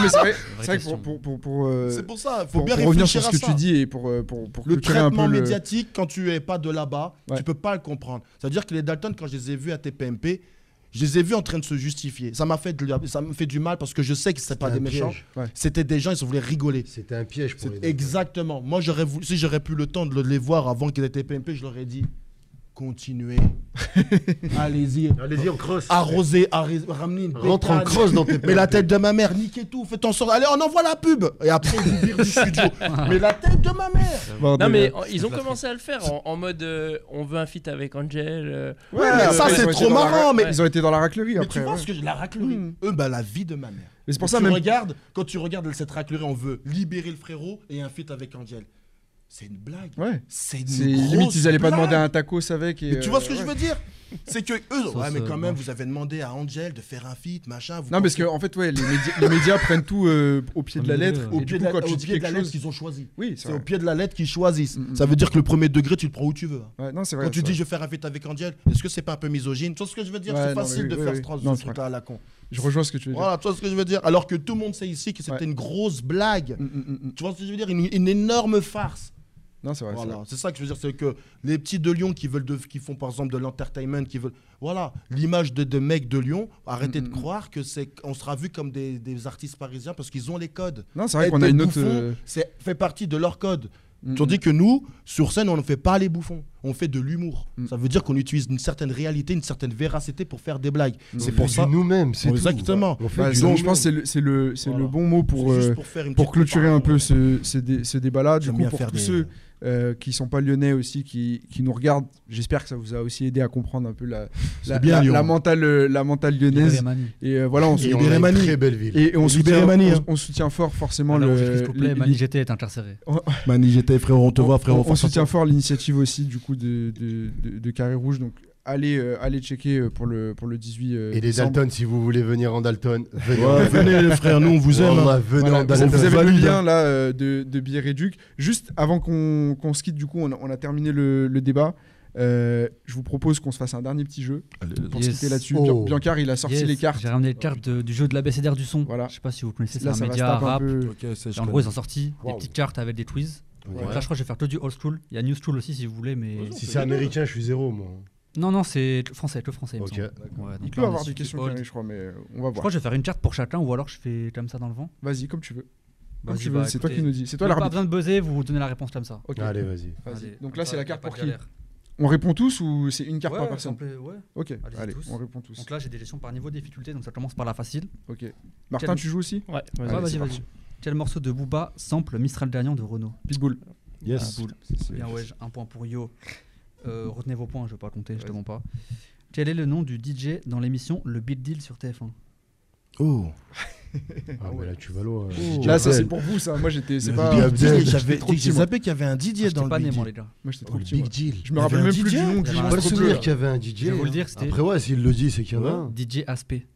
Speaker 2: mais c'est vrai, c'est vrai que pour, pour, pour, pour, euh,
Speaker 4: C'est pour ça, faut
Speaker 2: pour-
Speaker 4: bien
Speaker 2: pour revenir sur ce que
Speaker 4: réfléchir à
Speaker 2: tu
Speaker 4: ça.
Speaker 2: dis et pour, euh, pour, pour
Speaker 4: le
Speaker 2: clôturer un peu
Speaker 4: traitement
Speaker 2: le-
Speaker 4: médiatique quand tu es pas de là-bas, tu peux pas le comprendre. C'est-à-dire que les Dalton, quand je les ai vus à TPMP, je les ai vus en train de se justifier. Ça m'a fait, de la- ça me fait du mal parce que je sais que c'est pas
Speaker 6: C'était
Speaker 4: des
Speaker 6: un
Speaker 4: méchants.
Speaker 6: piège. Ouais.
Speaker 4: C'était des gens, ils se voulaient rigoler.
Speaker 6: C'était un piège pour les
Speaker 4: Exactement. Moi, j'aurais voulu, si j'aurais pu le temps de les voir avant qu'ils aient TPMP, je leur ai dit continuez. Allez-y.
Speaker 10: Allez-y, en crosse.
Speaker 4: Ah, Arrosez, arrosez, ramenez une
Speaker 10: Rentre en
Speaker 4: bécane.
Speaker 10: crosse dans tes
Speaker 4: Mais la
Speaker 10: périodes.
Speaker 4: tête de ma mère, niquez tout, faites en sorte. Allez, on envoie la pub. Et après, vous virez du studio. Mais la tête de ma mère.
Speaker 5: Non mais en- ils ont commencé à le faire en, en mode euh, on veut un feat avec Angel. euh,
Speaker 4: Ouais, mais
Speaker 5: euh,
Speaker 4: ça,
Speaker 5: euh,
Speaker 4: c'est
Speaker 5: ouais.
Speaker 4: trop marrant. Mais
Speaker 2: Ils ont été dans la raclerie
Speaker 4: Mais
Speaker 2: après.
Speaker 4: tu
Speaker 2: ouais.
Speaker 4: penses que la raclerie, eux, bah la vie de ma mère.
Speaker 2: Mais c'est pour
Speaker 4: Quand
Speaker 2: ça
Speaker 4: tu
Speaker 2: même-
Speaker 4: Regardes, quand tu regardes cette raclerie, on veut libérer le frérot et un feat avec Angel. C'est une blague.
Speaker 2: Ouais.
Speaker 4: C'est
Speaker 2: C'est-
Speaker 4: une
Speaker 2: limite,
Speaker 4: grosse
Speaker 2: ils allaient pas
Speaker 4: blague.
Speaker 2: demander un tacos avec. Et
Speaker 4: Mais tu vois ce que
Speaker 2: euh,
Speaker 4: je
Speaker 2: ouais.
Speaker 4: veux dire C'est que eux,
Speaker 2: Sauce,
Speaker 4: ouais, mais
Speaker 2: euh,
Speaker 4: quand même,
Speaker 2: bon.
Speaker 4: vous avez demandé à Angel de faire un feat, machin. Vous
Speaker 2: Non, parce
Speaker 4: pensez-
Speaker 2: que en fait, ouais, les médias, les médias prennent tout euh, au pied de la lettre.
Speaker 4: Au
Speaker 2: et
Speaker 4: pied
Speaker 2: du
Speaker 4: de la,
Speaker 2: coup, quand tu
Speaker 4: au
Speaker 2: dis
Speaker 4: pied de
Speaker 2: quelque
Speaker 4: la lettre
Speaker 2: chose.
Speaker 4: qu'ils ont choisi.
Speaker 2: Oui, c'est
Speaker 4: c'est au
Speaker 2: vrai.
Speaker 4: pied de la lettre qu'ils choisissent.
Speaker 2: Mm, mm.
Speaker 4: Ça veut dire que le premier degré, tu le prends où tu veux. hein.
Speaker 2: Ouais, non, c'est vrai,
Speaker 4: Quand tu
Speaker 2: c'est
Speaker 4: dis
Speaker 2: vrai.
Speaker 4: je vais faire un feat avec Angel, est-ce que c'est pas un peu misogyne Tu vois ce que je veux dire
Speaker 2: Ouais,
Speaker 4: C'est
Speaker 2: non, mais
Speaker 4: facile
Speaker 2: oui,
Speaker 4: de
Speaker 2: oui,
Speaker 4: faire
Speaker 2: oui.
Speaker 4: ce trans-
Speaker 2: Non,
Speaker 4: ce
Speaker 2: c'est vrai.
Speaker 4: truc-là à la con.
Speaker 2: Je rejoins ce que tu veux dire.
Speaker 4: Voilà, tu vois ce que je veux dire Alors que tout le monde sait ici que c'était une grosse blague. Tu vois ce que je veux dire une, une énorme farce.
Speaker 2: Non, c'est vrai.
Speaker 4: Voilà, mm, c'est ça que je veux dire, c'est que les petits de Lyon qui veulent, de- qui font par exemple de l'entertainment, qui veulent, voilà, l'image de, de mecs de Lyon, arrêtez de croire que c'est, on sera vu comme des, des artistes parisiens parce qu'ils ont les codes.
Speaker 2: Non, c'est vrai
Speaker 4: Être
Speaker 2: qu'on a une autre,
Speaker 4: bouffon,
Speaker 2: euh,
Speaker 4: C'est fait partie de leur code.
Speaker 2: Mm,
Speaker 4: Tandis que nous, sur scène, on ne fait pas les bouffons, on fait de l'humour.
Speaker 2: Mm.
Speaker 4: Ça veut dire qu'on utilise une certaine réalité, une certaine véracité pour faire des blagues. C'est
Speaker 6: fait
Speaker 4: pour
Speaker 6: du
Speaker 4: ça
Speaker 6: nous-mêmes, c'est tout.
Speaker 4: Exactement.
Speaker 6: On fait
Speaker 2: Mm. Bah,
Speaker 6: du
Speaker 2: donc,
Speaker 6: nous-mêmes.
Speaker 2: je pense que c'est le, c'est le, c'est le bon mot pour,
Speaker 4: C'est juste
Speaker 2: euh,
Speaker 4: pour faire une
Speaker 2: pour
Speaker 4: petite
Speaker 2: clôturer un peu ce, ce, dé- ce débat-là. Du
Speaker 4: J'aime
Speaker 2: coup,
Speaker 4: bien
Speaker 2: pour
Speaker 4: faire
Speaker 2: tous
Speaker 4: des-
Speaker 2: ceux euh, qui sont pas lyonnais aussi, qui, qui nous regardent, j'espère que ça vous a aussi aidé à comprendre un peu la, la,
Speaker 4: bien,
Speaker 2: la-
Speaker 4: Lyon.
Speaker 2: la mentale, euh, la mentale lyonnaise.
Speaker 1: Libérémanie.
Speaker 2: Et euh, voilà, on se-
Speaker 6: Et on a une Libérémanie. très belle ville.
Speaker 2: Et on
Speaker 6: Et
Speaker 2: soutient,
Speaker 6: Libérémanie,
Speaker 2: on-
Speaker 6: hein.
Speaker 2: on soutient fort
Speaker 4: Ah
Speaker 2: forcément
Speaker 1: Alors,
Speaker 2: le.
Speaker 1: Jésus, s'il vous plaît,
Speaker 2: les-
Speaker 1: Mani GT est incarcéré.
Speaker 2: On-
Speaker 4: Mani GT, frérot, on te voit, frérot,
Speaker 2: On,
Speaker 4: faut sortir.
Speaker 2: soutient fort l'initiative aussi du coup de, de, de, de Carré Rouge. Donc allez, euh, allez checker euh, pour le, pour le 18. euh,
Speaker 6: Et les
Speaker 2: décembre.
Speaker 6: Dalton, si vous voulez venir en Dalton, venez. en
Speaker 4: Ouais,
Speaker 6: Dalton.
Speaker 4: venez les frères, nous on vous aime.
Speaker 6: Wallah,
Speaker 4: hein.
Speaker 6: venez
Speaker 2: Voilà,
Speaker 6: en
Speaker 2: vous,
Speaker 6: Dalton.
Speaker 2: vous avez le
Speaker 6: Valide.
Speaker 2: lien là euh, de, de billets réduc. Juste avant qu'on qu'on se quitte, du coup, on a, on a terminé le, le débat. Euh, je vous propose qu'on se fasse un dernier petit jeu pour se
Speaker 1: Yes.
Speaker 2: quitter là-dessus.
Speaker 1: Oh.
Speaker 2: Bian- Biancar, il a sorti
Speaker 1: Yes,
Speaker 2: les cartes.
Speaker 1: J'ai ramené les cartes de- du jeu de l'abécédaire du son.
Speaker 2: Voilà.
Speaker 1: Je sais pas si vous connaissez, c'est
Speaker 2: Là,
Speaker 1: un
Speaker 2: ça va se
Speaker 1: média
Speaker 2: taper un
Speaker 1: rap.
Speaker 2: peu.
Speaker 4: Ok, c'est- je
Speaker 1: Et en gros,
Speaker 4: connais.
Speaker 1: ils ont sorti des
Speaker 6: Wow.
Speaker 1: petites cartes avec des quiz.
Speaker 6: Ouais.
Speaker 1: Donc Là, je crois que je vais faire que du old school. Il y a new school aussi si vous voulez, mais.
Speaker 6: Si c'est américain, je suis zéro, moi.
Speaker 1: Non, non, c'est le français, le français. Il, me
Speaker 6: Ok,
Speaker 1: semble.
Speaker 6: d'accord.
Speaker 1: Ouais, donc
Speaker 2: Il
Speaker 1: là,
Speaker 2: peut
Speaker 1: on
Speaker 2: avoir des
Speaker 1: est sur du
Speaker 2: questions,
Speaker 1: old.
Speaker 2: Bian, je crois, mais euh, on va
Speaker 1: Je
Speaker 2: voir.
Speaker 1: crois que je vais faire une carte pour chacun ou alors je fais comme ça dans le vent.
Speaker 2: Vas-y, comme tu veux. Comme
Speaker 1: Vas-y,
Speaker 2: tu
Speaker 1: bah,
Speaker 2: veux, c'est toi
Speaker 1: écoutez,
Speaker 2: qui nous dis. C'est toi
Speaker 1: même Pas
Speaker 2: l'arbitre.
Speaker 1: besoin de buzzer, vous donnez la réponse comme ça.
Speaker 2: Ok.
Speaker 6: Allez, vas-y.
Speaker 2: Vas-y.
Speaker 1: Allez,
Speaker 2: Donc
Speaker 1: comme
Speaker 2: là,
Speaker 1: ça,
Speaker 2: c'est
Speaker 1: y
Speaker 2: la
Speaker 1: a
Speaker 2: carte
Speaker 1: pas
Speaker 2: pour
Speaker 1: de
Speaker 2: qui
Speaker 1: galère.
Speaker 2: On répond tous ou c'est une carte
Speaker 1: Ouais,
Speaker 2: par
Speaker 1: ouais,
Speaker 2: personne
Speaker 1: complet, ouais.
Speaker 2: Ok, allez,
Speaker 1: Allez-y tous.
Speaker 2: on répond tous.
Speaker 1: Donc là, j'ai des gestions par niveau de difficulté, donc ça commence par la facile.
Speaker 2: Ok. Martin,
Speaker 1: Quel-
Speaker 2: tu joues aussi
Speaker 5: Ouais, vas-y.
Speaker 1: Ouais,
Speaker 2: Allez, c'est
Speaker 1: vas-y,
Speaker 2: parti.
Speaker 1: vas-y. Quel morceau de Booba sample Mistral Dernian de Renault
Speaker 2: Pitbull.
Speaker 6: Yes.
Speaker 1: Ah, Bien, ouais, j'ai un point pour Yo. Euh, retenez vos points, je vais pas compter, je te mens pas. Quel est le nom du DJ dans l'émission Le Big Deal sur TF1
Speaker 4: Oh.
Speaker 6: Ah, mais là, tu vas loin. euh.
Speaker 2: Là, ça c'est pour vous, ça. Moi, j'étais. C'est
Speaker 6: Le
Speaker 2: pas.
Speaker 6: Big
Speaker 2: Moi,
Speaker 6: Up. Abdel,
Speaker 4: Didier, j'avais-
Speaker 2: j'étais trop petit,
Speaker 4: J'ai
Speaker 2: moi.
Speaker 4: zappé qu'il y avait un Didier
Speaker 1: J'étais
Speaker 4: dans
Speaker 1: Ah, pas
Speaker 4: le
Speaker 1: né,
Speaker 4: Big
Speaker 1: moi,
Speaker 4: Deal.
Speaker 1: les gars.
Speaker 2: Moi, j'étais trop
Speaker 6: Oh, le
Speaker 2: petit. moi.
Speaker 6: Big Deal.
Speaker 4: Il
Speaker 2: Je me
Speaker 4: y
Speaker 2: rappelle
Speaker 4: avait
Speaker 2: même
Speaker 4: un
Speaker 2: plus
Speaker 4: DJ,
Speaker 2: du nom
Speaker 4: il y
Speaker 2: que j'ai.
Speaker 4: avait
Speaker 2: moi,
Speaker 6: Pas
Speaker 2: c'est trop
Speaker 6: sûr
Speaker 2: dur.
Speaker 6: qu'il y avait un DJ.
Speaker 1: Je vais vous le dire, c'était-
Speaker 6: Après, ouais, s'il le dit, c'est qu'il y en a un.
Speaker 1: DJ Aspect.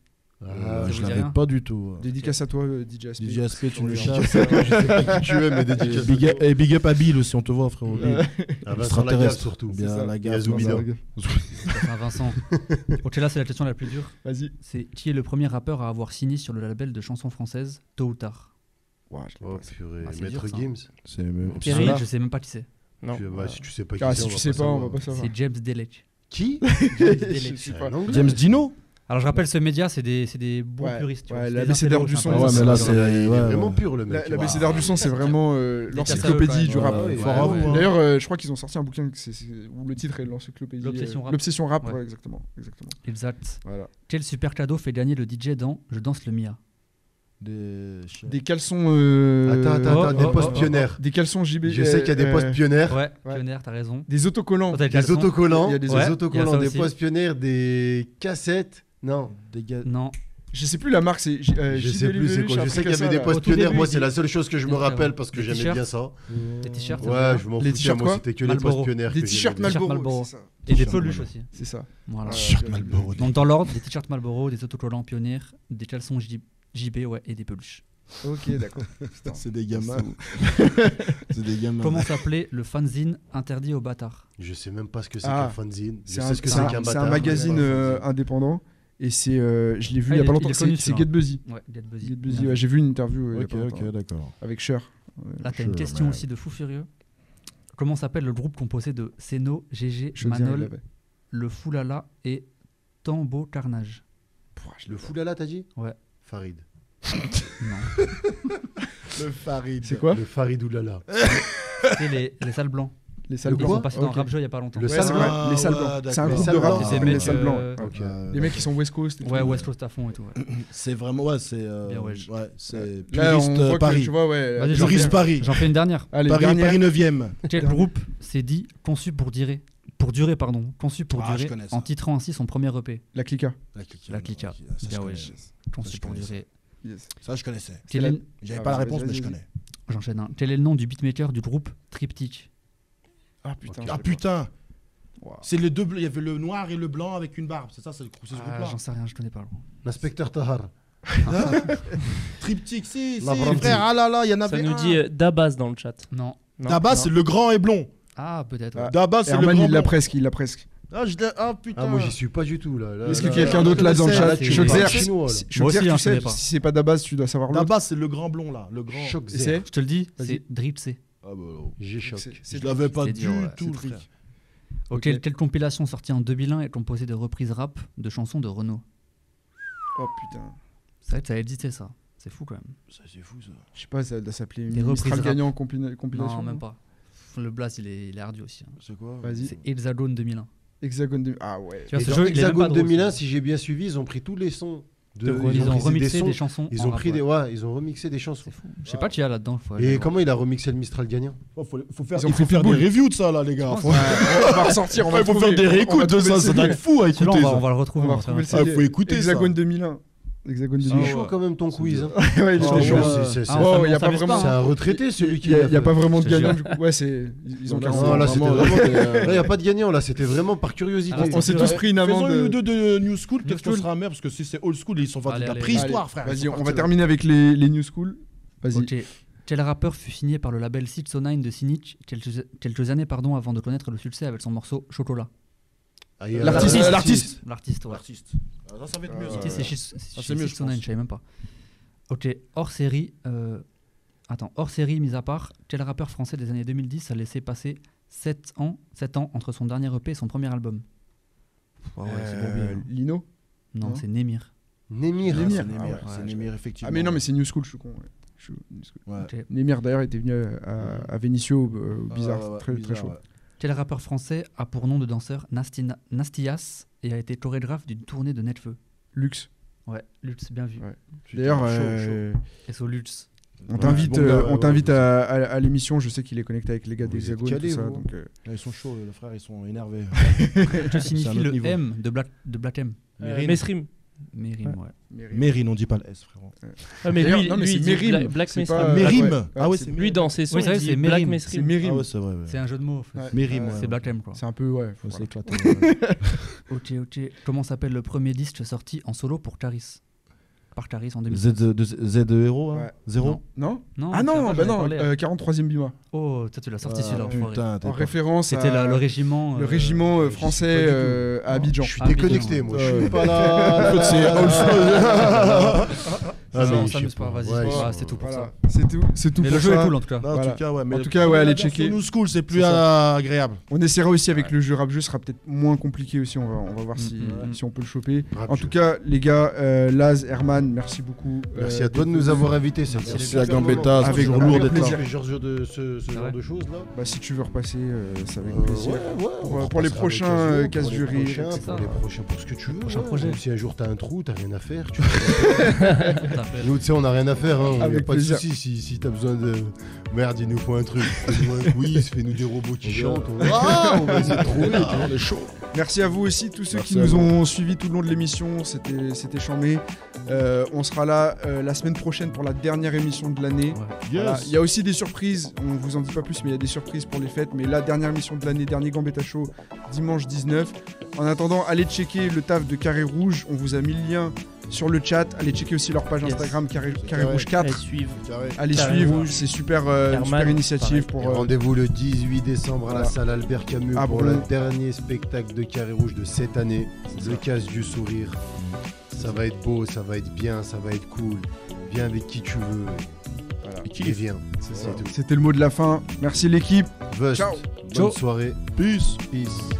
Speaker 6: Ah,
Speaker 1: Ça
Speaker 4: je
Speaker 1: vous dit
Speaker 4: l'avais
Speaker 1: rien
Speaker 4: pas du tout.
Speaker 2: Dédicace à toi, euh, DJ Aspect.
Speaker 4: DJ Aspect, tu
Speaker 6: Sur
Speaker 4: le
Speaker 6: le
Speaker 4: chasses.
Speaker 6: chat, je sais pas qui tu es, mais dédicace.
Speaker 4: Big up, et big up à Bill aussi, on te voit, frérot. Bill.
Speaker 6: Ah, Vincent
Speaker 4: Extraterrestre.
Speaker 6: Lagaffe, surtout.
Speaker 4: Bien,
Speaker 6: C'est ça.
Speaker 4: Lagaffe,
Speaker 6: Il y a Zoubida.
Speaker 4: Lagaffe.
Speaker 1: Enfin, Vincent. ok, là, c'est la question la plus dure.
Speaker 2: Vas-y.
Speaker 1: C'est qui est le premier rappeur à avoir signé sur le label de chansons françaises, tôt ou tard
Speaker 2: Ouah, je l'ai
Speaker 6: Oh
Speaker 2: pas.
Speaker 6: purée,
Speaker 1: Ah, c'est
Speaker 6: Maître
Speaker 1: dur, ça.
Speaker 6: Gims.
Speaker 4: C'est
Speaker 5: Pierre-
Speaker 1: Cyril,
Speaker 5: Solar.
Speaker 1: Je sais même pas qui c'est.
Speaker 5: Non.
Speaker 6: Tu- bah, si tu sais pas qui
Speaker 2: Ah,
Speaker 6: c'est,
Speaker 2: si
Speaker 6: on
Speaker 2: tu
Speaker 6: va
Speaker 2: sais pas, on va pas savoir.
Speaker 1: C'est James Delec.
Speaker 6: Qui
Speaker 1: James
Speaker 2: Je
Speaker 1: Delec.
Speaker 2: sais pas.
Speaker 4: James Dino
Speaker 1: Alors je rappelle, ce média, c'est des, c'est des bons
Speaker 2: Ouais,
Speaker 1: puristes. tu vois,
Speaker 2: ouais,
Speaker 1: c'est
Speaker 2: la
Speaker 1: des
Speaker 2: BCDR
Speaker 1: intellos,
Speaker 2: du
Speaker 1: un
Speaker 2: son,
Speaker 1: peu.
Speaker 4: Ah ouais, mais là, c'est.
Speaker 6: Il est
Speaker 4: ouais,
Speaker 6: vraiment
Speaker 4: ouais.
Speaker 6: pur, le
Speaker 2: La,
Speaker 6: mec.
Speaker 2: la
Speaker 6: Waouh.
Speaker 2: BCDR du son, c'est vraiment euh,
Speaker 1: Dédicace à eux,
Speaker 2: l'encyclopédie
Speaker 1: quand
Speaker 2: du
Speaker 1: même.
Speaker 2: rap.
Speaker 6: Ouais, Ah ouais, hein.
Speaker 2: Ouais,
Speaker 6: ouais.
Speaker 2: ouais.
Speaker 6: Ouais.
Speaker 2: D'ailleurs, euh, je crois qu'ils ont sorti un bouquin que c'est- c'est- où le titre est l'encyclopédie. euh,
Speaker 1: L'obsession rap.
Speaker 2: L'obsession rap,
Speaker 1: Ouais.
Speaker 2: ouais, exactement. exactement.
Speaker 1: Exact.
Speaker 2: Voilà.
Speaker 1: Quel super cadeau fait gagner le DJ dans Je danse le Mia
Speaker 4: Des-
Speaker 2: Des caleçons. euh,
Speaker 6: Attends, attends, attends,
Speaker 1: oh,
Speaker 6: des
Speaker 1: oh,
Speaker 6: postes
Speaker 1: oh,
Speaker 6: pionnières.
Speaker 2: Des caleçons JB.
Speaker 6: Je sais qu'il y a des
Speaker 2: euh,
Speaker 6: postes pionnières.
Speaker 1: Ouais,
Speaker 2: Ouais.
Speaker 1: pionnière, t'as raison.
Speaker 2: Des autocollants.
Speaker 1: T'as
Speaker 6: Des
Speaker 1: raison.
Speaker 6: autocollants,
Speaker 2: Il y a
Speaker 6: des
Speaker 2: des-
Speaker 1: Ouais, il y a
Speaker 6: autocollants,
Speaker 1: ça
Speaker 6: des
Speaker 1: aussi.
Speaker 6: postes pionnières, des cassettes. Non,
Speaker 4: Des gars.
Speaker 1: Non.
Speaker 2: Je sais plus la marque, c'est. J- euh,
Speaker 6: je
Speaker 2: JB
Speaker 6: sais plus c'est
Speaker 2: Lelouch,
Speaker 6: quoi.
Speaker 2: un
Speaker 6: Je
Speaker 2: truc
Speaker 6: sais qu'il y
Speaker 2: comme
Speaker 6: avait
Speaker 2: ça,
Speaker 6: des
Speaker 2: là.
Speaker 6: postes
Speaker 1: Au tout
Speaker 6: pionnières.
Speaker 1: début,
Speaker 6: Moi,
Speaker 1: il
Speaker 6: c'est la seule chose que je me
Speaker 1: Bien sûr.
Speaker 6: rappelle parce que
Speaker 1: Des
Speaker 6: j'aimais
Speaker 1: t-shirts.
Speaker 6: bien ça.
Speaker 1: Des t-shirts.
Speaker 6: Ouais, je m'en
Speaker 2: Les
Speaker 6: foutais.
Speaker 2: t-shirts
Speaker 6: Moi,
Speaker 2: quoi
Speaker 6: c'était que les
Speaker 1: Malboro.
Speaker 6: postes pionnières.
Speaker 2: Des
Speaker 6: que j'aimais
Speaker 2: t-shirts
Speaker 6: bien.
Speaker 1: Malboro.
Speaker 2: Malboro. c'est ça.
Speaker 1: Et des
Speaker 4: T-shirt
Speaker 1: peluches
Speaker 4: Malboro.
Speaker 1: aussi.
Speaker 2: C'est ça.
Speaker 1: Voilà.
Speaker 4: T-shirt Malboro.
Speaker 1: Donc dans l'ordre, des t-shirts Marlboro, des autocollants pionnières, des caleçons J- JB ouais, et des peluches.
Speaker 2: Ok, d'accord. Putain.
Speaker 4: C'est des gamins. C'est des gamins.
Speaker 1: Comment s'appelait le fanzine interdit aux bâtards
Speaker 6: Je sais même pas ce que c'est
Speaker 2: Ah.
Speaker 6: qu'un fanzine. Je
Speaker 2: C'est
Speaker 6: sais
Speaker 2: un,
Speaker 6: ce que
Speaker 2: c'est
Speaker 6: c'est
Speaker 2: un-
Speaker 6: qu'un
Speaker 2: c'est un
Speaker 6: bâtard.
Speaker 2: magazine
Speaker 6: mais c'est pas un
Speaker 2: euh,
Speaker 6: fanzine.
Speaker 2: indépendant et c'est, euh, je l'ai vu
Speaker 1: Ah,
Speaker 2: il y a
Speaker 1: il
Speaker 2: pas
Speaker 1: est-
Speaker 2: longtemps.
Speaker 1: il est
Speaker 2: C'est
Speaker 1: connu,
Speaker 2: c'est
Speaker 1: celui-là.
Speaker 2: Get Busy.
Speaker 1: Ouais, Get Busy.
Speaker 2: Get Busy, ouais, j'ai vu une interview. euh, il y a
Speaker 4: Ok,
Speaker 2: pas longtemps,
Speaker 4: ok, d'accord.
Speaker 2: Avec Cher. euh,
Speaker 1: Là, t'as une
Speaker 4: Je-
Speaker 1: question
Speaker 4: ouais.
Speaker 1: aussi de fou furieux. Comment s'appelle le groupe composé de Seno, GG,
Speaker 2: Chaudière, il
Speaker 1: Manol,
Speaker 2: l'avait.
Speaker 1: Le Foulala et Tambo Carnage
Speaker 2: Pouah, je l'ai-
Speaker 6: Le foulala, t'as dit
Speaker 1: Ouais.
Speaker 6: Farid.
Speaker 1: Non.
Speaker 6: Le Farid.
Speaker 2: C'est quoi
Speaker 6: Le Farid oulala.
Speaker 1: C'est les, les sales blancs.
Speaker 2: Les Sales
Speaker 1: Ils
Speaker 2: Blancs.
Speaker 1: sont passés dans
Speaker 2: Ok.
Speaker 1: Rap Jeu il y a pas longtemps.
Speaker 2: Ouais, c'est vrai, les Sales Blancs. C'est un groupe de rap qui s'appelle les Sales Blancs. ouais. Les mecs qui sont West Coast. et tout.
Speaker 1: Ouais, West Coast à fond et tout. ouais.
Speaker 4: C'est vraiment, ouais, c'est. euh,
Speaker 1: Bien, ouais,
Speaker 4: ouais,
Speaker 1: je-
Speaker 4: c'est
Speaker 2: Là, on
Speaker 4: puriste euh,
Speaker 2: voit que,
Speaker 4: Paris.
Speaker 2: tu vois, ouais,
Speaker 1: Vas-y, j'en
Speaker 4: Puriste
Speaker 1: fais-
Speaker 4: Paris.
Speaker 1: J'en fais une dernière.
Speaker 2: Allez,
Speaker 4: Paris,
Speaker 2: dernière.
Speaker 4: Paris 9ème.
Speaker 1: Quel
Speaker 2: Dernière.
Speaker 1: groupe s'est dit conçu pour durer pour durer pardon conçu pour
Speaker 4: Ah, je
Speaker 1: durer
Speaker 4: connais ça.
Speaker 1: en titrant ainsi son premier E EP
Speaker 2: La Clica.
Speaker 4: La clique. hein.
Speaker 1: La Clica.
Speaker 4: Ça, je
Speaker 1: Bien, ouais,
Speaker 4: connais.
Speaker 1: je-
Speaker 4: Ça,
Speaker 1: conçu
Speaker 4: je
Speaker 1: pour
Speaker 4: connais.
Speaker 1: durer
Speaker 2: Yes.
Speaker 4: Ça, je connaissais.
Speaker 1: Quel
Speaker 2: la-
Speaker 1: est-
Speaker 4: J'avais
Speaker 2: Ah,
Speaker 4: pas la
Speaker 2: vas-y,
Speaker 4: réponse, mais
Speaker 2: vas-y,
Speaker 4: je
Speaker 2: vas-y.
Speaker 4: connais.
Speaker 1: j'enchaîne un quel est le nom du beatmaker du groupe Triptych
Speaker 2: Ah putain.
Speaker 4: Ah putain
Speaker 2: Wow.
Speaker 4: C'est les deux bleus, il y avait le noir et le blanc avec une barbe, c'est ça, c'est le c'est ce
Speaker 1: Ah,
Speaker 4: groupe-là.
Speaker 1: j'en sais rien je connais pas
Speaker 7: L'inspecteur Tahar.
Speaker 4: Triptyque, si, si,
Speaker 7: La brandie.
Speaker 4: frère, ah là là, il y en
Speaker 5: Ça
Speaker 4: avait
Speaker 5: nous
Speaker 4: un.
Speaker 5: dit euh, Dabaz dans le chat.
Speaker 1: non
Speaker 5: Non,
Speaker 4: Dabas,
Speaker 5: non.
Speaker 4: c'est le grand et blond.
Speaker 1: ah peut-être ouais.
Speaker 2: Ah.
Speaker 4: Dabas, c'est le
Speaker 2: Herman,
Speaker 4: grand
Speaker 2: il l'a
Speaker 4: blond.
Speaker 2: presque, il l'a presque.
Speaker 4: Ah, je l'ai- ah, putain.
Speaker 7: Ah, moi, j'y suis pas du tout, là. là,
Speaker 2: Est-ce que
Speaker 7: là,
Speaker 2: quelqu'un
Speaker 7: là,
Speaker 2: d'autre là dans le
Speaker 4: c'est-
Speaker 2: chat
Speaker 7: là,
Speaker 1: tu
Speaker 2: Je
Speaker 7: chinois,
Speaker 2: sais-
Speaker 1: parles
Speaker 7: là.
Speaker 2: si-
Speaker 1: Moi aussi,
Speaker 2: Schotzer, tu
Speaker 1: hein, je
Speaker 2: sais,
Speaker 1: connais pas.
Speaker 2: si c'est pas Dabas, tu dois savoir l'autre.
Speaker 4: Dabas, c'est le grand blond, là, le grand.
Speaker 7: Choc
Speaker 2: Et c'est
Speaker 7: Z.
Speaker 1: je te le dis
Speaker 2: Vas-y.
Speaker 1: c'est Drip C
Speaker 4: Ah, bah, non.
Speaker 7: J'ai
Speaker 2: C'est-
Speaker 7: choc.
Speaker 2: c'est-
Speaker 4: Je l'avais pas
Speaker 1: c'est
Speaker 4: du
Speaker 1: dur, ouais,
Speaker 4: tout,
Speaker 2: c'est
Speaker 4: le
Speaker 2: tricky.
Speaker 4: truc.
Speaker 1: Ok,
Speaker 2: Ok.
Speaker 1: Quelle compilation sortie en 2001 est composée de reprises rap de chansons de Renault
Speaker 2: Oh putain.
Speaker 1: Ça, va être- ça a existé ça. C'est fou quand même.
Speaker 4: Ça, c'est fou, ça.
Speaker 2: Je sais pas, ça doit s'appeler
Speaker 1: Des reprises
Speaker 2: Mistral
Speaker 1: rap.
Speaker 2: gagnant compila- compilation.
Speaker 1: Non, même pas. Le blast, il est, il est ardu aussi. hein.
Speaker 4: C'est quoi
Speaker 2: Vas-y.
Speaker 1: C'est Hexagone 2001.
Speaker 2: Hexagone 2000. Ah ouais.
Speaker 1: Tu vois,
Speaker 7: Et
Speaker 1: ce
Speaker 7: dans
Speaker 1: jeu, il est même pas
Speaker 7: Hexagone
Speaker 1: drôle,
Speaker 7: 2001,
Speaker 1: ça.
Speaker 7: si j'ai bien suivi, ils ont pris tous les sons.
Speaker 1: Ils,
Speaker 7: De,
Speaker 1: ont,
Speaker 7: pris- c'est
Speaker 1: remixé
Speaker 7: sons-
Speaker 1: des, chansons.
Speaker 7: Ils
Speaker 1: en
Speaker 7: ont
Speaker 1: rap,
Speaker 7: pris des,
Speaker 1: ouais.
Speaker 7: ouais, ils ont remixé des chansons.
Speaker 1: C'est fou. Je sais pas qui y a là-dedans. faut aller
Speaker 7: Et
Speaker 1: voir.
Speaker 7: comment il a remixé le Mistral gagnant
Speaker 4: Faut, faut, faut faire,
Speaker 2: Ils ont
Speaker 4: il faut
Speaker 2: pris
Speaker 4: faire des
Speaker 2: Pitbull.
Speaker 4: reviews de ça, là, les gars. Faut,
Speaker 2: on va ressortir, on va
Speaker 4: il faut
Speaker 2: trouver.
Speaker 4: faire des
Speaker 2: On va
Speaker 4: réécoutes de
Speaker 2: trouver le
Speaker 4: ça, ça
Speaker 2: CD.
Speaker 4: doit être fou à
Speaker 1: Celui-là,
Speaker 4: écouter.
Speaker 1: on va, on
Speaker 4: ça.
Speaker 1: va le retrouver.
Speaker 2: On va
Speaker 1: on va faire
Speaker 2: retrouver le
Speaker 1: un-
Speaker 4: Ah,
Speaker 2: CD.
Speaker 4: faut écouter ça.
Speaker 2: Hexagone 2001. Hexagone
Speaker 7: C'est
Speaker 2: 2001.
Speaker 7: chaud quand même ton quiz. hein.
Speaker 2: Ouais, il
Speaker 7: Ah
Speaker 2: était chaud.
Speaker 7: ouais, c'est- c'est- c'est-
Speaker 1: Ah, on
Speaker 2: Oh,
Speaker 1: s'amuse-
Speaker 2: il y a
Speaker 1: on
Speaker 2: pas
Speaker 1: s'amuse
Speaker 7: C'est
Speaker 2: vraiment.
Speaker 7: un retraité celui qui.
Speaker 2: Il y a-
Speaker 7: l'a
Speaker 2: il y a
Speaker 7: fait.
Speaker 2: pas vraiment de
Speaker 1: C'est
Speaker 2: gagnant
Speaker 1: génial.
Speaker 2: du coup. Ouais, c'est ils ont
Speaker 7: Non,
Speaker 2: 40
Speaker 7: non, là, c'était
Speaker 2: vraiment. euh,
Speaker 7: vraiment- euh, Là, il n'y a pas de gagnant, là, c'était vraiment par curiosité.
Speaker 1: Ah,
Speaker 2: On s'est tous pris une
Speaker 4: Faisons une ou
Speaker 2: amende. euh,
Speaker 4: deux de New School,
Speaker 1: New
Speaker 4: peut-être qu'on
Speaker 1: School.
Speaker 4: sera merde, parce que si c'est old school, ils sont partis de la
Speaker 1: Allez, allez.
Speaker 4: préhistoire, frère. ils
Speaker 2: Vas-y,
Speaker 4: sont
Speaker 2: on va
Speaker 4: partis de-
Speaker 2: terminer avec les les New School. Vas-y.
Speaker 1: Ok. Quel rappeur fut signé par le label 609 de Sinich quelques, quelques années pardon, avant de connaître le succès avec son morceau Chocolat
Speaker 7: Ah, il y a-
Speaker 4: L'artiste,
Speaker 7: euh,
Speaker 4: l'artiste.
Speaker 1: L'artiste, ouais.
Speaker 4: L'artiste. Ah, Ça, ça va être mieux.
Speaker 1: C'était
Speaker 4: ça.
Speaker 1: c'est Shis-
Speaker 4: Ah,
Speaker 1: c'est
Speaker 4: c'est mieux, je
Speaker 1: 609,
Speaker 4: pense.
Speaker 1: je savais même pas. Ok, hors série. euh, Attends, hors série, mis à part, quel rappeur français des années 2010 a laissé passer 7 ans, 7 ans entre son dernier EP et son premier album Ah ouais, c'est
Speaker 2: Euh,
Speaker 1: bourbier, hein.
Speaker 2: Lino
Speaker 1: Non,
Speaker 2: non.
Speaker 1: c'est Némir.
Speaker 7: Némir.
Speaker 4: Ah,
Speaker 2: Némir.
Speaker 4: C'est Némir,
Speaker 2: Ah ouais,
Speaker 4: c'est
Speaker 2: ouais,
Speaker 4: Némir, effectivement.
Speaker 2: Ah mais non, mais c'est New School, je suis con. ouais. Je suis New School.
Speaker 4: Ouais.
Speaker 1: Ok.
Speaker 2: Némir d'ailleurs était venu à, à Vénissieux, euh, au bizarre,
Speaker 4: Ah, ouais,
Speaker 2: très,
Speaker 4: bizarre,
Speaker 2: très chaud.
Speaker 4: ouais.
Speaker 1: Quel rappeur français a pour nom de danseur Nastina- Nastias et a été chorégraphe d'une tournée de Netfeu
Speaker 2: Luxe.
Speaker 1: Ouais, Lutz, bien vu.
Speaker 2: Ouais. D'ailleurs,
Speaker 4: chaud,
Speaker 2: euh,
Speaker 1: SO Lutz.
Speaker 4: hein.
Speaker 2: on
Speaker 7: Ouais,
Speaker 2: t'invite,
Speaker 7: bon gars,
Speaker 2: euh,
Speaker 7: ouais,
Speaker 2: on
Speaker 7: ouais,
Speaker 2: t'invite
Speaker 7: vous
Speaker 2: à, à- à l'émission. Je sais qu'il est connecté avec les gars
Speaker 7: Vous êtes
Speaker 2: d'Hexagone et tout
Speaker 7: calés,
Speaker 2: ça.
Speaker 7: vous.
Speaker 2: Donc, euh,
Speaker 4: Là, ils sont chauds, les frères, ils sont énervés.
Speaker 1: Que signifie
Speaker 4: autre
Speaker 1: le
Speaker 4: niveau.
Speaker 1: M de Black, de Black M
Speaker 5: Euh,
Speaker 4: Mérine.
Speaker 5: Mesrim.
Speaker 1: Mérim, ouais.
Speaker 4: Mérine, on dit pas le S, frérot.
Speaker 5: Ah, mais
Speaker 2: D'ailleurs,
Speaker 5: lui,
Speaker 2: non, mais
Speaker 5: lui, il
Speaker 2: c'est
Speaker 5: dit
Speaker 2: Mérim,
Speaker 5: Bla- Black
Speaker 2: c'est
Speaker 5: Mesrim.
Speaker 2: pas-
Speaker 4: Mérim.
Speaker 2: ouais.
Speaker 4: Ah ouais,
Speaker 2: c'est
Speaker 4: c'est
Speaker 5: Lui, dans ses sons,
Speaker 1: Oui, c'est vrai,
Speaker 5: il dit
Speaker 1: c'est
Speaker 5: Black
Speaker 1: Mérim.
Speaker 2: c'est
Speaker 5: Mesrim.
Speaker 4: Ah
Speaker 2: Mérim.
Speaker 4: ouais, c'est vrai. ouais.
Speaker 1: C'est un jeu de mots. en fait.
Speaker 2: Ouais.
Speaker 4: Mérim,
Speaker 1: C'est
Speaker 4: ouais.
Speaker 1: Black M, quoi.
Speaker 2: C'est un peu ouais.
Speaker 4: Faut
Speaker 2: voilà.
Speaker 4: s'éclater. ouais.
Speaker 1: Ok, ok. Comment s'appelle le premier disque sorti en solo pour Caris Par Caris en 2000.
Speaker 4: Z euh, de Z de héros, hein
Speaker 2: Ouais.
Speaker 4: Zéro
Speaker 2: Non,
Speaker 1: Non,
Speaker 2: Ah
Speaker 1: ça
Speaker 2: non, bah
Speaker 1: va, j'en ai
Speaker 2: non.
Speaker 1: parlé.
Speaker 2: euh, 43e Bima.
Speaker 1: Oh, toi, tu l'as sorti
Speaker 4: Ah,
Speaker 1: celui-là. enfoiré.
Speaker 4: Putain, t'es
Speaker 2: En
Speaker 4: pas-
Speaker 2: référence
Speaker 1: C'était
Speaker 2: à
Speaker 1: la- le régiment.
Speaker 2: le
Speaker 1: euh,
Speaker 2: régiment euh,
Speaker 6: je sais
Speaker 2: français
Speaker 6: pas du tout.
Speaker 2: euh, à Abidjan.
Speaker 6: Je suis
Speaker 1: Ah, putain.
Speaker 6: déconnecté, moi. Je
Speaker 4: Euh,
Speaker 6: suis pas
Speaker 4: En fait,
Speaker 6: là.
Speaker 4: c'est
Speaker 7: Ah,
Speaker 4: old school.
Speaker 1: ça,
Speaker 6: mais je
Speaker 1: on
Speaker 6: sais
Speaker 1: s'amuse pas,
Speaker 6: pas.
Speaker 1: vas-y.
Speaker 6: Ouais,
Speaker 1: voilà,
Speaker 6: je sais
Speaker 1: c'est tout pour
Speaker 2: Voilà.
Speaker 1: ça.
Speaker 2: C'est tout. C'est tout
Speaker 1: Mais
Speaker 2: pour
Speaker 1: le jeu
Speaker 2: ça.
Speaker 1: est cool, en tout cas.
Speaker 4: Non, En
Speaker 2: Voilà.
Speaker 4: tout cas, ouais. mais
Speaker 2: En
Speaker 4: le-
Speaker 2: tout cas, ouais, allez
Speaker 4: la
Speaker 2: checker.
Speaker 4: version New school, c'est plus
Speaker 2: C'est
Speaker 4: euh, agréable.
Speaker 2: On essaiera aussi avec le jeu rap jeu, ce sera peut-être moins compliqué aussi. On va, on va
Speaker 4: Mm,
Speaker 2: voir si,
Speaker 1: Mhm.
Speaker 2: si on peut le choper.
Speaker 7: Rap
Speaker 2: en
Speaker 7: jeu.
Speaker 2: tout cas, les gars, euh, Laz, Herman, merci beaucoup.
Speaker 7: Merci
Speaker 2: euh,
Speaker 7: à toi de
Speaker 2: d'être
Speaker 7: nous
Speaker 2: venu.
Speaker 7: avoir invités. C'est
Speaker 4: Merci à Gambetta, c'est
Speaker 2: Avec
Speaker 4: toujours
Speaker 2: grand
Speaker 4: lourd d'être
Speaker 2: plaisir.
Speaker 4: là.
Speaker 7: ce genre de ce, ce
Speaker 1: Ah ouais.
Speaker 7: genre de choses là.
Speaker 2: Bah, si tu veux repasser, euh, c'est avec
Speaker 7: Euh,
Speaker 2: plaisir.
Speaker 7: ouais, ouais, on
Speaker 2: pour
Speaker 7: repassera
Speaker 2: les
Speaker 7: avec occasion,
Speaker 2: prochains, euh,
Speaker 7: pour
Speaker 2: casse
Speaker 7: les
Speaker 2: du rire,
Speaker 7: prochains,
Speaker 1: etc.
Speaker 7: Pour les prochains, pour ce que tu veux. hein.
Speaker 1: Prochain
Speaker 7: ouais.
Speaker 1: projet.
Speaker 7: Même Si un jour t'as un trou, t'as rien à faire. Tu
Speaker 1: Tout à fait.
Speaker 6: Nous, tu sais, on n'a rien à faire.
Speaker 7: Ah,
Speaker 6: Hein.
Speaker 2: Avec
Speaker 6: Avec pas de
Speaker 2: plaisir.
Speaker 6: soucis. Si, si t'as besoin de. Merde, il nous faut un truc. Fais-nous un quiz, fais-nous des robots qui chantent. on- Ah, on va essayer de trouver. tu vois.
Speaker 2: Merci à vous aussi, tous ceux
Speaker 6: Merci
Speaker 2: qui
Speaker 6: à
Speaker 2: nous
Speaker 6: vous.
Speaker 2: ont suivis tout le long de l'émission. C'était c'était charmé. Euh, on sera là euh, la semaine prochaine pour la dernière émission de l'année. Voilà. Il y a aussi des surprises, on vous en dit pas plus, mais il y a des surprises pour les fêtes. Mais la dernière émission de l'année, dernier Gambetta Show, dimanche 19. En attendant, allez checker le taf de Carré Rouge. On vous a mis le lien sur le chat. Allez checker aussi leur page
Speaker 5: Yes.
Speaker 2: Instagram Carré, Carré
Speaker 6: carré.
Speaker 2: Rouge
Speaker 5: Elles
Speaker 2: 4.
Speaker 5: suivent.
Speaker 6: Carré.
Speaker 2: Allez
Speaker 5: Carré
Speaker 2: suivre,
Speaker 5: Rouge.
Speaker 2: c'est super, euh,
Speaker 5: Herman,
Speaker 2: super initiative
Speaker 6: Et
Speaker 2: pour. euh,
Speaker 6: Rendez-vous le 18 décembre à la salle Albert Camus
Speaker 2: Ah
Speaker 6: pour
Speaker 2: bon
Speaker 6: le dernier spectacle de Carré Rouge de cette année, Le Casse du Sourire. Ça va être beau, ça va être bien, ça va être cool. Viens avec qui tu veux.
Speaker 2: Voilà.
Speaker 6: Et viens. C'est tout.
Speaker 2: C'était le mot de la fin. Merci l'équipe.
Speaker 6: Vust,
Speaker 2: Ciao.
Speaker 6: bonne
Speaker 2: Ciao.
Speaker 6: soirée. Peace. Peace.